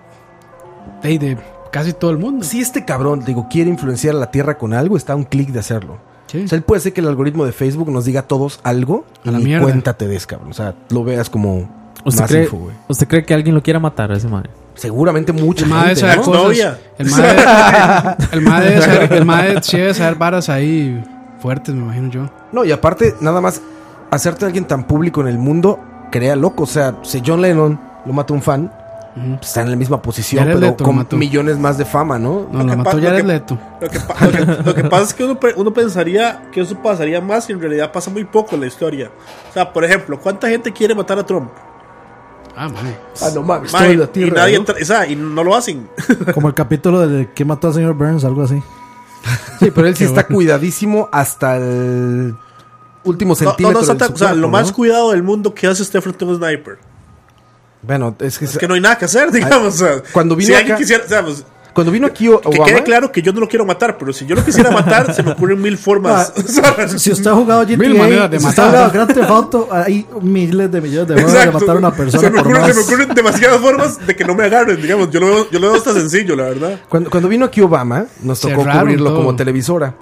Speaker 5: de, de casi todo el mundo.
Speaker 4: Si este cabrón, digo, quiere influenciar a la Tierra con algo, está a un clic de hacerlo.
Speaker 5: Sí.
Speaker 4: O sea, él puede ser que el algoritmo de Facebook nos diga a todos algo
Speaker 5: A
Speaker 4: y
Speaker 5: la
Speaker 4: ni
Speaker 5: mierda.
Speaker 4: cuenta te des, cabrón. O sea, lo veas como
Speaker 6: ¿Usted
Speaker 4: más
Speaker 6: cree,
Speaker 4: info, güey.
Speaker 6: ¿Usted cree que alguien lo quiera matar a ese man?
Speaker 4: Seguramente mucha
Speaker 5: El ma debe
Speaker 4: gente,
Speaker 5: saber
Speaker 4: ¿no?
Speaker 5: cosas.
Speaker 7: Novia.
Speaker 5: El
Speaker 4: *laughs*
Speaker 5: ma debe- el ma debe saber- el ma debe- sí debe saber varas ahí fuertes, me imagino yo.
Speaker 4: No, y aparte, nada más, hacerte a alguien tan público en el mundo crea loco. O sea, si John Lennon lo mata un fan,
Speaker 5: Ujú.
Speaker 4: pues está en la misma posición,
Speaker 5: Jared
Speaker 4: pero
Speaker 5: Leto lo
Speaker 4: con
Speaker 5: mató.
Speaker 4: millones más de fama, ¿no?
Speaker 5: No, la
Speaker 7: que
Speaker 5: mató
Speaker 7: pa- lo
Speaker 5: Jared
Speaker 7: que-
Speaker 5: Leto.
Speaker 7: Lo que, pa- lo que- lo que pasa es que uno, pe- uno pensaría que eso pasaría más y en realidad pasa muy poco en la historia. O sea, por ejemplo, ¿cuánta gente quiere matar a Trump?
Speaker 5: Ah, ma.
Speaker 4: Ah, no mames,
Speaker 7: Mae,
Speaker 4: todo en la
Speaker 7: Pues, y
Speaker 4: tierra,
Speaker 7: nadie
Speaker 4: ¿no?
Speaker 7: tra- o sea, y no lo hacen.
Speaker 11: Como el capítulo de que mató al señor Burns, algo así.
Speaker 4: Sí, pero él sí está cuidadísimo hasta el último
Speaker 7: No, no,
Speaker 4: centímetro.
Speaker 7: no,
Speaker 4: de
Speaker 7: Santa-
Speaker 4: su
Speaker 7: o sea,
Speaker 4: cuerpo,
Speaker 7: lo más
Speaker 4: ¿no?
Speaker 7: cuidado del mundo que hace usted frente a un sniper.
Speaker 4: Bueno, es que,
Speaker 7: Es que no hay nada que hacer, *laughs* digamos. o sea,
Speaker 4: Cuando vino
Speaker 7: si alguien
Speaker 4: acá-
Speaker 7: quisiera, o sea, pues,
Speaker 4: cuando vino aquí o-
Speaker 7: que
Speaker 4: Obama,
Speaker 7: quede claro que yo no lo quiero matar, pero si yo lo quisiera matar, se me ocurren mil formas.
Speaker 4: Ah,
Speaker 7: *laughs* O sea,
Speaker 11: Si usted ha jugado GTA,
Speaker 5: Mil maneras de
Speaker 11: si usted ha
Speaker 5: matar.
Speaker 11: jugado Grand Theft Auto, hay miles de millones de formas de
Speaker 7: Exacto.
Speaker 11: matar a una
Speaker 7: se
Speaker 11: persona
Speaker 7: me,
Speaker 11: por
Speaker 7: ocurren, se me
Speaker 11: más.
Speaker 7: ocurren demasiadas formas de que no me agarren, digamos. Yo lo veo, yo lo veo hasta sencillo, la verdad.
Speaker 4: cuando, cuando vino aquí Obama, nos tocó
Speaker 5: Cerraron
Speaker 4: cubrirlo
Speaker 5: todo.
Speaker 4: como televisora.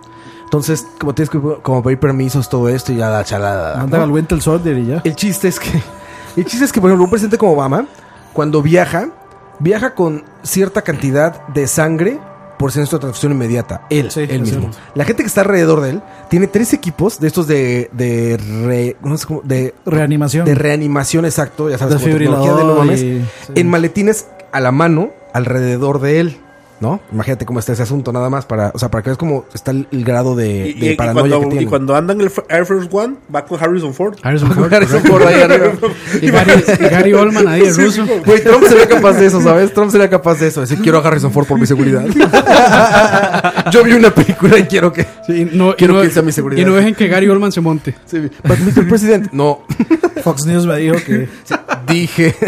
Speaker 4: Entonces, como tienes que como pedir permisos, todo esto y ya la chalada.
Speaker 11: Mandan
Speaker 4: ¿no?
Speaker 11: al Winter Soldier y ya.
Speaker 4: El chiste es que. El chiste es que, por ejemplo, un presidente como Obama, cuando viaja, viaja con cierta cantidad de sangre por centro de transfusión inmediata. Él,
Speaker 11: Sí,
Speaker 4: él
Speaker 11: lo
Speaker 4: mismo.
Speaker 11: hacemos.
Speaker 4: La gente que está alrededor de él tiene tres equipos de estos de. de. re- no sé cómo, de
Speaker 11: Reanimación.
Speaker 4: de reanimación, exacto, ya sabes, como tecnología
Speaker 11: Desfibrilador.
Speaker 4: de no mames,
Speaker 11: y-
Speaker 4: en maletines a la mano alrededor de él, ¿no? Imagínate cómo está ese asunto nada más para, o sea, para que veas cómo está el, el grado de,
Speaker 7: Y,
Speaker 4: de
Speaker 7: y- y
Speaker 4: paranoia
Speaker 7: cuando,
Speaker 4: que tiene. *laughs*
Speaker 7: y cuando andan el F- Air Force One, va con Harrison Ford.
Speaker 5: Harrison Ford.
Speaker 4: Harrison Ford ahí
Speaker 7: *laughs*
Speaker 4: arriba.
Speaker 5: Y Gary, y
Speaker 4: *laughs*
Speaker 5: Gary Oldman ahí, el ruso.
Speaker 4: Güey, Trump sería capaz de eso, ¿sabes? Trump sería capaz de eso. Decir, quiero a Harrison Ford por mi
Speaker 7: *laughs*
Speaker 4: seguridad. *laughs* Yo vi una película y quiero que...
Speaker 5: Sí, y no, y
Speaker 4: Quiero
Speaker 5: no-
Speaker 4: que él sea mi seguridad.
Speaker 5: Y no dejen que Gary Oldman se monte.
Speaker 4: Sí, but Mr. President, no.
Speaker 11: Fox News me dijo que
Speaker 4: Dije. *laughs*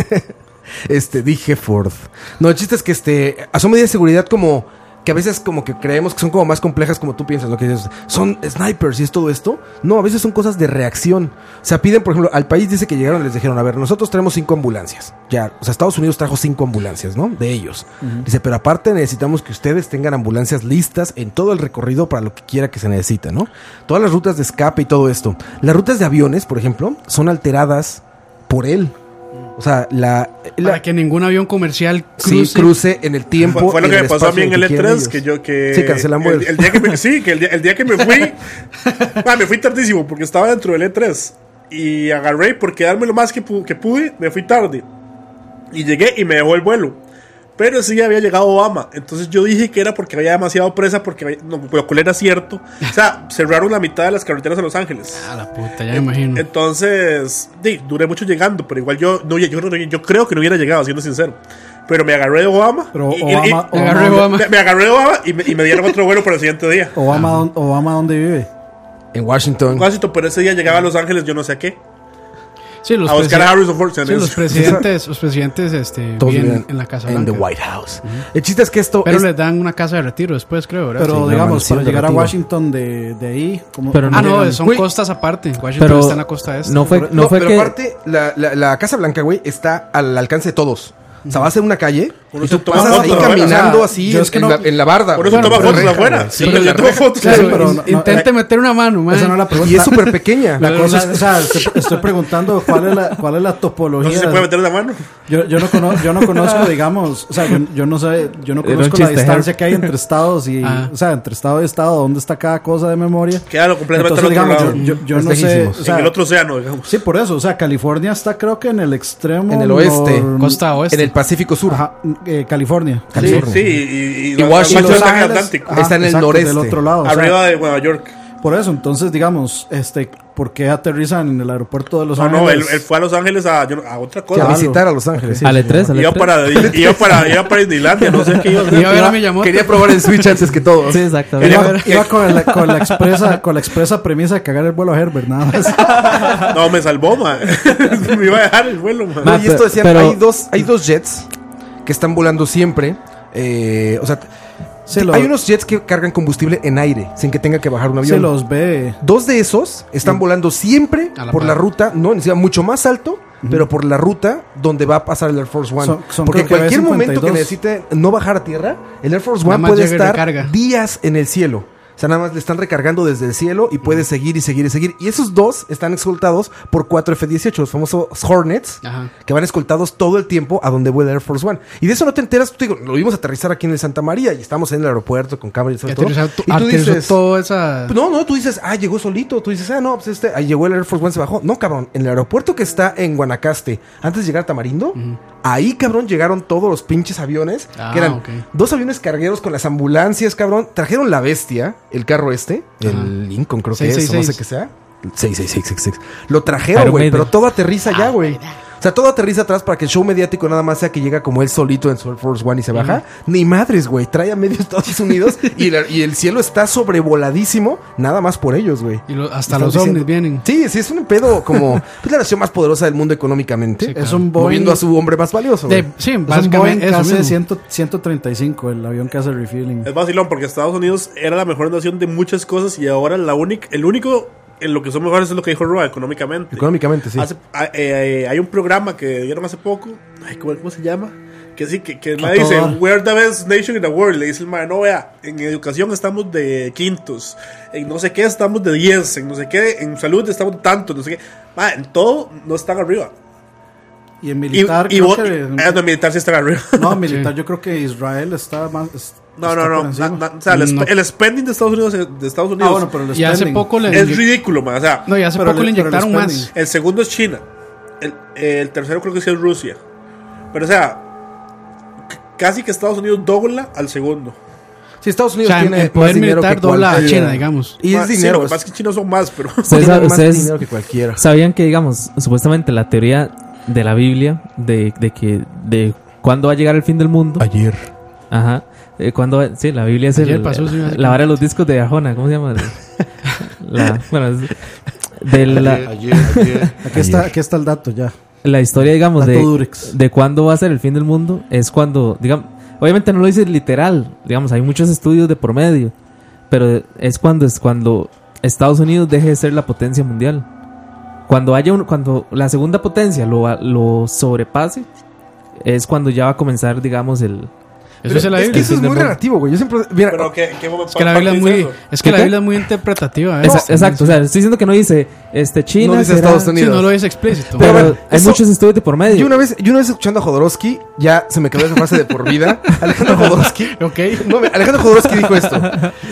Speaker 4: Este, dije Ford. No, el chiste es que este. Son medidas de seguridad como. Que a veces como que creemos que son como más complejas como tú piensas, ¿no? Que dices, son snipers y es todo esto. No, a veces son cosas de reacción. O sea, piden, por ejemplo, al país dice que llegaron y les dijeron, a ver, nosotros traemos cinco ambulancias. Ya, o sea, Estados Unidos trajo cinco ambulancias, ¿no? De ellos. Dice, pero aparte necesitamos que ustedes tengan ambulancias listas en todo el recorrido para lo que quiera que se necesita, ¿no? Todas las rutas de escape y todo esto. Las rutas de aviones, por ejemplo, son alteradas por él. O sea, la, la-
Speaker 5: Para que ningún avión comercial
Speaker 4: sí,
Speaker 5: cruce.
Speaker 4: cruce en el tiempo.
Speaker 7: Fue, fue lo
Speaker 4: y
Speaker 7: que
Speaker 4: el
Speaker 7: me pasó a
Speaker 4: espacio
Speaker 7: mí en el
Speaker 4: que quieran ellos.
Speaker 7: E3, que yo que...
Speaker 4: Sí, cancelamos
Speaker 7: el,
Speaker 4: el-
Speaker 7: el día que me, Sí, que el día, el día que me
Speaker 4: *laughs*
Speaker 7: fui... Ah, me fui tardísimo porque estaba dentro del E3. Y agarré y por quedarme lo más que, pu- que pude, me fui tarde. Y llegué y me dejó el vuelo. Pero sí había llegado Obama. Entonces yo dije que era porque había demasiado presa, porque había- no, lo cual era cierto. O sea, cerraron la mitad de las carreteras en Los Ángeles.
Speaker 5: A la puta, ya me imagino.
Speaker 4: Eh,
Speaker 7: Entonces, di, duré mucho llegando, pero igual yo, no, yo, yo, yo creo que no hubiera llegado, siendo sincero. Pero me agarré de Obama.
Speaker 11: Pero
Speaker 7: y- y- y-
Speaker 11: Obama-
Speaker 5: Me agarré Obama.
Speaker 7: me, me agarré de Obama y me, y me dieron otro vuelo para el
Speaker 2: *laughs*
Speaker 7: siguiente día.
Speaker 4: Ah.
Speaker 11: Obama, don- Obama ¿dónde vive?
Speaker 4: En Washington.
Speaker 7: Washington, pero ese día llegaba a Los Ángeles, yo no sé a qué.
Speaker 5: Sí, los,
Speaker 7: a buscar
Speaker 5: presi-
Speaker 7: a Harrison Ford.
Speaker 5: sí, los presidentes, los presidentes este,
Speaker 4: Todos
Speaker 5: viven
Speaker 4: viven
Speaker 5: en la Casa
Speaker 4: En
Speaker 5: Blanca.
Speaker 4: the White House. El chiste es que esto.
Speaker 5: Pero
Speaker 4: es-
Speaker 5: les dan una casa de retiro después, creo, ¿verdad?
Speaker 11: Pero
Speaker 4: Sí,
Speaker 11: digamos,
Speaker 4: mansión
Speaker 11: para
Speaker 4: de
Speaker 11: llegar a
Speaker 4: retiro.
Speaker 11: Washington de, de ahí, como
Speaker 6: Pero
Speaker 5: ah, no,
Speaker 6: llegan.
Speaker 5: son
Speaker 4: Güey.
Speaker 5: costas aparte. Washington
Speaker 6: Pero
Speaker 5: está en la costa este.
Speaker 6: no fue,
Speaker 4: No,
Speaker 6: no fue
Speaker 4: pero
Speaker 6: que...
Speaker 4: aparte, la, la- la Casa Blanca, güey, está al alcance de todos. O sea, vas en una calle
Speaker 7: Uno se toma
Speaker 4: Pasas
Speaker 7: fotos
Speaker 4: ahí
Speaker 7: afuera,
Speaker 4: caminando
Speaker 7: o
Speaker 4: así
Speaker 2: yo es que
Speaker 4: en,
Speaker 2: no-
Speaker 4: la, en la barda.
Speaker 7: sea, Uno se
Speaker 4: güey.
Speaker 7: toma
Speaker 4: Por
Speaker 7: fotos
Speaker 4: reja,
Speaker 7: afuera.
Speaker 4: güey.
Speaker 7: Sí, yo tomo fotos.
Speaker 2: Claro,
Speaker 7: güey.
Speaker 2: pero no-
Speaker 4: eh,
Speaker 5: Intente meter una mano, man.
Speaker 2: Esa no es la pregunta.
Speaker 4: Y es súper pequeña.
Speaker 2: La cosa es, o sea, estoy, estoy preguntando cuál es la, cuál es la
Speaker 7: *laughs* No
Speaker 2: topología.
Speaker 7: sé si se puede meter la mano.
Speaker 2: Yo, yo, no cono- yo no conozco, digamos, o sea, yo, yo no sé, yo no
Speaker 6: Era un
Speaker 2: conozco la
Speaker 6: chiste,
Speaker 2: distancia
Speaker 6: Herb.
Speaker 2: que hay entre estados
Speaker 4: *laughs*
Speaker 2: y,
Speaker 5: Ah.
Speaker 2: o sea, entre estado y estado, dónde está cada cosa de memoria.
Speaker 7: Quédalo completamente
Speaker 2: Entonces,
Speaker 7: al otro
Speaker 2: digamos,
Speaker 7: lado.
Speaker 2: yo, yo- yo
Speaker 4: Es
Speaker 2: no sé,
Speaker 4: lejísimos.
Speaker 2: o sea,
Speaker 7: en el otro océano, digamos.
Speaker 2: sí, por eso, o sea, California está creo que en el extremo
Speaker 4: En el oeste.
Speaker 5: Costa Oeste.
Speaker 4: En el Pacífico Sur.
Speaker 2: Ajá, eh, California.
Speaker 7: Sí,
Speaker 4: California.
Speaker 7: sí, y,
Speaker 4: Y Washington.
Speaker 7: Los
Speaker 2: Los
Speaker 7: Ángeles,
Speaker 2: Ángeles,
Speaker 7: Atlántico.
Speaker 2: ajá,
Speaker 4: Está en el
Speaker 2: exacto,
Speaker 4: noreste.
Speaker 2: Del otro lado, Ah, o sea,
Speaker 7: Arriba de Nueva York.
Speaker 2: por eso, entonces, digamos, este, ¿por qué aterrizan en el aeropuerto de Los
Speaker 7: No,
Speaker 2: Ángeles?
Speaker 7: no, él, él fue a Los Ángeles a, yo no- a otra
Speaker 4: A
Speaker 7: cosa.
Speaker 4: visitar a Los Ángeles.
Speaker 6: A la 3, a la
Speaker 7: iba,
Speaker 6: 3.
Speaker 7: para, iba, para, iba para Disneylandia, no sé qué iba a hacer.
Speaker 5: Y a ver a Miyamoto.
Speaker 4: Quería probar el Switch antes que todo.
Speaker 6: Sí, exactamente.
Speaker 7: Quería-
Speaker 2: Iba, iba con, la, con,
Speaker 7: *laughs*
Speaker 2: la expresa, con la expresa premisa de cagar el vuelo a Herbert, nada
Speaker 4: *laughs*
Speaker 2: más.
Speaker 7: No, me salvó, man. *laughs* me iba a dejar el vuelo, man.
Speaker 6: Ma,
Speaker 4: y esto
Speaker 6: pero-
Speaker 4: decía,
Speaker 6: pero-
Speaker 4: hay, dos, hay dos jets que están volando siempre. eh, o sea,
Speaker 2: Se, lo-
Speaker 4: hay unos jets que cargan combustible en aire, sin que tenga que bajar un
Speaker 2: se
Speaker 4: avión.
Speaker 2: los ve.
Speaker 4: Dos de esos están volando siempre
Speaker 5: A la
Speaker 4: por
Speaker 5: par.
Speaker 4: la ruta, no, encima mucho más alto, pero por la ruta donde va a pasar el Air Force One.
Speaker 2: Son- son
Speaker 4: Porque en
Speaker 2: creo que
Speaker 4: cualquier momento que
Speaker 2: B52.
Speaker 4: necesite no bajar a tierra, el Air Force
Speaker 5: Nada
Speaker 4: One
Speaker 5: más
Speaker 4: puede
Speaker 5: llega y
Speaker 4: estar
Speaker 5: recarga.
Speaker 4: días en el cielo. O sea, nada más le están recargando desde el cielo y puede seguir y seguir y seguir. Y esos dos están escoltados por cuatro F-18, los famosos Hornets,
Speaker 5: Ajá.
Speaker 4: que van escoltados todo el tiempo a donde vuela Air Force One. Y de eso no te enteras, te digo, lo vimos aterrizar aquí en el Santa María y estamos en el aeropuerto con cámaras y
Speaker 5: Que
Speaker 4: todo.
Speaker 5: aterrizó to-
Speaker 4: Y tú
Speaker 5: aterrizó
Speaker 4: dices,
Speaker 5: todo esa.
Speaker 4: pues No, no, tú dices, ah, llegó solito. Tú dices, ah, no, pues este, ah, llegó el Air Force One, se bajó. No, cabrón, en el aeropuerto que está en Guanacaste, antes de llegar a Tamarindo, ahí, cabrón, llegaron todos los pinches aviones,
Speaker 5: Ah,
Speaker 4: que eran
Speaker 5: ok.
Speaker 4: dos aviones cargueros con las ambulancias, cabrón. Trajeron la bestia, el carro este,
Speaker 5: Ajá.
Speaker 4: el Lincoln, creo que es, o no
Speaker 5: 666.
Speaker 4: sé qué sea. 66666. Lo trajeron,
Speaker 6: Iron
Speaker 4: güey,
Speaker 6: Maiden.
Speaker 4: pero todo aterriza ya, güey. O sea, todo aterriza atrás para que el show mediático nada más sea que llega como él solito en su Air Force One y se baja. Ni madres, güey. Trae a medio *laughs* Estados Unidos y, el, y el cielo está sobrevoladísimo nada más por ellos, güey.
Speaker 5: Y lo- hasta
Speaker 4: Están
Speaker 5: los
Speaker 4: diciendo-
Speaker 5: ovnis vienen.
Speaker 4: Sí, sí, es un pedo como... *laughs* Es la nación más poderosa del mundo económicamente.
Speaker 5: Sí,
Speaker 2: Es
Speaker 5: claro.
Speaker 2: un Boeing.
Speaker 4: Moviendo a su hombre más valioso. güey.
Speaker 5: De- sí,
Speaker 2: Es un Boeing
Speaker 5: básicamente eso mismo.
Speaker 2: KC-135, el avión que hace el refueling.
Speaker 7: Es vacilón porque Estados Unidos era la mejor nación de muchas cosas y ahora la única, el único en lo que son mejores es lo que dijo Roa económicamente.
Speaker 4: Económicamente, sí.
Speaker 7: Hace- a- eh, eh, hay un programa que dieron hace poco, ay, ¿cómo, cómo se llama? Que sí, que, que el
Speaker 2: A
Speaker 7: mae dice,
Speaker 2: todo dar.
Speaker 7: we're the best nation in the world. Le dice el mae, no vea, en educación estamos de quintos, en no sé qué estamos de 10, en no sé qué, en salud estamos tanto, no sé qué. Mae, en todo no están arriba.
Speaker 2: Y en
Speaker 7: Y,
Speaker 2: militar,
Speaker 7: y
Speaker 2: creo
Speaker 7: vos-
Speaker 2: que-
Speaker 7: ah, no, militar *laughs* sí están arriba.
Speaker 2: no, en militar, yo creo que Israel está más. es-
Speaker 7: No,
Speaker 2: está
Speaker 7: no, no.
Speaker 2: por encima.
Speaker 7: na- na- o sea, el,
Speaker 5: No.
Speaker 7: sp- el spending de Estados Unidos, de Estados Unidos
Speaker 2: Ah, bueno, pero el
Speaker 5: Y hace
Speaker 2: spending.
Speaker 5: poco le.
Speaker 7: es ridículo, man. O sea,
Speaker 5: No, y hace
Speaker 2: pero
Speaker 5: poco le
Speaker 2: le- pero le
Speaker 5: inyectaron más.
Speaker 2: spending.
Speaker 7: el segundo es China. El, el tercero creo que sí es Rusia. Pero, o sea, c- casi que Estados Unidos dobla al segundo.
Speaker 4: Sí, Estados
Speaker 5: O
Speaker 4: Unidos
Speaker 5: sea,
Speaker 4: tiene
Speaker 5: el
Speaker 4: más
Speaker 5: poder
Speaker 4: dinero que
Speaker 5: militar dobla a
Speaker 4: cualquiera.
Speaker 5: China, digamos.
Speaker 4: Y es
Speaker 7: Sí,
Speaker 4: dinero.
Speaker 7: lo que
Speaker 4: es-
Speaker 7: pasa es que chinos son más, pero. *laughs*
Speaker 6: Ustedes
Speaker 4: tiene
Speaker 6: saben-
Speaker 4: más
Speaker 6: ustedes-
Speaker 4: dinero que cualquiera.
Speaker 6: *laughs* Sabían que, digamos, supuestamente la teoría de la Biblia, de, de que de cuándo va a llegar el fin del mundo.
Speaker 4: Ayer.
Speaker 6: Ajá. Eh, cuando va- sí, la Biblia es
Speaker 5: Ayer
Speaker 6: el,
Speaker 5: pasó, sí, hace
Speaker 6: la vara de los discos de Arjona, ¿cómo
Speaker 5: *laughs*
Speaker 6: se llama? La, bueno, es- de la,
Speaker 3: Ayer, ayer.
Speaker 2: Aquí está, aquí está el dato ya.
Speaker 6: la historia, digamos,
Speaker 2: Dato
Speaker 6: de,
Speaker 2: Durex.
Speaker 6: de cuándo va a ser el fin del mundo es cuando, digamos, obviamente no lo dice literal, digamos, hay muchos estudios de por medio, pero es cuando es cuando Estados Unidos deje de ser la potencia mundial. Cuando haya un, cuando la segunda potencia lo, va- lo sobrepase, es cuando ya va a comenzar, digamos, el,
Speaker 5: Eso es la
Speaker 4: Es que
Speaker 5: Biblia.
Speaker 4: eso es muy relativo, güey. Yo siempre... Mira,
Speaker 7: pero ¿qué, qué
Speaker 5: Es que la Biblia es muy, es que la
Speaker 6: ¿Qué?
Speaker 5: Biblia es muy interpretativa. ¿eh?
Speaker 6: Esa-
Speaker 5: Sí,
Speaker 6: exacto, o sea, estoy diciendo que no dice este China,
Speaker 4: no dice
Speaker 6: será-
Speaker 4: Estados
Speaker 5: Sí,
Speaker 4: Unidos.
Speaker 5: no lo es explícito.
Speaker 6: pero,
Speaker 4: Pero
Speaker 6: hay
Speaker 4: eso-
Speaker 6: muchos estudios de por medio.
Speaker 4: Yo una vez, yo una vez escuchando a Jodorowsky, ya se me quedó esa frase de por
Speaker 5: *laughs*
Speaker 4: vida. Alejandro Jodorowsky.
Speaker 5: ok.
Speaker 4: No, me- Alejandro Jodorowsky dijo esto.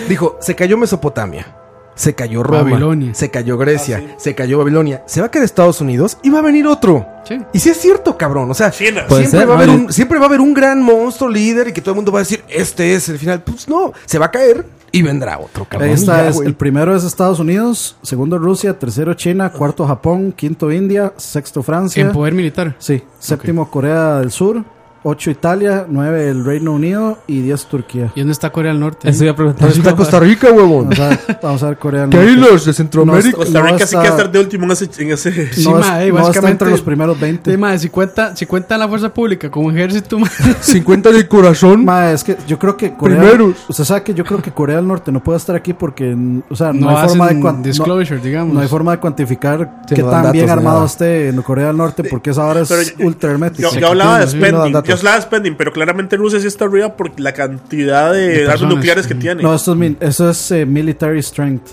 Speaker 4: Dijo, se cayó Mesopotamia, se cayó Roma,
Speaker 5: Babilonia.
Speaker 4: se cayó Grecia, se cayó Babilonia, se va a caer Estados Unidos y va a venir otro.
Speaker 5: Sí.
Speaker 4: Y si es cierto, cabrón, o sea,
Speaker 7: China.
Speaker 6: Puede
Speaker 4: siempre,
Speaker 6: ser,
Speaker 4: va a haber
Speaker 6: ¿no?
Speaker 4: un, siempre va a haber un gran monstruo líder y que todo el mundo va a decir, este es el final. Pues no, se va a caer y vendrá otro, cabrón.
Speaker 2: Ahí está,
Speaker 4: Ya,
Speaker 2: es-
Speaker 4: güey.
Speaker 5: este
Speaker 2: el primero es Estados Unidos, segundo Rusia, tercero China, cuarto Japón, quinto India, sexto Francia,
Speaker 5: En poder militar.
Speaker 2: sí, séptimo Corea del Sur, ocho Italia, nueve el Reino Unido y diez Turquía.
Speaker 5: ¿Y dónde está Corea del Norte?
Speaker 6: Eso iba a preguntar.
Speaker 4: Pues está Costa Rica, huevón.
Speaker 2: Vamos a ver, vamos a ver Corea del
Speaker 4: ¿Qué hay
Speaker 2: Norte.
Speaker 4: los de Centroamérica?
Speaker 7: Costa
Speaker 2: No
Speaker 7: Rica sí que va a
Speaker 2: está-
Speaker 7: estar de último en ese. en
Speaker 2: *laughs*
Speaker 7: ese-
Speaker 5: Sí,
Speaker 2: no, es-
Speaker 5: ma, eh,
Speaker 2: no está
Speaker 5: básicamente-
Speaker 2: entre los primeros
Speaker 5: Sí,
Speaker 2: 20.
Speaker 5: madre, si cuenta, si cuenta la fuerza pública como ejército, *laughs* madre.
Speaker 4: 50 de corazón.
Speaker 2: Ma, es que yo creo que Corea,
Speaker 4: Primeros.
Speaker 2: usted sabe que yo creo que Corea del Norte no puede estar aquí porque, n- o sea, *laughs* no,
Speaker 5: no,
Speaker 2: hay forma de
Speaker 5: hacen
Speaker 2: cuan- no,
Speaker 5: disclosure, digamos.
Speaker 2: no hay forma de cuantificar
Speaker 4: Sí,
Speaker 2: qué
Speaker 4: no
Speaker 2: tan
Speaker 4: dan datos
Speaker 2: bien
Speaker 4: ni
Speaker 2: armado
Speaker 4: nada.
Speaker 2: esté en Corea del Norte porque esa hora es
Speaker 7: *laughs* Pero yo-
Speaker 2: ultra hermética.
Speaker 7: Yo, yo hablaba de
Speaker 5: Sí,
Speaker 7: spending.
Speaker 4: no dan datos.
Speaker 7: yo just last pending, pero claramente Rusia sí está arriba por la cantidad de, armas
Speaker 5: personas,
Speaker 7: nucleares que tiene.
Speaker 2: No, esto es, min- eso es eh, military strength.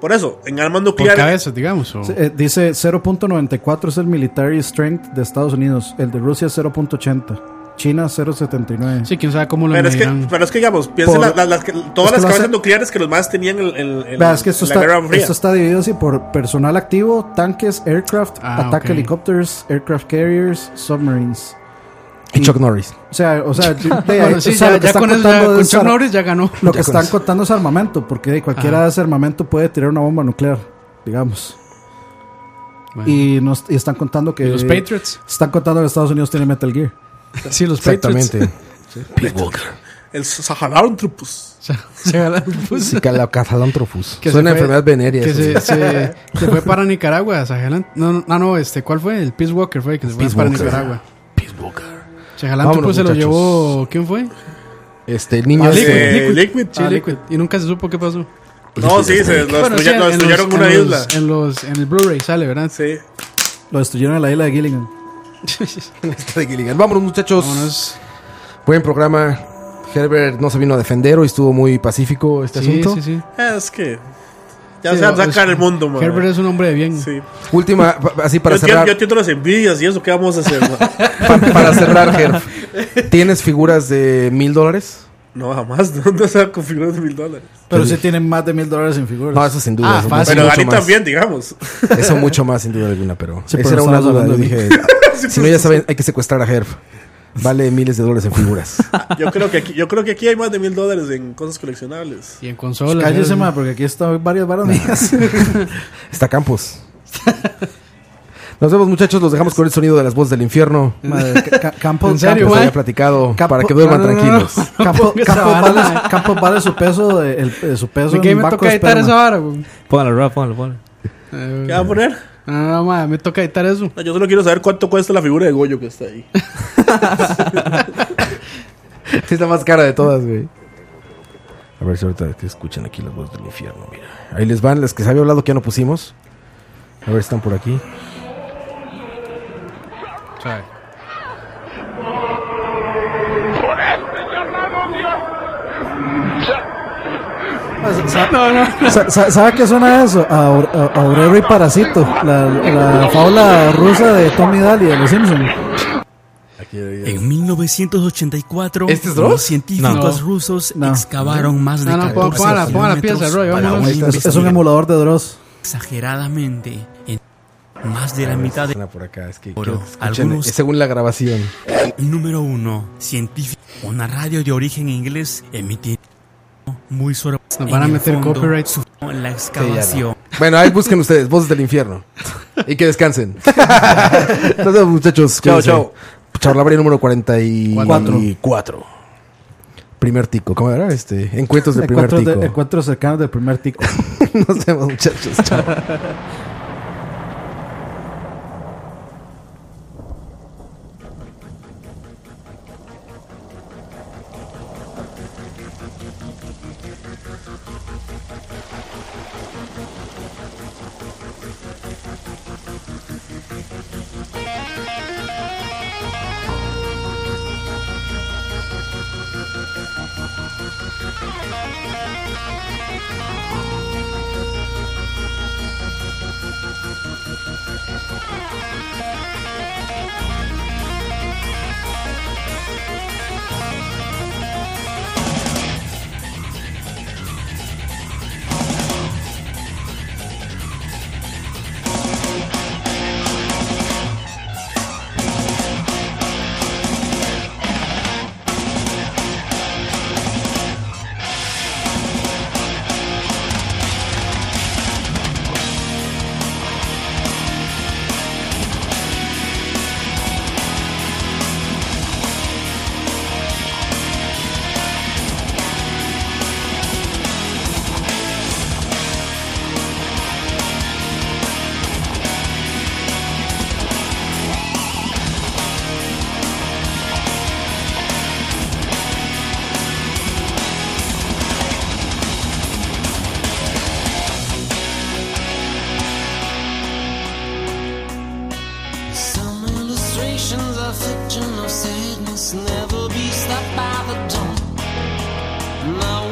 Speaker 7: Por eso, en armas
Speaker 5: Por
Speaker 7: nucleares.
Speaker 5: cabeza, digamos. o-
Speaker 2: Eh, dice 0.94 es el military strength de Estados Unidos. El de Rusia es 0.80. China 0.79.
Speaker 5: Sí, quién sabe cómo lo
Speaker 7: Pero es, que,
Speaker 5: medirán.
Speaker 7: pero es que, digamos, piensen
Speaker 2: Por-
Speaker 7: la- la- las que- todas
Speaker 2: es que
Speaker 7: las
Speaker 2: lo
Speaker 7: cabezas
Speaker 2: hace-
Speaker 7: nucleares que los más tenían el, el- el-
Speaker 2: Vea, es que esto
Speaker 7: la
Speaker 2: está,
Speaker 7: Guerra Fría.
Speaker 2: esto está dividido así por personal activo, tanques, aircraft,
Speaker 5: Ah,
Speaker 2: attack
Speaker 5: ok.
Speaker 2: helicopters, aircraft carriers, submarines.
Speaker 4: Y Chuck Norris.
Speaker 2: O sea, o
Speaker 5: *laughs*
Speaker 2: sea, yo- de-
Speaker 5: Bueno, sí,
Speaker 2: o sea,
Speaker 5: ya,
Speaker 2: lo que
Speaker 5: ya
Speaker 2: están
Speaker 5: con eso, ya
Speaker 2: contando
Speaker 5: con
Speaker 2: es
Speaker 5: Chuck
Speaker 2: ar-
Speaker 5: Norris ya ganó.
Speaker 2: Lo que
Speaker 4: Ya con
Speaker 2: están
Speaker 4: eso.
Speaker 2: contando es armamento, porque de cualquiera
Speaker 5: Ajá.
Speaker 2: de ese armamento puede tirar una bomba nuclear, digamos.
Speaker 5: Bueno. Y,
Speaker 2: Y, nos, y están contando que...
Speaker 5: los Patriots.
Speaker 2: Están contando que Estados Unidos tiene Metal Gear.
Speaker 5: Sí, los Patriots. *laughs*
Speaker 4: Exactamente.
Speaker 7: El Sahalanthropus.
Speaker 5: Se ganaron, pues.
Speaker 4: Cicalacathalantrophus.
Speaker 5: Que
Speaker 4: Es una
Speaker 5: se fue-
Speaker 4: enfermedad venérea.
Speaker 5: que
Speaker 4: eso sí.
Speaker 5: se, se- se fue para Nicaragua, Sahelán. No, no, ah, no, este, ¿cuál fue? El Peace Walker fue que se fue
Speaker 4: Peace
Speaker 5: para
Speaker 4: Walker.
Speaker 5: Nicaragua.
Speaker 4: Peace Walker.
Speaker 5: Sahelán
Speaker 4: Vámonos,
Speaker 5: pues se lo
Speaker 4: muchachos.
Speaker 5: llevó, ¿quién fue?
Speaker 4: Este, el niño.
Speaker 5: Ah,
Speaker 4: ese- *laughs*
Speaker 5: Liquid,
Speaker 7: Eh, Liquid.
Speaker 5: Sí, Liquid. Y nunca se supo qué pasó.
Speaker 7: No, sí, se lo
Speaker 5: Bueno, sí,
Speaker 7: destruyeron, lo
Speaker 5: en los-
Speaker 7: destruyeron
Speaker 5: en
Speaker 7: una
Speaker 5: los-
Speaker 7: isla.
Speaker 5: En, los, en el Blu-ray sale,
Speaker 7: *laughs*
Speaker 5: ¿verdad?
Speaker 7: Sí.
Speaker 2: Lo destruyeron en la isla de Gilligan.
Speaker 4: de Gilligan. Vámonos, muchachos.
Speaker 5: Vámonos.
Speaker 4: Buen programa. Herbert no se vino a defender hoy, estuvo muy pacífico este
Speaker 5: Sí,
Speaker 4: asunto.
Speaker 5: sí, sí.
Speaker 7: Eh, Es que. Ya
Speaker 5: Sí,
Speaker 7: se va a
Speaker 5: no, es-
Speaker 7: sacar el mundo, man.
Speaker 5: Herbert es un hombre de bien.
Speaker 7: Sí.
Speaker 5: *laughs*
Speaker 4: Última, pa- así para
Speaker 7: yo,
Speaker 4: cerrar,
Speaker 7: entiendo, yo entiendo las envidias y eso, ¿qué vamos a hacer? man?
Speaker 4: pa- para cerrar, Herb. ¿Tienes figuras de mil dólares?
Speaker 7: *laughs* no, jamás. *laughs* No, no se va a configurar de mil dólares.
Speaker 2: Pero sí tienen más de mil dólares en figuras.
Speaker 4: No, eso sin duda.
Speaker 5: Ah,
Speaker 4: eso
Speaker 5: fácil.
Speaker 4: mucho
Speaker 7: Pero Dani
Speaker 4: más.
Speaker 7: también, digamos. *laughs*
Speaker 4: Eso mucho más, sin duda alguna, pero.
Speaker 2: Sí,
Speaker 4: esa
Speaker 2: pero
Speaker 4: era una
Speaker 2: estamos
Speaker 4: duda. Yo
Speaker 2: hablando de
Speaker 4: dije, *laughs* si no, ya saben, hay que secuestrar a Herb. Vale miles de dólares en figuras.
Speaker 7: Yo creo que aquí, yo creo que aquí hay más de mil dólares en cosas coleccionables.
Speaker 5: Y en consolas.
Speaker 2: Cállese,
Speaker 5: ¿verdad?
Speaker 2: ma, porque aquí están varias varonías.
Speaker 4: *laughs* Está Campos. Nos vemos, muchachos. Los dejamos con el sonido de las voces del infierno.
Speaker 2: *laughs* Madre, ca- ca- Campo,
Speaker 5: ¿En serio,
Speaker 4: Les
Speaker 2: Campo,
Speaker 5: ma?
Speaker 4: había platicado
Speaker 2: Campo-
Speaker 4: para que duerman
Speaker 5: no, no, no, no.
Speaker 4: tranquilos.
Speaker 2: *laughs* Campo,
Speaker 5: ponga esa
Speaker 2: Campo
Speaker 5: vara,
Speaker 2: vale, Campo vale su peso, de- el, eh, su peso
Speaker 5: ¿De qué
Speaker 2: en
Speaker 5: me
Speaker 2: banco
Speaker 5: toca
Speaker 2: de
Speaker 5: editar
Speaker 2: esperma.
Speaker 5: esa vara, güey?
Speaker 6: *laughs* Póngalo, Rob, póngalo, póngalo.
Speaker 5: Eh,
Speaker 7: ¿Qué va a poner?
Speaker 5: No, no, no, ma, me toca editar eso.
Speaker 7: No, yo solo quiero saber cuánto cuesta la figura de Goyo que está ahí.
Speaker 4: Sí, *laughs* es la más cara de todas, güey. A ver si ahorita que escuchan aquí las voces del infierno, mira. Ahí les van las que se había hablado que ya no pusimos. A ver si están por aquí.
Speaker 5: O sea,
Speaker 2: Sa- sa- ¿Sabe qué suena eso? A, Aur- a Aurero y Parasito, la, la fábula rusa de Tommy Daly de los Simpsons.
Speaker 12: En 1984,
Speaker 4: ¿Este es Dross?
Speaker 12: los científicos
Speaker 5: No.
Speaker 12: rusos
Speaker 2: No.
Speaker 12: excavaron más de
Speaker 5: No, no, ponga-
Speaker 6: pues,
Speaker 12: 14
Speaker 5: ponga la- ponga la pieza,
Speaker 12: kilómetros
Speaker 5: Roy,
Speaker 12: para
Speaker 5: vámonos.
Speaker 12: una
Speaker 5: Ahí
Speaker 2: Es, es un
Speaker 12: investigación
Speaker 2: emulador de Dross.
Speaker 12: exageradamente en más de la
Speaker 4: A ver si
Speaker 12: mitad de
Speaker 4: suena por acá. Es que
Speaker 12: Oro.
Speaker 4: quiero que escuchen,
Speaker 12: Algunos-
Speaker 4: eh, según la grabación.
Speaker 12: número uno científico una radio de origen inglés emitida muy sor
Speaker 5: Nos van a
Speaker 12: en el
Speaker 5: meter
Speaker 12: fondo,
Speaker 5: copyright.
Speaker 12: sufrió la excavación
Speaker 4: Bueno, ahí busquen ustedes, voces del infierno. Y que descansen. Nos vemos, muchachos.
Speaker 7: Chao,
Speaker 4: Cuídense.
Speaker 7: chao.
Speaker 4: Charlavaria número 44. Primer tico. ¿Cómo era? Este,
Speaker 2: *laughs*
Speaker 4: encuentros del primer
Speaker 2: Encuentros, de-
Speaker 4: tico.
Speaker 2: encuentros cercanos del primer tico.
Speaker 4: *laughs* Nos vemos, muchachos. Chao.
Speaker 8: Generations of fiction of sadness never be stopped by the dawn. Now